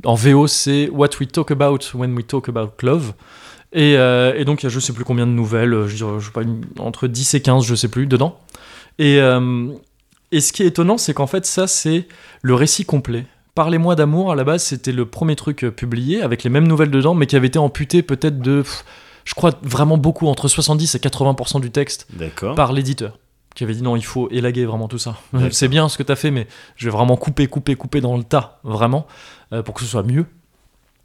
A: en VO, c'est What We Talk About When We Talk About Love. Et, euh, et donc, il y a je sais plus combien de nouvelles, euh, je dirais, je sais pas, une- entre 10 et 15, je sais plus, dedans. Et, euh, et ce qui est étonnant, c'est qu'en fait, ça, c'est le récit complet. Parlez-moi d'amour, à la base, c'était le premier truc euh, publié, avec les mêmes nouvelles dedans, mais qui avait été amputé peut-être de, pff, je crois, vraiment beaucoup, entre 70 et 80% du texte
B: D'accord.
A: par l'éditeur qui avait dit non, il faut élaguer vraiment tout ça.
B: D'accord.
A: C'est bien ce que t'as fait, mais je vais vraiment couper, couper, couper dans le tas, vraiment, euh, pour que ce soit mieux.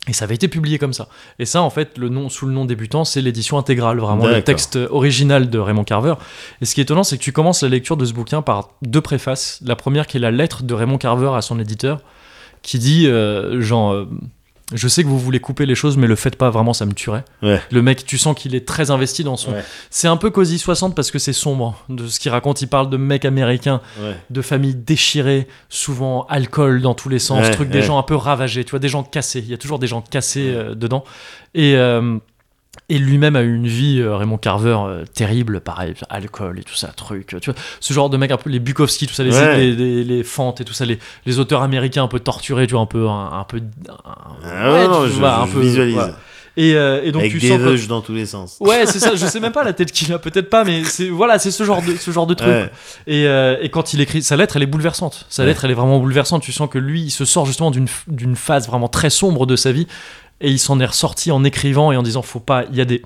A: Et ça avait été publié comme ça. Et ça, en fait, le nom, sous le nom débutant, c'est l'édition intégrale, vraiment, le
B: D'accord.
A: texte original de Raymond Carver. Et ce qui est étonnant, c'est que tu commences la lecture de ce bouquin par deux préfaces. La première qui est la lettre de Raymond Carver à son éditeur, qui dit, euh, genre, euh, je sais que vous voulez couper les choses, mais le faites pas, vraiment, ça me tuerait.
B: Ouais.
A: Le mec, tu sens qu'il est très investi dans son...
B: Ouais.
A: C'est un peu Cozy 60 parce que c'est sombre de ce qu'il raconte. Il parle de mecs américains,
B: Ouais.
A: de familles déchirées, souvent alcool dans tous les sens,
B: Ouais,
A: truc
B: ouais.
A: des gens un peu ravagés, tu vois, des gens cassés. Il y a toujours des gens cassés euh, dedans. Et, euh, Et lui-même a eu une vie, euh, Raymond Carver, euh, terrible, pareil, alcool et tout ça, truc. Tu vois, ce genre de mec un peu, les Bukowski, tout ça, les,
B: Ouais.
A: les, les- les Fante et tout ça, les, les auteurs américains un peu torturés, tu vois, un peu. Un, un peu
B: Ah,
A: ouais,
B: non, non,
A: tu
B: je,
A: vois,
B: je visualise.
A: voilà. Et, euh, et donc
B: Avec
A: tu
B: des
A: sens. que-
B: veuges dans tous les sens.
A: Ouais, c'est ça, je sais même pas la tête qu'il a, peut-être pas, mais c'est voilà, c'est ce genre de, ce genre de truc.
B: Ouais.
A: Et, euh, et quand il écrit sa lettre, elle est bouleversante. Sa
B: Ouais.
A: lettre, elle est vraiment bouleversante. Tu sens que lui, il se sort justement d'une f- d'une phase vraiment très sombre de sa vie, et il s'en est ressorti en écrivant et en disant, faut pas. Il y a des.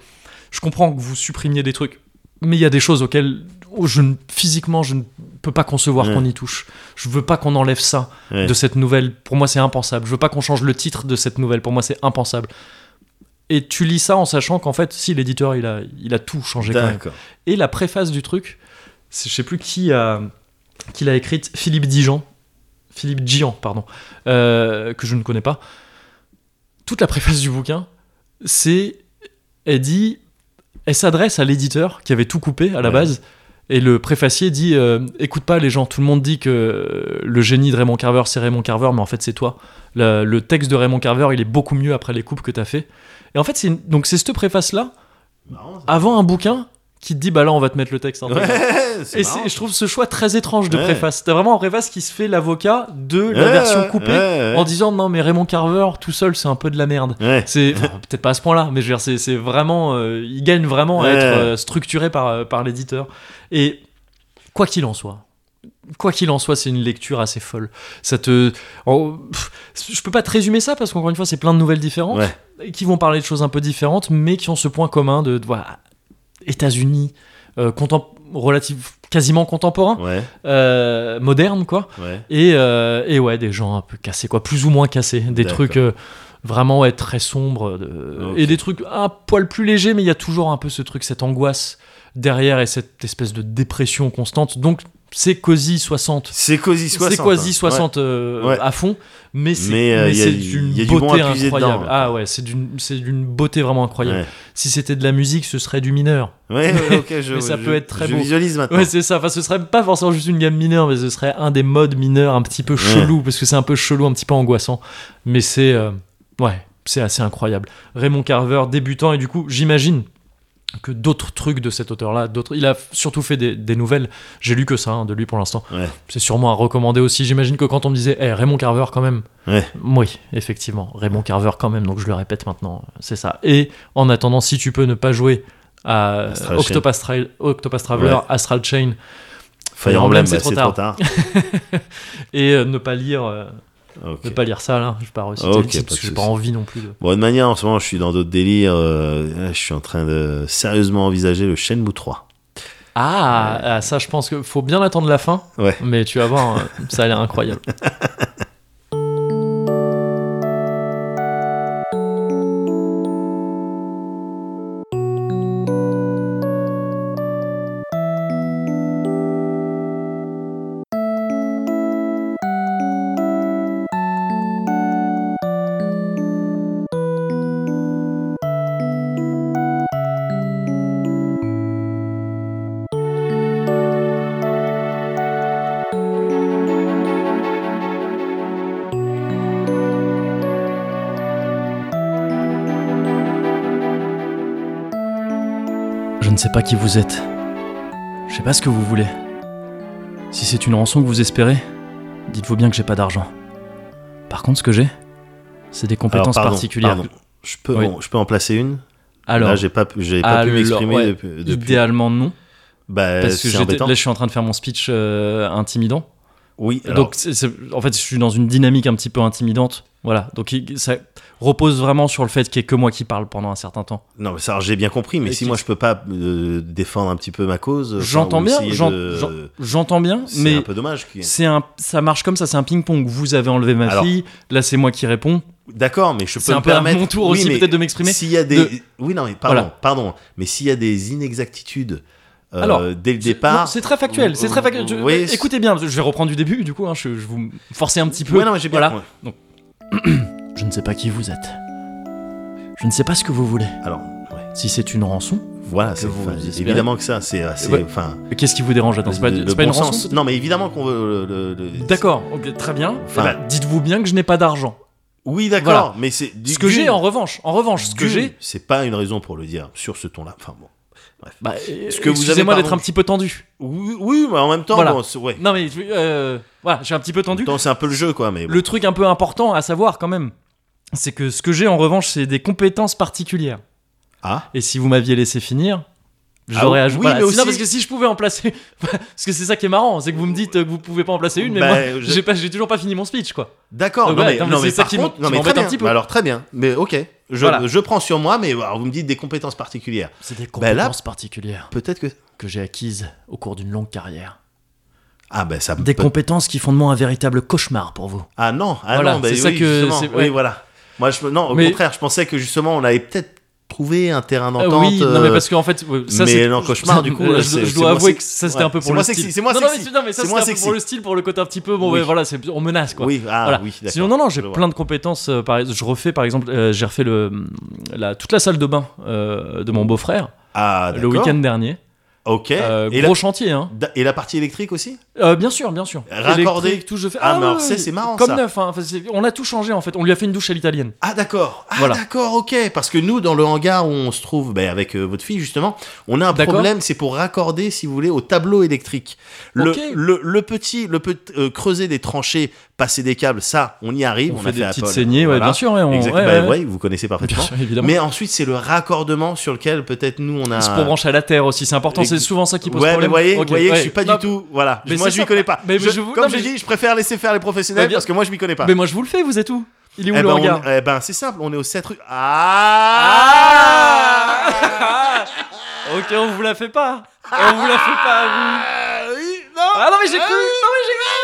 A: Je comprends que vous supprimiez des trucs, mais il y a des choses auxquelles oh, je ne- physiquement je ne peux pas concevoir
B: Ouais.
A: qu'on y touche. Je veux pas qu'on enlève ça
B: Ouais.
A: de cette nouvelle. Pour moi, c'est impensable. Je veux pas qu'on change le titre de cette nouvelle. Pour moi, c'est impensable. Et tu lis ça en sachant qu'en fait, si l'éditeur, il a, il a tout changé quand même.
B: D'accord.
A: Et la préface du truc, c'est- je sais plus qui a, qui l'a écrite, Philippe Dijan, Philippe Gian, pardon, euh, que je ne connais pas. Toute la préface du bouquin, c'est, elle dit, elle s'adresse à l'éditeur qui avait tout coupé à la
B: Ouais.
A: base. Et le préfacier dit euh, Écoute pas les gens, tout le monde dit que euh, le génie de Raymond Carver, c'est Raymond Carver, mais en fait, c'est toi. Le, le texte de Raymond Carver, il est beaucoup mieux après les coupes que t'as fait. Et en fait, c'est une- donc c'est cette préface-là
B: Marrant, ça.
A: avant un bouquin qui te dit bah là on va te mettre le texte intégral.
B: Ah, Ouais, c'est
A: Et
B: marrant.
A: c'est- je trouve ce choix très étrange de
B: Ouais.
A: préface. T'as vraiment un préface qui se fait l'avocat de la
B: Ouais,
A: version
B: ouais,
A: coupée
B: ouais, ouais.
A: en disant non mais Raymond Carver tout seul c'est un peu de la merde.
B: Ouais.
A: C'est enfin, peut-être pas à ce point-là, mais je veux dire c'est, c'est vraiment euh, il gagne vraiment à
B: Ouais.
A: être euh, structuré par euh, par l'éditeur. Et quoi qu'il en soit, quoi qu'il en soit, c'est une lecture assez folle. Ça te, en- pff, je peux pas te résumer ça parce qu'encore une fois c'est plein de nouvelles différentes
B: Ouais.
A: et qui vont parler de choses un peu différentes, mais qui ont ce point commun de, de, voilà, États-Unis, euh, contem- relative- quasiment contemporain,
B: Ouais,
A: euh, moderne, quoi.
B: ouais.
A: Et, euh, et ouais, des gens un peu cassés, quoi, plus ou moins cassés, des
B: D'accord.
A: trucs euh, vraiment ouais, très sombres, de-
B: Ok.
A: et des trucs un poil plus légers, mais il y a toujours un peu ce truc, cette angoisse derrière et cette espèce de dépression constante. Donc c'est quasi 60.
B: C'est quasi 60.
A: C'est quasi
B: hein.
A: 60 euh,
B: Ouais.
A: à fond, mais c'est
B: Mais, euh,
A: mais
B: y a
A: c'est
B: du-
A: d'une
B: y a du bon
A: beauté
B: à puiser
A: incroyable.
B: dedans,
A: ah ouais, c'est d'une c'est d'une beauté vraiment
B: Ouais.
A: incroyable.
B: Ouais.
A: Si c'était de la musique, ce serait du mineur.
B: Ouais, ouais, ok, je,
A: Mais ça
B: je-
A: peut être très
B: je
A: beau.
B: visualise maintenant.
A: Ouais, c'est ça. Enfin, ce serait pas forcément juste une gamme mineure, mais ce serait un des modes mineurs un petit peu chelou, parce que c'est un peu chelou, un petit peu angoissant. Mais c'est. euh, ouais, c'est assez incroyable. Raymond Carver, débutant, et du coup, j'imagine que d'autres trucs de cet auteur-là, d'autres. Il a surtout fait des, des nouvelles. J'ai lu que ça hein, de lui pour l'instant.
B: Ouais.
A: C'est sûrement à recommander aussi. J'imagine que quand on me disait, Eh, Raymond Carver quand même.
B: Ouais.
A: Oui, effectivement, Raymond Carver quand même. Donc je le répète maintenant, euh, c'est ça. Et en attendant, si tu peux ne pas jouer à
B: Astral Chain.
A: Octopus, Trail- Octopus Traveler,
B: Ouais.
A: Astral Chain,
B: Fire
A: Emblem,
B: Emblem,
A: c'est
B: bah,
A: trop
B: c'est trop tard.
A: et euh, ne pas lire euh,
B: Ok.
A: ne pas lire ça là je vais pas reciter
B: Ok,
A: le titre
B: pas
A: parce
B: de
A: que j'ai
B: souci.
A: pas envie non plus de
B: Bon, de manière, en ce moment, je suis dans d'autres délires. euh, là, je suis en train de sérieusement envisager le Shenmue 3.
A: ah, ah, ça je pense que faut bien attendre la fin
B: Ouais.
A: mais tu vas voir euh, ça a l'air incroyable Je ne sais pas qui vous êtes. Je sais pas ce que vous voulez. Si c'est une rançon que vous espérez, dites-vous bien que j'ai pas d'argent. Par contre, ce que j'ai, c'est des
B: Alors,
A: compétences
B: pardon,
A: particulières.
B: pardon. Je peux,
A: Oui.
B: en- je peux en placer une
A: Alors,
B: Là, j'ai pas, pu- j'ai pas pu
A: alors,
B: m'exprimer
A: ouais,
B: depuis. depuis.
A: idéalement non,
B: Bah,
A: parce que
B: c'est
A: j'étais-
B: embêtant.
A: là je suis en train de faire mon speech euh, intimidant.
B: Oui, alors,
A: Donc, c'est- c'est- en fait, je suis dans une dynamique un petit peu intimidante. Voilà, donc il- ça repose vraiment sur le fait qu'il n'y ait que moi qui parle pendant un certain temps.
B: non, mais ça, alors, j'ai bien compris, mais
A: Et
B: si
A: qui-
B: moi je peux pas euh, défendre un petit peu ma cause, enfin,
A: J'entends
B: ou
A: bien,
B: essayer
A: j'en-
B: de-
A: j'en- j'entends bien,
B: c'est
A: mais
B: un peu dommage. qu'il-
A: C'est un, ça marche comme ça, c'est un ping-pong. Vous avez enlevé ma
B: Alors-
A: fille, là c'est moi qui réponds.
B: D'accord, mais je peux
A: C'est
B: me
A: un peu à
B: permettre-
A: mon tour
B: Oui,
A: aussi
B: mais
A: peut-être de m'exprimer.
B: S'il y a des,
A: de-
B: oui, non, mais pardon,
A: Voilà.
B: pardon, mais s'il y a des inexactitudes euh,
A: Alors,
B: dès le
A: C'est- non,
B: départ,
A: C'est très factuel,
B: Vous-
A: c'est très factuel. Je- euh,
B: vous voyez, c'est-
A: Écoutez bien, parce que je vais reprendre du début, du coup, hein, je, je vous forcer un petit peu.
B: Ouais, non, mais j'ai bien.
A: Voilà.
B: ouais.
A: Je ne sais pas qui vous êtes. Je ne sais pas ce que vous voulez.
B: Alors, ouais.
A: Si c'est une rançon,
B: voilà, c'est
A: vous
B: enfin,
A: espérez.
B: évidemment que ça, c'est, euh, c'est,
A: Ouais.
B: enfin,
A: qu'est-ce qui vous dérange Attends,
B: le-
A: c'est pas,
B: le
A: c'est pas une
B: bon
A: rançon
B: sens. Non, mais évidemment qu'on veut. le- le- le-
A: D'accord, ok, très bien. Eh
B: Enfin-
A: ben, Dites-vous bien que je n'ai pas d'argent.
B: Oui, d'accord,
A: Voilà.
B: mais c'est du-
A: Ce que
B: d'une-
A: j'ai en revanche, en revanche, ce que
B: d'une,
A: j'ai.
B: c'est pas une raison pour le dire sur ce ton-là. Enfin bon. Bref.
A: Bah, euh,
B: Ce que vous avez,
A: excusez-moi d'être
B: pardon.
A: un petit peu tendu.
B: oui, oui, mais en même temps,
A: Voilà.
B: bon, c'est, ouais.
A: Non mais je- euh, voilà, je suis un petit peu
B: En même
A: tendu.
B: temps, c'est un peu le jeu, quoi. Mais bon.
A: Le truc un peu important à savoir quand même, c'est que ce que j'ai en revanche, c'est des compétences particulières.
B: Ah.
A: Et si vous m'aviez laissé finir,
B: Ah
A: j'aurais
B: oui,
A: ajouté.
B: oui,
A: voilà.
B: mais
A: Si- Non,
B: aussi-
A: parce que si je pouvais en placer, parce que c'est ça qui est marrant, c'est que vous me dites euh, que vous pouvez pas en placer une, mais
B: Bah,
A: moi,
B: je-
A: j'ai pas, j'ai toujours pas fini mon speech quoi.
B: D'accord.
A: Donc
B: non,
A: voilà,
B: mais,
A: non, mais
B: non,
A: c'est
B: mais
A: ça
B: par
A: qui m-
B: contre-
A: qui
B: non, mais
A: m'embête
B: très
A: un
B: bien.
A: petit peu.
B: Bah alors très bien. Mais ok. Je,
A: Voilà.
B: je prends sur moi, mais alors, vous me dites des compétences particulières.
A: C'est des
B: Bah, là-
A: compétences particulières
B: Peut-être que.
A: que j'ai acquises au cours d'une longue carrière.
B: Ah ben ça. me
A: Des
B: peut-
A: compétences qui font de moi un véritable cauchemar pour vous.
B: Ah non. Ah
A: Voilà,
B: non. bah
A: c'est
B: oui,
A: ça que-
B: justement.
A: c'est- ouais.
B: Oui, voilà. Moi, je non. Au
A: Mais-
B: contraire, je pensais que justement, on avait peut-être trouvé un terrain
A: Euh,
B: d'entente.
A: oui, non mais
B: euh,
A: parce qu'en fait, ouais, ça
B: mais
A: c'est.
B: non, cauchemar,
A: ça-
B: du coup,
A: euh,
B: là,
A: je,
B: c'est-
A: je
B: c'est
A: dois
B: moi
A: avouer
B: sexy.
A: que ça c'était
B: Ouais.
A: un peu
B: C'est
A: pour le
B: moi
A: style.
B: sexy, c'est moi
A: non, non, mais
B: sexy.
A: non, mais ça
B: C'est
A: c'était
B: moi
A: un peu
B: sexy.
A: pour le style, pour le côté un petit peu. Bon,
B: Oui.
A: ouais, voilà, c'est on menace quoi.
B: Oui. Ah
A: Voilà.
B: oui. d'accord.
A: Sinon, non, non, j'ai
B: Je vois.
A: plein de compétences. euh, par, je refais, par exemple, euh, j'ai refait le, la, toute la salle de bain euh, de mon beau-frère
B: Ah
A: le
B: d'accord.
A: week-end dernier.
B: Ok.
A: Euh,
B: et,
A: gros
B: la,
A: chantier, hein.
B: da- et la partie électrique aussi
A: Euh, bien sûr, bien sûr.
B: Raccordé.
A: Électrique, tout, je fais.
B: Ah, mais alors,
A: ouais,
B: c'est- c'est marrant,
A: Comme
B: ça.
A: neuf, hein. Enfin, c'est- on a tout changé en fait. On lui a fait une douche à l'italienne.
B: Ah d'accord. Ah
A: Voilà.
B: d'accord. Ok. Parce que nous, dans le hangar où on se trouve, ben, avec euh, votre fille justement, on a un
A: D'accord.
B: problème. C'est pour raccorder, si vous voulez, au tableau électrique. Le,
A: Ok.
B: le, le petit, le petit euh, creuser des tranchées, passer des câbles, ça, on y arrive.
A: On,
B: a
A: fait des
B: à
A: petites
B: Paul.
A: saignées, ouais,
B: Voilà.
A: bien sûr. ouais, on-
B: Exactement.
A: ouais,
B: Bah,
A: ouais, ouais.
B: ouais, vous connaissez
A: Bien
B: parfaitement.
A: sûr, évidemment.
B: Mais ensuite, c'est le raccordement sur lequel peut-être nous on a.
A: C'est pour brancher à la terre aussi, c'est important. C'est
B: Ex-
A: souvent ça qui pose
B: Ah. ouais,
A: problème.
B: mais voyez,
A: Ok,
B: voyez que
A: ouais.
B: je suis pas
A: Non,
B: du tout. Voilà.
A: mais
B: moi,
A: c'est
B: je m'y
A: ça.
B: connais pas.
A: Mais- mais
B: Je-
A: je vous-
B: comme
A: non,
B: je
A: mais-
B: dis, je préfère laisser faire les professionnels
A: Mais bien-
B: parce que moi, je m'y connais pas.
A: Mais moi je vous le fais, vous êtes où Il est où
B: eh
A: le
B: ben,
A: regard
B: on, eh ben, c'est simple, on est au 7 rue. Ah
A: Ok, on vous la fait pas. On vous la fait pas à vous. Ah non mais j'ai cru. Non mais j'ai cru.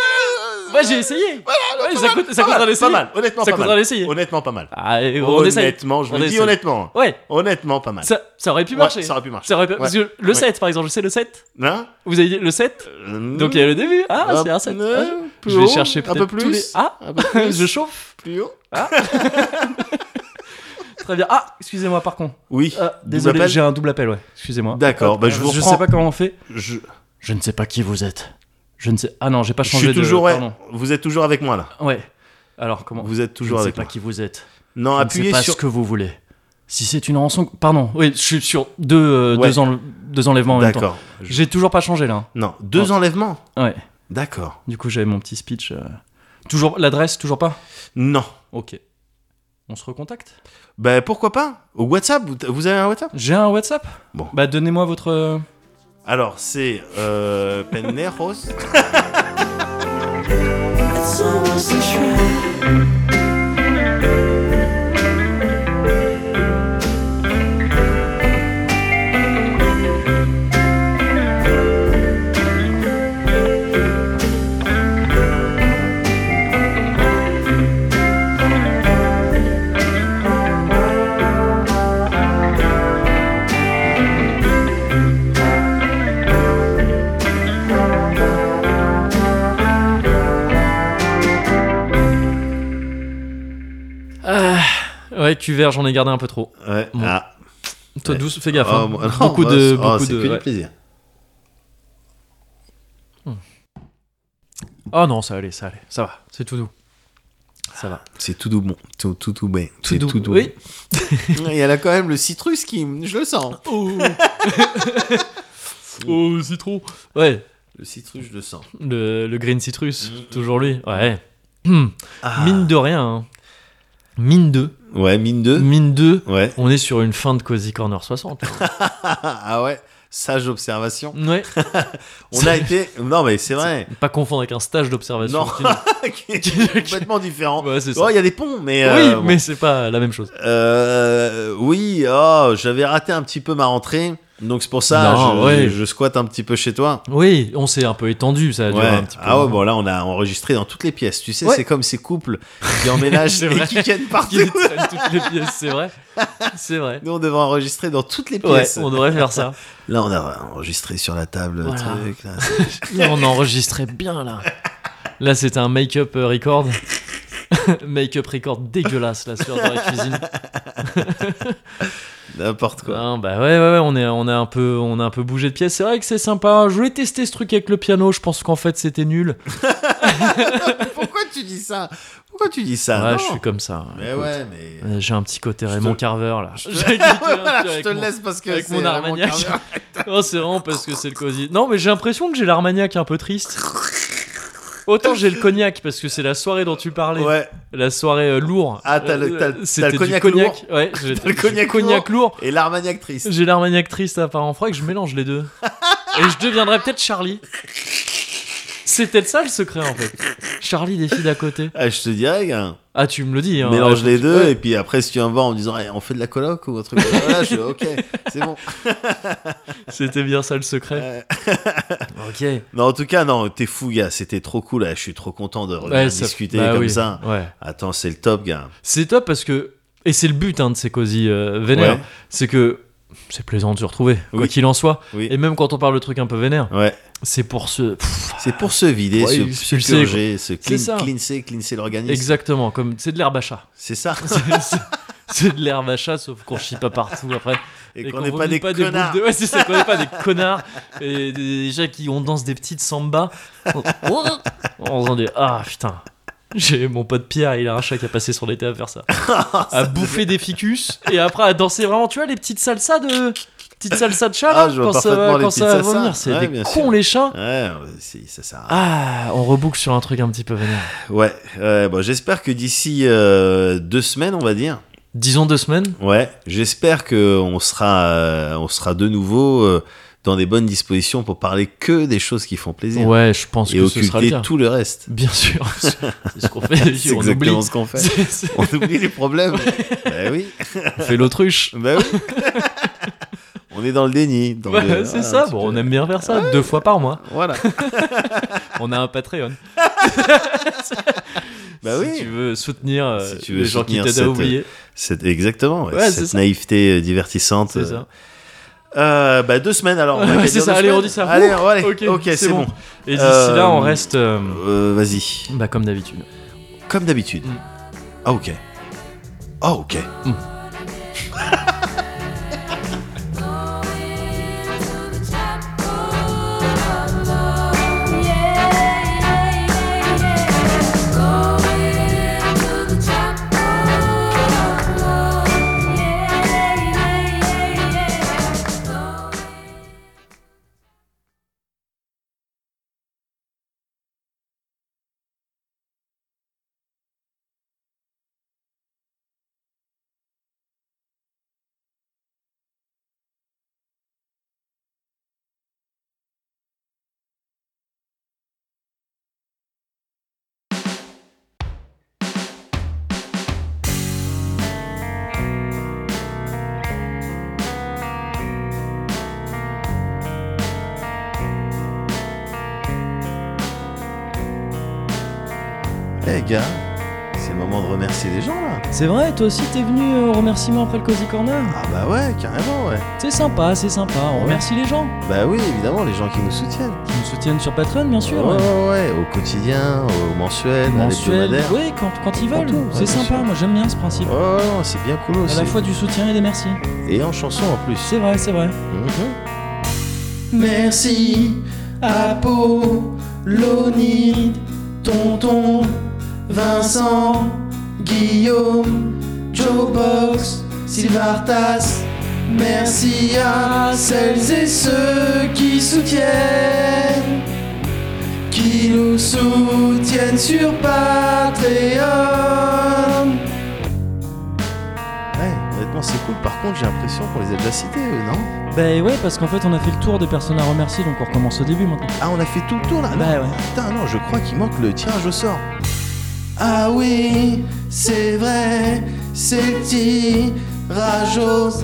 A: Moi j'ai essayé. Ouais, ça coûte, ça
B: Pas
A: coûte
B: mal,
A: à l'essayer.
B: Pas mal, honnêtement
A: Ça
B: pas
A: coûtera
B: mal.
A: d'essayer.
B: Honnêtement pas mal.
A: Ah, et on essaye.
B: Honnêtement, je
A: On
B: le dis
A: essaye.
B: honnêtement.
A: Ouais,
B: Honnêtement pas mal.
A: ça, ça aurait pu
B: Ouais,
A: marcher.
B: ça aurait pu marcher.
A: Ça aurait pu- Parce que le
B: Ouais.
A: 7 par exemple, je sais le 7.
B: Hein
A: Vous avez dit le 7
B: Euh,
A: Donc il y a le début. Ah,
B: un-
A: c'est un 7.
B: euh, plus
A: je vais
B: haut,
A: chercher
B: un
A: peut-être
B: peu
A: tous les-
B: plus.
A: Ah,
B: un peu plus,
A: je chauffe.
B: plus haut.
A: Très bien. Ah, excusez-moi par contre.
B: Oui.
A: Ah,
B: Double
A: désolé,
B: appel.
A: j'ai un double appel, ouais. Excusez-moi.
B: D'accord,
A: Hop,
B: bah, je vous
A: Je
B: reprends.
A: sais pas comment on fait.
B: Je,
A: Je ne sais pas qui vous êtes. Je ne sais. Ah non, j'ai pas
B: je
A: changé
B: suis
A: de.
B: toujours. ouais,
A: pardon.
B: vous êtes toujours avec moi là.
A: Ouais. Alors comment
B: Vous êtes toujours
A: Je ne sais
B: avec
A: pas
B: moi.
A: qui vous êtes.
B: Non,
A: Je ne sais
B: appuyez
A: pas
B: sur.
A: ce que vous voulez. Si c'est une rançon, pardon. Oui, je suis sur deux, euh,
B: Ouais.
A: deux, enle- deux enlèvements en même temps.
B: D'accord. Je-
A: J'ai toujours pas changé là. hein.
B: Non, deux enlèvements.
A: Ouais.
B: D'accord.
A: Du coup, j'avais mon petit speech. euh. Toujours l'adresse, toujours pas.
B: Non.
A: Ok. On se recontacte.
B: Ben pourquoi pas Au WhatsApp, vous- vous avez un WhatsApp
A: J'ai un WhatsApp.
B: Bon.
A: Bah donnez-moi votre. euh,
B: Alors, c'est euh, Pendejos.
A: Ouais, cuvert, j'en ai gardé un peu trop.
B: Ouais.
A: Bon.
B: Ah.
A: Toi,
B: Ouais.
A: douce, fais gaffe.
B: Oh,
A: hein.
B: moi- non,
A: beaucoup
B: moi,
A: de,
B: c'est- oh,
A: beaucoup
B: c'est
A: de.
B: que
A: ouais.
B: du plaisir.
A: Ah non, ça allait, ça allait, ça va, c'est tout doux. Ça va.
B: C'est tout doux bon. Tout, tout, tout bon.
A: Tout
B: C'est
A: doux.
B: doux.
A: Oui.
B: Il y a là quand même le citrus qui. Je le sens.
A: Oh. oh, citron. Ouais,
B: Le citrus, je le sens.
A: le, le green citrus,
B: Mm.
A: toujours lui. Ouais. Hmm. Mine de rien. hein. Mine 2.
B: Ah. Ouais, mine 2.
A: Mine 2.
B: Ouais.
A: On est sur une fin de Cozy Corner hein. 60.
B: ah ouais. Sage observation.
A: ouais.
B: On a été. Non, mais c'est vrai.
A: Pas confondre avec un stage d'observation.
B: Non. Qui est complètement différent.
A: ouais, c'est ça.
B: Oh, il y a des ponts, mais.
A: oui,
B: euh, bon.
A: mais c'est pas la même chose.
B: Euh, oui, oh, j'avais raté un petit peu ma rentrée. Donc c'est pour ça,
A: Non,
B: je,
A: ouais.
B: je, je squatte un petit peu chez toi.
A: Oui, on s'est un peu étendu, ça a duré
B: Ouais.
A: un petit peu. hein.
B: Ah ouais, bon là on a enregistré dans toutes les pièces. Tu sais,
A: Ouais.
B: c'est comme ces couples qui emménagent
A: C'est
B: et
A: vrai.
B: qui tiennent partout.
A: Qui traîne toutes les pièces, c'est vrai. C'est vrai.
B: Nous on devrait enregistrer dans toutes les
A: Ouais,
B: pièces.
A: on devrait faire ça.
B: Là on a enregistré sur la table le
A: Voilà.
B: truc. là.
A: Là, on enregistrait bien, là. Là, c'était un make-up euh, record. make-up record dégueulasse, là, sur dans la cuisine.
B: N'importe quoi.
A: Ah, bah ouais, ouais, ouais, on, est, on, a un peu, on a un peu bougé de pièce. C'est vrai que c'est sympa. Je voulais tester ce truc avec le piano. Je pense qu'en fait, c'était nul.
B: Pourquoi tu dis ça Pourquoi pourquoi tu dis ça
A: ouais,
B: Bah Non.
A: je suis comme ça.
B: Mais
A: écoute.
B: ouais, mais.
A: Euh, J'ai un petit côté
B: Je te-
A: Raymond Carver là.
B: Voilà, je
A: Avec
B: te le
A: mon-
B: laisse parce que
A: avec
B: c'est
A: mon
B: vraiment
A: Armagnac.
B: carré.
A: Oh, c'est vraiment parce que c'est le cosy. Non, mais j'ai l'impression que j'ai l'Armagnac un peu triste. Autant j'ai le cognac parce que c'est la soirée dont tu parlais,
B: Ouais.
A: la soirée euh, lourde.
B: Ah, t'as le-
A: Euh,
B: t'as le- t'as le
A: c'était du
B: cognac
A: Ouais, j'ai
B: le cognac
A: j'ai lourd.
B: Et l'armagnac triste.
A: J'ai l'Armagnac triste à part en froid et que je mélange les deux. et je deviendrai peut-être Charlie. C'est peut-être ça le secret en fait. Charlie des filles d'à côté.
B: Ah, je te dirais, gars.
A: Ah, tu me le dis. hein.
B: mélange les deux
A: ouais.
B: et puis après si tu en vas en me disant Eh, on fait de la coloc ou un truc comme ça, voilà, je suis ok c'est bon
A: C'était bien ça le secret.
B: Euh,
A: Ok.
B: non en tout cas non t'es fou gars c'était trop cool là. je suis trop content de
A: Ouais,
B: rediscuter
A: ça-
B: discuter
A: bah
B: comme
A: oui,
B: ça
A: Ouais.
B: attends c'est le top gars
A: C'est top parce que. Et c'est le but hein, de ces cosy euh, vénères.
B: Ouais.
A: C'est que. C'est plaisant de se retrouver, quoi
B: Oui.
A: qu'il en soit.
B: Oui.
A: Et même quand on parle de trucs un peu vénères,
B: ouais
A: c'est pour ce. Pff,
B: c'est pour se vider
A: Ouais,
B: se, se
A: expulser,
B: purger se
A: C'est
B: clean,
A: ça.
B: cleanser cleanser l'organisme
A: exactement, comme c'est de l'herbe à chat.
B: c'est ça
A: C'est- c'est- C'est de l'herbe à chat, sauf qu'on chie pas partout après.
B: et, qu'on
A: qu'on
B: n'est pas
A: vomit
B: des
A: boules
B: connards
A: de- Ouais, c'est ça, qu'on n'est pas des connards. Et des gens qui on danse des petites sambas. On, on entend des ah putain. J'ai mon pote Pierre, il a un chat qui a passé son été à faire ça. à bouffer des ficus et après à danser vraiment, tu vois, les petites salsas de. Petites salsas de chat,
B: Ah,
A: là,
B: je vois
A: quand ça
B: parfaitement
A: va,
B: les
A: quand
B: petites
A: ça va
B: salsas.
A: vomir. C'est
B: Ouais,
A: des
B: bien
A: cons
B: sûr.
A: les chats.
B: ouais si, ça sert à...
A: Ah, on reboucle sur un truc un petit peu vénère.
B: ouais ouais, bon, j'espère que d'ici euh, deux semaines on va dire
A: Disons deux semaines.
B: Ouais, j'espère que on sera, euh, on sera de nouveau euh, dans des bonnes dispositions pour parler que des choses qui font plaisir
A: Ouais, je pense
B: et
A: que ce sera le
B: occulter
A: cas.
B: tout le reste.
A: Bien sûr, c'est ce qu'on fait.
B: C'est
A: on oublie.
B: exactement ce qu'on fait.
A: C'est- c'est-
B: On oublie les problèmes. bah oui,
A: on fait l'autruche.
B: bah oui. on est dans le déni. dans
A: Ouais,
B: le-
A: c'est
B: voilà, un
A: ça,
B: petit
A: bon,
B: peu.
A: on aime bien faire ça, deux fois par mois.
B: Voilà.
A: On a un Patreon.
B: Bah
A: si
B: oui.
A: tu veux soutenir euh,
B: Si tu veux
A: les gens qui
B: soutenir
A: t'aident
B: cette, euh,
A: à oublier.
B: C'est exactement ouais,
A: Ouais, c'est
B: cette
A: ça.
B: naïveté euh, divertissante.
A: C'est ça.
B: Euh, bah deux semaines alors. on va
A: Ouais,
B: dire
A: c'est
B: deux
A: ça, allez, on
B: semaines.
A: dit ça.
B: Allez,
A: Ouh,
B: allez,
A: ok,
B: ok,
A: c'est
B: c'est bon.
A: bon. Et d'ici
B: Euh,
A: là, on reste euh,
B: Euh, Vas-y.
A: bah, comme d'habitude.
B: Comme d'habitude.
A: Mm.
B: Ah ok. Ah ok. Eh gars, c'est le moment de remercier les gens là.
A: C'est vrai, toi aussi t'es venu euh, au remerciement après le Cozy Corner.
B: Ah bah ouais, carrément ouais.
A: C'est sympa, c'est sympa. On remercie les gens
B: Bah oui, évidemment, les gens qui nous soutiennent.
A: qui nous soutiennent sur Patreon, bien sûr.
B: ouais, ouais, ouais, au quotidien, au mensuel, à
A: Mensuel.
B: l'hebdomadaire.
A: Oui, quand, quand ils
B: Quand
A: veulent.
B: tout, ouais, bien
A: c'est sympa,
B: sûr.
A: moi j'aime bien ce principe.
B: Ouais, ouais, non, c'est bien cool
A: À
B: aussi.
A: la fois du soutien et des merci.
B: Et en chanson en plus.
A: C'est vrai, c'est vrai.
B: Mhm.
A: Merci Apollonide, Tonton, Vincent, Guillaume, Joe Box, Sylvartas. Merci à celles et ceux qui soutiennent, qui nous soutiennent sur Patreon.
B: Ouais, honnêtement, c'est cool. Par contre, j'ai l'impression qu'on les a déjà cités, eux, non
A: Bah ouais, parce qu'en fait on a fait le tour des personnes à remercier, donc on recommence au début maintenant.
B: Ah, on a fait tout le tour là non
A: Bah ouais.
B: Putain, non, je crois qu'il manque le tirage au sort. Ah oui, c'est vrai, c'est le tirage au sort.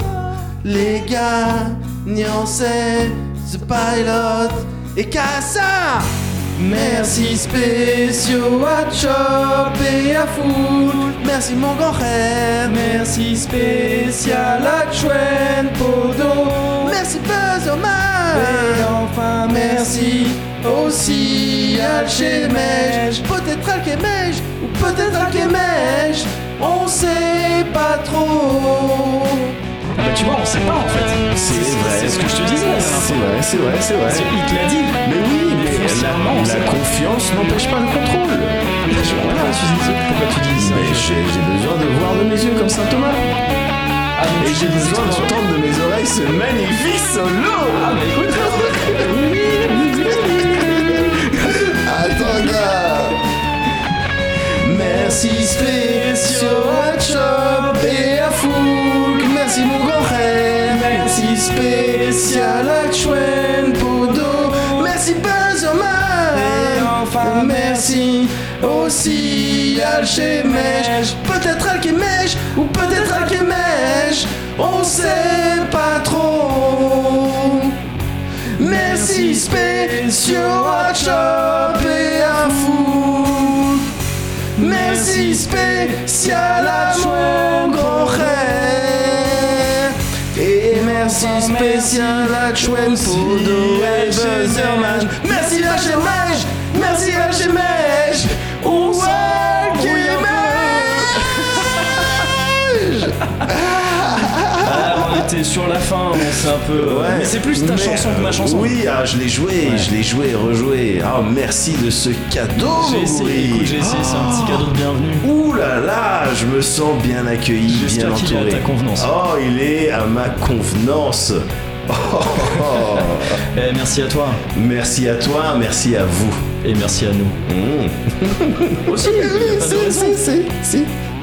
B: Les gagnants, c'est The Pilot et Cassa. Merci spéciaux à Chop et à Foul. Merci mon grand frère. Merci spécial à Chuen Podo. Merci Buzz Et enfin, merci aussi Alchemège. Peut-être Alchemège ou peut-être Alchemège. On sait pas trop.
G: Bah tu vois, on sait pas en fait. C'est
B: vrai.
G: C'est ce que je te disais. la dernière fois.
B: vrai, c'est vrai, c'est vrai.
G: Il te l'a dit.
B: Mais oui,
G: mais la-
B: la,
G: la
B: confiance n'empêche pas le contrôle.
G: Je vois pas, Suzy, pourquoi tu dis ça
H: Mais j'ai j'ai besoin de voir de mes yeux comme saint Thomas.
G: Ah, mais
H: Et j'ai
G: c'est-
H: besoin
G: c'est-
H: d'entendre de mes oreilles ce magnifique solo.
G: Ah, mais écoute
H: Attends, gars. Merci spéciaux à Chop et à Fouk. Merci mon grand frère. Merci spécial à Chuen Podo. Merci Benjamin.
D: enfin,
H: merci aussi à Alchemèche. Peut-être Alchemèche ou peut-être Alchemèche. On sait pas trop. Merci spéciaux à Chop et à Fou. Merci spécial à mon grand frère. Et merci spécial à Chwen Poudou et Buzzerman. Merci la Chemèche, merci la Chemèche. Ou à Guillemèche.
G: Ah, on était sur la fin, on s'est un peu. euh,
H: Ouais.
G: Mais c'est plus ta
H: Mais,
G: chanson que
H: euh,
G: ma chanson.
H: Oui, ah, je l'ai joué, je l'ai joué, rejoué. Ah, merci de ce cadeau.
G: J'ai essayé, écoute,
H: Mauri.
G: j'ai essayé, c'est un petit
H: Ah.
G: cadeau de bienvenue.
H: Ouh là là, je me sens bien accueilli,
G: J'espère
H: bien
G: qu'il est à
H: entouré.
G: ta convenance.
H: Oh, il est à ma convenance. Oh, oh, oh.
G: Eh, merci à toi,
H: merci à toi, merci à vous.
G: et merci à nous.
H: Mmh.
G: Aussi, y a pas de raison.
H: Si, si, si, si.